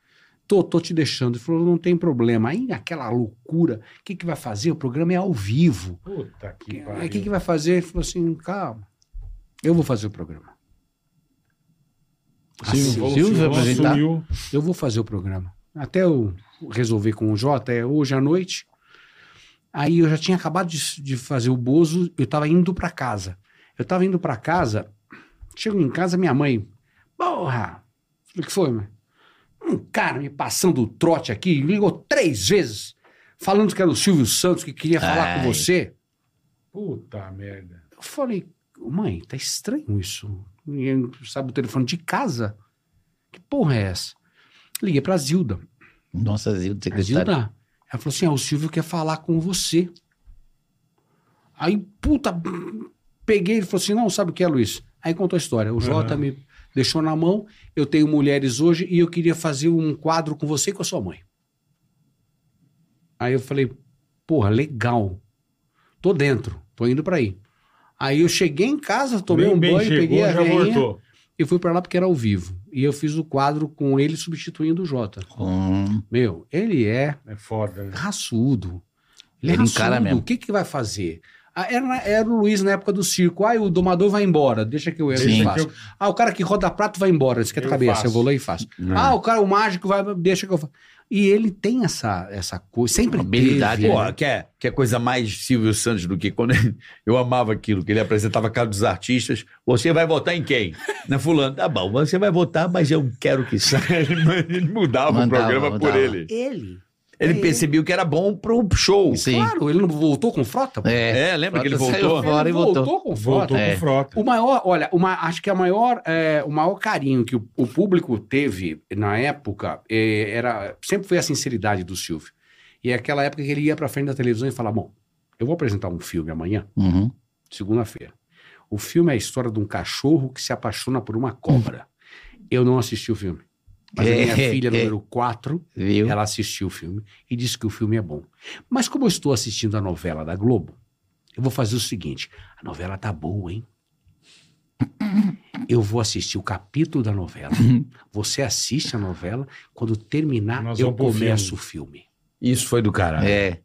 G: Tô, tô te deixando. Ele falou: não tem problema. Aí aquela loucura, o que, que vai fazer? O programa é ao vivo.
C: Puta que
G: Aí, O
C: pariu.
G: É, que, que vai fazer? Ele falou assim: calma, eu vou fazer o programa. Assim,
C: O
J: Silvio vai apresentar?
C: assumiu.
G: eu vou fazer o programa. Até eu resolver com o Jota, é hoje à noite. Aí eu já tinha acabado de, de fazer o Bozo, eu tava indo pra casa. Eu tava indo pra casa, chego em casa, minha mãe, porra! Falei, o que foi, mãe? Um cara me passando o trote aqui, me ligou três vezes, falando que era o Silvio Santos, que queria falar com
J: Ai.
G: você.
C: Puta merda.
G: Eu falei, mãe, tá estranho isso. Ninguém sabe o telefone de casa? Que porra é essa? Liguei pra Zilda.
J: Nossa, Zilda,
G: A
J: secretário.
G: Zilda, ela falou assim: ah, o Silvio quer falar com você. Aí, puta, peguei, ele falou assim: não, sabe o que é, Luiz? Aí contou a história. O Jota me deixou na mão, eu tenho mulheres hoje e eu queria fazer um quadro com você e com a sua mãe. Aí eu falei: porra, legal. Tô dentro, tô indo pra aí. Aí eu cheguei em casa, tomei
C: Nem
G: um banho, peguei a
C: já
G: veinha
C: voltou.
G: e fui pra lá porque era ao vivo. E eu fiz o quadro com ele substituindo o Jota.
J: Com...
G: Meu, ele é
C: É foda, né?
G: raçudo. Ele,
J: Ele
G: é
J: encara
G: raçudo.
J: mesmo.
G: O que que vai fazer? Ah, Era, na- era o Luiz na época do circo. Ah, o domador vai embora. Deixa que eu, eu
J: Sim.
C: é
G: faço. Ah, o cara que roda prato vai embora. Esquenta a
C: Eu
G: cabeça.
C: faço.
G: Eu vou lá e faço. Ah, o cara, o mágico vai... Deixa que eu faço. E ele tem essa, essa coisa. Sempre
J: Habilidade,
G: teve,
J: né?
G: né?
D: Pô, quer, quer coisa mais Silvio Santos do que quando ele- eu amava aquilo, que ele apresentava a cara dos artistas. Você vai votar em quem? Na fulano. Tá bom, você vai votar, mas eu quero que saia. Ele man- Ele mudava
J: Mandava,
D: o programa por
J: mandava.
D: ele.
G: Ele.
D: Ele
G: É.
D: percebeu que era bom pro show.
J: Sim.
G: Claro, ele não voltou com frota? pô?
J: assim. É.
D: É, lembra que ele
J: Saiu
D: voltou?
J: fora e
G: Ele
J: voltou.
G: com frota.
C: Voltou
J: É.
C: com frota.
G: O maior, olha, uma, acho que a maior, é, o maior carinho que o, o público teve na época é, era sempre foi a sinceridade do Silvio. E é aquela época que ele ia pra frente da televisão e falava: Bom, eu vou apresentar um filme amanhã,
J: Uhum.
G: segunda-feira. O filme é a história de um cachorro que se apaixona por uma cobra. Eu não assisti o filme. Mas a minha filha, número 4,
J: Viu?
G: ela assistiu o filme e disse que o filme é bom. Mas como eu estou assistindo a novela da Globo, eu vou fazer o seguinte: a novela tá boa, hein? Eu vou assistir o capítulo da novela. Você assiste a novela. Quando terminar,
C: Nós
G: eu
C: vamos pro
G: começo
C: filme.
G: o filme.
D: Isso foi do caralho.
J: É.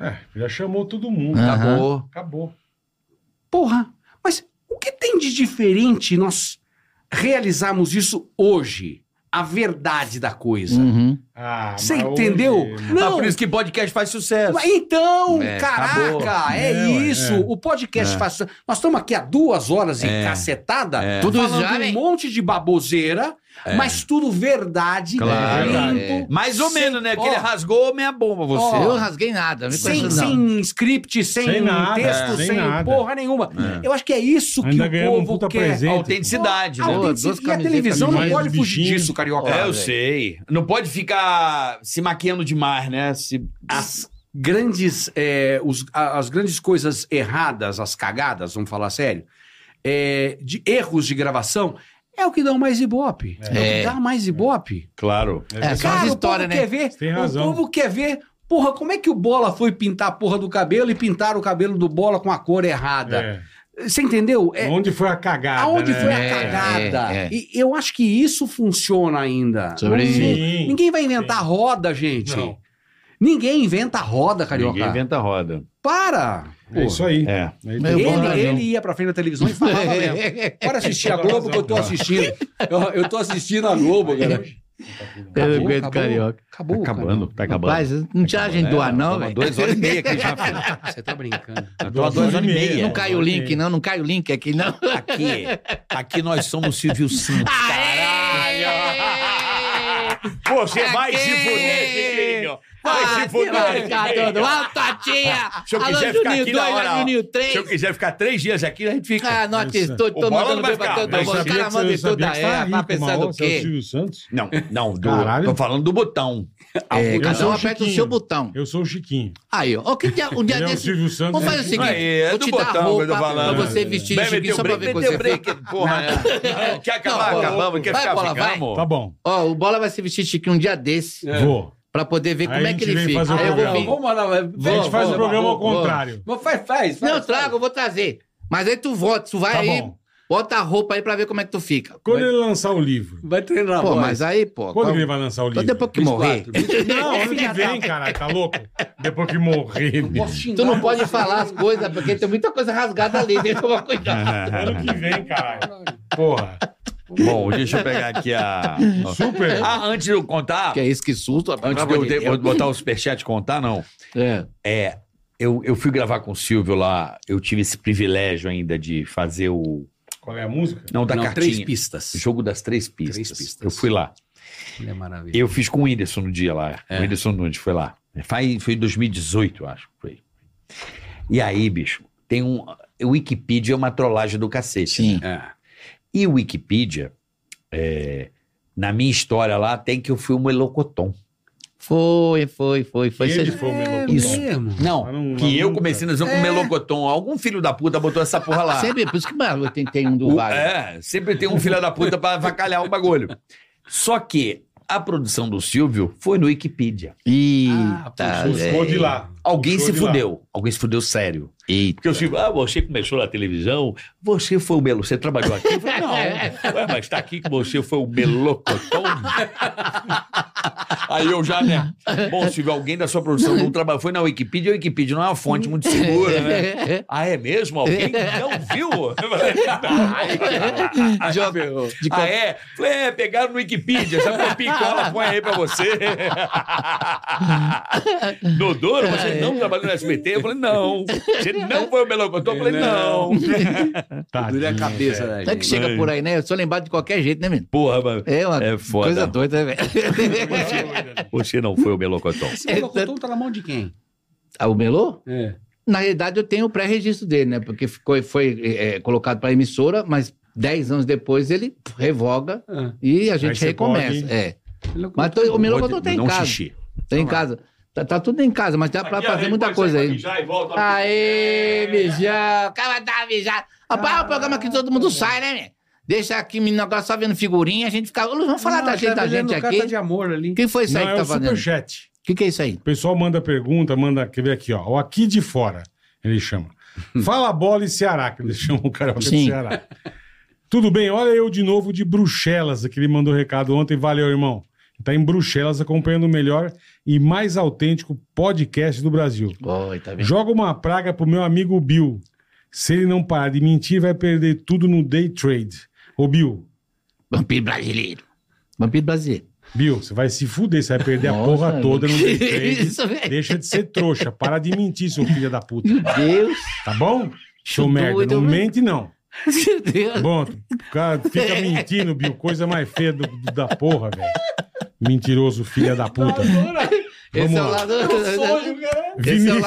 C: É, já chamou todo mundo.
J: Aham.
D: Ah.
C: Acabou. Acabou.
G: Porra, mas o que tem de diferente nós realizarmos isso hoje? A verdade da coisa.
J: Uhum.
C: Ah,
G: Você
C: mas
G: entendeu?
C: hoje-
D: Ah, por isso que podcast faz sucesso.
G: Mas Então,
J: É,
G: caraca, é
C: É, ué,
G: isso.
C: é.
G: O podcast faz. Nós estamos aqui há duas horas e cacetada,
C: É.
J: Tudo
G: falando
J: já,
G: um
J: hein?
G: monte de baboseira, mas tudo verdade, né?
D: Claro.
C: É.
G: limpo.
D: Mais ou
G: Sem-
D: menos, né? Porque
G: Ó.
D: ele rasgou meia bomba, você.
J: Eu rasguei nada. Me
G: Sem,
J: conheço, não.
G: sem script, sem,
C: Sem nada,
G: texto,
C: é, sem
G: sem
C: nada.
G: porra nenhuma. Eu acho que é isso que
C: Ainda
G: o
C: ganhamos um
G: povo
C: puta
G: quer. Ah,
C: presente.
D: Autenticidade,
G: A
D: né?
J: Pô,
G: autenticidade.
J: duas
G: e a
J: camisetas
G: televisão não
C: demais,
G: pode
C: bichinho.
G: fugir disso, carioca.
D: É, eu
G: As
D: sei. Não pode ficar se maquiando demais, né? Se...
G: As grandes, é, os- a- as grandes coisas erradas, as cagadas, vamos falar sério, é, de erros de gravação, é o que dá mais ibope. É, o
J: É.
G: que dá mais ibope.
D: Claro.
J: É, são as
G: o
J: histórias,
G: povo
J: né?
G: quer ver,
C: Você tem razão.
G: o povo quer ver, porra, como é que o Bola foi pintar a porra do cabelo e pintar o cabelo do Bola com a cor errada?
C: É.
G: Você entendeu? É,
C: Onde foi a cagada?
G: aonde
C: né?
G: foi a
J: É,
G: cagada?
J: é, é.
G: E eu acho que isso funciona ainda.
J: Sobrevive.
C: Sim.
G: Ninguém vai inventar roda, gente.
C: Não. é
G: Ninguém inventa roda, carioca.
N: Ninguém inventa roda.
G: Para! Pô.
C: É isso aí.
N: É.
C: Aí
J: Mas eu
C: tem-
J: vou na-
G: Ele,
J: Brasil.
G: ele ia pra frente da televisão e falava mesmo. Para assistir a Globo que eu tô assistindo. Eu, eu tô assistindo a Globo, cara.
J: Eu não
G: Acabou,
J: aguento
G: acabou.
J: carioca.
G: Acabou,
N: tá acabando, tá acabando.
J: Rapaz, Tá não tinha gente
H: É,
J: doar, não, velho.
D: Dois horas e meia aqui já. filho.
G: cara. Você tá brincando.
D: Eu tô há duas horas e meia.
C: é,
J: Não cai o link, não. Não cai o link aqui, não.
D: Aqui, aqui nós somos Silvio Santos.
J: Caralho!
H: Você vai
E: Aqui.
H: se fuder, Chiquinho. Vai se fuder.
E: Tá
H: Chiquinho.
E: Alô, Totinha!
H: Se eu
E: Alô,
H: quiser ficar
E: Juninho
H: aqui na
E: 2,
H: hora, ó.
E: Juninho
H: Se eu
E: 3.
H: quiser ficar três dias aqui, a gente fica.
E: Ah, não estou,
H: O
E: tô
H: Bola
E: mandando
H: não vai
E: bem pra
H: ficar,
E: todo
H: mas
E: mundo. O
H: sabia
E: cara manda em toda era, tá pensando o
C: Seu
E: quê?
C: é Silvio Santos?
D: Não, não, do,
C: Caralho.
D: tô falando do botão.
E: É, cada
C: sou
E: um
C: o
E: aperta o
C: Chiquinho.
E: seu botão.
C: Eu sou o Chiquinho.
E: Aí, ó. ó que dia, um dia
C: Ele é o
E: desse-
C: Silvio Santos.
E: Vamos fazer o seguinte.
D: Aí, é
E: vou
D: do
E: te dar
D: botão que eu
E: roupa
D: tô
E: pra
D: falando.
E: você vestir
D: Bebe
E: Chiquinho
D: teu
E: só pra ver
D: break,
E: como
D: meteu
E: você
D: break,
E: fica.
D: porra.
E: Não.
D: Quer acabar?
E: Não,
D: acabamos, quer
E: vai,
D: ficar?
E: Bola, vai.
D: ficamos?
C: Tá bom,
E: Ó, o Bola vai se vestir de Chiquinho um dia desse
G: É.
C: vou.
E: pra poder ver
C: Aí
E: como
C: a
E: é
C: gente
E: que ele
C: vem
E: fica.
C: É. fazer o
E: Aí eu vou
C: programa.
E: vir.
G: Vamos mandar.
C: A gente faz o
E: vou,
C: programa ao
E: vou, vou.
C: contrário.
G: Mas faz, faz.
E: Não,
G: faz,
E: eu trago, eu vou trazer. Mas aí tu volta, tu vai
C: Tá
E: aí,
C: bom.
E: bota a roupa aí pra ver como é que tu fica.
C: Quando ele lançar o livro?
G: Vai treinar a
E: Pô,
G: voz.
E: mas aí, pô.
C: Quando
E: qual-
C: que ele vai lançar o
E: Então
C: livro?
E: depois que morrer,
C: Não, ano que vem, caralho, tá louco? Depois que morrer, bicho.
G: Posso xingar?
E: tu não pode falar as coisas, porque tem muita coisa rasgada ali, né? tem que tomar cuidado.
C: Ano que vem, caralho. Porra.
D: Bom, deixa eu pegar aqui a.
C: Super.
D: Ah, antes de eu contar.
E: Que é isso, que susto.
D: Antes de eu ter- vou botar o superchat e contar, não.
E: É.
D: É, eu, eu fui gravar com o Silvio lá, eu tive esse privilégio ainda de fazer o.
C: Qual é a música?
D: Não, da
G: Não, três
D: cartinha.
G: pistas.
D: Jogo das três pistas.
G: Três pistas.
D: Eu fui lá.
G: Ele é maravilhoso.
D: Eu fiz com o Whindersson no dia lá.
G: É.
D: O Whindersson Nunes foi lá. Foi, foi em 2018, eu acho. Foi. E aí, bicho, tem um. O Wikipedia é uma trollagem do cacete. né?
E: Sim.
D: E o Wikipedia, é, na minha história lá, tem que eu fui um elocotom.
E: Foi, foi, foi, foi.
C: Ele
E: Você-
C: foi o
G: É
C: Melocotão.
D: Isso.
G: mesmo?
D: Não,
C: Mas não- mas
D: que eu
C: nunca.
D: comecei no
G: É.
D: com melocotom. Algum filho da puta botou essa porra lá.
E: Sempre, por isso que mano, tem, tem um do
D: O-
E: Vale.
D: é, sempre tem um filho da puta pra avacalhar o bagulho. Só que a produção do Silvio foi no Wikipedia.
E: Eita, né?
C: Os
E: velho.
C: de lá.
D: Alguém
C: Show
D: se
C: de lá.
D: fudeu. Alguém se fudeu sério.
E: Eita.
D: Porque o Silvio, ah, você começou na televisão, você foi o Melo, você trabalhou aqui. Eu falei, não, ué, mas tá aqui que você foi o Melocotão. Aí eu já, né? Bom, Silvio, alguém da sua produção não trabalhou. Foi na Wikipedia, a Wikipedia não é uma fonte muito segura, né? Ah, é mesmo? Alguém não viu? Eu falei, "Ai, cara."
E: Joga de
D: ah, é? Falei, é, pegaram no Wikipedia, já põe picola, põe aí pra você. Dodoro, você não trabalhou no SBT? Eu falei, não. Você não foi o Melocotão? Eu falei, não.
G: Dura a cabeça da
E: Até que
G: gente.
E: chega por aí, né? Eu sou lembrado de qualquer jeito, né, menino?
D: Porra, mano.
E: É uma
D: É foda.
E: coisa doida, né, velho?
C: né?
D: Você não foi o Melocotão.
G: Esse melocotão tá na mão de quem?
E: Ah, o Melô?
G: É.
E: Na realidade, eu tenho o pré-registro dele, né? Porque ficou, foi é, colocado pra emissora, mas 10 anos depois ele revoga
G: Ah.
E: e a gente
C: você
E: recomeça.
C: pode-
E: É. Mas tô- o Melocotão tá em
D: Não
E: casa.
D: xixi.
E: Tá
C: Então
E: em casa. Tá, tá tudo em casa, mas dá pra fazer muita
C: é,
E: coisa aí. Aê, mijão! Calma, tá mijado.
C: Ah,
E: Rapaz, é um programa que todo mundo sai, né, menino? Deixa aqui, menino, agora só vendo figurinha, a gente fica. Ô, Lu, Vamos falar
G: Não,
E: da
G: tá
E: gente, da
G: vendo
E: gente
G: carta
E: aqui.
G: de amor ali.
E: Quem foi isso
C: Não,
E: aí
C: é
E: que tá
C: o
E: fazendo? O
C: superchat.
E: que, que é isso aí?
C: O pessoal manda pergunta, manda. Quer ver aqui, ó. O aqui de fora, ele chama. Fala bola e Ceará, que ele chama o carioca de
E: Sim.
C: Ceará. Tudo bem, olha eu de novo de Bruxelas, que ele mandou recado ontem. Valeu, irmão. Tá em Bruxelas acompanhando o melhor e mais autêntico podcast do Brasil.
E: Oi, tá vendo?
C: Joga uma praga pro meu amigo Bill. Se ele não parar de mentir, vai perder tudo no day trade. Ô, Bill,
E: Vampiro brasileiro. Vampiro brasileiro.
C: Bill, você vai se fuder, você vai perder É a
E: Nossa, é
C: porra
E: velho.
C: toda no day trade.
E: Isso, velho.
C: Deixa de ser trouxa, para de mentir, seu filho da puta.
E: Deus.
C: Tá bom? Seu merda,
E: doido, né?
C: não
E: velho.
C: mente não.
E: Meu Deus.
C: Bom, o cara fica mentindo, Bill, coisa mais feia do- do- da porra, velho. Mentiroso, filha da
G: Tá
C: puta.
G: né?
E: Esse é o
C: lá.
E: lado. Esse é o lado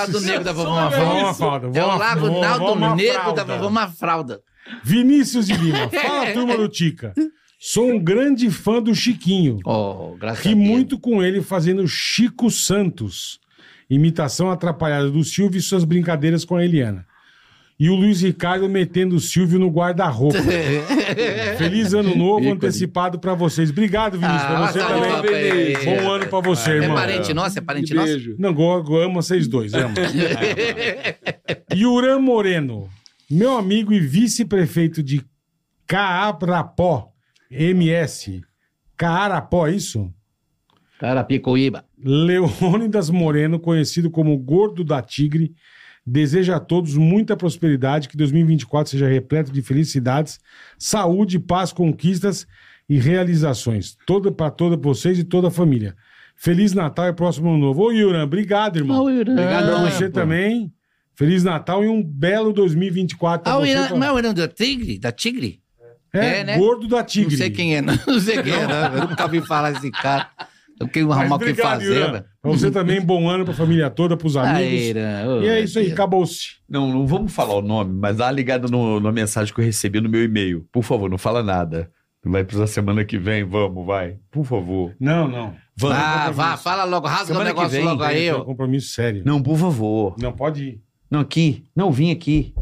C: Vinícius.
E: negro da vovó
C: Vó
E: Mafalda.
C: Mafalda,
E: É
C: vó-
E: o lado
C: vó- vó
E: Naldo negro da
C: Mafalda.
E: vovó Mafalda.
C: Vinícius de Lima, fala turma do Tica. Sou um grande fã do Chiquinho.
E: Oh, graças a
C: Ri
E: Deus.
C: muito com ele fazendo Chico Santos. Imitação atrapalhada do Silvio e suas brincadeiras com a Eliana. E o Luiz Ricardo metendo o Silvio no guarda-roupa. Feliz ano novo antecipado pra vocês. Obrigado, Vinícius, pra
E: Ah,
C: você
E: tá
C: também.
E: bom, Feliz.
C: Bom ano pra você,
E: É
C: irmão.
E: parente nosso, é parente nosso.
C: Não, go- go- amo vocês dois, amo. Yuran Moreno, meu amigo e vice-prefeito de Caarapó, MS. Caarapó, é isso?
E: Cara, Picoíba.
C: Leônidas Moreno, conhecido como Gordo da Tigre, deseja a todos muita prosperidade, que 2024 seja repleto de felicidades, saúde, paz, conquistas e realizações. Toda para toda vocês e toda a família. Feliz Natal e próximo ano novo. Ô, Yuran, obrigado, irmão.
E: Ao Irã.
C: Obrigado a você também. Feliz Natal e um belo 2024 pra
E: Ao
C: você
E: Ah, Irã.
C: também.
E: Não é o Irã da Tigre? Da Tigre?
C: É,
E: É, né?
C: gordo da
E: Não
C: tigre.
E: sei quem é, não, não sei quem é. Não. Eu nunca ouvi falar desse cara. Eu queria
C: Mas
E: arrumar o tá que
C: obrigado,
E: fazer,
C: Irã.
E: velho.
C: Pra você também, bom ano pra família toda, pros
E: Aí,
C: amigos.
E: Irã, ô,
C: E é isso aí, acabou-se.
D: Não, não vamos falar o nome, mas dá uma ligada no, na mensagem que eu recebi no meu e-mail. Por favor, não fala nada. Vai precisar semana que vem, vamos, vai. Por favor.
C: Não, não.
D: Vamos.
E: Ah, vá, fala logo, rasga
D: Semana
E: o
D: que
E: negócio
D: vem,
E: logo aí.
C: É
E: ó.
C: um compromisso sério.
D: Não, por favor.
C: Não pode ir.
D: Não, aqui. Não, vim aqui.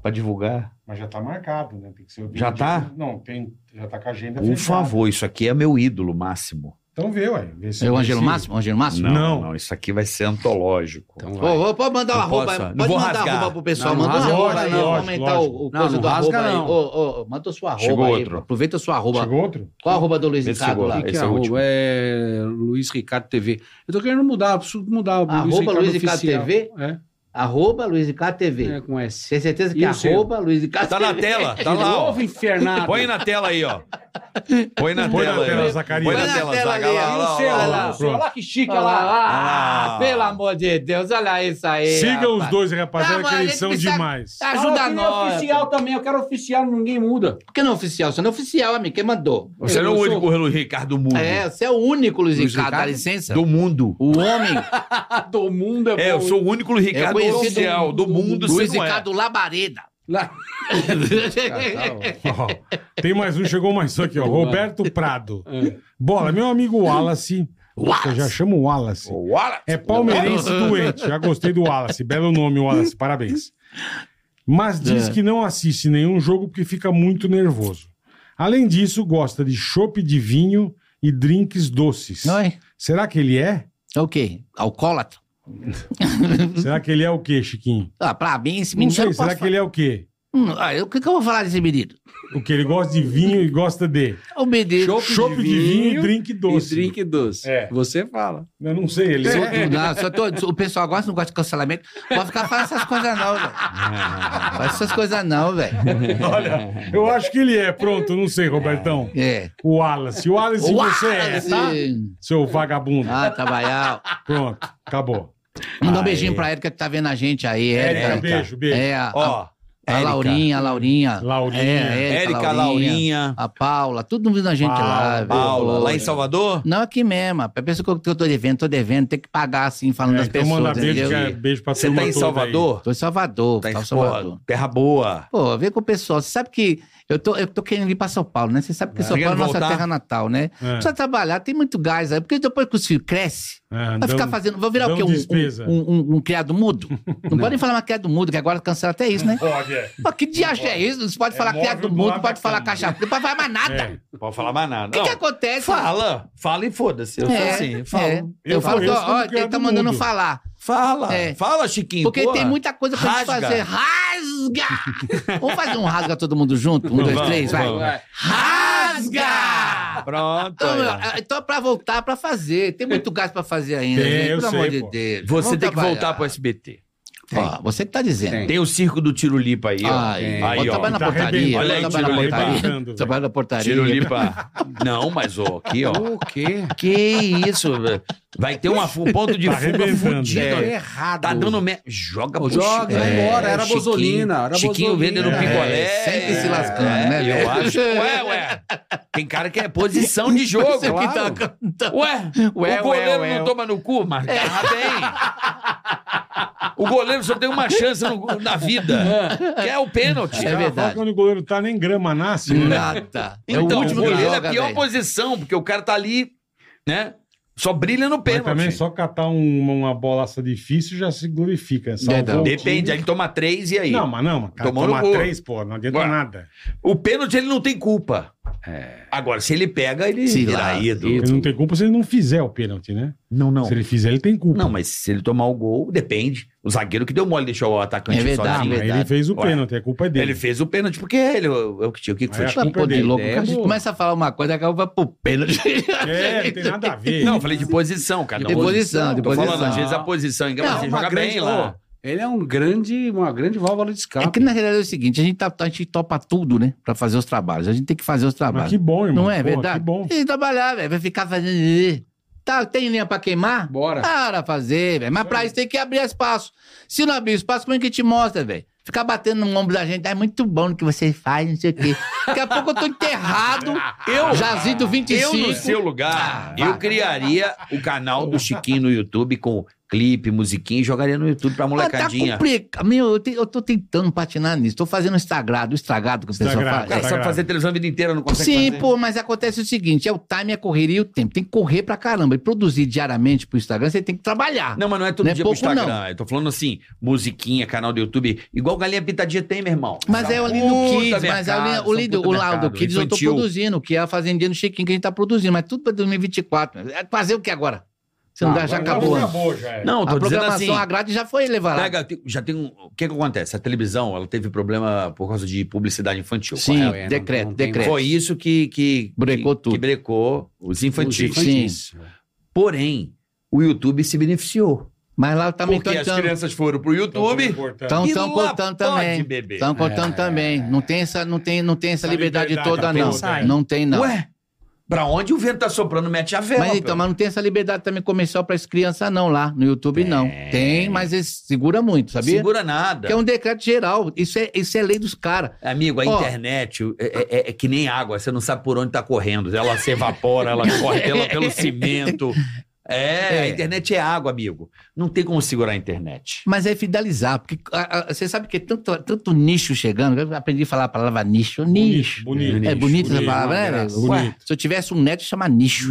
D: Pra divulgar.
C: Mas já tá marcado, né? Tem que ser o
D: Já tá?
C: Não, tem, já tá com a agenda
D: Por
C: fechada.
D: favor, isso aqui é meu ídolo máximo.
C: Então vê, ué. Vê se
E: É o Angelo
C: se-
E: Máximo? O Angelo Máximo?
D: Não,
C: Não.
D: não, isso aqui vai ser antológico.
G: Então
E: Ô,
G: vai.
E: ô, pode mandar o
D: Não
E: arroba.
D: posso, não
E: pode
D: vou
E: mandar
D: rasgar.
E: arroba pro pessoal.
G: Não, não
E: manda o
G: rasga,
E: arroba,
C: lógico,
E: não. Vamos
C: lógico,
E: aumentar
C: lógico.
E: o, o
G: Não,
E: coisa
G: não
E: do
G: rasga,
E: arroba aí.
G: não.
E: Ô, ô, manda o seu arroba
D: Chegou
E: aí.
D: outro.
E: Aproveita o seu arroba.
C: Chegou outro?
E: Qual a arroba do Luiz
D: Esse
E: Ricardo
D: chegou.
E: lá?
G: Que que
D: esse é
G: é
D: o
G: arroba?
D: último.
G: É Luiz Ricardo TV. Eu tô querendo mudar, preciso mudar o
E: Arroba Luiz Ricardo
G: Oficial.
E: TV?
G: É,
E: Arroba Luiz Ricardo
G: é
E: TV.
G: com S.
E: Tem certeza que
G: E
E: é
G: o seu?
E: arroba Luiz Ricardo
H: Tá na tela, tá
G: De
H: lá, ó.
G: novo, infernado.
H: Põe na tela aí, ó.
D: Põe na
C: Põe na
D: tela,
C: tela,
D: aí, ó.
C: Zacarias.
D: Põe na tela, Zaga,
E: ali,
D: lá,
E: e o
D: lá,
E: seu?
D: lá,
E: Olha
D: lá.
E: lá,
C: Pronto.
E: olha lá que chique, olha lá.
D: Ah.
E: Ah, pelo amor de Deus, olha isso aí.
C: Siga os
E: rapaz.
C: dois, rapaziada,
E: Tá,
C: que
E: mas
C: eles
E: ele
C: são
E: precisa-
C: demais.
E: Ajuda
G: Fala que não é
E: nós.
G: oficial também, eu quero oficial, ninguém muda.
E: Por que não é oficial? Você não é oficial, amigo. Quem mandou?
D: Você não é o
G: Eu sou-
D: único Luiz Ricardo Mundo
E: É, você é o único, Luiz,
D: Uhum. Luiz
E: Ricardo, dá
D: Ricardo?
E: licença.
D: do mundo.
E: O homem,
G: Do mundo é,
D: É, eu
G: bom.
D: sou o único Luiz
E: É
D: Ricardo
E: conhecido
D: oficial do mundo, você
E: Luiz
D: não é.
E: Ricardo Labareda.
G: Lá-
C: Ó, tem mais um, chegou mais um aqui, ó. Roberto Prado. Bola, meu amigo Wallace. Você já chama o Wallace.
D: Wallace.
C: É palmeirense doente. Já gostei do Wallace. Belo nome, Wallace. Parabéns. Mas diz que não assiste nenhum jogo porque fica muito nervoso. Além disso, gosta de chopp de vinho e drinks doces.
E: Oi.
C: Será que ele é?
E: É o quê? Alcoólatra?
C: Será que ele é o quê, Chiquinho?
E: Ah, pra mim, esse
C: Não
E: menino.
C: sei. Será que ele é o quê?
E: "Hum, o que, que eu vou falar desse menino?
C: O que ele gosta de vinho e gosta de
E: O menino.
C: chopp de vinho e drink doce.
G: E drink doce.
C: É.
G: Você fala.
C: Eu não sei, ele é.
E: Não, Ah, só tô- o pessoal gosta, não gosta de cancelamento. Pode ficar falando essas coisas, não, velho. Faz essas coisas, não, velho.
C: Olha, eu acho que ele é. Pronto, eu não sei, Robertão.
E: É.
C: O Wallace. O Wallace você é, tá? Seu vagabundo.
E: Ah, trabalhar.
C: Pronto, acabou.
E: Mandar um beijinho pra Érica que tá vendo a gente aí,
C: Érica,
E: Érica.
C: beijo, beijo.
E: É, a, a,
D: É, tá Ó, Érica.
E: Laurinha, a Laurinha.
C: Laurinha.
E: É, a Érica,
D: Érica,
E: Laurinha.
D: Laurinha,
E: A Paula, tudo vindo a gente lá,
C: Paula,
E: velho.
D: Paula, lá em Salvador?
E: Não, aqui mesmo. A pessoa que eu- que eu tô devendo, tô devendo, tem que pagar assim, falando
C: É,
E: das
C: então
E: pessoas.
C: manda beijo,
E: entendeu?
C: cara, beijo pra
D: Você
C: turma
D: tá em
C: toda
D: Salvador?
E: Tô em Salvador,
D: Tá
E: tá
D: em
E: em
D: Salvador.
E: Salvador.
D: Terra boa.
E: Pô, vem com o pessoal. Você sabe que eu tô, eu tô querendo ir pra São Paulo, né? Você sabe que
D: Tá
E: São Paulo é
D: querendo
E: nossa
D: voltar?
E: terra natal, né?
C: É.
E: Precisa trabalhar, tem muito gás aí. Porque depois que os filhos crescem,
C: aí. É,
E: vai ficar
C: dão-
E: fazendo. Vou virar
C: dão
E: o quê? Um,
C: despesa.
E: um, um- um criado mudo? Não, podem falar mais criado mudo, que agora cancela até isso, né?
C: Pode, é.
E: Pô, que diacho é isso? Não se pode
C: É
E: falar
C: móvel,
E: criado
C: móvel,
E: mudo, não pode falar
C: cama.
E: caixa preta, não pode falar mais nada.
C: É.
D: Não pode falar mais
E: O
D: nada.
E: que, que
D: Não,
E: acontece?
D: Fala, fala e foda-se. Eu sou
E: É,
D: assim, eu
E: é.
D: falo.
E: Eu, falo que,
C: conheço
E: ó,
C: como
E: ó, ele
C: criado
E: tá mandando
C: mudo.
E: falar.
D: Fala,
E: É.
D: fala, Chiquinho.
E: Porque
D: porra.
E: tem muita coisa pra gente
D: Rasga.
E: fazer. Rasga! Vamos fazer um rasga todo mundo junto? Um, dois,
D: Vamos,
E: três, vai.
D: vamos.
E: Rasga!
D: Pronto.
E: Então,
D: aí, ó.
E: é, então é pra voltar pra fazer. Tem muito gás pra fazer ainda,
C: Tem,
E: gente.
C: eu
E: Pelo
C: sei,
E: amor de
C: pô.
E: Deus.
D: Você
E: Vamos
D: tem que
E: trabalhar.
D: voltar pro SBT.
E: Ó, você que tá dizendo.
G: Tem.
D: Tem o circo do Tirulipa aí, ó.
E: Ai,
G: Tem.
D: Aí,
E: bota
D: ó.
E: trabalhar na
C: Tá
E: portaria.
C: arrebentando.
D: Olha
E: Olha
D: aí,
E: na portaria.
C: arrebentando, velho.
E: Trabalha na portaria.
D: Tirulipa. Não, mas ó, aqui, ó.
G: O quê?
D: Que isso, velho? Vai ter uma fu- um ponto de
C: Tá
D: fuga
C: arrebentando.
D: fudido.
G: Tá
D: É.
G: errado.
D: Tá dando merda. Joga pro
G: Joga,
D: Chico.
G: vai embora, era
D: Chiquinho.
G: Bozolina, era
D: Chiquinho
G: Bozolina.
D: vendendo
G: É,
D: picolé. É,
E: sempre se lascando, né, velho?
D: Eu acho. Ué, ué. Tem cara que é posição de jogo.
E: Você que tá
D: Claro. Ué,
E: Ué,
D: o goleiro
E: ué,
D: não
E: ué.
D: toma no cu, mas agarra bem. O goleiro só tem uma chance no- na vida, que é o pênalti.
E: É
C: Cara,
E: verdade.
C: fala que Quando o goleiro tá nem grama nasce, né?
E: Nada. É
D: Então,
E: o
D: o
E: último que
D: goleiro é
E: joga,
D: a pior
E: velho.
D: posição, porque o cara tá ali, né? Só brilha no
C: Mas também
D: pênalti.
C: só catar um- uma bolaça difícil já se glorifica. Salvou
E: Verdade.
C: é o time.
D: Depende, aí ele toma três e aí.
C: Não, mas não, mas cara,
D: Tomou no
C: tomar
D: gol.
C: três, pô, não adianta
D: Ué.
C: nada.
D: O pênalti ele não tem culpa. Agora, É. se ele pega, ele
E: Se
D: vira
E: lá-
D: ídolo.
C: Ele não tem culpa se ele não fizer o pênalti, né?
D: Não, não.
C: Se ele fizer, ele tem culpa.
D: Não, mas se ele tomar o gol, depende. O zagueiro que deu mole deixou o
E: É
D: atacante
E: verdade,
C: Ah,
D: sozinho.
C: mas ele
E: verdade.
C: fez o
D: Ué.
C: pênalti, a culpa é dele.
D: Ele fez o pênalti porque ele, o, o que tinha, o que, que foi?
C: Mas
E: Tá
C: culpa
E: pô, de
C: dele,
E: louco.
C: né,
E: Quando a gente
C: pô?
E: começa a falar uma coisa, acaba vai pro pênalti.
C: É, não tem nada a ver.
D: Não, eu falei de posição, cara.
E: De posição, de
D: Tô falando,
E: posição.
D: às vezes a posição engana,
G: Não,
D: mas ele
G: uma
D: joga bem
G: grande-
D: lá.
G: Ele é um grande, uma grande válvula de
E: É
G: escape.
E: que na realidade é o seguinte, a gente, tá, a gente topa tudo, né? Pra fazer os trabalhos. A gente tem que fazer os
C: Mas
E: trabalhos.
C: que bom, irmão.
E: Não é
C: Pô,
E: verdade?
C: Que bom.
E: Tem que trabalhar, velho. Vai ficar fazendo... Tá, tem linha pra queimar?
G: Bora.
E: Para fazer, velho. Mas pra isso tem que abrir espaço. Se não abrir espaço, como é que te mostra, velho? Ficar batendo no ombro da gente, ah, é muito bom o que você faz, não sei o quê. Daqui a pouco eu tô enterrado,
D: Eu-
E: jazido 25.
D: Eu, no seu
E: Ah,
D: lugar, eu criaria o canal do Chiquinho no YouTube com clipe, musiquinha e jogaria no YouTube pra
E: Mas tá
D: molecadinha.
E: complica- Meu, eu, te- eu tô tentando patinar nisso. Tô fazendo estragado, estragado que o pessoal
C: Estragado,
E: faz. É.
D: O cara É, sabe fazer televisão a vida inteira, não consegue
E: Sim,
D: fazer.
E: pô, mas acontece o seguinte: é o time, a correria e o tempo. Tem que correr pra caramba. E produzir diariamente pro Instagram, você tem que trabalhar.
D: Não, mas não é todo
E: Não é
D: dia
E: pouco,
D: pro Instagram. Eu tô falando assim, musiquinha, canal do YouTube, igual Galinha Pintadinha tem, meu irmão.
E: Mas é o Lindo
D: Puta
E: Kids, mas é o,
D: mercado,
E: Lindo-
D: são
E: o, Lindo,
D: puta
E: o Laudo
D: mercado,
E: Kids eu
D: infantil.
E: tô produzindo, que é a Fazendinha do Chiquinho que a gente tá produzindo, mas tudo pra 2024. É Fazer o que agora? Se
D: Ah,
E: não dá, já acabou.
C: Acabou, já é.
D: Não, eu
E: a
D: tô dizendo
E: programação,
D: assim.
E: a grade já foi levada.
D: Pega, tem- já tem um. O que que acontece? A televisão, ela teve problema por causa de publicidade infantil.
E: Sim, É,
D: correto?
G: não-
E: decreto,
G: não tem
E: decreto.
D: Foi isso que. que
E: Brecou
D: que,
E: tudo.
D: Que brecou os infantis.
E: Os infantis.
D: Porém, o YouTube se beneficiou.
E: Mas lá tá também
D: porque
E: estão
D: as crianças foram pro YouTube.
C: Então,
E: Estão
D: E
E: estão
D: lá
E: contando
D: pode
E: também.
D: beber.
E: Estão contando
D: É.
E: também. Não tem essa, não tem, não tem essa,
C: Essa
E: liberdade,
C: liberdade
E: toda,
C: pra
E: não.
C: pensar, hein?
E: Não tem, não.
D: tá Ué, pra onde o vento tá soprando, mete a vela.
E: Mas então, mas não tem essa liberdade também comercial para as crianças, não, lá no YouTube, não. Tem, mas eles segura muito,
D: não
E: sabia?
D: segura nada.
E: Que é um decreto geral. Isso é, isso é lei dos caras.
D: Amigo, a
E: Ó.
D: internet é, é- é que nem água, você não sabe por onde tá correndo. Ela se evapora, ela corre pela- pelo cimento. É, a internet é água, amigo. Não tem como segurar a internet.
E: Mas é fidelizar, porque a- a- você sabe que é tanto, tanto nicho chegando, eu aprendi a falar a palavra nicho. Nicho.
C: Bonito.
E: é bonito essa
C: bonito,
E: palavra, né?
C: graça.
E: velho? Ué,
C: Bonito.
E: Se eu tivesse um neto, chama nicho.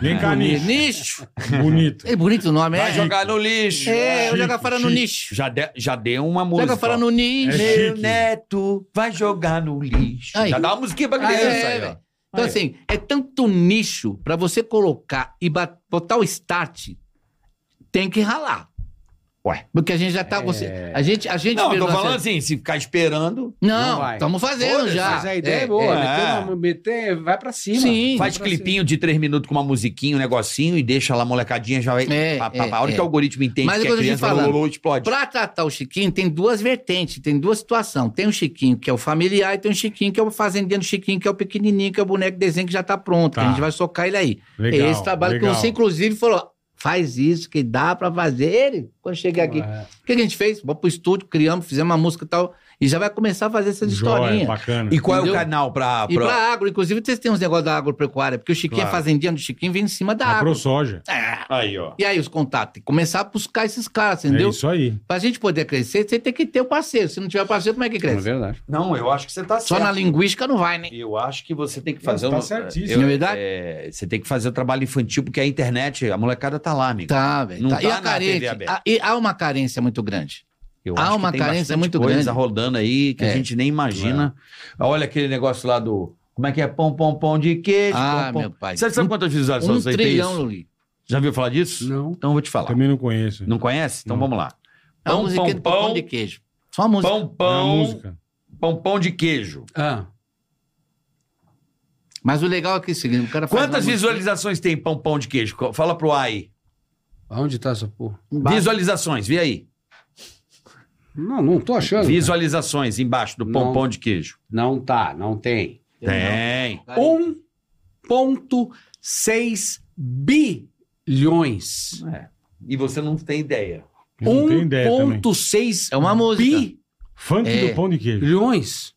C: Vem cá,
E: Bonito.
C: Nicho.
E: Nicho.
C: Bonito.
E: É bonito o nome,
D: Vai
E: é?
D: jogar no lixo.
E: É, eu
C: Chique,
E: jogo fora no
C: chique.
E: nicho.
D: Já, de, já dei uma música.
E: Joga fora no nicho.
C: É
D: Meu
C: chique.
D: neto vai jogar no lixo.
E: Aí.
D: Já dá uma musiquinha pra
E: Ah,
D: criança.
E: é,
D: aí, ó.
E: velho. Então, assim, é tanto nicho pra você colocar e ba- botar o start, tem que ralar.
D: Ué.
E: Porque a gente já tá. você- a gente. A gente
D: Não, eu tô
E: virou nossa-
D: falando assim, se ficar esperando,
G: Não
E: Não,
G: vai.
E: estamos fazendo
G: Foda-se,
E: já.
G: Mas a ideia é,
E: É,
G: boa.
E: é.
G: meter uma- meter- vai pra cima.
E: Sim.
D: faz clipinho de três minutos com uma musiquinha, um negocinho e deixa lá a molecadinha, já vai.
E: É,
D: pá, pá,
E: é,
D: pá. a hora
E: é.
D: que o algoritmo entende
E: Mas
D: que
E: é o que
D: é
E: eu tô te
D: criança, blá,
E: falando.
D: blá, blá, explode.
E: Pra tratar o Chiquinho, tem duas vertentes, tem duas situações. Tem o Chiquinho, que é o familiar, e tem o Chiquinho, que é o fazendeiro Chiquinho, que é o pequenininho, que é o boneco de desenho que já tá pronto.
C: Tá.
E: que a gente vai socar ele aí.
C: Legal,
E: é esse trabalho
C: legal.
E: que você, inclusive, falou: faz isso que dá pra fazer. Ele, quando cheguei aqui,
C: é.
E: O que a gente fez? Vamos pro estúdio, criamos, fizemos uma música e tal. E já vai começar a fazer essas
C: Joia,
E: historinhas.
C: bacana.
D: E qual é o
E: Entendeu?
D: canal pra.
E: E
D: pra-
E: pra agro, inclusive, vocês têm uns negócios da agropecuária, porque o Chiquinho
D: Claro.
E: é fazendinha do Chiquinho, vem em cima da
C: A
E: agro.
C: ProSoja.
D: Aí, ó.
E: E aí, os contatos? Tem que começar a buscar esses caras,
C: É
E: entendeu?
C: isso aí.
E: pra gente poder crescer, você tem que ter o parceiro. Se não tiver parceiro, como é que
G: É
E: cresce?
G: verdade.
D: Não, eu acho que você tá
E: Só
D: certo.
E: na linguística não vai, né?
D: Eu acho que você tem que fazer
C: Não, tá
D: um-
C: certíssimo.
D: eu-
E: Não é verdade?
D: é, você tem que fazer o trabalho infantil, porque a internet, a molecada tá lá, amigo.
E: Tá, velho.
D: Não
E: tá. E
D: tá
E: a
D: na TV
E: carência?
D: aberta.
E: a- e há uma carência muito grande.
D: Eu
E: Há
D: acho
E: uma
D: que tem
E: carência
D: bastante
E: muito
D: coisa
E: grande.
D: rodando aí que a
E: É.
D: gente nem imagina. Olha aquele negócio lá do. Como é que é? Pão, pão, pão de queijo.
E: Ah,
D: pão, pão.
E: meu pai.
D: Você sabe é
E: Um-
D: quantas visualizações
E: um
D: você tem
E: trilhão,
D: isso?
E: Luli.
D: Já viu falar disso?
G: Não.
D: Então eu vou te falar.
C: Também não conheço.
D: Não conhece? Então
C: Não.
D: vamos lá.
E: É uma
D: Pão,
E: musiquinha
D: pão,
E: do pão
D: pão,
E: de queijo. Só uma música.
D: pão,
C: É uma
D: pão,
C: música.
D: pão, pão de queijo.
G: Ah,
E: Mas o legal é que é o seguinte, o cara faz
D: Quantas
E: uma música-
D: visualizações tem pão, pão de queijo? Co- Fala pro AI.
G: onde tá essa porra?
E: Embaixo.
D: Visualizações, vê aí.
G: Não, não tô achando.
D: Visualizações embaixo do pão,
G: Não.
D: pão de queijo.
G: Não tá, não tem.
D: Tem.
G: 1,6 bilhões.
D: E você não tem ideia.
C: Eu
E: Um
C: Não tenho ideia também.
G: 1,6
E: É uma música.
C: Funk
E: É.
C: do pão de queijo.
G: bilhões.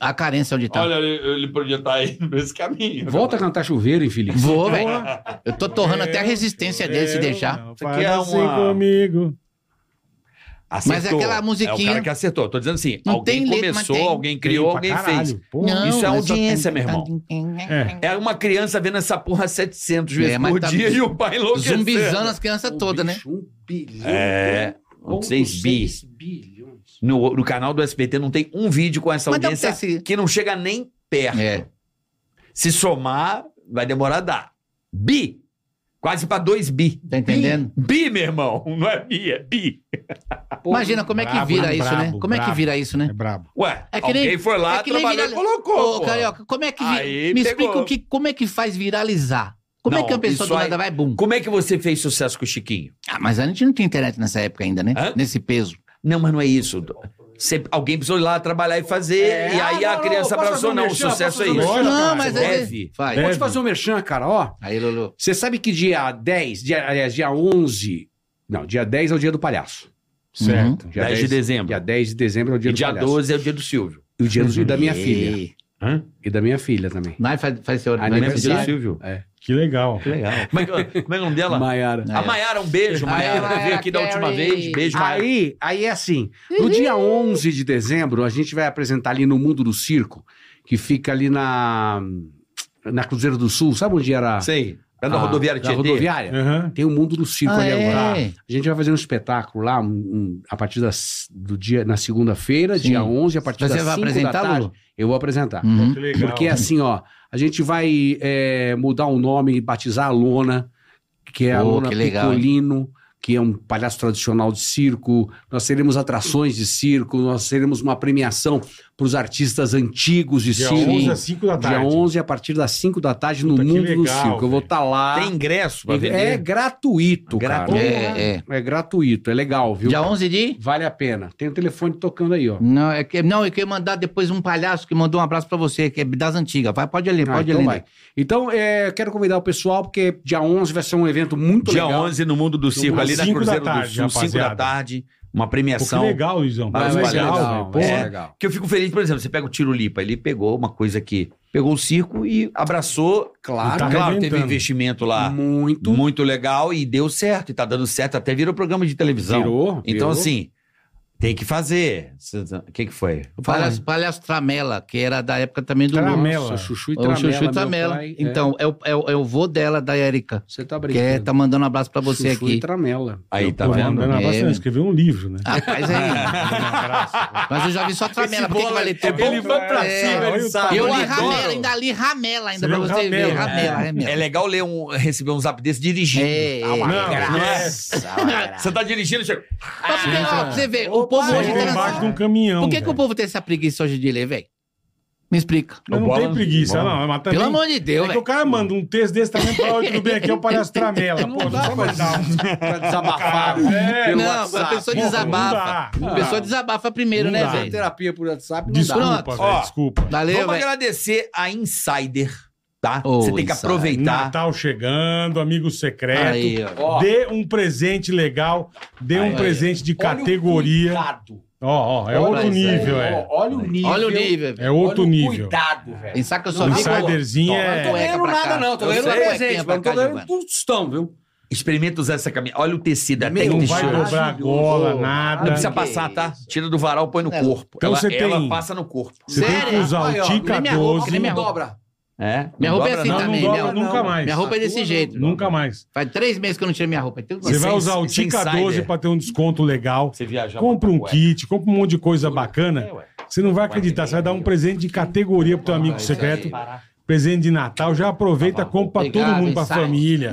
E: A carência onde tá.
D: ele, podia estar indo nesse caminho.
G: Volta a cantar chuveiro, infeliz.
E: Vou, velho. Eu tô torrando até a resistência dele se deixar.
C: Não,
D: Isso aqui é
C: faz assim
D: uma-
C: comigo.
D: Acertou.
E: Mas é aquela
D: É o
E: musiquinha-
D: cara que acertou. Tô dizendo assim,
E: Não
D: alguém
E: tem letra, mas
D: começou,
E: tem.
D: alguém criou,
C: Pra
D: alguém
C: caralho,
D: fez.
C: pô.
D: Isso é
E: mas só
D: audiência,
E: tem-
D: meu irmão.
C: É.
D: É uma criança vendo essa porra 700 vezes
E: É, mas
D: por
E: tá
D: dia e o pai enlouquecendo.
E: Zumbizando as crianças
G: O
E: todas, né?
G: bicho, Um bilhão.
D: É, 6 bi.
G: 1,6 bilhões.
D: No, no canal do SBT não tem um vídeo com essa
E: Mas dá pra
D: audiência
E: ter esse-
D: que não chega nem perto.
E: É.
D: Se somar, vai demorar a dar. Bi. Quase pra 2 bi.
E: Tá entendendo?
D: Bi, meu irmão. Não é bi, é bi.
G: Porra,
E: Imagina como é que
C: brabo,
E: vira
C: hein?
E: isso, né?
C: Brabo,
E: Como é que
C: brabo.
E: vira isso,
C: É
E: né?
C: brabo.
D: Ué,
E: É que
D: alguém
E: nem-
D: foi lá,
E: é que nem
D: trabalhou e
E: viral-
D: colocou.
E: Ô,
D: pô.
E: Carioca, como é que... vi-
D: Aí
E: Me
D: pegou.
E: explica o que, como é que faz viralizar? Como é
D: Não,
E: que uma pessoa
D: isso
E: do
D: aí-
E: nada vai bum?
D: Como é que você fez sucesso com o Chiquinho?
E: Ah, mas a gente não tinha internet nessa época ainda, né?
D: Hã?
E: Nesse peso.
D: Não, mas não é isso. Você- alguém precisou ir lá trabalhar e fazer,
G: É,
D: e aí
G: ah,
D: a
G: não,
D: criança
G: não, posso fazer
D: abraçou.
G: um
D: Não, o
G: merchan,
D: sucesso
G: posso
D: é
G: fazer um
D: isso.
C: merchan?
E: não,
C: cara,
E: mas...
D: deve.
E: Aí, vai.
G: Vou
C: Deve.
G: te fazer um merchan, cara, ó.
E: Aí, Lulu.
G: Você sabe que dia 10, dia, aliás, dia 11... Não, dia 10 é o dia do palhaço.
C: Certo.
Q: Dia 10 de dezembro.
G: Dia 10 de dezembro é o dia
Q: e
G: do
Q: dia
G: palhaço.
Q: 12 é o dia do Silvio.
G: E o dia do- e da É minha filha.
E: Uhum.
Q: Hã?
G: E da minha filha também.
E: Nai faz, faz seu
Q: Lembra do dia do
G: Aniversário.
Q: Silvio?
C: Que legal.
Q: Legal. Como é que, como é o nome dela?
G: Maiara.
Q: A Maiara, um beijo. Maiara,
E: Maiara
Q: veio aqui da última
E: Carey.
Q: vez. Beijo, Maiara.
G: Aí, aí é assim, no dia 11 de dezembro, a gente vai apresentar ali no Mundo do Circo, que fica ali na, na Cruzeiro do Sul, sabe onde era?
D: Sei. É
G: a-
E: Ah,
D: da rodoviária
G: da
D: Tietê.
G: rodoviária.
C: Aham.
G: Tem o Mundo do Circo ali
E: é?
G: agora. A gente vai fazer um espetáculo lá um- um- a partir das, do dia, na segunda-feira,
E: Sim.
G: dia 11, a partir
E: Você
G: das
E: vai
G: 5 da
E: apresentar,
G: tarde.
E: Lulu?
G: Eu vou apresentar.
E: Uhum.
C: Que legal.
G: Porque assim, ó, a gente vai é, mudar o nome e batizar a Lona, que é a
E: Pô,
G: Lona
E: que legal,
G: Picolino, que é um palhaço tradicional de circo. Nós teremos atrações de circo, nós teremos uma premiação para os artistas antigos de
C: Dia
G: circo.
C: 11 às 5 da
G: Dia
C: tarde.
G: 11, a partir das 5 da tarde, no
C: Puta, que
G: Mundo do
C: legal,
G: Circo. Eu vou
C: velho.
G: estar lá.
D: Tem ingresso pra vender.
G: É gratuito,
D: Gratuito.
G: cara.
E: É, é.
G: É gratuito, é legal, viu?
E: Dia 11 de?
G: Vale a pena. Tem o telefone tocando aí, ó.
E: Não, é que, não, eu queria mandar depois um palhaço que mandou um abraço pra você, que é das antigas. Vai, pode ler,
G: Ah,
E: pode
G: então
E: ler.
G: vai. Então, é, quero convidar o pessoal, porque dia 11 vai ser um evento muito
D: Dia
G: legal.
D: 11 no Mundo do Circo, ali na
C: cinco da
D: Cruzeiro
C: tarde,
D: do Sul, 5 da
C: rapaziada.
D: tarde, uma
C: Pô, que
D: premiação.
C: legal, Luizão.
D: Ah,
G: Vai,
C: Que
G: vai ser
D: legal,
G: legal, vai
D: velho.
G: ser
D: É.
G: legal.
D: Que eu fico feliz, por exemplo, você pega o Tiro Lipa, ele pegou uma coisa que pegou o circo e abraçou.
G: Claro, Hum.
C: Tá
D: claro,
C: arrebentando.
D: teve investimento lá
G: muito.
D: muito legal e deu certo, e tá dando certo, até virou programa de televisão.
G: Virou,
D: Então,
G: virou.
D: assim, tem que fazer. O que, que foi?
E: Palhaço, palhaço Tramela, que era da época também do Lula.
C: Tramela.
G: Nossa, Chuchu e
E: O
G: Tramela.
E: Chuchu
G: meu
E: Tramela.
G: pai, é.
E: então, é. o, é, o, é o vô dela, da Érica.
G: Você tá
E: Que é,
G: brincando.
E: tá mandando um abraço pra você
G: Chuchu e
E: aqui.
G: Tramela.
D: Aí, tá
C: Pô,
D: vendo?
C: mandando abraço,
E: É.
C: não, escreveu um livro, né?
E: Ah, faz aí. Mas eu já vi só Tramela, por que, que vai ler tudo?
D: Ele vai pra
E: É,
D: cima,
C: olha
D: ele
C: o
D: sabe.
E: E eu
C: Eu
E: li
C: adoro.
E: Ramela, ainda li Ramela, ainda
C: Você
E: pra
C: leu
E: você ver.
C: Ramela.
E: Ramela,
D: É
E: Ramela.
D: legal ler um, receber um zap desse dirigindo.
E: É, é.
C: Não,
E: Pra
C: esquece.
D: Você tá dirigindo, chega.
E: ver, ó, pra
C: é
E: você ver, o povo hoje
C: Você
E: tá
C: tá embaixo de
E: nessa...
C: um caminhão.
E: Por que, que o
C: velho.
E: povo tem essa preguiça hoje de ler, velho? Me explica.
C: Não, não
H: Bola-
C: tem preguiça,
H: bola.
C: não. Mas também,
E: Pelo amor de Deus,
C: é que
E: velho.
C: o cara manda um texto desse também pra olha, tudo bem aqui, é o palhaço Tramela. Pô, não dá pra dar um
G: Pra desabafar.
C: É.
G: pelo
E: Não, a
G: WhatsApp.
E: pessoa
C: Porra,
E: desabafa.
C: não dá,
E: A
C: não
E: pessoa
C: dá.
E: desabafa primeiro,
C: Não
E: né,
C: dá.
G: Fazer
E: velho?
G: terapia por WhatsApp não dá.
C: Desculpa,
E: Pronto.
C: velho,
D: Ó.
C: desculpa.
E: Valeu,
D: Vamos
E: velho.
D: agradecer a Insider, tá?
E: Ô,
D: Você tem que
E: Insider.
D: aproveitar.
C: Natal chegando, amigo secreto.
E: Aí, ó.
G: Ó,
C: Dê um presente legal, dê um
E: Aí.
C: presente de
G: olha o
C: categoria.
G: cuidado.
C: Ó, ó, é
G: Olha
C: outro
G: isso
C: nível,
G: aí,
C: é.
G: ó, Olha o nível.
E: Olha o nível, velho.
C: É outro
G: Olha o
C: nível.
G: Cuidado, velho.
E: Pensar que eu só
C: O
E: vi...
C: Insiderzinho
E: Toma,
G: Não tô
E: cueca
C: é.
G: ganhando
E: pra cá.
G: nada, não. Tô
E: Eu
G: ganhando
E: sei,
G: um
E: cuequinha pra
G: presente, mas não tô
E: cá,
G: ganhando
E: Giovana.
G: tostão, viu?
D: Experimenta usar essa camisa. Olha o tecido, é até
G: Meu,
D: que
C: Não
D: tem
C: vai
D: chance.
C: dobrar a gola, nada.
D: Não precisa
E: Que
D: passar,
E: isso.
D: tá? Tira do varal, põe no
E: Não.
D: corpo.
C: Então
D: ela,
C: você tem-
D: ela passa no corpo.
C: Você tem que
E: Sério?
C: usar
G: Aí,
C: o
G: ó,
C: Tica
E: nem me arruma, nem me
C: 12.
E: arruma.
G: dobra.
D: É.
E: Minha
D: não
E: roupa é
D: dobra,
E: assim
C: Não,
E: também.
C: não
E: minha,
D: né?
C: dobra
E: roupa,
C: nunca
G: não.
C: mais.
E: minha roupa é desse jeito.
C: Nunca mais.
E: Faz três meses que eu não tiro minha roupa. Então,
C: Você vai
D: sem-
C: usar o
D: sem
C: Tica
D: insider.
C: 12 pra ter um desconto legal.
D: Você viaja.
C: Compra um
D: Ué.
C: kit, compra um monte de coisa bacana.
D: É, ué. Ah,
C: Você não vai acreditar. Você vai dar um presente de categoria pro teu amigo secreto. Presente de Natal. Já
D: Tá
C: aproveita, compra pra todo
E: Obrigado,
C: mundo, pra
E: Insider.
C: família.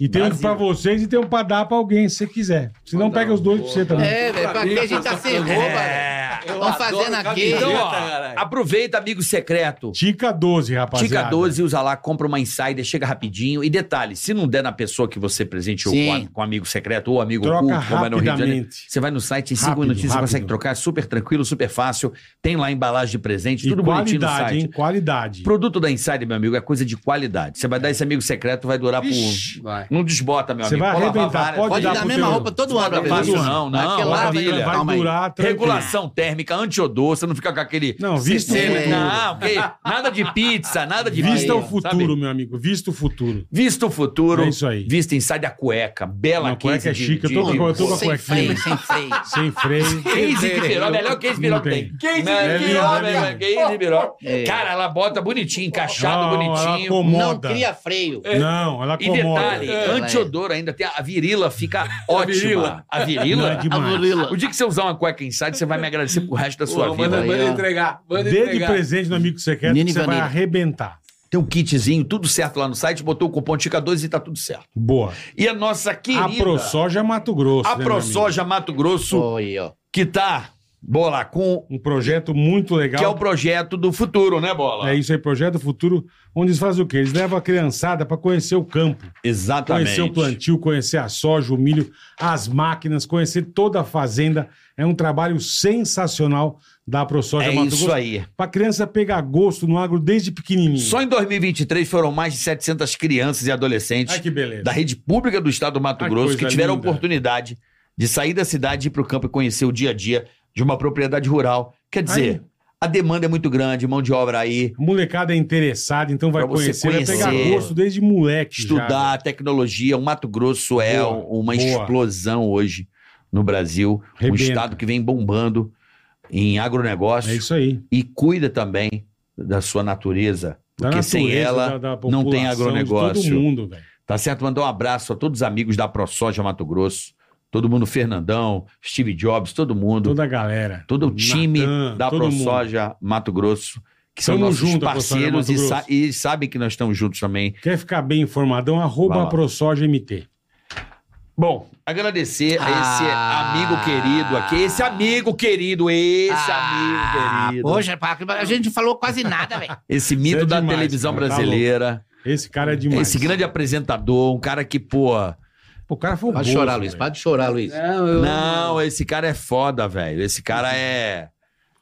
C: E tem um
D: Brasil.
C: pra vocês e tem um pra dar pra alguém, se você quiser. Se não, pega os dois pra você também.
E: É, velho. Pra que a gente tá sem roupa, velho?
D: É.
E: Estão fazendo aqui.
D: Então, ó, aproveita, amigo secreto.
C: Tica 12, rapaziada.
D: Tica 12, usa lá, compra uma insider, chega rapidinho. E detalhe, se não der na pessoa que você presenteou
E: Sim.
D: com, a- com amigo secreto ou amigo
C: Troca
D: oculto, como é no Rio de Janeiro,
C: rapidamente.
D: você vai no site, em 5
C: Rápido,
D: minutinhos você
C: rápido.
D: consegue trocar, é super tranquilo, super fácil. Tem lá a embalagem de presente,
C: E
D: tudo bonitinho no
C: qualidade,
D: site.
C: hein? Qualidade.
D: Produto da Insider, meu amigo, é coisa de qualidade. Você vai dar esse amigo secreto, vai durar por... um-
G: Vai.
D: Não desbota, meu
C: É. Você
D: amigo.
C: vai
D: Pode lavar
C: arrebentar,
D: várias
C: pode
E: Pode
C: dar
E: dar
C: pro
E: a mesma
C: teu-
E: roupa todo ano pra
D: Não é
E: pessoa.
D: fácil não,
E: Vai
D: não.
E: porque
D: Olha,
E: lava
C: Vai,
E: ainda.
D: maravilha.
C: vai
E: Calma aí.
C: durar tranquilo.
D: Regulação térmica, antiodor, você não fica com aquele...
C: Não, vista o
D: Sistema-
C: futuro.
D: Não, ok. nada de pizza, nada de
C: Vista o
D: pizza, sabe?
C: futuro, meu amigo. Vista o futuro.
D: Vista o futuro.
C: É isso aí.
D: Vista inside a cueca. Bela
C: Não, cueca é chique, eu tô com- eu tô com a
E: Sem freio, sem
C: cuequinha.
E: freio.
C: Sem freio.
D: Case de biró, melhor case de biró
C: Não
D: que tem.
C: tem.
D: Case
C: É
D: de
C: lindo,
D: biró,
C: é
D: melhor
C: lindo.
D: case de biró.
E: É.
D: Cara, ela bota bonitinho, encaixado,
C: Não, Ela
D: bonitinho.
E: Não
C: acomoda.
E: cria freio.
C: Não, ela
D: E
C: acomoda.
D: detalhe,
E: É.
D: antiodor ainda tem a virila, fica ótima. A
C: Não, é
D: virila?
E: A
C: demais.
E: gorila.
D: O dia que você usar uma cueca inside, você vai me agradecer pro resto da sua
G: Pô, manda,
D: vida.
C: é
G: manda
E: Aí, ó.
G: entregar. Manda
C: Dê de
G: entregar.
C: presente no amigo secreto
E: Nini
C: que você vai
E: Vanille.
C: arrebentar.
D: Tem um kitzinho, tudo certo lá no site, botou o cupom TICA12 e tá tudo certo.
C: Boa.
D: E a nossa querida...
C: A ProSoja Mato Grosso.
D: A
C: né, meu amigo?
D: ProSoja Mato Grosso,
E: Oi, ó.
D: que tá, bola, com
C: Um projeto muito legal.
D: que é o projeto do futuro, né, Bola?
C: É isso aí, Projeto Futuro, onde eles fazem o quê? Eles levam a criançada para conhecer o campo,
D: Exatamente.
C: conhecer o plantio, conhecer a soja, o milho, as máquinas, conhecer toda a fazenda. É um trabalho sensacional da ProSoja
D: É
C: Mato
D: isso
C: Grosso.
D: aí.
C: Para criança pegar gosto no agro desde pequenininho.
D: Só em 2023 foram mais de 700 crianças e adolescentes
C: Ai, que beleza.
D: da rede pública do estado do Mato
C: Ai,
D: Grosso que
C: coisa
D: tiveram a
C: linda.
D: oportunidade de sair da cidade e ir para o campo e conhecer o dia a dia de uma propriedade rural. Quer dizer, a demanda é muito grande, mão de obra aí,
C: A molecada é interessada, então vai
D: Pra você
C: conhecer, vai pegar
D: conhecer.
C: gosto desde moleque. já,
D: estudar, tecnologia. O Mato Grosso é
C: Boa,
D: uma
C: boa.
D: explosão hoje no Brasil, um
C: Rebenta.
D: estado que vem bombando em agronegócio
C: É isso aí.
D: e cuida também da sua natureza.
C: Da
D: Porque sem
C: natureza,
D: ela,
C: da
D: não
C: população,
D: tem
C: de
D: agronegócio.
C: Todo mundo, velho.
D: Tá certo? Mandar um abraço a todos os amigos da ProSoja Mato Grosso, todo mundo, Fernandão, Steve Jobs, todo mundo,
C: Toda a galera.
D: todo o time
C: Natan,
D: da
C: todo mundo.
D: ProSoja Mato Grosso, que são
C: Tamo
D: nossos
C: junto,
D: parceiros
C: ProSoja
D: e,
C: Mato
D: sa e sabem que nós estamos juntos também.
C: Quer ficar bem informadão?
D: Vai
C: Arroba
D: lá.
C: ProSojaMT.
D: Bom, agradecer a esse
J: Ah.
D: amigo querido aqui, esse amigo querido, esse
J: Ah,
D: amigo querido,
J: Poxa, Paco, a gente não falou quase nada, velho.
D: esse mito
C: Isso é
D: da
C: demais,
D: televisão
C: cara, tá
D: brasileira,
C: Esse cara é demais.
D: esse grande apresentador, um cara que, pô,
C: Pô, o cara foi um
E: Pode chorar,
C: É
E: Luiz. Pode chorar, Luiz.
G: Não, eu-
D: não, esse cara é foda, velho, esse cara é...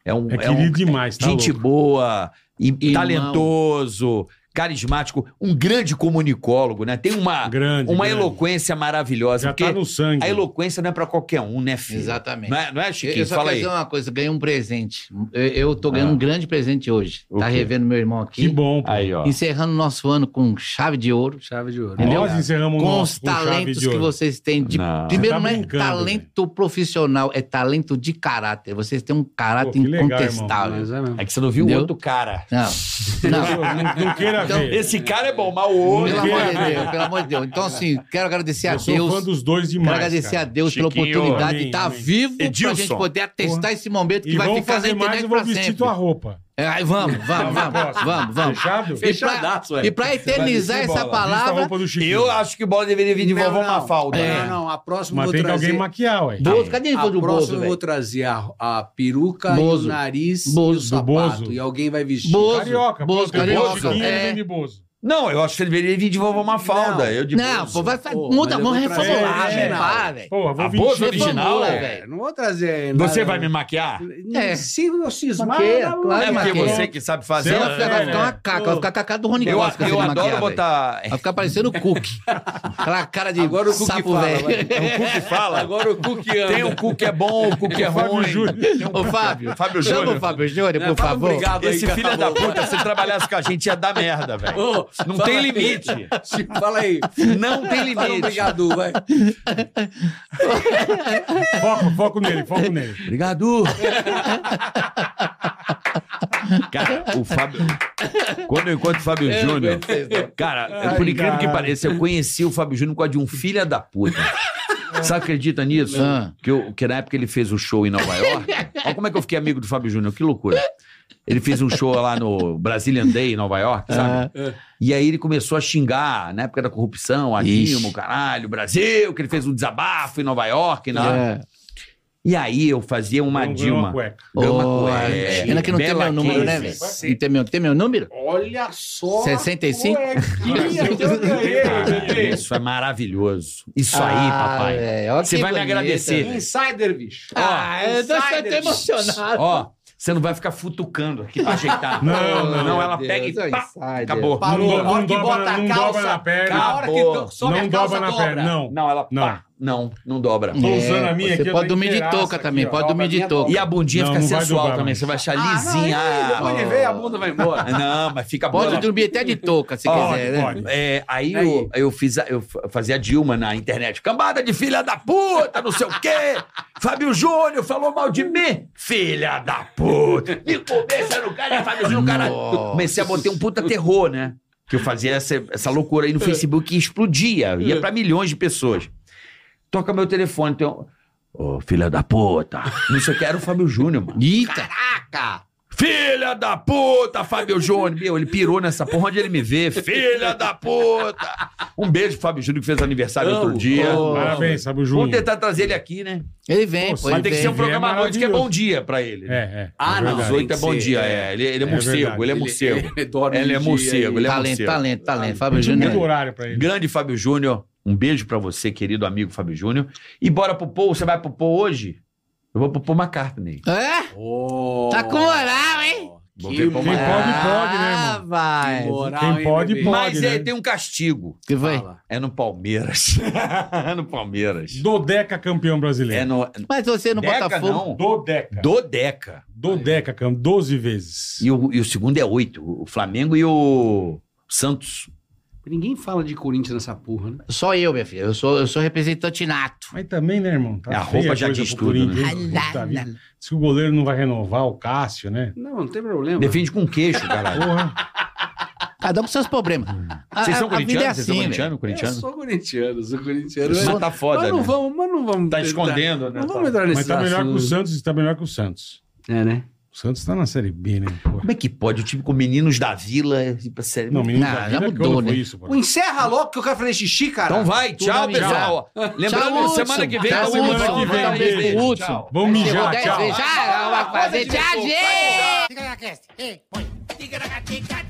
D: É um,
C: É
D: é um
C: querido demais, tá
D: gente
C: louco?
D: boa, e-
E: Irmão.
D: talentoso, carismático, um grande comunicólogo, né? Tem uma,
C: Grande.
D: uma
C: grande.
D: eloquência maravilhosa,
C: Já
D: porque
C: tá no sangue.
D: a eloquência não é pra qualquer um, né, filho?
E: Exatamente.
D: Não é, não é
E: Eu,
D: Chiquinho?
E: eu só
D: Fala
E: quero
D: aí.
E: dizer uma coisa, ganhei um presente. Eu, eu tô ganhando
D: Ah.
E: um grande presente hoje.
D: O
E: Tá
D: quê?
E: revendo meu irmão
C: Que
E: aqui.
C: bom. pô.
D: Aí, ó.
E: Encerrando nosso ano com chave de ouro.
G: Chave de ouro.
E: Entendeu?
C: Nós encerramos o
E: com
C: nosso
E: os
C: com chave
E: talentos
C: de
E: que
C: ouro.
E: vocês têm. de-
D: Não.
E: primeiro,
C: Você
E: não
C: tá
E: é
C: brincando,
E: talento profissional, é talento de caráter. Vocês têm um caráter
C: Pô, que legal,
E: incontestável.
G: Mas é mesmo.
D: É que você não viu o
E: Entendeu?
D: outro cara.
E: não, não.
C: Não, não queira
E: Então,
C: ver.
D: Esse cara é bom, mas o outro.
E: Pelo
C: Porque-
E: amor de Deus, pelo amor de Deus. Então, assim, quero agradecer a
C: Eu sou
E: Deus.
C: fã dos dois demais.
E: quero agradecer
C: cara.
E: a Deus pela
N: Chiquinho,
E: oportunidade de
C: amém,
E: estar
C: amém.
E: vivo pra
D: Edilson.
E: gente poder atestar
C: Porra.
E: esse momento que
C: E
E: vai
C: vamos
E: ficar na
C: fazer mais,
E: internet
C: eu vou
E: pra
C: vestir
E: sempre.
C: tua roupa.
E: É, aí vamos, vamos, vamos, vamos, vamos.
C: Fechado?
E: E pra, e pra eternizar
D: vestir
E: essa
D: bola.
C: Vista a
E: palavra,
C: roupa do Chiquinho.
D: Eu acho que o bola deveria vir de
G: Não,
D: vovó
G: não.
D: Mafalda.
G: Não,
E: É.
D: né?
G: não, a próxima
C: Mas
G: eu
C: tem
G: vou
C: que alguém
G: trazer...
C: maquiar, ué.
E: Bozo, cadê ele
G: A
E: foi do
G: próxima
E: Bozo,
G: eu
E: velho?
G: vou trazer a, a peruca e
E: Bozo.
G: o nariz
E: Bozo.
G: e o sapato.
C: Bozo.
G: E alguém vai vestir.
E: Bozo.
C: Carioca.
E: Bozo,
C: pô, tem
E: carioca,
C: Bozo, Chiquinho,
E: é.
C: vem de Bozo.
D: Não, eu acho que ele deveria vir de vovó Mafalda.
G: Não.
D: Eu de
E: Não,
D: Bozo.
E: pô, vai, vai,
G: Pô,
E: muda,
G: mas eu
E: vamos
G: vou trazer
E: reformular, velho.
C: original.
E: Para, velho.
C: Pô, eu vou
D: A
C: vir
D: Bozo
C: de-
D: original,
E: Reformula,
D: é.
E: velho.
G: É, não vou trazer.
D: Você
G: nada-
D: vai me maquiar?
E: É.
G: Se eu cismar,
E: Maqueia,
G: eu-
E: claro.
D: É porque
E: maquiar.
D: você que sabe
E: Ela
D: fazer.
C: Sei lá,
E: vai ficar-
C: é,
E: vai ficar
C: né?
E: uma caca, vai ficar a caca do Rony
D: Eu,
E: Costa. se
D: eu
E: ele
D: adoro
E: maquiar, velho.
D: botar.
E: Vai ficar parecendo o Cook. Aquela cara de
G: Agora o Cook
E: sapo
G: fala,
E: velho.
G: vai.
D: É o cu que fala.
G: Agora o Cook anda.
D: Tem um cu que é bom, um cu que é
C: Fábio
D: ruim.
C: Júnior.
E: Ô, Fábio,
D: Fábio
E: chama
D: Júnior. É,
E: o Fábio Júnior, por
G: fala
E: favor.
G: obrigado aí,
D: Esse
G: cara.
D: filho da puta, se trabalhasse com a gente, ia dar merda, velho.
G: Ô,
D: Não
G: fala
D: tem
G: aí.
D: limite.
G: Fala aí.
D: Não tem
G: Fala
D: limite.
G: obrigado, vai.
C: um Foco, foco nele, foco nele.
D: Obrigado! cara, o Fábio. Quando eu encontro o Fábio Júnior. Cara, é
C: Ai,
D: por incrível que
C: caralho.
D: pareça, eu conheci o Fábio Júnior por causa de um filho da puta. Você acredita nisso?
E: Ah.
D: Que, eu- que na época ele fez o show em Nova York. Olha como é que eu fiquei amigo do Fábio Júnior, que loucura. Ele fez um show lá no Brazilian Day, em Nova York,
E: Ah.
D: sabe? E aí ele começou a xingar, na época da corrupção, a
E: Ixi.
D: Dilma, o caralho, o Brasil, que ele fez um desabafo em Nova York. Na...
E: É.
D: E aí eu fazia uma
C: Ganhou
D: Dilma.
C: um- cueca.
D: Gama
E: Ô,
D: cueca.
E: Pena que não tem
D: Bela
E: meu número, né, velho?
D: Case.
E: Não tem meu, tem meu número?
G: Olha só.
E: 65?
G: cuequinha que eu ganhei,
D: Cara,
G: bebê.
D: isso é maravilhoso. Isso aí,
E: Ah,
D: papai.
E: velho, olha
D: Você
E: que
D: vai me
E: bonito,
D: agradecer.
E: velho.
G: Insider, bicho.
E: Ah, eu tô
G: Insider.
E: até emocionado.
D: Ó, você não vai ficar futucando aqui pra ajeitar.
C: Não, não.
D: ela
E: Meu
D: pega
E: Deus,
D: e pá,
E: insider.
D: acabou.
G: Parou.
C: Não
G: a hora que
C: dobra- não
G: bota a
C: dobra
G: calça.
C: na perna.
G: A hora que
D: Acabou.
G: do- sobe
C: não
G: a calça,
C: dobra na
G: dobra.
C: perna, não.
D: Não, ela
C: Não.
D: pá. Não, não dobra.
C: Tô usando a minha
E: você
C: aqui, eu
E: pode
C: tô
E: dormir de
C: inteiraço
E: touca
C: aqui,
E: também,
C: ó.
E: pode dormir de touca.
D: E a bundinha
C: Não,
D: fica
C: não vai
D: sensual
C: dobrar,
D: também.
C: mas.
D: Você vai achar
G: Ah, não,
D: lisinha.
G: aí
D: Ah,
G: Depois de ver, a bunda vai embora.
D: Não, mas fica boa.
E: Pode dormir até de touca, se
D: Ó,
E: quiser, né?
C: pode.
D: É, aí
G: Aí.
D: Eu, eu fiz a- eu fa- fazia a Dilma na internet. Cambada de filha da puta, não sei o quê. Fábio Júnior falou mal de mim. Filha da puta. Me começa no cara, Fábio Júnior, cara.
E: Nossa.
D: Comecei a botar um puta terror, né? Que eu fazia essa, essa loucura aí no Facebook que explodia. Ia pra milhões de pessoas. Toca meu telefone, tem um... Ô, filha da puta. Não sei o que, era o Fábio Júnior, mano.
E: Eita!
D: Filha da puta, Fábio Júnior. Meu, ele pirou nessa porra onde ele me vê. Filha da puta. Um beijo pro Fábio Júnior que fez aniversário outro dia.
C: Parabéns, sabe o
D: Vamos
C: Júnior.
D: tentar trazer ele aqui, né?
E: Ele vem,
C: Pô,
E: pô,
D: Mas
E: ele
D: tem que
E: vem.
D: ser um programa à
C: É
D: noite que é
C: maravilhoso.
D: bom dia pra ele.
C: É, é.
G: Ah, não.
D: Às oito é bom dia, é. Ele, ele é,
C: É
D: morcego,
C: verdade.
D: ele é morcego.
G: dorme
D: Ele é
G: de dia
D: morcego,
G: aí.
D: ele Ah, é
E: Talento,
D: morcego.
E: talento, talento. Fábio
C: Muda o
E: Júnior.
C: horário pra ele.
D: Grande Fábio Júnior. Um beijo pra você, querido amigo Fábio Júnior. E bora pro Paul. Você vai pro Paul hoje? Eu vou pro Paul McCartney.
E: É?
G: Oh.
E: Tá com moral, hein?
C: Quem pode, pode, né,
E: Ah,
C: irmão?
E: vai.
G: Moral,
C: Quem pode,
G: bebê?
C: pode.
D: Mas
C: né?
D: aí tem um castigo.
E: Que foi?
G: Fala.
D: É no Palmeiras. é no Palmeiras.
C: Dodeca campeão
D: É
C: brasileiro.
D: no.
E: Mas você no
D: Deca,
E: Botafogo.
D: não.
C: Dodeca.
D: Dodeca.
C: Dodeca campeão, 12 vezes.
D: E o, e o segundo é oito. O Flamengo e o Santos.
G: Ninguém fala de Corinthians nessa porra, né?
E: Só eu, minha filha. Eu sou, eu sou representante nato.
C: Mas também, né, irmão? Tá
D: É A
C: feia
D: roupa já
C: coisa
D: diz
C: pro
D: tudo, né?
C: Corinthians, hein? Puta vida. Diz que o goleiro não vai renovar o Cássio, né?
G: Não, não tem problema.
D: Defende com queixo, caralho.
C: Porra.
E: Cada um com seus problemas. A-
H: Vocês são
E: a- a vida
H: corintianos?
E: é
H: Vocês são
E: assim,
H: corintianos?
G: Eu
H: corintianos?
G: sou corintiano, sou corintiano.
D: Mas
G: Mas,
D: tá foda,
G: mas não
D: né?
G: vamos, mas não vamos.
D: Tá
G: tentar-
D: escondendo, né?
G: Não vamos entrar nesse
C: Mas tá melhor que o
G: assunto.
C: Santos, tá melhor que o Santos.
G: É, né?
C: O Santos tá na Série B, né? Porra.
D: Como é que pode? O time com meninos da vila. tipo, ir pra série...
C: Não, menino,
E: Não,
C: da
E: já
C: vida,
E: mudou,
C: quando foi
E: né?
C: Isso, porra?
G: O encerra logo que eu quero fazer xixi, cara.
D: Então vai, tchau,
E: Tudo
D: pessoal. Lembrando,
E: Tchau,
D: semana
E: Hudson.
D: que vem.
E: Tchau,
D: tem
E: Hudson.
D: Hudson.
C: Semana que vem,
D: Manda
C: beijo.
D: beijo.
E: Hudson.
D: Tchau.
C: Vamos
E: Chegou
C: mijar,
E: 10
C: tchau.
E: vezes. Tchau, vai fazer. Tchau, gente!
R: Ticaracast, ei, põe. Ticaracati,